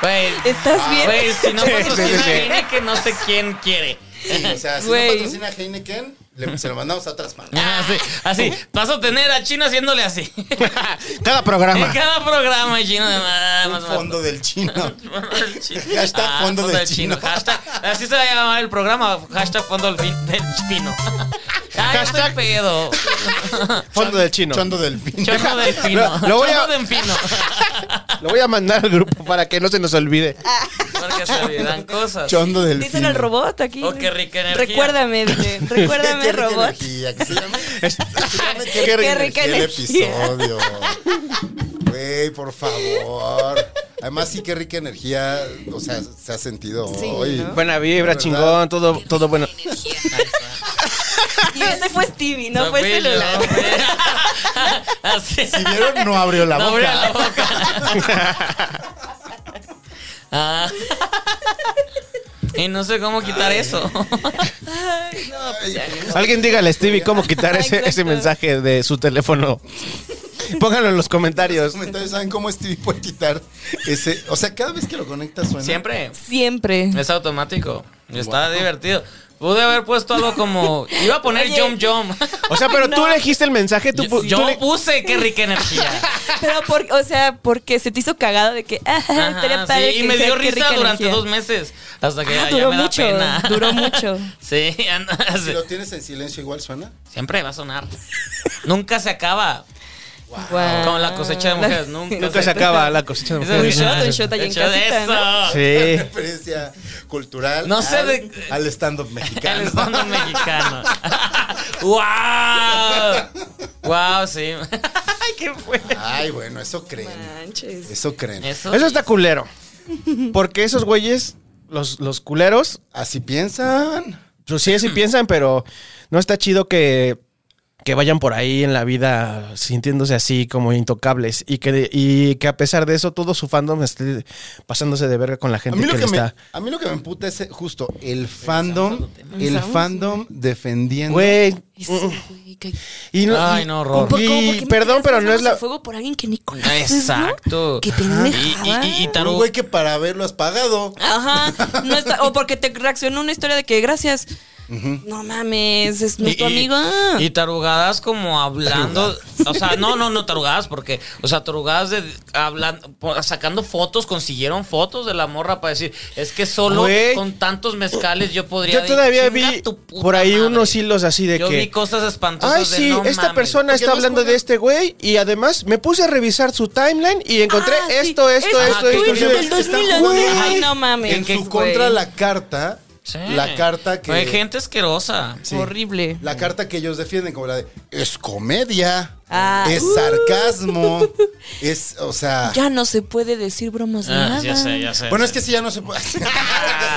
[SPEAKER 1] Güey.
[SPEAKER 2] ¿Estás bien?
[SPEAKER 1] Güey, si no
[SPEAKER 3] Sí, sí,
[SPEAKER 1] patrocina
[SPEAKER 3] sí.
[SPEAKER 1] que no sé quién quiere.
[SPEAKER 4] Sí, o sea, si
[SPEAKER 2] Güey.
[SPEAKER 4] no patrocina Heineken, le- se lo mandamos a otras marcas.
[SPEAKER 1] Ah, sí, así. Vas a tener a Chino haciéndole así.
[SPEAKER 5] Cada
[SPEAKER 1] en
[SPEAKER 5] programa.
[SPEAKER 1] cada programa, el Chino de más,
[SPEAKER 4] Un
[SPEAKER 1] más, Ah, más.
[SPEAKER 4] fondo del chino.
[SPEAKER 1] El chino.
[SPEAKER 4] Hashtag fondo del chino.
[SPEAKER 1] Hashtag, así se va a llamar el programa. Hashtag fondo del, fin- del chino. Ay, hashtag
[SPEAKER 3] Hashtag-
[SPEAKER 1] pedo.
[SPEAKER 3] Fondo del chino.
[SPEAKER 4] Chondo del pino.
[SPEAKER 1] Choco del pino.
[SPEAKER 3] Lo- lo voy a-
[SPEAKER 1] Choco del pino.
[SPEAKER 3] Lo voy a mandar al grupo para que no se nos olvide.
[SPEAKER 1] Porque se olvidan cosas.
[SPEAKER 4] Chondo del
[SPEAKER 2] Dicen al robot aquí.
[SPEAKER 1] Oh, qué rica energía.
[SPEAKER 2] Recuérdame, dile, Recuérdame, robot.
[SPEAKER 4] Que se llama,
[SPEAKER 3] Es-
[SPEAKER 4] qué,
[SPEAKER 2] Qué
[SPEAKER 4] rica energía
[SPEAKER 2] rica
[SPEAKER 4] el
[SPEAKER 2] energía.
[SPEAKER 4] episodio. Güey, por favor. Además, sí, qué rica energía. O sea, se ha sentido hoy.
[SPEAKER 2] ¿no?
[SPEAKER 3] Buena vibra,
[SPEAKER 4] ¿Verdad?
[SPEAKER 3] chingón, todo, todo bueno.
[SPEAKER 2] Y ese fue Stevie, no, fue
[SPEAKER 1] fui
[SPEAKER 2] el celular.
[SPEAKER 1] yo, fue- Así.
[SPEAKER 4] Si vieron, no abrió la
[SPEAKER 1] No
[SPEAKER 4] boca.
[SPEAKER 1] abrió la boca. Ah. Y no sé cómo quitar eso.
[SPEAKER 3] Alguien dígale a Stevie cómo quitar ese,
[SPEAKER 2] Exacto.
[SPEAKER 3] ese mensaje de su teléfono. Pónganlo en los comentarios.
[SPEAKER 4] Comentarios, ¿saben cómo Stevie puede quitar ese? O sea, cada vez que lo conectas suena.
[SPEAKER 1] Siempre.
[SPEAKER 2] Siempre.
[SPEAKER 1] Es automático. Y Está divertido. Pude haber puesto algo como. Iba a poner
[SPEAKER 2] Oye.
[SPEAKER 1] Jump Jump.
[SPEAKER 3] O sea, pero tú elegiste el mensaje, tú, pu-
[SPEAKER 1] Yo
[SPEAKER 3] tú le-
[SPEAKER 1] puse qué rica energía.
[SPEAKER 2] Pero, por, o sea, porque se te hizo cagado de que. Ah,
[SPEAKER 1] Ajá,
[SPEAKER 2] estaría
[SPEAKER 1] sí,
[SPEAKER 2] padre
[SPEAKER 1] y
[SPEAKER 2] que
[SPEAKER 1] me dio
[SPEAKER 2] sea, qué
[SPEAKER 1] risa
[SPEAKER 2] rica
[SPEAKER 1] durante
[SPEAKER 2] energía.
[SPEAKER 1] dos meses. Hasta que
[SPEAKER 2] Ah,
[SPEAKER 1] ya
[SPEAKER 2] duró
[SPEAKER 1] me da
[SPEAKER 2] mucho,
[SPEAKER 1] pena.
[SPEAKER 2] duró mucho.
[SPEAKER 1] Sí, anda-
[SPEAKER 4] Si lo tienes en silencio, igual suena.
[SPEAKER 1] siempre va a sonar. Nunca se acaba.
[SPEAKER 2] Guau.
[SPEAKER 1] Como la cosecha de mujeres, nunca.
[SPEAKER 3] nunca se acaba la cosecha de
[SPEAKER 1] Eso
[SPEAKER 3] mujeres.
[SPEAKER 1] es-
[SPEAKER 2] Un shot, un shot ahí en
[SPEAKER 1] Hecho de
[SPEAKER 2] casita, ¿no?
[SPEAKER 1] eso.
[SPEAKER 3] Sí.
[SPEAKER 4] Referencia cultural.
[SPEAKER 1] No sé
[SPEAKER 4] al,
[SPEAKER 1] de-
[SPEAKER 4] al stand-up mexicano.
[SPEAKER 1] El estando mexicano. ¡Wow! ¡Wow! Sí. Ay, ¿Qué fue?
[SPEAKER 4] Ay, bueno, eso creen.
[SPEAKER 2] Manches.
[SPEAKER 4] Eso creen.
[SPEAKER 1] Eso.
[SPEAKER 3] Eso está culero. Porque esos güeyes, los, los culeros,
[SPEAKER 4] Así piensan.
[SPEAKER 3] pues sí, sí piensan, pero no está chido que, que vayan por ahí en la vida sintiéndose así como intocables y que, y que a pesar de eso todo su fandom esté pasándose de verga con la
[SPEAKER 4] A
[SPEAKER 3] gente
[SPEAKER 4] mí, lo
[SPEAKER 3] que,
[SPEAKER 4] que me,
[SPEAKER 3] está.
[SPEAKER 4] a mí lo que me emputa es eh, justo el fandom, el fandom defendiendo.
[SPEAKER 3] Güey.
[SPEAKER 2] Eso, güey, que-
[SPEAKER 3] Y
[SPEAKER 1] Ay, no, horror.
[SPEAKER 2] ¿Por- cómo- por
[SPEAKER 3] Y
[SPEAKER 2] qué me
[SPEAKER 3] perdón,
[SPEAKER 2] tiras
[SPEAKER 3] pero
[SPEAKER 2] las
[SPEAKER 3] no es
[SPEAKER 2] manos
[SPEAKER 3] la.
[SPEAKER 2] al fuego por alguien que ni conoces, ¿no?
[SPEAKER 1] Exacto.
[SPEAKER 2] Qué
[SPEAKER 1] Y,
[SPEAKER 2] pendejada.
[SPEAKER 1] y, y
[SPEAKER 4] Un
[SPEAKER 1] Taru-
[SPEAKER 4] güey que para verlo has pagado.
[SPEAKER 1] Ah,
[SPEAKER 2] Ajá, no está, o porque te reaccionó una historia de que gracias. No mames, es no
[SPEAKER 1] Y-
[SPEAKER 2] Pues tu
[SPEAKER 1] y-
[SPEAKER 2] amigo. ah.
[SPEAKER 1] Y tarugadas como hablando. O sea, no, no, no, tarugadas, porque. O sea, tarugadas de. Hablando, po- sacando fotos, consiguieron fotos de la morra para decir. Es que solo
[SPEAKER 3] Güey.
[SPEAKER 1] con tantos mezcales yo podría.
[SPEAKER 3] Yo todavía
[SPEAKER 1] Chinga
[SPEAKER 3] vi
[SPEAKER 1] tu puta
[SPEAKER 3] por ahí
[SPEAKER 1] madre.
[SPEAKER 3] unos hilos así de
[SPEAKER 1] Yo
[SPEAKER 3] que.
[SPEAKER 1] vi cosas espantosas.
[SPEAKER 3] Ay,
[SPEAKER 1] de,
[SPEAKER 3] sí,
[SPEAKER 1] no
[SPEAKER 3] esta
[SPEAKER 1] mames.
[SPEAKER 3] persona
[SPEAKER 4] Porque
[SPEAKER 3] está
[SPEAKER 4] no
[SPEAKER 3] hablando
[SPEAKER 4] escuela.
[SPEAKER 3] de este güey y además me puse a revisar su timeline y encontré
[SPEAKER 2] Ah, sí,
[SPEAKER 3] esto, esto,
[SPEAKER 2] este
[SPEAKER 3] esto,
[SPEAKER 1] tweet
[SPEAKER 3] esto.
[SPEAKER 2] Twitter
[SPEAKER 3] esto.
[SPEAKER 2] del 2011.
[SPEAKER 4] Güey.
[SPEAKER 2] Ay, no mames.
[SPEAKER 4] en
[SPEAKER 1] que-
[SPEAKER 4] su
[SPEAKER 1] güey.
[SPEAKER 4] contra la carta.
[SPEAKER 1] Sí.
[SPEAKER 4] La carta que.
[SPEAKER 1] Güey, gente asquerosa.
[SPEAKER 4] sí.
[SPEAKER 2] Horrible.
[SPEAKER 4] La carta que ellos defienden, como la de. Es comedia.
[SPEAKER 2] Ah.
[SPEAKER 4] Es
[SPEAKER 2] Uh.
[SPEAKER 4] sarcasmo. Es, o sea.
[SPEAKER 2] Ya no se puede decir bromas de
[SPEAKER 1] Ah,
[SPEAKER 2] nada.
[SPEAKER 1] ya sé, ya sé.
[SPEAKER 4] Bueno,
[SPEAKER 1] ya
[SPEAKER 4] es que si ya no se puede.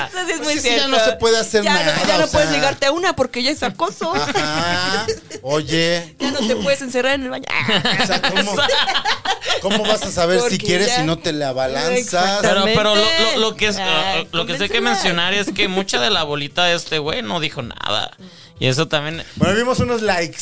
[SPEAKER 1] Ah,
[SPEAKER 2] Eso sí es
[SPEAKER 4] Es
[SPEAKER 2] muy
[SPEAKER 4] que sí, ya
[SPEAKER 2] cierto.
[SPEAKER 4] no se puede hacer
[SPEAKER 2] Ya no-
[SPEAKER 4] nada,
[SPEAKER 2] ya no
[SPEAKER 4] o
[SPEAKER 2] puedes
[SPEAKER 4] sea.
[SPEAKER 2] ligarte a una porque ya es acoso.
[SPEAKER 4] Ajá. Oye.
[SPEAKER 2] Ya no te puedes encerrar en el baño. Ah,
[SPEAKER 4] O sea, ¿cómo, cómo vas a saber si
[SPEAKER 2] Porque
[SPEAKER 4] quieres
[SPEAKER 2] ya-
[SPEAKER 4] si no te la balanzas?
[SPEAKER 1] Pero,
[SPEAKER 2] Exactamente.
[SPEAKER 1] pero lo, lo- lo que es,
[SPEAKER 2] Ay,
[SPEAKER 1] lo que sí hay que
[SPEAKER 2] convéncela.
[SPEAKER 1] mencionar es que mucha de la bolita de este güey no dijo nada. Y eso también.
[SPEAKER 4] Bueno, vimos unos likes.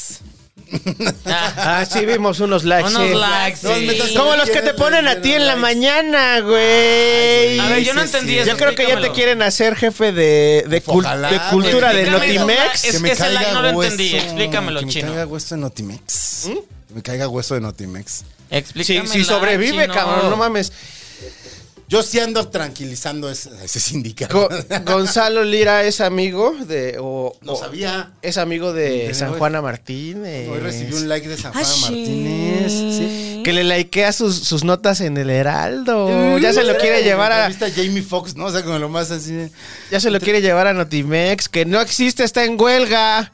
[SPEAKER 1] Ah,
[SPEAKER 3] Ah, sí, vimos unos likes.
[SPEAKER 1] unos
[SPEAKER 3] sí.
[SPEAKER 1] likes.
[SPEAKER 4] No,
[SPEAKER 1] sí.
[SPEAKER 4] metas-
[SPEAKER 3] Como los que te ponen a ti en la mañana, güey.
[SPEAKER 1] A ver, yo no
[SPEAKER 4] Sí, sí,
[SPEAKER 1] entendí
[SPEAKER 4] sí.
[SPEAKER 1] eso.
[SPEAKER 3] Yo creo que ya te
[SPEAKER 1] explícamelo.
[SPEAKER 3] quieren hacer jefe de, de, cul-
[SPEAKER 4] Ojalá,
[SPEAKER 3] de cultura de
[SPEAKER 1] explícame eso,
[SPEAKER 3] Notimex.
[SPEAKER 1] Es
[SPEAKER 4] Que me
[SPEAKER 1] que ese
[SPEAKER 4] caiga
[SPEAKER 1] like no lo
[SPEAKER 4] hueso,
[SPEAKER 1] entendí, explícamelo,
[SPEAKER 4] que
[SPEAKER 1] chino.
[SPEAKER 4] Me caiga hueso de Notimex.
[SPEAKER 3] ¿Mm?
[SPEAKER 4] Que Me caiga hueso de Notimex.
[SPEAKER 3] Si
[SPEAKER 1] Explícamela,
[SPEAKER 3] sobrevive,
[SPEAKER 1] chino.
[SPEAKER 3] cabrón, no mames.
[SPEAKER 4] Yo sí ando tranquilizando ese, ese
[SPEAKER 3] Go-
[SPEAKER 4] sindicato.
[SPEAKER 3] Gonzalo Lira es amigo de. o-
[SPEAKER 4] no
[SPEAKER 3] o-
[SPEAKER 4] sabía.
[SPEAKER 3] Es amigo de
[SPEAKER 4] Pero
[SPEAKER 3] San
[SPEAKER 4] hoy-
[SPEAKER 3] Juana Martínez.
[SPEAKER 4] Hoy recibí un like de San
[SPEAKER 2] Ah,
[SPEAKER 4] Juan
[SPEAKER 2] sí.
[SPEAKER 4] Martínez. Sí.
[SPEAKER 3] Que le likea sus, sus notas en el Heraldo.
[SPEAKER 1] Mm,
[SPEAKER 3] Ya se lo quiere llevar a.
[SPEAKER 4] Entrevista Jamie Foxx, ¿no? O sea, con lo más así. de-
[SPEAKER 3] Ya se lo quiere llevar a Notimex, que no existe, está en huelga.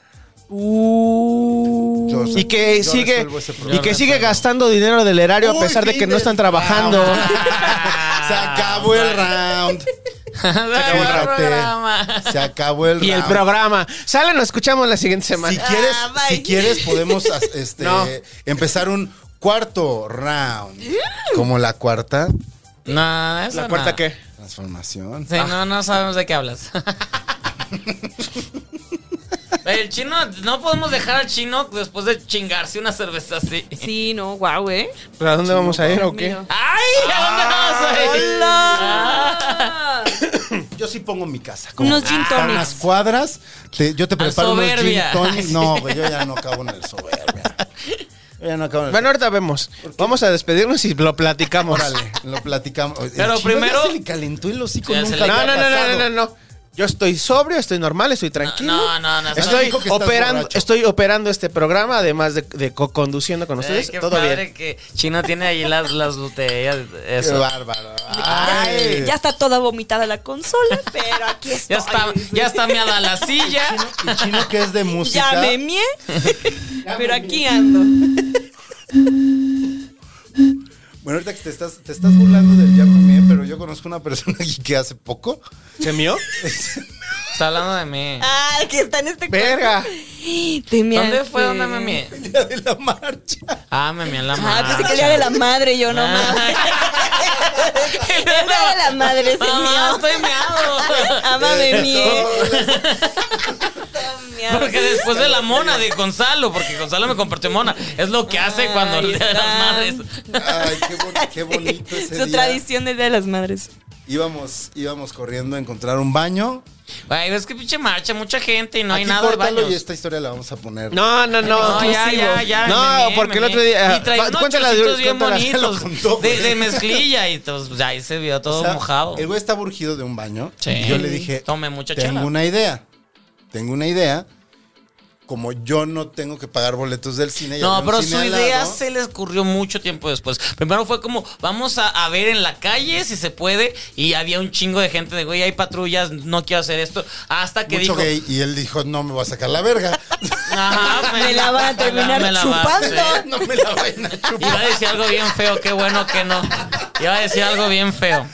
[SPEAKER 3] Uh,
[SPEAKER 4] Yo-
[SPEAKER 3] Y que
[SPEAKER 4] yo
[SPEAKER 3] sigue.
[SPEAKER 4] resuelvo ese problema.
[SPEAKER 3] Y que sigue gastando dinero del erario a
[SPEAKER 4] Uy, Ah.
[SPEAKER 3] pesar de que
[SPEAKER 4] fin
[SPEAKER 3] no
[SPEAKER 4] del
[SPEAKER 3] están trabajando.
[SPEAKER 4] Se acabó el round.
[SPEAKER 1] Se acabó el
[SPEAKER 4] Fíjate,
[SPEAKER 1] programa.
[SPEAKER 4] Se acabó el
[SPEAKER 3] Y el
[SPEAKER 4] round.
[SPEAKER 3] programa. Sale, nos escuchamos la siguiente
[SPEAKER 4] Si
[SPEAKER 3] semana.
[SPEAKER 4] quieres,
[SPEAKER 2] Ah, bye.
[SPEAKER 4] si quieres podemos as- este,
[SPEAKER 3] No.
[SPEAKER 4] empezar un cuarto round. Como la cuarta
[SPEAKER 1] No, eso
[SPEAKER 3] ¿La cuarta
[SPEAKER 1] no.
[SPEAKER 3] qué? Ah.
[SPEAKER 4] transformación.
[SPEAKER 1] Sí, no, no sabemos de qué hablas. El chino, no podemos dejar al chino después de chingarse una cerveza así.
[SPEAKER 2] Sí, no, guau, ¿eh?
[SPEAKER 3] ¿Pero a dónde vamos a ir o qué?
[SPEAKER 2] Mira.
[SPEAKER 1] ¡Ay! ¿a dónde vamos a ir? Ah.
[SPEAKER 4] Yo sí pongo mi casa.
[SPEAKER 2] Unos gin
[SPEAKER 4] a unas
[SPEAKER 2] tonics.
[SPEAKER 4] cuadras, te- yo te
[SPEAKER 1] Al
[SPEAKER 4] preparo unos gin
[SPEAKER 1] soberbia.
[SPEAKER 4] tonics. No, güey, yo ya no acabo en el soberbia. Yo ya no acabo en el
[SPEAKER 3] Bueno, ahorita vemos. Vamos a despedirnos y lo platicamos.
[SPEAKER 4] Órale, lo platicamos. El
[SPEAKER 1] Pero
[SPEAKER 4] chino ya
[SPEAKER 1] primero-
[SPEAKER 4] se le calentó el hocico.
[SPEAKER 1] Ya se
[SPEAKER 4] nunca
[SPEAKER 1] le-
[SPEAKER 4] le
[SPEAKER 3] No, no,
[SPEAKER 4] había
[SPEAKER 3] no, no, no,
[SPEAKER 4] pasado.
[SPEAKER 3] no, no. Yo estoy sobrio, estoy normal, estoy tranquilo.
[SPEAKER 1] No, no, no.
[SPEAKER 4] Eso
[SPEAKER 3] Estoy
[SPEAKER 4] dijo que estás
[SPEAKER 3] operando,
[SPEAKER 4] borracho.
[SPEAKER 3] estoy operando este programa, además de, de co- conduciendo con ustedes.
[SPEAKER 1] Ay, qué
[SPEAKER 3] Todo
[SPEAKER 1] padre
[SPEAKER 3] bien.
[SPEAKER 1] que Chino tiene ahí las, las botellas.
[SPEAKER 4] Qué
[SPEAKER 1] Eso.
[SPEAKER 4] bárbaro.
[SPEAKER 2] Ya-
[SPEAKER 4] Ay.
[SPEAKER 2] Ya está toda vomitada la consola, pero aquí estoy.
[SPEAKER 1] Ya está, ya está meada la silla.
[SPEAKER 4] Y chino que es de música.
[SPEAKER 2] Ya me mié, pero aquí ando.
[SPEAKER 4] Bueno, ahorita que te estás, te estás burlando del ya me mié, pero yo conozco una persona aquí que hace poco.
[SPEAKER 3] ¿Se mió?
[SPEAKER 1] Está hablando de mí.
[SPEAKER 2] Ah, que está en este
[SPEAKER 3] Verga.
[SPEAKER 2] cuarto. Te este. measte.
[SPEAKER 1] ¿Dónde fue donde me mié?
[SPEAKER 4] El día de la marcha.
[SPEAKER 1] Ah, me mié en la mano.
[SPEAKER 2] Ah, pensé que el día de la madre, yo no
[SPEAKER 1] Ah.
[SPEAKER 2] mames. El día de la madre se
[SPEAKER 1] Mamá,
[SPEAKER 2] mío.
[SPEAKER 1] Ah, estoy meado.
[SPEAKER 2] Ama me mié. Está
[SPEAKER 1] Porque
[SPEAKER 2] miado.
[SPEAKER 1] después de la mona de Gonzalo, porque Gonzalo me compartió mona, es lo que hace cuando
[SPEAKER 2] Ahí
[SPEAKER 1] le da las
[SPEAKER 2] está.
[SPEAKER 1] madres.
[SPEAKER 4] Ay, qué, bon- qué bonito
[SPEAKER 2] Sí,
[SPEAKER 4] ese
[SPEAKER 2] Su
[SPEAKER 4] día.
[SPEAKER 2] tradición del Día de las Madres.
[SPEAKER 4] Íbamos, íbamos corriendo a encontrar un baño.
[SPEAKER 1] Ay, ves que pinche marcha, mucha gente y no hay
[SPEAKER 4] Aquí
[SPEAKER 1] nada de
[SPEAKER 4] córtalo
[SPEAKER 1] baños.
[SPEAKER 4] y esta historia la vamos a poner.
[SPEAKER 3] No, no, no.
[SPEAKER 1] No, ya, ya, ya. me
[SPEAKER 3] No,
[SPEAKER 1] meé,
[SPEAKER 3] porque el
[SPEAKER 1] me
[SPEAKER 3] otro
[SPEAKER 1] meé.
[SPEAKER 3] día.
[SPEAKER 1] Y traía
[SPEAKER 3] va,
[SPEAKER 1] unos
[SPEAKER 3] cuéntala de-
[SPEAKER 1] chorcitos bien
[SPEAKER 3] cuéntala.
[SPEAKER 1] bonitos.
[SPEAKER 4] contó,
[SPEAKER 1] de,
[SPEAKER 4] güey.
[SPEAKER 1] de mezclilla y pues, ya ahí se vio todo
[SPEAKER 4] O sea,
[SPEAKER 1] mojado.
[SPEAKER 4] El güey está urgido de un baño.
[SPEAKER 1] Sí.
[SPEAKER 4] Y yo le dije,
[SPEAKER 1] Tome mucha
[SPEAKER 4] tengo
[SPEAKER 1] chela".
[SPEAKER 4] una idea. Tengo una idea. Como yo no tengo que pagar boletos del cine. y
[SPEAKER 1] No,
[SPEAKER 4] había un
[SPEAKER 1] pero
[SPEAKER 4] cine
[SPEAKER 1] su
[SPEAKER 4] al
[SPEAKER 1] idea
[SPEAKER 4] lado,
[SPEAKER 1] se le ocurrió mucho tiempo después. Primero fue como, vamos a, a ver en la calle si se puede. Y había un chingo de gente de, güey, hay patrullas, no quiero hacer esto. Hasta que dijo...
[SPEAKER 4] Mucho gay. Y él dijo, no me voy a sacar la verga.
[SPEAKER 1] Ajá,
[SPEAKER 2] Ah, Me la van a terminar
[SPEAKER 1] me la va a
[SPEAKER 2] chupando.
[SPEAKER 1] hacer.
[SPEAKER 4] no me la vayan a
[SPEAKER 1] Iba a
[SPEAKER 4] chupar.
[SPEAKER 1] decir algo bien feo, qué bueno que no. Iba a decir algo bien feo.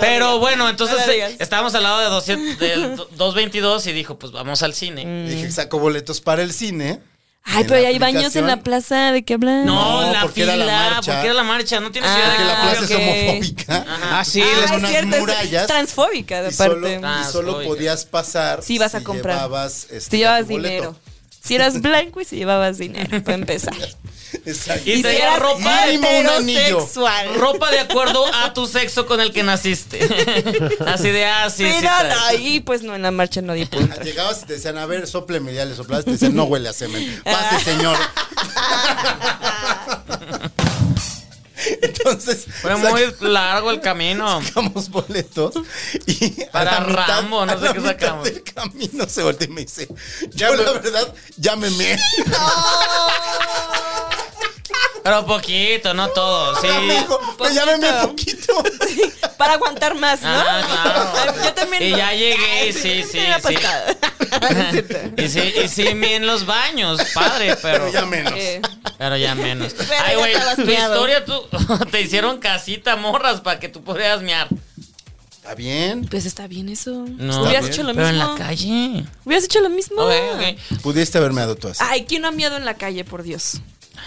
[SPEAKER 1] Pero bueno, entonces
[SPEAKER 2] No lo digas.
[SPEAKER 1] eh, estábamos al lado de 200 del 222 y dijo, pues vamos al
[SPEAKER 2] Mm.
[SPEAKER 1] cine.
[SPEAKER 4] Dije, saco boletos para el cine. En
[SPEAKER 2] Ay, pero
[SPEAKER 4] la
[SPEAKER 2] ya hay baños en
[SPEAKER 4] aplicación.
[SPEAKER 2] la plaza, ¿de qué hablan?
[SPEAKER 1] No,
[SPEAKER 4] No,
[SPEAKER 1] la
[SPEAKER 4] porque
[SPEAKER 1] fila,
[SPEAKER 4] era la marcha.
[SPEAKER 1] porque era la marcha, no tienes idea de
[SPEAKER 4] Porque la
[SPEAKER 1] cómo
[SPEAKER 4] plaza
[SPEAKER 1] vio que-
[SPEAKER 4] es homofóbica.
[SPEAKER 3] Ah, sí,
[SPEAKER 2] Ah,
[SPEAKER 3] les-
[SPEAKER 4] son
[SPEAKER 2] es
[SPEAKER 4] unas
[SPEAKER 2] cierto, es-
[SPEAKER 4] murallas
[SPEAKER 2] es transfóbica,
[SPEAKER 4] Y solo,
[SPEAKER 2] aparte.
[SPEAKER 1] Ah,
[SPEAKER 4] y solo
[SPEAKER 1] soy gay.
[SPEAKER 4] podías pasar
[SPEAKER 2] Sí, vas a
[SPEAKER 4] si
[SPEAKER 2] comprar.
[SPEAKER 4] llevabas, este,
[SPEAKER 2] Si llevabas
[SPEAKER 4] tu boleto.
[SPEAKER 2] dinero. Si eras blanco y si llevabas dinero, para empezar.
[SPEAKER 4] Exacto.
[SPEAKER 1] Y
[SPEAKER 2] Y si
[SPEAKER 1] traía
[SPEAKER 2] eras
[SPEAKER 1] ropa,
[SPEAKER 4] mínimo un anillo.
[SPEAKER 2] heterosexual.
[SPEAKER 1] Ropa de acuerdo a tu sexo con el que naciste. Así de así.
[SPEAKER 2] Pero
[SPEAKER 1] sí, trae.
[SPEAKER 2] ahí, pues no, en la marcha no di punto.
[SPEAKER 4] Llegabas y te decían, a ver, sopleme, ya le soplabas, te decían, no huele a semen. Pase, señor. Entonces,
[SPEAKER 1] Fue muy largo el camino.
[SPEAKER 4] sacamos boletos y a
[SPEAKER 1] Para
[SPEAKER 4] la mitad-
[SPEAKER 1] Rambo, no
[SPEAKER 4] a
[SPEAKER 1] sé
[SPEAKER 4] la
[SPEAKER 1] qué
[SPEAKER 4] mitad
[SPEAKER 1] sacamos.
[SPEAKER 4] del camino se voltea y me dice, yo la verdad, llámeme.
[SPEAKER 1] Pero poquito, no todo. Sí. Pues
[SPEAKER 4] llámeme un poquito.
[SPEAKER 2] Para aguantar más, ¿no?
[SPEAKER 1] Ah, claro.
[SPEAKER 2] Ay, Yo también.
[SPEAKER 1] Y
[SPEAKER 2] no.
[SPEAKER 1] ya llegué,
[SPEAKER 2] Ay,
[SPEAKER 1] sí, sí,
[SPEAKER 2] me había
[SPEAKER 1] sí.
[SPEAKER 2] pasado. Es cierto.
[SPEAKER 1] Y sí, y sí, me en los baños, padre, pero.
[SPEAKER 4] Ya menos.
[SPEAKER 2] Eh,
[SPEAKER 1] Pero ya menos.
[SPEAKER 2] Pero
[SPEAKER 1] Ay,
[SPEAKER 2] ya
[SPEAKER 1] güey,
[SPEAKER 2] estabas
[SPEAKER 1] tu
[SPEAKER 2] meado.
[SPEAKER 1] historia, tú. Te hicieron casita, morras, para que tú pudieras mear.
[SPEAKER 4] Está bien.
[SPEAKER 2] Pues está bien eso.
[SPEAKER 1] No.
[SPEAKER 2] Hubieras
[SPEAKER 4] bien.
[SPEAKER 2] hecho lo
[SPEAKER 1] Pero en la
[SPEAKER 2] mismo.
[SPEAKER 1] calle.
[SPEAKER 2] Hubieras hecho lo mismo.
[SPEAKER 1] Ok, ok.
[SPEAKER 4] Pudiste haberme dado tú así.
[SPEAKER 2] Ay, ¿quién no ha miado en la calle, por Dios?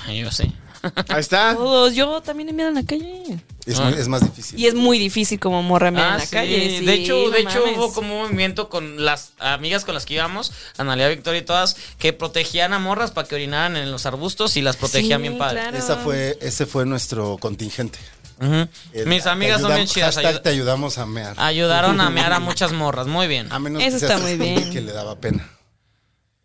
[SPEAKER 1] Ay, Yo sé.
[SPEAKER 3] Ahí
[SPEAKER 4] Ah.
[SPEAKER 3] está.
[SPEAKER 2] Todos, yo también he miado en la calle.
[SPEAKER 4] Es,
[SPEAKER 1] Ah.
[SPEAKER 4] muy- es más difícil.
[SPEAKER 2] Y es muy difícil como morra miar
[SPEAKER 4] Ah,
[SPEAKER 2] en la
[SPEAKER 1] sí.
[SPEAKER 2] calle. sí,
[SPEAKER 1] de hecho,
[SPEAKER 2] no
[SPEAKER 1] de hecho
[SPEAKER 2] mames.
[SPEAKER 1] hubo como un movimiento con las amigas con las que íbamos, Analia Victoria y todas, que protegían a morras para que orinaran en los arbustos y las protegían
[SPEAKER 2] Sí,
[SPEAKER 1] bien padre.
[SPEAKER 2] claro.
[SPEAKER 4] Esa fue, ese fue nuestro contingente.
[SPEAKER 1] Ujú.
[SPEAKER 4] El-
[SPEAKER 1] Mis
[SPEAKER 4] te
[SPEAKER 1] amigas son bien
[SPEAKER 4] ayudamos-
[SPEAKER 1] chidas.
[SPEAKER 4] hashtag
[SPEAKER 1] ayu-
[SPEAKER 4] te ayudamos a mear.
[SPEAKER 1] ayudaron a mear a muchas morras. Muy bien.
[SPEAKER 4] A menos
[SPEAKER 2] Eso
[SPEAKER 4] que seas
[SPEAKER 2] está muy
[SPEAKER 4] un güey
[SPEAKER 2] bien.
[SPEAKER 4] que le daba pena.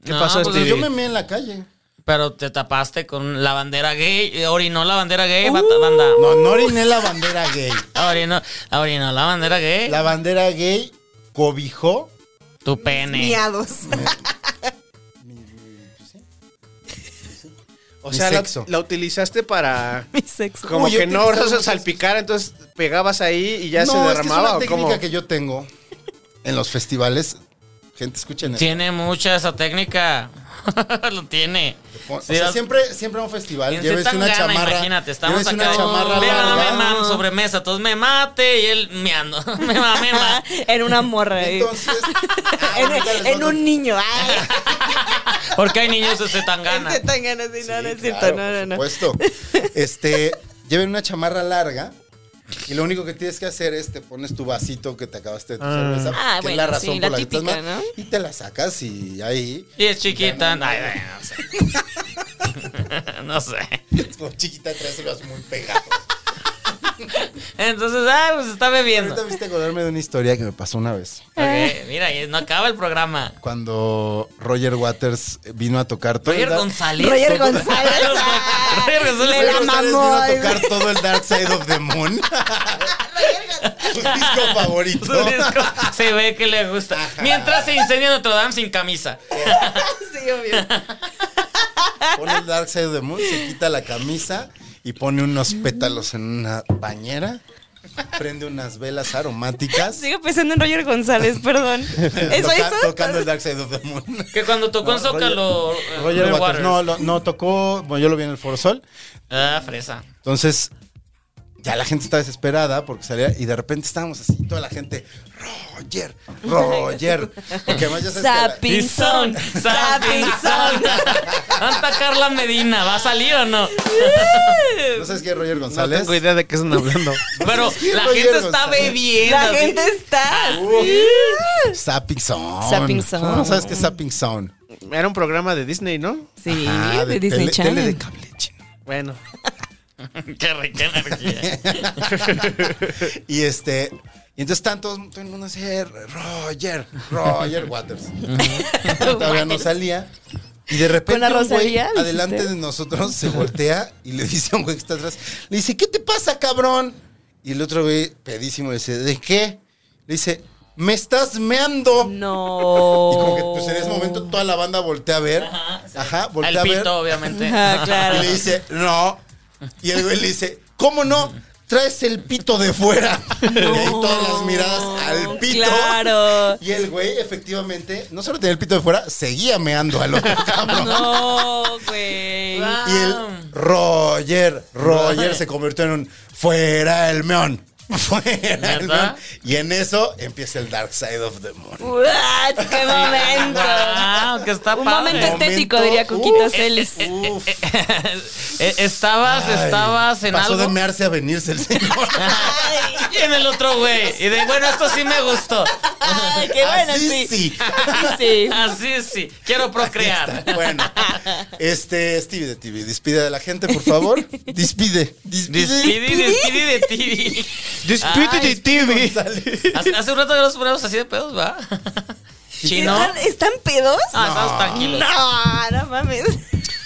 [SPEAKER 3] ¿Qué pasó,
[SPEAKER 1] pues,
[SPEAKER 3] Stevie?
[SPEAKER 4] Yo me meé en la calle.
[SPEAKER 1] Pero te tapaste con la bandera gay. eh, Orinó la bandera gay, bata-
[SPEAKER 4] Uh.
[SPEAKER 1] banda.
[SPEAKER 4] No, no oriné la bandera gay.
[SPEAKER 1] Orinó, orinó la bandera gay.
[SPEAKER 4] La bandera gay cobijó.
[SPEAKER 1] Tu pene.
[SPEAKER 2] Miados.
[SPEAKER 3] O
[SPEAKER 4] Mi
[SPEAKER 3] sea, la,
[SPEAKER 4] sexo.
[SPEAKER 3] la utilización para.
[SPEAKER 2] Mi sexo.
[SPEAKER 3] Como
[SPEAKER 4] Uy, yo
[SPEAKER 3] que no
[SPEAKER 4] utilizaba muchas-
[SPEAKER 3] salpicar, entonces pegabas ahí y ya
[SPEAKER 4] no,
[SPEAKER 3] se derramaba o
[SPEAKER 4] es que es una
[SPEAKER 3] cómo.
[SPEAKER 4] técnica que yo tengo en los festivales. Gente, escuchen esto.
[SPEAKER 1] Tiene mucha esa técnica. Lo tiene.
[SPEAKER 4] O
[SPEAKER 1] Sí,
[SPEAKER 4] sea,
[SPEAKER 1] las-
[SPEAKER 4] siempre, siempre a un festival
[SPEAKER 1] en
[SPEAKER 4] lleves una
[SPEAKER 1] Zetangana,
[SPEAKER 4] chamarra.
[SPEAKER 1] Imagínate, estamos
[SPEAKER 4] lleves
[SPEAKER 1] acá.
[SPEAKER 4] una
[SPEAKER 1] de-
[SPEAKER 4] chamarra
[SPEAKER 1] Mira, no me
[SPEAKER 4] larga.
[SPEAKER 1] mames sobre mesa, todos me mate y él meando. me va, me va.
[SPEAKER 2] en una morra. eh.
[SPEAKER 4] Entonces, ah,
[SPEAKER 2] en,
[SPEAKER 4] ahorita les
[SPEAKER 2] en
[SPEAKER 4] mando-
[SPEAKER 2] un niño. Ay,
[SPEAKER 1] Porque hay niños de Zetangana.
[SPEAKER 2] se tan ganas de no, no es cierto.
[SPEAKER 4] Claro,
[SPEAKER 2] No, no, no.
[SPEAKER 4] Por supuesto. Este, lleven una chamarra larga Y lo único que tienes que hacer es te pones tu vasito que te acabaste de tu
[SPEAKER 3] Ah.
[SPEAKER 4] cerveza,
[SPEAKER 2] Ah,
[SPEAKER 4] que es
[SPEAKER 2] bueno,
[SPEAKER 4] la razón por
[SPEAKER 2] sí, la
[SPEAKER 4] la que estás
[SPEAKER 2] típica,
[SPEAKER 4] mal,
[SPEAKER 2] ¿no?
[SPEAKER 4] y te la sacas y ahí
[SPEAKER 1] Y es chiquita. Ay, ay, no sé. no sé.
[SPEAKER 4] por chiquita traes los muy pegados.
[SPEAKER 1] Entonces, ah, pues está bebiendo.
[SPEAKER 4] Ahorita viste acordarme de una historia que me pasó una vez.
[SPEAKER 1] Ok, mira, y no acaba el programa.
[SPEAKER 4] Cuando Roger Waters vino a tocar todo
[SPEAKER 1] Roger
[SPEAKER 4] el dark-
[SPEAKER 1] González.
[SPEAKER 2] Roger González.
[SPEAKER 1] González. Roger González.
[SPEAKER 2] Me la
[SPEAKER 4] Roger González
[SPEAKER 2] mamó, eh,
[SPEAKER 4] vino a tocar todo el Dark Side of the Moon. Su disco favorito.
[SPEAKER 1] Su disco se ve que le gusta. Mientras se incendia Notre Dame sin camisa.
[SPEAKER 2] sí, obvio.
[SPEAKER 4] Pone el Dark Side of the Moon, se quita la camisa y pone unos pétalos en una bañera. Prende unas velas aromáticas.
[SPEAKER 2] Sigo pensando en Roger González, perdón. ¿Eso
[SPEAKER 4] Toca-
[SPEAKER 2] hizo?
[SPEAKER 4] Tocando el Dark Side of the Moon.
[SPEAKER 1] Que cuando tocó
[SPEAKER 4] No,
[SPEAKER 1] en Zócalo. eh,
[SPEAKER 4] Roger, Roger Waters.
[SPEAKER 1] Waters.
[SPEAKER 4] No, lo- no, tocó. Bueno, yo lo vi en el Foro Sol.
[SPEAKER 1] Ah, fresa.
[SPEAKER 4] Entonces, ya la gente está desesperada porque salía y de repente estábamos así, toda la gente, Roger, Roger. Porque además ya sabes que a la-
[SPEAKER 2] Sapinson.
[SPEAKER 1] Sapinson.
[SPEAKER 2] Sapinson.
[SPEAKER 1] Santa Carla Medina, ¿va a salir o no?
[SPEAKER 4] ¿No sabes qué es Roger
[SPEAKER 3] No
[SPEAKER 4] González?
[SPEAKER 3] tengo idea de qué están hablando.
[SPEAKER 1] Pero
[SPEAKER 4] Sí,
[SPEAKER 1] la
[SPEAKER 4] Roger
[SPEAKER 1] gente está
[SPEAKER 4] González.
[SPEAKER 1] bebiendo.
[SPEAKER 2] La
[SPEAKER 1] así.
[SPEAKER 2] gente
[SPEAKER 4] Ah,
[SPEAKER 2] está.
[SPEAKER 4] Sapping Sound.
[SPEAKER 2] Sapping Sound.
[SPEAKER 4] ¿Cómo no sabes qué es Sapping Sound?
[SPEAKER 3] Era un programa de Disney, ¿no?
[SPEAKER 2] Sí,
[SPEAKER 4] Ah,
[SPEAKER 2] de Disney
[SPEAKER 4] tele-
[SPEAKER 2] Channel.
[SPEAKER 4] tele de cable, chino.
[SPEAKER 3] Bueno.
[SPEAKER 1] Qué rica energía.
[SPEAKER 4] y este. Y entonces están todos, todo el mundo así, Roger, Roger Waters. Todavía no salía. Y de repente
[SPEAKER 2] ¿Con la
[SPEAKER 4] un güey
[SPEAKER 2] Rosalía, dijiste?
[SPEAKER 4] adelante de nosotros se voltea y le dice a un güey que está atrás, le dice, ¿qué te pasa, cabrón? Y el otro güey, pedísimo, le dice, ¿de qué? Le dice, me estás meando.
[SPEAKER 2] No.
[SPEAKER 4] Y como que pues en ese momento toda la banda voltea a ver. Ajá,
[SPEAKER 1] Al
[SPEAKER 4] voltea a ver.
[SPEAKER 1] pito, obviamente.
[SPEAKER 2] Ah, claro.
[SPEAKER 4] Y le dice, no. Y el güey le dice, ¿cómo no? Traes el pito de fuera. Y ahí todas las miradas al pito.
[SPEAKER 2] Claro.
[SPEAKER 4] Y el güey, efectivamente, no solo tenía el pito de fuera, seguía meando al otro cabrón.
[SPEAKER 2] No, güey.
[SPEAKER 4] Y el Roger, Roger se convirtió en un fuera el meón. Fuera el
[SPEAKER 1] ¿Neta?
[SPEAKER 4] meón. Y en eso empieza el Dark Side of the Moon.
[SPEAKER 2] What? ¡Qué momento!
[SPEAKER 1] Ah, Wow, que está
[SPEAKER 2] Un
[SPEAKER 1] padre.
[SPEAKER 2] momento este estético,
[SPEAKER 4] Momento,
[SPEAKER 2] diría Coquita
[SPEAKER 4] uf,
[SPEAKER 2] Celis.
[SPEAKER 4] Uf.
[SPEAKER 1] Eh, estabas,
[SPEAKER 4] Ay,
[SPEAKER 1] estabas en
[SPEAKER 4] Pasó
[SPEAKER 1] algo.
[SPEAKER 4] de mearse a venirse el señor.
[SPEAKER 1] Y en el otro güey. Y de bueno, esto sí me gustó.
[SPEAKER 2] Ay, qué bueno,
[SPEAKER 4] Así
[SPEAKER 2] sí.
[SPEAKER 4] sí.
[SPEAKER 2] Así sí.
[SPEAKER 1] Así sí. Quiero procrear.
[SPEAKER 4] Está Bueno, este Stevie de TV, despide de la gente, por favor. Despide, despide.
[SPEAKER 1] Despidi, despidi de ti.
[SPEAKER 3] Dispute de TV.
[SPEAKER 4] González.
[SPEAKER 1] Hace, hace un rato que nos ponemos así de pedos, ¿va? Chino.
[SPEAKER 2] ¿Están, ¿Están pedos? Ah,
[SPEAKER 1] Ah, estamos tranquilos.
[SPEAKER 2] No, no mames.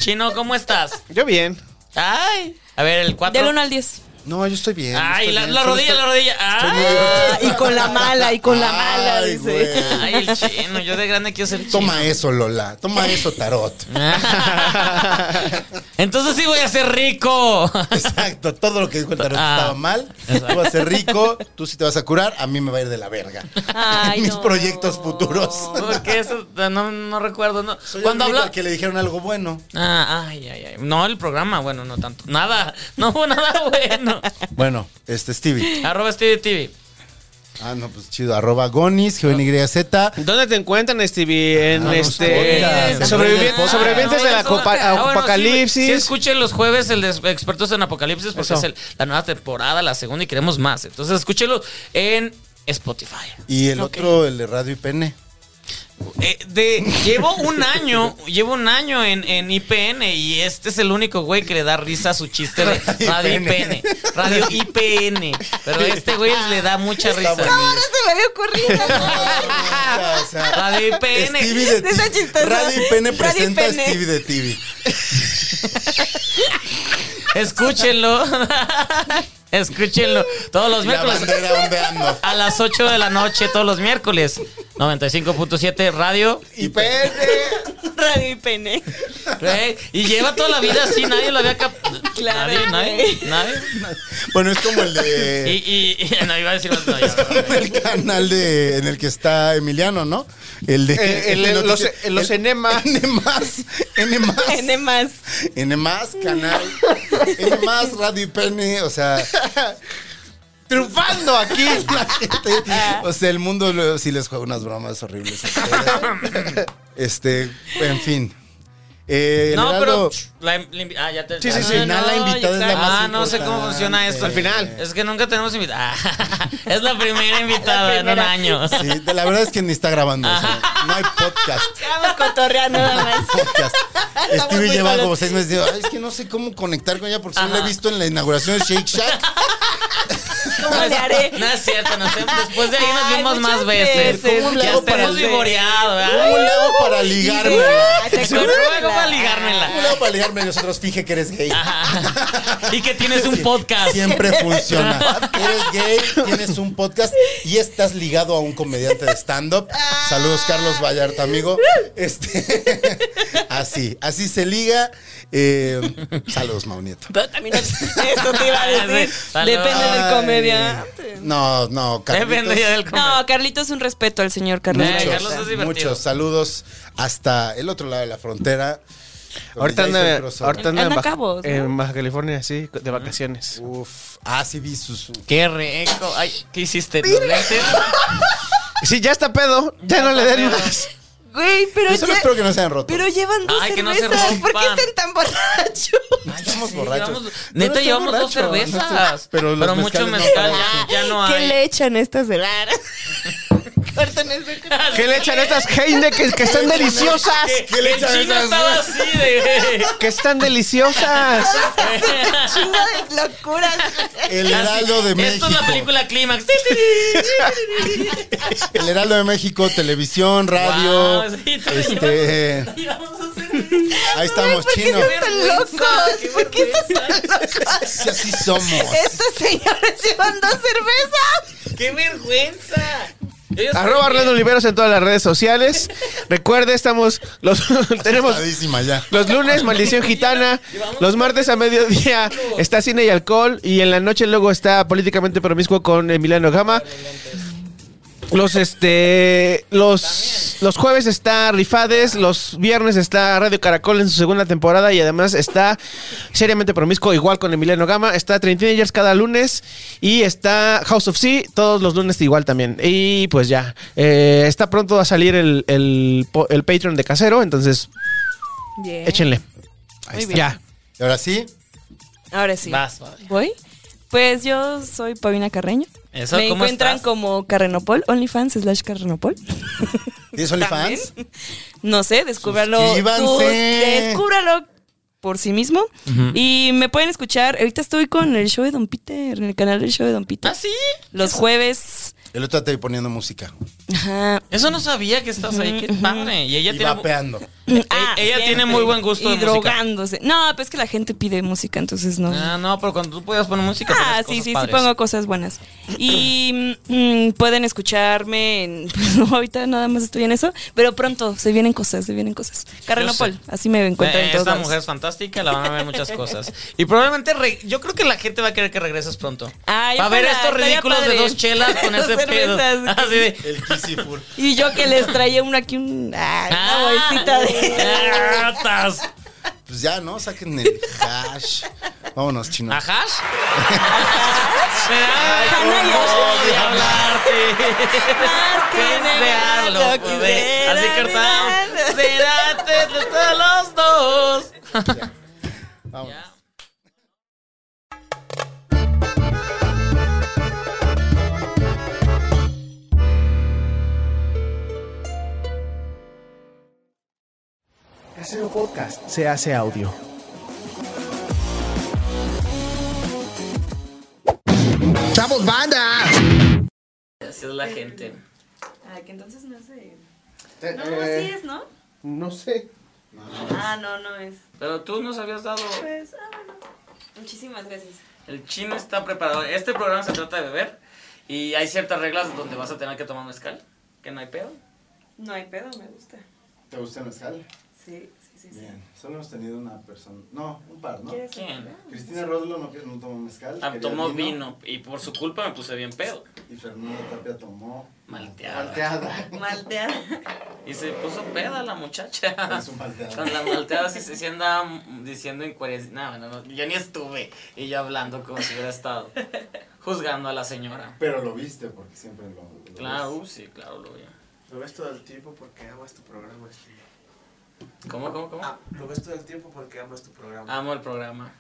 [SPEAKER 1] Chino, ¿cómo estás?
[SPEAKER 3] Yo bien.
[SPEAKER 1] Ay. A ver, el 4.
[SPEAKER 2] Del 1 al 10.
[SPEAKER 4] No, yo estoy bien.
[SPEAKER 1] Ay,
[SPEAKER 4] estoy
[SPEAKER 1] la,
[SPEAKER 4] bien.
[SPEAKER 1] la
[SPEAKER 4] Solo
[SPEAKER 1] rodilla, la
[SPEAKER 4] estoy-
[SPEAKER 1] rodilla.
[SPEAKER 2] Ah,
[SPEAKER 1] Ay.
[SPEAKER 2] y con la mala, y con la mala,
[SPEAKER 4] Ay,
[SPEAKER 2] dice.
[SPEAKER 4] güey.
[SPEAKER 1] Ay, el chino. Yo de grande quiero ser chino.
[SPEAKER 4] Toma eso, Lola. Toma eso, Tarot.
[SPEAKER 1] Entonces sí voy a ser rico.
[SPEAKER 4] Exacto, todo lo que dijo el tarot
[SPEAKER 1] Ah.
[SPEAKER 4] estaba mal. Tú vas a ser rico, tú sí te vas a curar, a mí me va a ir de la verga.
[SPEAKER 2] Ay,
[SPEAKER 4] Mis
[SPEAKER 2] no.
[SPEAKER 4] proyectos futuros.
[SPEAKER 1] Porque eso no, no recuerdo. No.
[SPEAKER 4] Soy
[SPEAKER 1] Cuando
[SPEAKER 4] el único
[SPEAKER 1] habla.
[SPEAKER 4] al que le dijeron algo bueno.
[SPEAKER 1] Ah, ay, ay, ay. No, el programa, bueno, no tanto. Nada. No hubo nada bueno.
[SPEAKER 4] Bueno, este Stevie.
[SPEAKER 1] Arroba Stevie TV.
[SPEAKER 4] Ah, no, pues chido. Arroba Gonis, G-O-N-Y-Z.
[SPEAKER 3] ¿Dónde te encuentran, Stevie? En
[SPEAKER 4] Ah, los
[SPEAKER 3] este.
[SPEAKER 4] podcasts.
[SPEAKER 3] sobrevivi-
[SPEAKER 4] Ah,
[SPEAKER 3] sobrevivientes
[SPEAKER 1] no,
[SPEAKER 3] de la
[SPEAKER 1] eso-
[SPEAKER 3] copa-
[SPEAKER 1] ah, bueno, sí,
[SPEAKER 3] apocalipsis.
[SPEAKER 1] sí, escuchen los jueves el de Expertos en Apocalipsis porque
[SPEAKER 3] Eso.
[SPEAKER 1] es el- la nueva temporada, la segunda y queremos más. Entonces escúchenlo en Spotify.
[SPEAKER 4] Y el otro, el de Radio IPN.
[SPEAKER 1] Eh, de, llevo un año, llevo un año en, en IPN y este es el único güey que le da risa a su chiste de Radio IPN. Radio IPN. Pero este güey le da mucha
[SPEAKER 4] Está
[SPEAKER 1] risa.
[SPEAKER 4] buenísimo.
[SPEAKER 2] Ahora se me había ocurrido.
[SPEAKER 4] O sea,
[SPEAKER 1] Radio IPN.
[SPEAKER 4] Stevie de
[SPEAKER 2] De esa
[SPEAKER 4] TV.
[SPEAKER 2] chistosa.
[SPEAKER 4] Radio IPN
[SPEAKER 2] Radio
[SPEAKER 4] presenta a
[SPEAKER 2] IPN.
[SPEAKER 4] Stevie de TV.
[SPEAKER 1] Escúchenlo. Escúchenlo. Todos los
[SPEAKER 4] La
[SPEAKER 1] miércoles.
[SPEAKER 4] bandera ondeando.
[SPEAKER 1] A las 8 de la noche, todos los miércoles. 95.7 Radio.
[SPEAKER 4] IPN.
[SPEAKER 2] Radio y pene.
[SPEAKER 1] Güey, Y lleva toda la vida así, nadie lo había cap-
[SPEAKER 2] Claro,
[SPEAKER 1] Nadie, nadie,
[SPEAKER 2] güey.
[SPEAKER 1] nadie.
[SPEAKER 4] Bueno, es como el
[SPEAKER 1] Y,
[SPEAKER 4] de.
[SPEAKER 1] y, y- no iba a decir no, ya,
[SPEAKER 4] Es como el canal de, en el que está Emiliano, ¿no? El de.
[SPEAKER 3] Eh, el-
[SPEAKER 4] de
[SPEAKER 3] el- los-
[SPEAKER 4] noticias-
[SPEAKER 3] los enemas.
[SPEAKER 4] N más. N más.
[SPEAKER 2] N más.
[SPEAKER 4] N más canal. N más Radio IPN. O sea.
[SPEAKER 3] Triunfando aquí.
[SPEAKER 4] La gente, o sea, el mundo luego sí les juega unas bromas horribles. a ustedes. Este, en fin. Eh,
[SPEAKER 1] No,
[SPEAKER 4] Gerardo,
[SPEAKER 1] pero. la- la invi- ah, ya te.
[SPEAKER 3] Sí, sí,
[SPEAKER 1] ah,
[SPEAKER 4] al
[SPEAKER 3] sí.
[SPEAKER 4] final la invitada es la
[SPEAKER 1] Ah,
[SPEAKER 4] más
[SPEAKER 1] no sé cómo funciona esto.
[SPEAKER 4] Al final.
[SPEAKER 1] Es que nunca tenemos invitada. es la primera invitada en un año.
[SPEAKER 4] Sí, de- la verdad es que ni está grabando. o sea, no hay podcast.
[SPEAKER 2] Estamos cotorreando nada más.
[SPEAKER 4] podcast.
[SPEAKER 2] Estamos
[SPEAKER 4] Stevie
[SPEAKER 2] muy
[SPEAKER 4] lleva
[SPEAKER 2] solos.
[SPEAKER 4] como seis meses. digo, "Ay, es que no sé cómo conectar con ella porque solo la he visto en la inauguración de Shake Shack.
[SPEAKER 2] ¿Cómo le haré?
[SPEAKER 1] No es cierto, no sé. Después de ahí nos
[SPEAKER 2] Ay,
[SPEAKER 1] vimos
[SPEAKER 2] muchas
[SPEAKER 1] más veces.
[SPEAKER 2] veces.
[SPEAKER 4] ¿Cómo le
[SPEAKER 1] Ya
[SPEAKER 4] hago para
[SPEAKER 1] estamos
[SPEAKER 4] hacer?
[SPEAKER 1] vivoreados,
[SPEAKER 4] ¿Cómo
[SPEAKER 1] ¿verdad?
[SPEAKER 4] le hago para ligármela?
[SPEAKER 2] Ay, te
[SPEAKER 1] Yo no
[SPEAKER 2] acuerdas.
[SPEAKER 1] hago para
[SPEAKER 4] ¿Cómo le
[SPEAKER 1] ligármela.
[SPEAKER 4] hago para ligarme? Y nosotros finge que eres gay.
[SPEAKER 1] Ajá. Y que tienes un podcast.
[SPEAKER 4] Siempre funciona. Eres gay, tienes un podcast y estás ligado a un comediante de stand-up. Saludos, Carlos Vallarta, amigo. Este, así, así se liga. Eh, saludos, Maunieto.
[SPEAKER 2] Pero también eso te iba a decir.
[SPEAKER 1] Sí.
[SPEAKER 2] Depende del
[SPEAKER 4] Ay.
[SPEAKER 2] comediante.
[SPEAKER 4] No, no, Carlitos.
[SPEAKER 1] Depende ya del comer.
[SPEAKER 2] No, Carlitos, un respeto al señor Carlos.
[SPEAKER 1] Eh,
[SPEAKER 4] Muchos,
[SPEAKER 1] Carlos es divertido.
[SPEAKER 4] muchos saludos hasta el otro lado de la frontera. donde
[SPEAKER 3] Ahorita
[SPEAKER 4] ya hizo
[SPEAKER 3] anda,
[SPEAKER 4] el crossover.
[SPEAKER 3] ahorita anda en,
[SPEAKER 2] Anda
[SPEAKER 3] Baja,
[SPEAKER 2] Cabos, ¿no?
[SPEAKER 3] en Baja California, sí, de vacaciones.
[SPEAKER 4] Uf, ah, sí vi sus...
[SPEAKER 1] Qué rico. Ay, ¿qué hiciste? ¿Tus lentes?
[SPEAKER 3] Sí, ya está pedo, ya no le den
[SPEAKER 1] Pero-
[SPEAKER 3] más.
[SPEAKER 2] Güey, pero
[SPEAKER 4] Yo solo
[SPEAKER 2] ya-
[SPEAKER 4] espero que no se hayan roto.
[SPEAKER 2] Pero llevan dos
[SPEAKER 1] Ay, que no se
[SPEAKER 2] cervezas. ¿Por qué
[SPEAKER 1] rompan.
[SPEAKER 2] están tan borrachos?
[SPEAKER 4] Ay, estamos
[SPEAKER 1] Sí,
[SPEAKER 4] borrachos.
[SPEAKER 1] llevamos-
[SPEAKER 4] No
[SPEAKER 1] neta,
[SPEAKER 4] estoy
[SPEAKER 1] llevamos dos
[SPEAKER 4] borracho, no
[SPEAKER 1] cervezas.
[SPEAKER 4] estoy-
[SPEAKER 1] pero
[SPEAKER 4] pero los
[SPEAKER 1] mucho
[SPEAKER 4] mezcales no
[SPEAKER 1] mezcal
[SPEAKER 4] traen.
[SPEAKER 1] ya, ya no
[SPEAKER 2] ¿Qué
[SPEAKER 1] hay.
[SPEAKER 2] le echan a estas heladas? Cortan ese
[SPEAKER 3] ¿Qué le echan estas Heineken que están deliciosas?
[SPEAKER 1] ¿Qué,
[SPEAKER 4] ¿Qué le
[SPEAKER 1] el
[SPEAKER 4] echan
[SPEAKER 1] chino
[SPEAKER 4] esas?
[SPEAKER 1] estaba así de.
[SPEAKER 3] Que están deliciosas.
[SPEAKER 2] chingo de locuras.
[SPEAKER 4] El Heraldo de
[SPEAKER 1] Ah, Esto
[SPEAKER 4] México.
[SPEAKER 1] es la película Clímax.
[SPEAKER 4] El Heraldo de México, televisión, radio.
[SPEAKER 1] Wow, sí, todo
[SPEAKER 4] este,
[SPEAKER 1] Íbamos a hacer
[SPEAKER 4] ahí estamos, chino.
[SPEAKER 2] Están locos. ¿Por qué estos,
[SPEAKER 4] Sí, así somos.
[SPEAKER 2] estos señores llevan dos cervezas?
[SPEAKER 1] ¡Qué vergüenza! Ellos-
[SPEAKER 3] Arroba Arlando Oliveros en todas las redes sociales. Recuerde, estamos los tenemos
[SPEAKER 4] Tadísima ya.
[SPEAKER 3] los lunes Maldición Gitana, los martes a mediodía está Cine y Alcohol y en la noche luego está Políticamente Promiscuo con Emiliano Gama. Los este los los jueves está Rifades, los viernes está Radio Caracol en su segunda temporada y además está Seriamente Promiscuo igual con Emiliano Gama, está Train Teenagers cada lunes y está House of Sea todos los lunes igual también. Y pues ya, eh, está pronto a salir el, el, po- el Patreon de Casero, entonces
[SPEAKER 2] Bien.
[SPEAKER 3] échenle.
[SPEAKER 4] Ahí está.
[SPEAKER 3] Ya.
[SPEAKER 4] Y ahora sí,
[SPEAKER 2] Ahora sí.
[SPEAKER 1] Vas, Fabio.
[SPEAKER 2] Voy. Pues yo soy Paulina Carreño.
[SPEAKER 1] Eso,
[SPEAKER 2] Me
[SPEAKER 1] ¿cómo
[SPEAKER 2] encuentran
[SPEAKER 1] estás?
[SPEAKER 2] como Carrenopol, OnlyFans slash Carrenopol.
[SPEAKER 4] ¿tienes OnlyFans?
[SPEAKER 2] No sé, descúbralo.
[SPEAKER 4] Suscríbanse.
[SPEAKER 2] Sus- Descúbralo por sí mismo. Y me pueden escuchar. Ahorita estoy con el show de Don Peter, en el canal del show de Don Peter.
[SPEAKER 1] ¿Ah, sí?
[SPEAKER 2] Los jueves.
[SPEAKER 4] El otro día te vi poniendo música.
[SPEAKER 2] Ajá.
[SPEAKER 1] Eso no sabía que estás ahí. ¡Qué padre! Y ella
[SPEAKER 4] Y
[SPEAKER 1] tiene.
[SPEAKER 4] vapeando.
[SPEAKER 1] Eh,
[SPEAKER 2] Ah,
[SPEAKER 1] ella
[SPEAKER 2] siempre.
[SPEAKER 1] tiene muy buen gusto
[SPEAKER 2] y
[SPEAKER 1] de música.
[SPEAKER 2] drogándose. No, pues es que la gente pide música, entonces no.
[SPEAKER 1] Ah, no, pero cuando tú podías poner música.
[SPEAKER 2] Ah,
[SPEAKER 1] ponías
[SPEAKER 2] sí,
[SPEAKER 1] cosas
[SPEAKER 2] sí,
[SPEAKER 1] padres.
[SPEAKER 2] sí pongo cosas buenas. Y mm, pueden escucharme en... ahorita nada más estoy en eso, pero pronto se vienen cosas, se vienen cosas. Carrenopol,
[SPEAKER 1] sé.
[SPEAKER 2] así me encuentran
[SPEAKER 1] Eh,
[SPEAKER 2] en todos
[SPEAKER 1] Esta
[SPEAKER 2] lados.
[SPEAKER 1] mujer es fantástica, la van a ver muchas cosas. Y probablemente, re- yo creo que la gente va a querer que regreses pronto.
[SPEAKER 2] Ay,
[SPEAKER 1] va a ver
[SPEAKER 2] ojalá,
[SPEAKER 1] estos
[SPEAKER 2] estaría
[SPEAKER 1] ridículos de
[SPEAKER 2] padre.
[SPEAKER 1] dos chelas con ese pedo. Ah,
[SPEAKER 2] Cervezas.
[SPEAKER 1] Así de,
[SPEAKER 4] El Kissifur.
[SPEAKER 2] Y yo que les traía una aquí, un, ah, una bolsita de...
[SPEAKER 1] Ah, ¡Ratas!
[SPEAKER 4] Pues ya, ¿no? Saquen el hash. Vámonos, chino.
[SPEAKER 1] ¿A Hash? Ay,
[SPEAKER 2] Hanna y
[SPEAKER 1] ¿cómo
[SPEAKER 2] Ash.
[SPEAKER 1] de hablarte.
[SPEAKER 2] Más que nada,
[SPEAKER 1] Desearlo,
[SPEAKER 2] no
[SPEAKER 1] poder. Así
[SPEAKER 2] quisiera
[SPEAKER 1] que ahorita
[SPEAKER 2] olvidar.
[SPEAKER 1] vamos. Será de todos los dos.
[SPEAKER 4] Vámonos.
[SPEAKER 3] Casero Podcast se hace audio.
[SPEAKER 8] Chavos, banda.
[SPEAKER 1] Así es la gente.
[SPEAKER 2] Ay, Ah, que entonces no sé.
[SPEAKER 4] Eh,
[SPEAKER 2] No, sí es, ¿no?
[SPEAKER 3] No sé.
[SPEAKER 2] Ah, no, no es.
[SPEAKER 1] Pero tú nos habías dado.
[SPEAKER 2] Pues, ah, bueno. Muchísimas gracias.
[SPEAKER 1] El chino está preparado. Este programa se trata de beber. Y hay ciertas reglas donde vas a tener que tomar mezcal. Que no hay pedo.
[SPEAKER 2] No hay pedo, me gusta.
[SPEAKER 4] ¿Te gusta el mezcal?
[SPEAKER 2] Sí, sí, sí.
[SPEAKER 4] Bien. Solo hemos tenido una persona. No, un par, ¿no?
[SPEAKER 1] ¿Quién?
[SPEAKER 4] Cristina Rodlo no, no tomó mezcal.
[SPEAKER 1] Ah,
[SPEAKER 4] quería
[SPEAKER 1] Tomó vino. Y por su culpa me puse bien pedo.
[SPEAKER 4] Y Fernando Tapia tomó
[SPEAKER 1] Malteada.
[SPEAKER 4] malteada.
[SPEAKER 2] Malteada.
[SPEAKER 1] Y se puso peda la muchacha.
[SPEAKER 4] Es un malteado.
[SPEAKER 1] Con la malteada sí, sí, sí andaba mm, diciendo incoherencias. No, no, no, yo ni estuve. Y yo hablando como si hubiera estado. Juzgando a la señora.
[SPEAKER 4] Pero lo viste porque siempre lo. lo
[SPEAKER 1] Claro,
[SPEAKER 4] ves.
[SPEAKER 1] uh, sí, claro, lo vi.
[SPEAKER 9] Lo ves todo el tiempo porque hago este programa. Este.
[SPEAKER 1] ¿Cómo, cómo, cómo?
[SPEAKER 10] Ah, Lo ves todo el tiempo porque amas tu programa.
[SPEAKER 1] Amo el programa.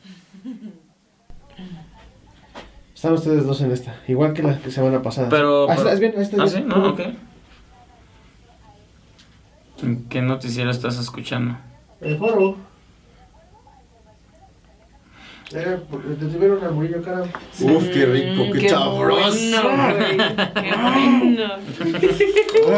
[SPEAKER 3] Están ustedes dos en esta, igual que la semana pasada.
[SPEAKER 1] Pero.
[SPEAKER 3] Ah,
[SPEAKER 1] pero-
[SPEAKER 3] ¿estás bien? ¿Estás bien?
[SPEAKER 1] ah, sí, no, ok. ¿En ¿Qué noticiero estás escuchando?
[SPEAKER 3] El foro. Era porque te tuvieron a Murillo cara.
[SPEAKER 4] Uf, qué rico, qué,
[SPEAKER 11] Pues,
[SPEAKER 4] sabroso.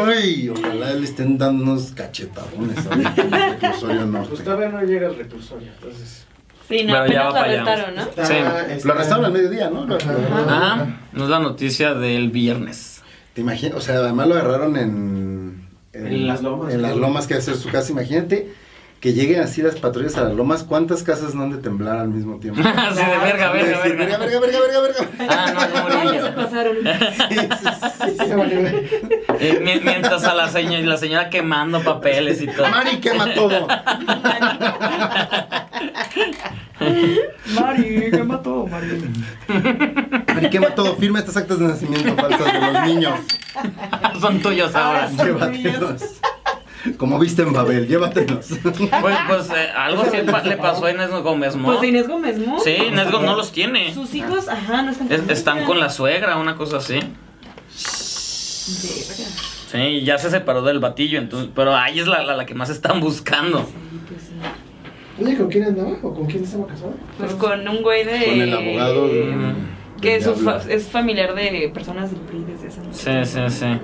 [SPEAKER 4] Ay, ojalá le estén dando unos cachetadones a reclusorio norte.
[SPEAKER 3] Pues todavía no llega al reclusorio, entonces.
[SPEAKER 11] Sí, no,
[SPEAKER 1] Pero ya
[SPEAKER 11] apenas
[SPEAKER 1] va
[SPEAKER 11] lo
[SPEAKER 1] para allá.
[SPEAKER 11] arrestaron, ¿no?
[SPEAKER 1] Sí.
[SPEAKER 4] Lo arrestaron al mediodía, ¿no? Lo arrestaron.
[SPEAKER 3] Ah, eh.
[SPEAKER 1] Ajá, no es la noticia del viernes.
[SPEAKER 4] Te imaginas, o sea, además lo agarraron en,
[SPEAKER 3] En las lomas.
[SPEAKER 4] En las lomas que hacer su casa. Imagínate que lleguen así las patrullas a las lomas. ¿Cuántas casas no han de temblar al mismo tiempo?
[SPEAKER 1] Así Ah,
[SPEAKER 11] Ah,
[SPEAKER 1] de verga, verga, Ah,
[SPEAKER 4] Sí,
[SPEAKER 1] verga.
[SPEAKER 4] verga, verga, verga, verga.
[SPEAKER 11] Ay, ya se pasaron.
[SPEAKER 1] Eh, mi- Mientras a la señora, la señora quemando papeles y todo.
[SPEAKER 4] Mari quema todo.
[SPEAKER 11] Mari, que mató, Mari.
[SPEAKER 4] Mari quema todo. Firma estas actas de nacimiento falsas de los niños.
[SPEAKER 1] Son tuyos ahora.
[SPEAKER 4] Llévatelos. Como viste en Babel, llévatelos.
[SPEAKER 1] Pues, pues eh, algo sí pa- le pasó a Inés Gómez Mo.
[SPEAKER 11] Pues Inés Gómez, ¿no?
[SPEAKER 1] Sí, Inés Gómez no los tiene.
[SPEAKER 11] Sus hijos, ajá, no están
[SPEAKER 1] Es- están con la
[SPEAKER 11] ella.
[SPEAKER 1] suegra, una cosa así.
[SPEAKER 11] Verga.
[SPEAKER 1] Sí, y ya se separó del batillo, entonces, pero ahí es la, la, la que más están buscando.
[SPEAKER 3] Oye, ¿con quién andaba o con quién estaba casado?
[SPEAKER 11] Pues con un güey de.
[SPEAKER 4] Con el abogado de-
[SPEAKER 11] Que
[SPEAKER 4] del
[SPEAKER 11] es, su fa-
[SPEAKER 4] diablo.
[SPEAKER 11] es familiar de personas del PRI desde hace mucho
[SPEAKER 1] Sí, sí, sí.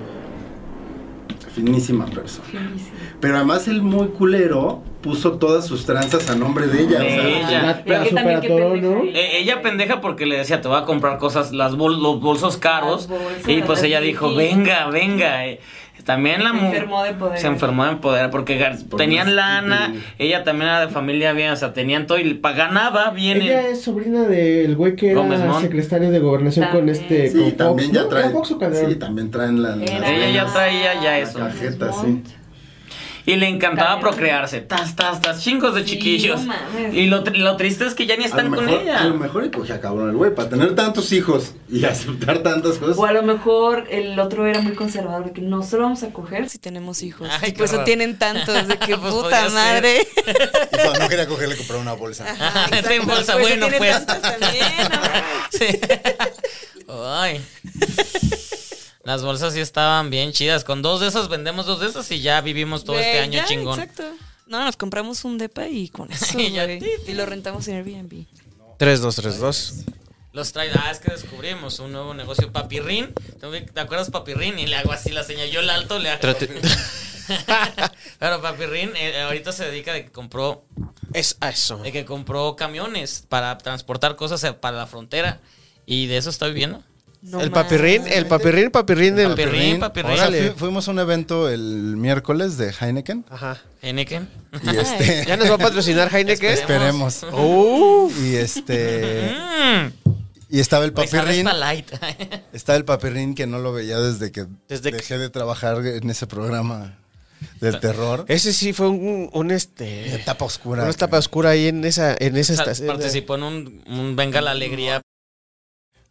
[SPEAKER 4] Finísima persona.
[SPEAKER 11] Finísimo.
[SPEAKER 4] Pero además el muy culero puso todas sus tranzas a nombre de ella. o sea,
[SPEAKER 1] De ella. Pero
[SPEAKER 11] que también qué pendeja.
[SPEAKER 1] Eh, ella pendeja porque le decía, te voy a comprar cosas, las bol- los bolsos caros.
[SPEAKER 11] Las bolsas,
[SPEAKER 1] y pues
[SPEAKER 11] las
[SPEAKER 1] ella dijo,
[SPEAKER 11] bikinis.
[SPEAKER 1] venga, venga. eh. También la
[SPEAKER 11] Se
[SPEAKER 1] mu-
[SPEAKER 11] enfermó de poder.
[SPEAKER 1] Se enfermó de poder porque gar-
[SPEAKER 4] Por
[SPEAKER 1] tenían
[SPEAKER 4] más-
[SPEAKER 1] lana, ella también era de familia bien, o sea, tenían todo y pa- ganaba bien. en-
[SPEAKER 3] Ella es sobrina del güey que
[SPEAKER 1] Gómez
[SPEAKER 3] era
[SPEAKER 1] Mon.
[SPEAKER 3] secretario de gobernación con
[SPEAKER 11] También.
[SPEAKER 3] este.
[SPEAKER 4] Sí,
[SPEAKER 3] con Fox,
[SPEAKER 4] también ya
[SPEAKER 3] ¿no?
[SPEAKER 4] trae.
[SPEAKER 3] ¿Era Fox o Calderón?
[SPEAKER 4] Sí, también traen la, la-
[SPEAKER 11] Era-
[SPEAKER 1] Ella Eh, ya
[SPEAKER 4] la
[SPEAKER 1] traía ya eso.
[SPEAKER 4] cajeta, sí.
[SPEAKER 1] Y le encantaba
[SPEAKER 11] Calderón.
[SPEAKER 1] procrearse. Tas, tas, tas, chingos de
[SPEAKER 11] Sí,
[SPEAKER 1] chiquillos.
[SPEAKER 11] no mames.
[SPEAKER 1] y lo, tri- lo triste es que ya ni
[SPEAKER 4] A lo
[SPEAKER 1] están con
[SPEAKER 4] mejor,
[SPEAKER 1] ella.
[SPEAKER 4] a lo mejor y cogía cabrón el güey para tener tantos hijos y aceptar tantas
[SPEAKER 11] O a
[SPEAKER 4] cosas.
[SPEAKER 11] lo mejor el otro era muy conservador, de que no solo vamos a coger si tenemos hijos.
[SPEAKER 1] Ay, qué
[SPEAKER 2] Por eso
[SPEAKER 1] horror.
[SPEAKER 2] tienen tantos, de que
[SPEAKER 1] Pues podría
[SPEAKER 2] puta
[SPEAKER 1] ser.
[SPEAKER 2] madre.
[SPEAKER 4] Y cuando no quería cogerle compré una bolsa.
[SPEAKER 1] Ah, está en bolsa,
[SPEAKER 2] Pues,
[SPEAKER 1] bueno,
[SPEAKER 2] tiene
[SPEAKER 1] pues.
[SPEAKER 2] tantas también, ¿no?
[SPEAKER 1] Sí. pues, Ay. Las bolsas sí estaban bien chidas. Con dos de esas vendemos dos de esas y ya vivimos todo este
[SPEAKER 2] Güey,
[SPEAKER 1] año
[SPEAKER 2] ya,
[SPEAKER 1] chingón.
[SPEAKER 2] Exacto. No, nos compramos un depa y con eso,
[SPEAKER 1] Y ya,
[SPEAKER 2] güey. Y lo rentamos en Airbnb.
[SPEAKER 3] 3232.
[SPEAKER 1] Los trae. Ah, es que descubrimos un nuevo negocio, Papirrín. ¿Te te acuerdas Papirrín? Y le hago así la señal. Yo el alto le hago. Pero Papirrín eh, ahorita se dedica de que compró
[SPEAKER 3] Es a eso.
[SPEAKER 1] de que compró camiones para transportar cosas eh, para la frontera y de eso está viviendo.
[SPEAKER 2] No
[SPEAKER 3] el
[SPEAKER 2] mames.
[SPEAKER 3] papirrín, el papirrín, papirrín del.
[SPEAKER 1] Papirrín, papirrín.
[SPEAKER 4] O sea,
[SPEAKER 3] Órale.
[SPEAKER 4] fui- fuimos a un evento el miércoles de Heineken.
[SPEAKER 3] Ajá.
[SPEAKER 1] Heineken.
[SPEAKER 4] Y este.
[SPEAKER 3] ¿Ya nos va a patrocinar Heineken? Uh,
[SPEAKER 4] Esperemos.
[SPEAKER 3] Uf.
[SPEAKER 4] Y este.
[SPEAKER 1] Mm.
[SPEAKER 4] Y estaba el
[SPEAKER 1] Pues, ahora
[SPEAKER 4] papirrín.
[SPEAKER 1] está light.
[SPEAKER 4] Estaba el papirrín que no lo veía desde que
[SPEAKER 3] Desde que-
[SPEAKER 4] dejé de trabajar en ese programa del terror.
[SPEAKER 3] Ese sí fue un, un este.
[SPEAKER 4] Etapa oscura.
[SPEAKER 3] Eh, Una tapa oscura ahí en esa, en esa
[SPEAKER 1] O sea,
[SPEAKER 4] eh,
[SPEAKER 3] estación.
[SPEAKER 1] participó en un, un Venga la Alegría.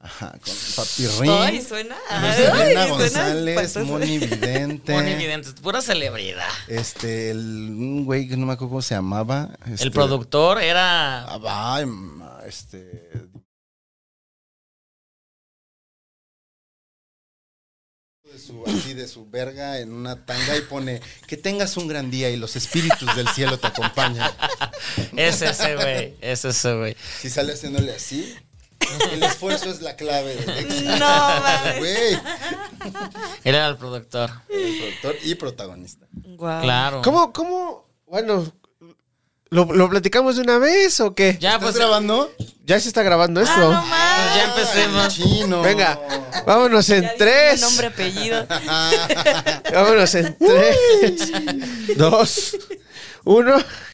[SPEAKER 4] Ajá, con papirrín.
[SPEAKER 2] Ay, suena. ay,
[SPEAKER 4] Elena
[SPEAKER 2] suena
[SPEAKER 4] González,
[SPEAKER 2] espantoso.
[SPEAKER 4] Moni Vidente.
[SPEAKER 1] Pone evidentes, pura celebridad.
[SPEAKER 4] Este, el, un güey que no me acuerdo cómo se llamaba. este,
[SPEAKER 1] El productor era.
[SPEAKER 4] ah, Ay, ma, este. De su, así de su verga en una tanga y pone que tengas un gran día y los espíritus del cielo te acompañan.
[SPEAKER 1] Es ese, güey. Es ese, güey.
[SPEAKER 4] Si sale haciéndole así, el esfuerzo es la clave del éxito.
[SPEAKER 2] No mames.
[SPEAKER 4] Güey,
[SPEAKER 1] Él era el productor.
[SPEAKER 4] el productor y protagonista.
[SPEAKER 2] Guau.
[SPEAKER 1] Claro.
[SPEAKER 3] ¿Cómo, cómo? Bueno, ¿lo, lo platicamos de una vez o qué?
[SPEAKER 1] Ya,
[SPEAKER 4] ¿Estás
[SPEAKER 1] pues.
[SPEAKER 4] grabando?
[SPEAKER 3] Ya se está grabando esto.
[SPEAKER 1] pues ya
[SPEAKER 4] Ay,
[SPEAKER 1] empecemos.
[SPEAKER 4] chino.
[SPEAKER 3] Venga, vámonos en
[SPEAKER 2] Ya dijimos
[SPEAKER 3] tres.
[SPEAKER 2] Nombre, apellido.
[SPEAKER 3] Vámonos en tres, dos, uno.